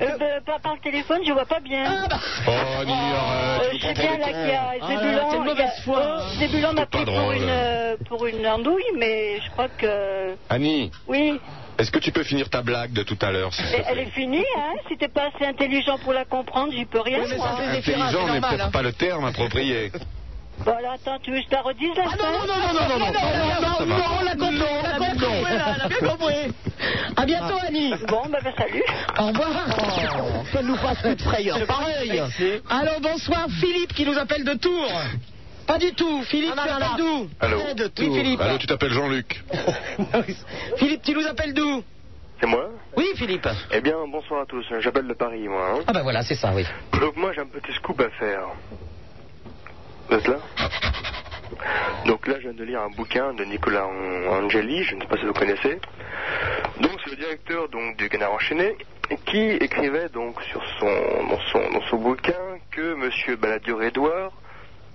[SPEAKER 11] euh, bah, par, par le téléphone, je vois pas bien.
[SPEAKER 4] bah.
[SPEAKER 18] Oh, Annie, arrête,
[SPEAKER 11] Euh,
[SPEAKER 18] tu
[SPEAKER 11] je
[SPEAKER 18] vous
[SPEAKER 11] sais
[SPEAKER 18] prends pour
[SPEAKER 11] bien
[SPEAKER 18] des
[SPEAKER 11] là
[SPEAKER 18] cons.
[SPEAKER 11] qu'il y a
[SPEAKER 4] Ah là là,
[SPEAKER 11] Zébulon.
[SPEAKER 4] t'es de
[SPEAKER 11] il y a-
[SPEAKER 4] mauvaise foi, hein.
[SPEAKER 11] Oh, Zébulon
[SPEAKER 18] C'est
[SPEAKER 11] m'a
[SPEAKER 18] pas
[SPEAKER 11] pris pour
[SPEAKER 18] drôle.
[SPEAKER 11] une, euh, pour une andouille, mais je crois que.
[SPEAKER 18] Annie,
[SPEAKER 11] Oui,
[SPEAKER 18] est-ce que tu peux finir ta blague de tout à l'heure s'il te
[SPEAKER 11] mais
[SPEAKER 18] plaît
[SPEAKER 11] elle est finie, hein. Si t'es pas assez intelligent pour la comprendre, j'y peux rien.
[SPEAKER 4] Oui, mais ça,
[SPEAKER 11] moi.
[SPEAKER 4] c'est Zéphirin, c'est
[SPEAKER 18] Intelligent n'est
[SPEAKER 4] normal,
[SPEAKER 18] peut-être
[SPEAKER 4] hein.
[SPEAKER 18] pas le terme approprié.
[SPEAKER 12] Bon, alors attends, tu veux que je te la redise là
[SPEAKER 11] non, non, non, non, non, non, non, non, non, on l'a compris, on l'a compris, on l'a bien compris.
[SPEAKER 12] À bientôt, Annie. Bon, bah, bah, salut.
[SPEAKER 4] Au revoir.
[SPEAKER 5] Oh, Ça nous passe toute frayeur. Pareil.
[SPEAKER 4] Alors bonsoir Philippe qui nous appelle de Tours. Pas du tout, Philippe,
[SPEAKER 5] Ah, non,
[SPEAKER 4] tu
[SPEAKER 5] non,
[SPEAKER 4] appelles
[SPEAKER 5] non.
[SPEAKER 4] d'où
[SPEAKER 18] Allô
[SPEAKER 4] Oui, de Tours. Oui, Philippe.
[SPEAKER 18] Allô, tu t'appelles Jean-Luc. Euh,
[SPEAKER 4] Philippe, tu nous appelles d'où
[SPEAKER 8] C'est moi
[SPEAKER 4] Oui, Philippe.
[SPEAKER 8] Eh bien, bonsoir à tous. J'appelle de Paris, moi. hein.
[SPEAKER 4] Ah ben voilà, c'est ça, oui.
[SPEAKER 8] Donc moi, j'ai un petit scoop à faire. Vous êtes là Donc là, je viens de lire un bouquin de Nicolas An- Angeli, je ne sais pas si vous connaissez. Donc c'est le directeur donc, du Canard Enchaîné qui écrivait donc sur son, dans, son, dans son bouquin que Monsieur Balladur-Edouard,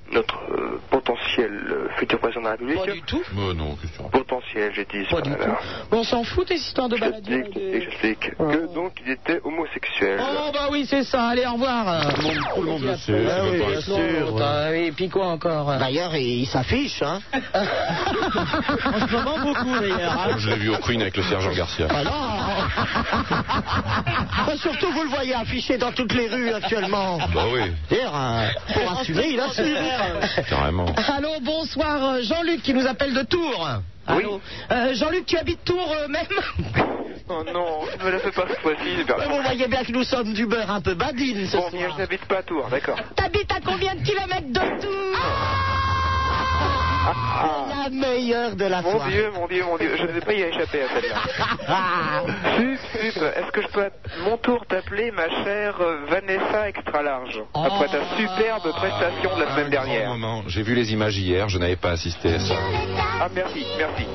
[SPEAKER 8] notre euh, potentiel euh, futur président de la République... Pas du
[SPEAKER 4] tout
[SPEAKER 8] non, Potentiel, j'ai dit. Pas du tout.
[SPEAKER 4] Bon, on s'en fout des histoires de balade.
[SPEAKER 8] J'explique que donc il était homosexuel.
[SPEAKER 4] Oh bah oui, c'est ça, allez, au revoir.
[SPEAKER 8] Tout le monde le sait.
[SPEAKER 4] Ah oui, bien sûr. Ah oui, et puis quoi encore euh
[SPEAKER 5] D'ailleurs, il, il s'affiche, hein.
[SPEAKER 4] En ce moment, beaucoup, d'ailleurs. hein.
[SPEAKER 18] Je l'ai vu au Queen avec le sergent Garcia.
[SPEAKER 5] Enfin, surtout, vous le voyez affiché dans toutes les rues actuellement.
[SPEAKER 18] Bah oui,
[SPEAKER 5] D'ailleurs, euh, pour assumer, il assume.
[SPEAKER 18] carrément.
[SPEAKER 4] Allô, bonsoir, euh, Jean-Luc qui nous appelle de Tours. Allô. Euh, Jean-Luc, tu habites Tours euh, même
[SPEAKER 9] Oh non, ne me la fais pas cette fois-ci. Super.
[SPEAKER 5] Mais vous voyez bien que nous sommes du beurre un peu badine ce
[SPEAKER 9] Bon, bien,
[SPEAKER 5] soir.
[SPEAKER 9] je n'habite pas à Tours, d'accord.
[SPEAKER 4] T'habites à combien de kilomètres de
[SPEAKER 5] Tours La meilleure de la
[SPEAKER 9] Mon
[SPEAKER 5] soirée.
[SPEAKER 9] Dieu, mon Dieu, mon Dieu, je ne vais pas y échapper à celle-là. Sup, sup, est-ce que je peux à mon tour t'appeler ma chère euh, Vanessa Extra Large Après
[SPEAKER 5] Oh.
[SPEAKER 9] ta superbe prestation de la semaine dernière.
[SPEAKER 18] Maman, J'ai vu les images hier, je n'avais pas assisté à ça.
[SPEAKER 9] Ah, merci, merci.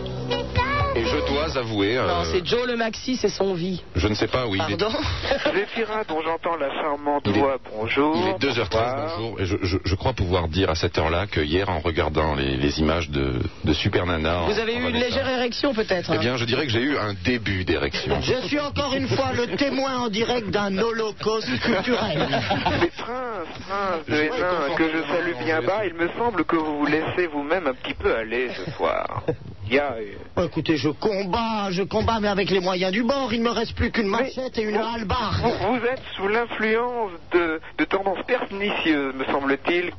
[SPEAKER 18] Et je dois avouer, euh,
[SPEAKER 4] Non, Oh, c'est Joe le Maxi, c'est son vie.
[SPEAKER 18] je ne sais pas où il est.
[SPEAKER 9] Zéphira, dont j'entends la charmante voix, bonjour.
[SPEAKER 18] Il est 2h13
[SPEAKER 9] bonsoir.
[SPEAKER 18] bonjour, et je, je- je crois pouvoir dire à cette heure-là que hier, en regardant les, les images de, de Super Nana...
[SPEAKER 4] Vous avez eu une légère érection peut-être
[SPEAKER 18] Eh
[SPEAKER 5] hein.
[SPEAKER 18] bien, je dirais que j'ai eu un début d'érection.
[SPEAKER 5] Je suis encore une fois le témoin en direct d'un holocauste culturel.
[SPEAKER 9] Mais prince, prince de Hénin, que je salue bien bas, il me semble que vous vous laissez vous-même un petit peu aller ce soir. Il y a, euh,
[SPEAKER 5] Oh, écoutez, je combats, je combats, mais avec les moyens du bord. Il me reste plus qu'une manchette et une hallebarde.
[SPEAKER 9] Vous, vous êtes sous l'influence de, de tendances pernicieuses, me semble-t-il.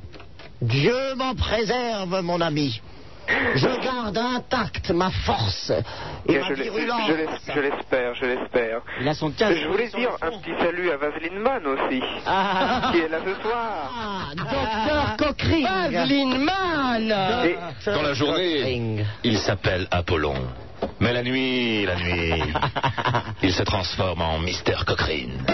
[SPEAKER 5] Dieu m'en préserve, mon ami. Je garde intacte ma force et
[SPEAKER 9] Et
[SPEAKER 5] ma
[SPEAKER 9] je l'ai-
[SPEAKER 5] virulence.
[SPEAKER 9] je l'es- je l'espère, je l'espère.
[SPEAKER 5] Il a son casque.
[SPEAKER 9] Je voulais dire un petit salut à Vaseline Man aussi,
[SPEAKER 5] Ah.
[SPEAKER 9] qui est là ce soir.
[SPEAKER 5] Docteur Cochring.
[SPEAKER 4] Madeline Man
[SPEAKER 9] Et-
[SPEAKER 18] Dans la journée, il s'appelle Apollon. Mais la nuit, la nuit, il se transforme en Mister Cochrane.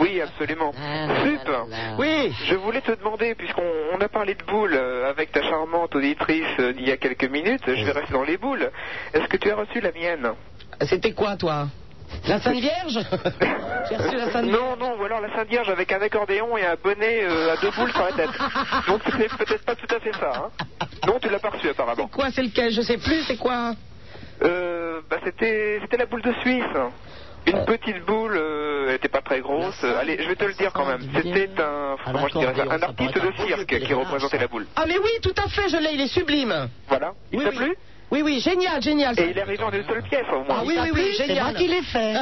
[SPEAKER 9] Oui, absolument.
[SPEAKER 5] Ah,
[SPEAKER 9] Sup,
[SPEAKER 4] Oui
[SPEAKER 9] je voulais te demander, puisqu'on on a parlé de boules euh, avec ta charmante auditrice euh, il y a quelques minutes, je vais rester dans les boules. Est-ce que tu as reçu la mienne
[SPEAKER 4] C'était quoi toi La Sainte Vierge J'ai reçu la Sainte Vierge.
[SPEAKER 9] Euh, Non, non, ou alors la Sainte Vierge avec un accordéon et un bonnet euh, à deux boules sur la tête. Donc c'est peut-être pas tout à fait ça. hein. Non, tu l'as pas reçu apparemment.
[SPEAKER 4] Quoi, c'est lequel Je sais plus, c'est quoi
[SPEAKER 9] Euh, bah, c'était, c'était la boule de Suisse. Une petite boule, euh, elle était pas très grosse. Euh, Allez, je vais te le dire quand même. C'était un, comment je dirais ça, un artiste de cirque qui représentait la boule.
[SPEAKER 4] Ah mais oui, tout à fait, je l'ai, il est sublime.
[SPEAKER 9] Voilà. Il
[SPEAKER 4] Ah Oui,
[SPEAKER 9] t'a
[SPEAKER 4] oui.
[SPEAKER 9] plu
[SPEAKER 4] Oui, oui, génial, génial.
[SPEAKER 9] Et il est arrivé en une seule pièce au moins.
[SPEAKER 4] Ah oui, oui, oui,
[SPEAKER 5] C'est moi
[SPEAKER 4] génial.
[SPEAKER 5] qui l'ai fait.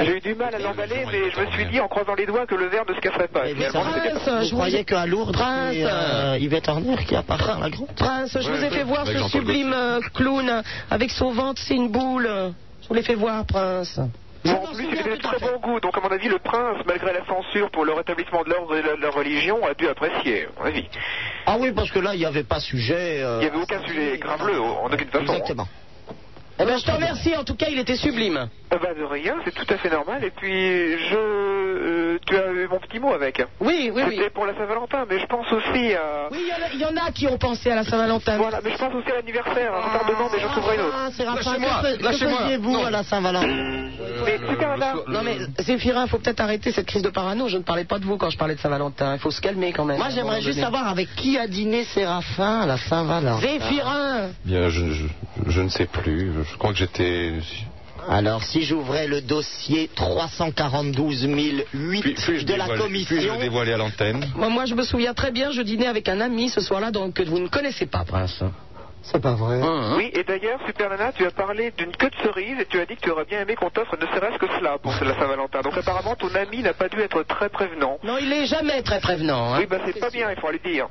[SPEAKER 9] J'ai eu du mal à l'emballer, mais je me suis dit en croisant les doigts que le verre ne se casserait pas. Finalement, c'était bien.
[SPEAKER 4] Prince,
[SPEAKER 5] Vous
[SPEAKER 4] je vous,
[SPEAKER 5] croyez
[SPEAKER 4] ai...
[SPEAKER 5] qu'à Lourdes,
[SPEAKER 4] Prince,
[SPEAKER 5] c'est euh, Yvette Horner qui apparaît à la grotte
[SPEAKER 4] Prince, je
[SPEAKER 18] Ouais,
[SPEAKER 4] vous ai
[SPEAKER 18] ouais,
[SPEAKER 4] fait voir
[SPEAKER 18] avec
[SPEAKER 4] ce
[SPEAKER 18] Jean-Paul
[SPEAKER 4] sublime euh, clown avec son ventre, c'est une boule. Je vous l'ai fait voir, Prince.
[SPEAKER 9] Bon, en plus, il était de très bon goût, donc à mon avis, le prince, malgré la censure pour le rétablissement de l'ordre et de la- de la religion, a dû apprécier, à mon avis.
[SPEAKER 5] Ah oui, parce que là, il n'y avait pas sujet. euh,
[SPEAKER 9] Il n'y avait aucun sujet graveleux, en aucune façon.
[SPEAKER 5] Exactement.
[SPEAKER 4] Eh ben, je te remercie, en tout cas, il était sublime.
[SPEAKER 9] Ah bah de rien, c'est tout à fait normal. Et puis je, euh, tu as eu mon petit mot avec.
[SPEAKER 4] Oui, oui, oui.
[SPEAKER 9] C'était pour la Saint-Valentin, mais je pense aussi à.
[SPEAKER 4] Oui, il y en a- il y, en a qui ont pensé à la Saint-Valentin.
[SPEAKER 9] euh. Voilà, mais je pense aussi à l'anniversaire. hein. Je t'en demande et j'en trouverai une autre.
[SPEAKER 5] Ah, c'est Raphaël,
[SPEAKER 18] Lâchez-moi,
[SPEAKER 5] que, fais- que
[SPEAKER 18] lâchez-moi.
[SPEAKER 5] faisiez-vous
[SPEAKER 18] Non.
[SPEAKER 5] à la Saint-Valentin
[SPEAKER 9] Mais super Nana,
[SPEAKER 4] Non mais Zéphirin, faut peut-être arrêter cette crise de parano. Je ne parlais pas de vous quand je parlais de Saint-Valentin. Il faut se calmer quand même.
[SPEAKER 5] Moi, j'aimerais juste savoir avec qui a dîné Séraphin à la Saint-Valentin.
[SPEAKER 4] Zéphirin,
[SPEAKER 18] Bien, je, je- je ne sais plus. Je crois que j'étais.
[SPEAKER 5] Alors, si j'ouvrais le dossier 342
[SPEAKER 18] Puis-
[SPEAKER 5] 008
[SPEAKER 18] puis-je
[SPEAKER 5] de la
[SPEAKER 18] dévoiler- puis-je
[SPEAKER 5] commission,
[SPEAKER 18] le dévoiler à l'antenne
[SPEAKER 4] moi, moi, je me souviens très bien. Je dînais avec un ami ce soir-là, donc que vous ne connaissez pas, Prince. Hein,
[SPEAKER 18] C'est pas vrai.
[SPEAKER 4] Ah,
[SPEAKER 9] Oui, et d'ailleurs, Super Nana, tu as parlé d'une queue de cerise et tu as dit que tu aurais bien aimé qu'on t'offre ne serait-ce que cela pour la Saint-Valentin. Donc apparemment, ton ami n'a pas dû être très prévenant.
[SPEAKER 4] Non, il est jamais très prévenant. hein.
[SPEAKER 9] Oui, bah c'est pas bien, il faut le dire.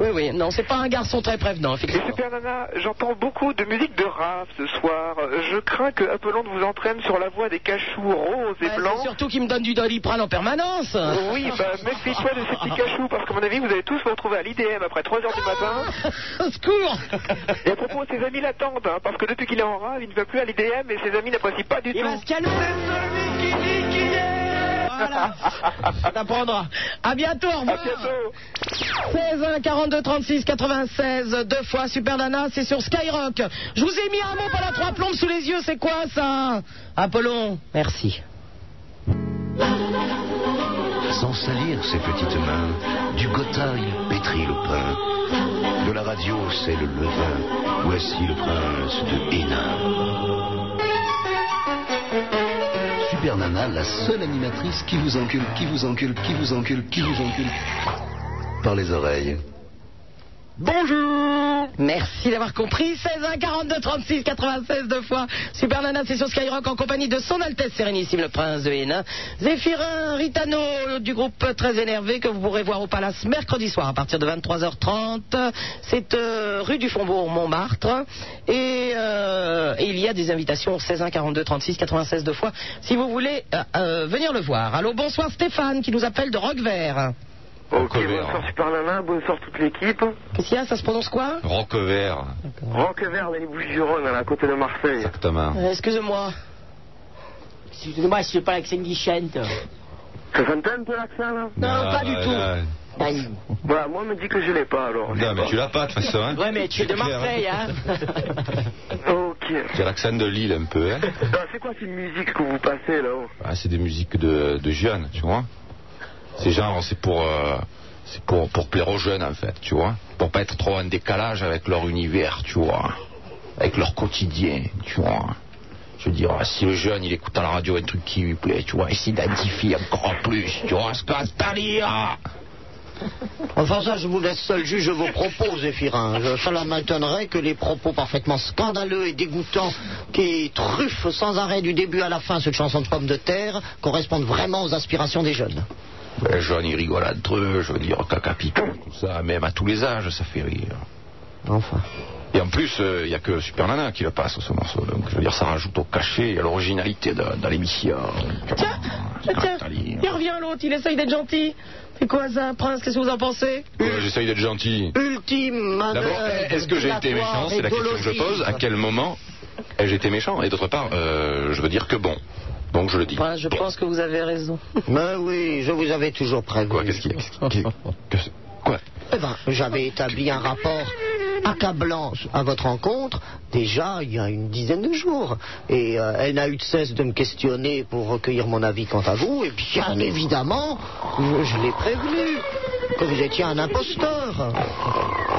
[SPEAKER 4] Oui, oui, non, c'est pas un garçon très prévenant,
[SPEAKER 9] Et
[SPEAKER 4] effectivement.
[SPEAKER 9] Super Nana, j'entends beaucoup de musique de rap ce soir. Je crains que Apollon vous entraîne sur la voie des cachous roses et
[SPEAKER 4] Ouais,
[SPEAKER 9] blancs.
[SPEAKER 4] c'est surtout qu'il me donne du doliprane en permanence.
[SPEAKER 9] Oui, bah méfie-toi de ces petits cachous parce qu'à mon avis, vous allez tous vous retrouver à l'IDM après 3 heures du matin.
[SPEAKER 4] Ah, Secours
[SPEAKER 9] Et à propos, ses amis l'attendent hein, parce que depuis qu'il est en rave, il ne va plus à l'IDM et ses amis n'apprécient pas du tout.
[SPEAKER 4] Voilà. T'apprendras. À bientôt, au revoir. 16 1 42 36 96 deux fois Super Nana, c'est sur Skyrock. Je vous ai mis un mot par la trois plombes sous les yeux, c'est quoi ça Apollon, merci.
[SPEAKER 1] Sans salir ses petites mains, du gotha il pétrit le pain. De la radio, c'est le levain. Voici le prince de Hénin.
[SPEAKER 41] Super Nana, la seule animatrice qui vous encule, qui vous encule, qui vous encule, qui vous encule. Par les oreilles.
[SPEAKER 4] Bonjour Merci d'avoir compris. 16 1 42 36 96 deux fois. Super Nana, c'est sur Skyrock en compagnie de son Altesse Sérénissime le Prince de Hénin. Zéphirin Ritano euh, du groupe Très Énervé que vous pourrez voir au Palace mercredi soir à partir de 23h30. C'est euh, rue du Faubourg Montmartre. Et, euh, et il y a des invitations au 16 1 42 36 96 deux fois si vous voulez euh, euh, venir le voir. Allô, bonsoir Stéphane qui nous appelle de Roquevert.
[SPEAKER 9] Ok, bonsoir Super Nana, bonsoir toute l'équipe.
[SPEAKER 4] Qu'est-ce qu'il y a Ça se prononce quoi
[SPEAKER 7] Roquevert,
[SPEAKER 9] Roquevert dans les Bouches-du-Rhône, à la côté de Marseille.
[SPEAKER 7] Thomas.
[SPEAKER 4] Euh, Excusez-moi.
[SPEAKER 12] Excusez-moi si je parle accent qui chante.
[SPEAKER 9] Ça s'entend un peu l'accent là
[SPEAKER 12] Non,
[SPEAKER 7] Ah,
[SPEAKER 12] pas du
[SPEAKER 7] là,
[SPEAKER 12] tout.
[SPEAKER 7] là.
[SPEAKER 9] Bah, moi, on me dit que je l'ai pas alors.
[SPEAKER 7] Oh, Non, mais tu l'as pas de toute façon. Hein.
[SPEAKER 12] Ouais, mais tu es de
[SPEAKER 7] clair,
[SPEAKER 12] Marseille, hein
[SPEAKER 9] Ok.
[SPEAKER 7] C'est l'accent de Lille un peu. Hein.
[SPEAKER 9] Ah, c'est quoi cette musique que vous passez là-haut
[SPEAKER 7] Ah, c'est des musiques de, de jeunes, tu vois. C'est genre, c'est pour, euh, c'est pour, pour plaire aux jeunes en fait, tu vois. Pour pas être trop en décalage avec leur univers, tu vois. Avec leur quotidien, tu vois. Je veux dire, si le jeune il écoute à la radio un truc qui lui plaît, tu vois, il s'identifie encore plus, tu vois ce que c'est à dire.
[SPEAKER 5] Enfin ça, je vous laisse seul juge de vos propos, Zéphirin. Je- Cela m'étonnerait que les propos parfaitement scandaleux et dégoûtants qui truffent sans arrêt du début à la fin cette chanson de pommes de terre correspondent vraiment aux aspirations des jeunes.
[SPEAKER 7] Les jeunes ils rigolent entre eux, je veux dire, caca pitou, tout ça, même à tous les âges, ça fait rire.
[SPEAKER 5] Enfin.
[SPEAKER 7] Et en plus, il n'y a que Super Nana qui le passe, ce morceau. Donc, je veux dire, ça rajoute au cachet et à l'originalité de, de l'émission.
[SPEAKER 4] Tiens, tiens, tiens, il revient l'autre, il essaye d'être gentil. C'est quoi ça, Prince Qu'est-ce que vous en pensez euh,
[SPEAKER 7] Ouais, J'essaye d'être gentil.
[SPEAKER 5] Ultime
[SPEAKER 7] D'abord, est-ce que j'ai été méchant C'est la question que je pose. À quel moment ai-je été méchant Et d'autre part, euh, je veux dire que bon. Donc, je le dis.
[SPEAKER 4] Je pense que vous avez raison.
[SPEAKER 5] Mais oui, je vous avais toujours prévu. Quoi, qu'est-ce
[SPEAKER 7] qu'il y a Quoi
[SPEAKER 5] Eh ben, j'avais établi un rapport accablant à votre rencontre, déjà il y a une dizaine de jours. Et euh, elle n'a eu de cesse de me questionner pour recueillir mon avis quant à vous, et bien évidemment, je, je l'ai prévenu que vous étiez un imposteur.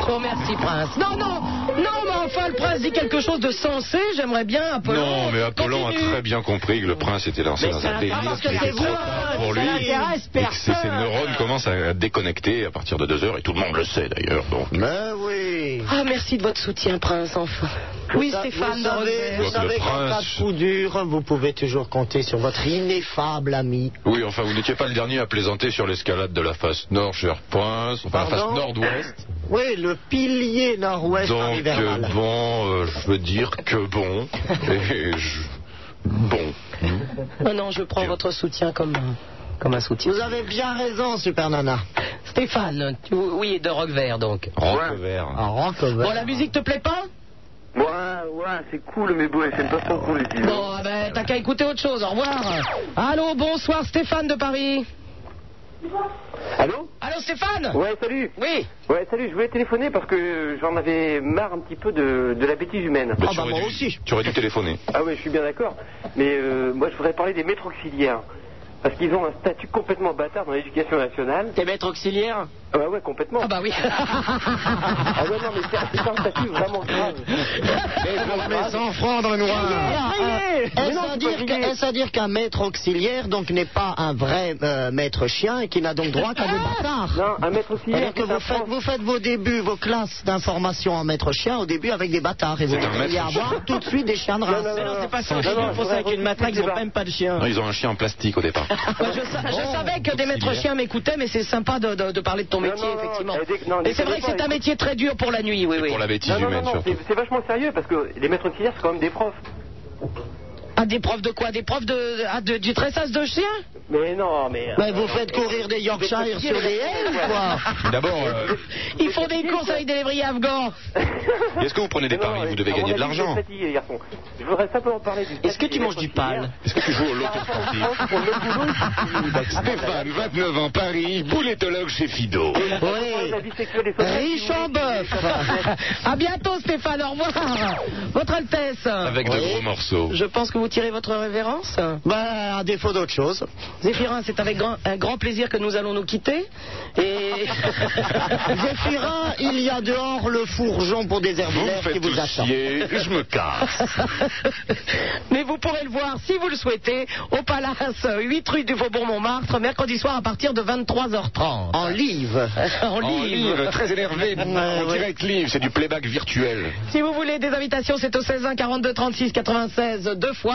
[SPEAKER 4] Je vous remercie, Oh, Prince. Non, non, non, mais enfin, le Prince dit quelque chose de sensé. J'aimerais bien, Apollon.
[SPEAKER 7] Non, mais Apollon a très bien compris que le prince était lancé dans un délire.
[SPEAKER 4] parce que
[SPEAKER 7] qui
[SPEAKER 4] c'est
[SPEAKER 7] était trop
[SPEAKER 4] vous,
[SPEAKER 7] tard pour
[SPEAKER 4] ça
[SPEAKER 7] lui.
[SPEAKER 4] n'intéresse
[SPEAKER 7] Et que ses- ses
[SPEAKER 4] personne.
[SPEAKER 7] neurones commencent à déconnecter à partir de deux heures, et tout le monde le sait d'ailleurs. Donc,
[SPEAKER 5] Mais
[SPEAKER 9] Ben
[SPEAKER 5] oui.
[SPEAKER 4] Ah, merci de votre soutien, Prince, enfin. Oui, Stéphane,
[SPEAKER 5] vous
[SPEAKER 4] de
[SPEAKER 5] savez,
[SPEAKER 4] Roquevert.
[SPEAKER 5] vous savez qu'en cas de coup dur, vous pouvez toujours compter sur votre ineffable ami.
[SPEAKER 7] Oui, enfin, vous n'étiez pas le dernier à plaisanter sur l'escalade de la face nord, cher prince, enfin, la face
[SPEAKER 5] Pardon
[SPEAKER 7] nord-ouest.
[SPEAKER 5] Oui, le pilier nord-ouest
[SPEAKER 7] Donc, euh,
[SPEAKER 5] hivernal.
[SPEAKER 7] bon, euh, je veux dire que bon. Et je- Bon.
[SPEAKER 4] Oh Non, non, je prends votre soutien comme, un- comme un soutien.
[SPEAKER 5] Vous avez bien raison, Super Nana.
[SPEAKER 4] Stéphane, tu- oui, de Roquevert, donc.
[SPEAKER 7] Roquevert.
[SPEAKER 4] Ah, Bon, la musique te plaît pas
[SPEAKER 9] Ouais, ouais, ah, c'est cool, mais bon, c'est pas trop cool les filles.
[SPEAKER 4] Bon, ah ben, t'as qu'à écouter autre chose. Au revoir. Allô, bonsoir, Stéphane de Paris.
[SPEAKER 9] Allô
[SPEAKER 4] Allô, Stéphane
[SPEAKER 9] Ouais, salut
[SPEAKER 4] Oui
[SPEAKER 9] Ouais, salut, je voulais téléphoner parce que j'en avais marre un petit peu de, de la bêtise humaine.
[SPEAKER 4] Ah,
[SPEAKER 7] Mais tu
[SPEAKER 4] bah,
[SPEAKER 7] aurais dû- Tu aurais dû téléphoner.
[SPEAKER 9] Ah ouais, je suis bien d'accord. Mais euh, moi, je voudrais parler des maîtres auxiliaires. Parce qu'ils ont un statut complètement bâtard dans l'éducation nationale.
[SPEAKER 8] Des maîtres auxiliaires Ah bah ouais, complètement. Ah bah oui. ah ouais, non, mais c'est c'est un statut vraiment grave. Mais
[SPEAKER 5] je mets 100 francs dans le noir.
[SPEAKER 12] Ah,
[SPEAKER 5] Est-ce à dire que- est-ce à dire qu'un maître auxiliaire donc n'est pas un vrai euh, maître chien et qui n'a donc droit qu'à des bâtards
[SPEAKER 8] Non, un maître auxiliaire,
[SPEAKER 5] que vous faites, vous faites vos débuts, vos classes d'information en maître chien au début avec des bâtards et vous
[SPEAKER 18] C'est un
[SPEAKER 5] allez
[SPEAKER 18] maître
[SPEAKER 5] avoir
[SPEAKER 18] chien.
[SPEAKER 5] tout de suite des chiens de race.
[SPEAKER 18] Mais non, c'est pas ça. Ils font ça avec une matraque, ils n'ont même pas de chien.
[SPEAKER 7] Non, ils ont un chien en plastique au départ.
[SPEAKER 4] Je savais que des maîtres chiens m'écoutaient, mais c'est sympa de, de- de parler de ton métier, effectivement. et c'est vrai que c'est un métier très dur pour la nuit, oui, oui.
[SPEAKER 7] Pour la bêtise
[SPEAKER 8] non, non,
[SPEAKER 7] humaine,
[SPEAKER 8] non, non,
[SPEAKER 7] surtout.
[SPEAKER 8] c'est- c'est vachement sérieux parce que les maîtres auxiliaires, c'est quand même des profs.
[SPEAKER 4] Ah, des profs de quoi Des profs de, ah, de- du tressage de chiens
[SPEAKER 8] Mais non, mais. euh,
[SPEAKER 4] Mais vous faites courir des Yorkshire sur des haies ou quoi
[SPEAKER 7] D'abord, euh,
[SPEAKER 4] Ils font des courses avec des lévriers afghans.
[SPEAKER 7] est-ce que vous prenez des paris Vous devez gagner de l'argent.
[SPEAKER 8] Fatigué, les garçons. Je voudrais simplement parler du.
[SPEAKER 18] Est-ce que tu manges du pâle
[SPEAKER 7] Est-ce que tu joues au loto
[SPEAKER 12] Ah,
[SPEAKER 42] Stéphane, 29 ans, Paris, boulettologue chez Fido.
[SPEAKER 4] Riche en bœuf. à bientôt, Stéphane. Au revoir. Votre Altesse.
[SPEAKER 7] Avec de gros morceaux.
[SPEAKER 4] Je pense que vous tirez votre révérence.
[SPEAKER 5] Bah, à défaut d'autre chose.
[SPEAKER 4] Zéphirin, c'est avec grand- un grand plaisir que nous allons nous quitter. Et.
[SPEAKER 5] Zéphirin, il y a dehors le fourgeon pour des
[SPEAKER 4] Vous me
[SPEAKER 5] herbivores
[SPEAKER 4] faites
[SPEAKER 5] qui vous attend.
[SPEAKER 7] Et je me casse.
[SPEAKER 4] Mais vous pourrez le voir, si vous le souhaitez, au Palace, euh, 8 rue du Faubourg-Montmartre, mercredi soir à partir de 23h30.
[SPEAKER 5] En live.
[SPEAKER 4] en
[SPEAKER 7] En
[SPEAKER 4] live.
[SPEAKER 7] live, très énervé, en direct live, c'est du playback virtuel.
[SPEAKER 4] Si vous voulez des invitations, c'est au 16 1 42 36 96 deux fois.